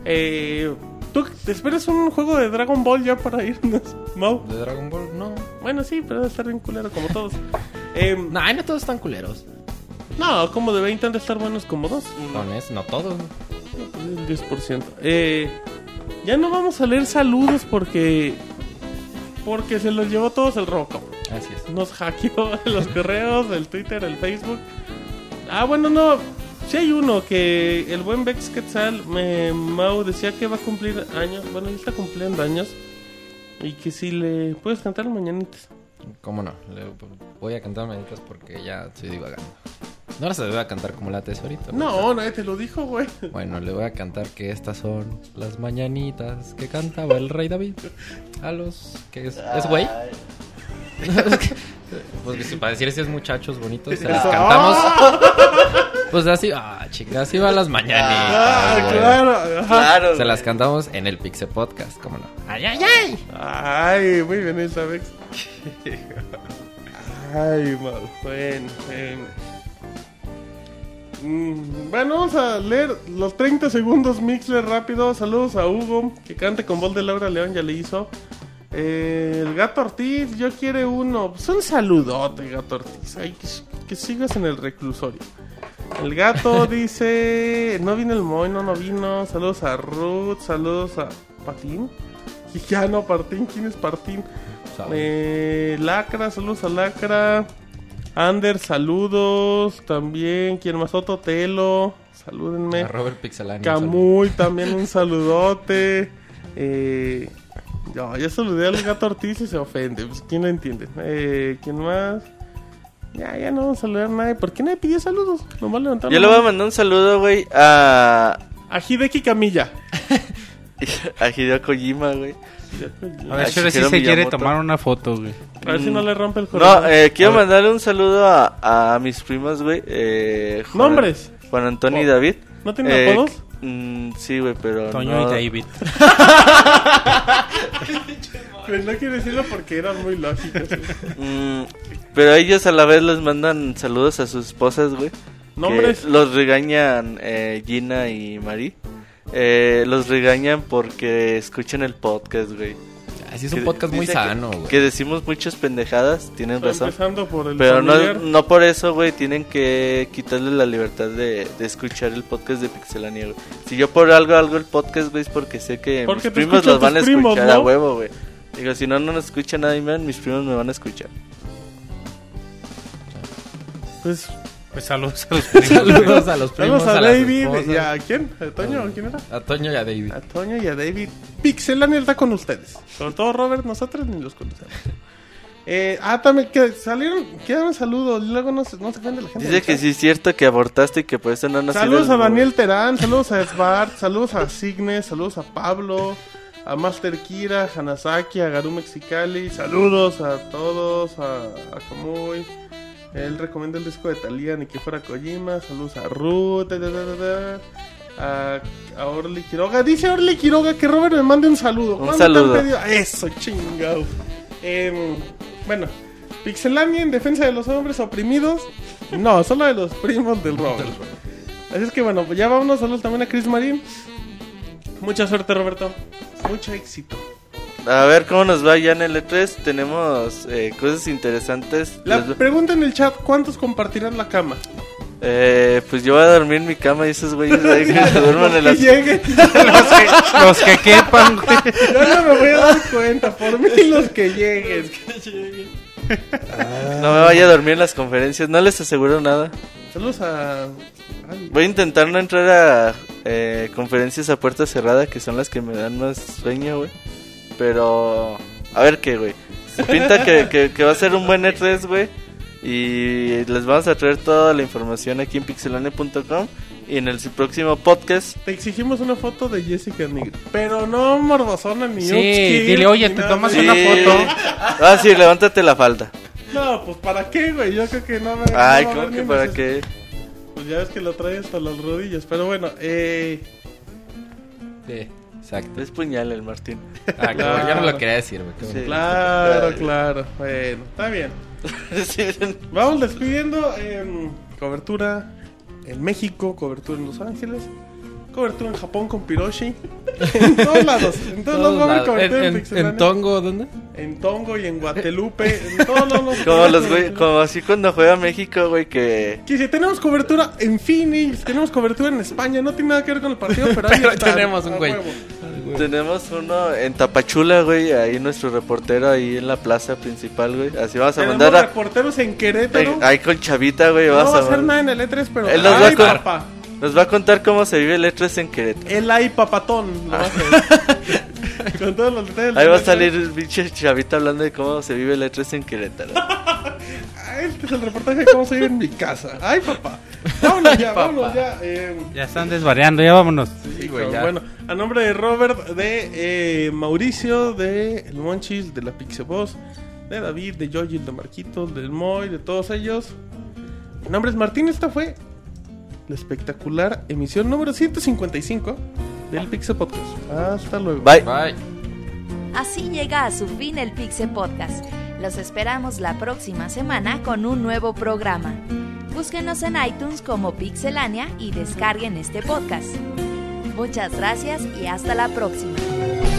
S1: Eh, ¿Tú te esperas un juego de Dragon Ball ya para irnos, Mau?
S6: ¿De Dragon Ball? No.
S1: Bueno, sí, pero debe estar bien culero como todos. Em,
S6: No, ay, no todos están culeros.
S1: no, como de 20 han de estar buenos como dos. pues
S6: No, es- no todos. ¿no?
S1: El 10%. Eh, ya no vamos a leer saludos porque. Porque se los llevó todos el Robocop.
S6: Así es.
S1: Nos hackeó los correos, el Twitter, el Facebook. Ah, bueno, no. Si hay uno que el buen Bex Quetzal, me, Mau, decía que va a cumplir años. Bueno, ya está cumpliendo años. Y que si le puedes cantar mañanitas.
S6: ¿Cómo no? Le- voy a cantar manitas porque ya estoy divagando. No las voy a cantar como la tesorita.
S1: No, nadie te lo dijo, güey.
S6: Bueno, le voy a cantar que estas son las mañanitas que cantaba el rey David a los que es, ¿es güey. pues si- para decir si es muchachos bonitos, se
S3: Ah.
S6: las cantamos. Pues así, ah, chicas, así va las mañanitas.
S4: Ah,
S1: Ah,
S6: güey.
S3: Ah, Claro.
S6: Se las
S3: güey.
S6: cantamos en el Pixel Podcast, cómo no. Ah, Ay, ay, ay.
S1: Ay, muy bien esa Bex. Ay, Mau. Bueno, eh. Mm, bueno, vamos a leer los 30 segundos Mixler rápido. Saludos a Hugo, que cante con voz de Laura León, ya le hizo. Eh, el gato Ortiz, yo quiere uno. Pues un saludote, gato Ortiz. Ay, que, que sigas en el reclusorio. El gato dice: No vino el Moino, no vino. Saludos a Ruth, saludos a Patín. Y ya no, Partín, ¿quién es Partín?
S6: pues,
S1: Eh, Lacra, saludos a Lacra. Ander, saludos. También, quien más? Otto Telo, salúdenme.
S6: A Robert Pixelani.
S1: Camuy, también un saludote. Eh, no, ya saludé al gato Ortiz y se ofende. Pues, ¿Quién lo entiende? Eh, ¿Quién más? Ya, ya no vamos a saludar a nadie. ¿Por qué nadie pidió saludos? Nomás levantaron.
S3: Yo le voy a mandar un saludo, güey, a...
S1: A Hideki Camilla.
S3: a Hideo Kojima, güey.
S2: A ver,
S3: Ay,
S2: Shure, si
S3: Shigeru
S2: se quiere
S3: Miyamoto.
S2: tomar una foto, güey.
S1: A ver si no le rompe el corazón.
S3: Mm. No, eh, quiero
S1: A ver.
S3: mandarle un saludo a, a mis primos, güey. Eh, Juan-
S1: ¿Nombres?
S3: Juan Antonio y
S1: Oh.
S3: David.
S1: ¿No tienen apodos?
S3: que- mm, sí, güey, pero.
S2: Toño
S3: no-
S2: y David.
S1: Pues no quiero decirlo porque eran muy lógicas.
S3: Mm, pero ellos a la vez les mandan saludos a sus esposas, güey.
S1: Nombres.
S3: Que Los regañan eh, Gina y Mari. Eh, los regañan porque escuchan el podcast, güey.
S6: Así es un
S3: Que-
S6: podcast muy
S3: dice que-
S6: sano, güey.
S3: Que decimos muchas pendejadas, tienen razón.
S1: Empezando por el
S3: Pero no,
S1: familiar.
S3: no por eso, güey, tienen que quitarle la libertad de, de escuchar el podcast de Pixelania, güey. Si yo por algo algo el podcast, güey, es porque sé que
S1: Porque
S3: mis
S1: te
S3: primos
S1: escuchan
S3: los van a
S1: tus
S3: escuchar
S1: primos,
S3: a
S1: ¿no?
S3: huevo, güey. Digo, si no, no nos escucha nadie, man, mis primos me van a escuchar.
S1: Pues
S2: Pues saludos a los primos.
S6: Saludos a los primos,
S1: vamos a,
S6: a, las
S1: David
S6: esposas,
S1: y a quién? ¿A Toño? ¿Quién era?
S6: a Toño y a David.
S3: Ah.
S1: A Toño y a David. Pixelania está con ustedes. Sobre todo Robert, nosotros ni los conocemos. Eh, ah, también que salieron, quedaron saludos. Luego no se, no se ofende la gente.
S3: Dice que sí es cierto que abortaste y que por eso no nos
S1: Saludos a Daniel Terán, saludos a Svart, saludos a Signes, saludos a Pablo, a Master Kira, a Hanasaki, a Garu Mexicali, saludos a todos, a, a Kamui. Él recomienda el disco de Talía, ni que fuera Kojima, saludos a Ruth, da, da, da, da, da, a, a Orly Quiroga. Dice Orly Quiroga que Robert me mande un saludo.
S3: Un
S1: ¿Cuándo te han
S3: saludo.
S1: pedido? Eso, chingado. Em, bueno, Pixelania en defensa de los hombres oprimidos. No, solo de los primos del Robert. Así es que bueno, pues ya vámonos. Saludos también a Chris Marín. Mucha suerte, Roberto. Mucho éxito.
S3: A ver cómo nos va ya en el E3. Tenemos eh, cosas interesantes.
S1: La
S3: Les-
S1: pregunta en el chat: ¿cuántos compartirán la cama?
S3: eh, pues yo voy a dormir en mi cama y esos güeyes ahí que se duerman en
S1: Que
S3: las...
S1: lleguen.
S2: los, que, los que quepan, güey.
S1: Yo no me voy a dar cuenta. Por mí, los que lleguen.
S3: No me vaya a dormir en las conferencias, no les aseguro nada.
S1: Saludos a. ay,
S3: Voy a intentar no entrar a eh, conferencias a puerta cerrada, que son las que me dan más sueño, güey. Pero, a ver qué, E güey. Se pinta que, que- que va a ser un buen E3, güey. Y les vamos a traer toda la información aquí en pixelane.com y en el próximo podcast.
S1: Te exigimos una foto de Jessica Nigri. Pero no morbosona ni
S2: Sí,
S1: upskill,
S2: dile, oye,
S1: ni
S2: te
S1: nada
S2: tomas
S1: de-
S2: una foto.
S3: Ah, sí, levántate la falda.
S1: No, pues ¿para qué, güey? Yo creo que no me...
S3: Ay,
S1: no va a
S3: ¿cómo
S1: haber
S3: que
S1: ni
S3: para
S1: neces-
S3: qué?
S1: Pues ya ves que lo trae hasta las rodillas. Pero bueno, eh...
S4: Sí, exacto.
S3: Es puñal el Martín.
S4: Ah, claro, ya no lo quería decir, güey. qué
S3: Sí.
S4: bueno.
S1: Claro,
S3: Dale.
S1: claro. Bueno, está bien.
S3: Sí.
S1: Vamos despidiendo. em, cobertura en México, cobertura en Los Ángeles, cobertura en Japón con Piroshi. En todos lados. En todos, lados va a haber
S4: Todos lados.
S1: cobertura en,
S4: En- en, en
S1: Pixelania.
S4: Tongo, ¿dónde?
S1: En Tongo y en Guatelupe. En todos lados.
S3: Como los güey, como así cuando juega México, güey, que
S1: Que si tenemos cobertura en Phoenix, tenemos cobertura en España, no tiene nada que ver con el partido, pero, ahí
S4: Pero
S1: están,
S4: tenemos un
S1: a
S4: güey.
S1: huevo.
S3: tenemos uno en Tapachula, güey, ahí nuestro reportero ahí en la plaza principal, güey. Así vamos a
S1: Tenemos
S3: mandar a
S1: reporteros en Querétaro.
S3: ahí con Chavita, güey,
S1: no
S3: vamos
S1: va a
S3: a
S1: hacer
S3: mandar-
S1: nada en el E3, pero
S3: Él nos va a
S1: ay,
S3: cobrar.
S1: papá.
S3: Nos va a contar cómo se vive el E3 en Querétaro.
S1: El ay papatón lo va a hacer. Con todos los detalles.
S3: Ahí va a salir el pinche Chavita hablando de cómo se vive el E3 en Querétaro.
S1: Ah, Este es el reportaje de cómo se vive en mi casa. Ay, papá. Vámonos ya, vámonos ya. Eh,
S8: Ya están desvariando, ya vámonos.
S1: sí, pero Bueno, a nombre de Robert, de eh, Mauricio, de El Monchis, de la Pixeboss, de David, de Yoji, de Marquitos, del Moy, de todos ellos. Mi nombre es Martín, esta fue la espectacular emisión número 155 del Pixel Podcast. Hasta luego.
S3: Bye.
S4: Bye.
S5: Así llega a su fin el Pixel Podcast. Los esperamos la próxima semana con un nuevo programa. Búsquenos en iTunes como Pixelania y descarguen este podcast. Muchas gracias y hasta la próxima.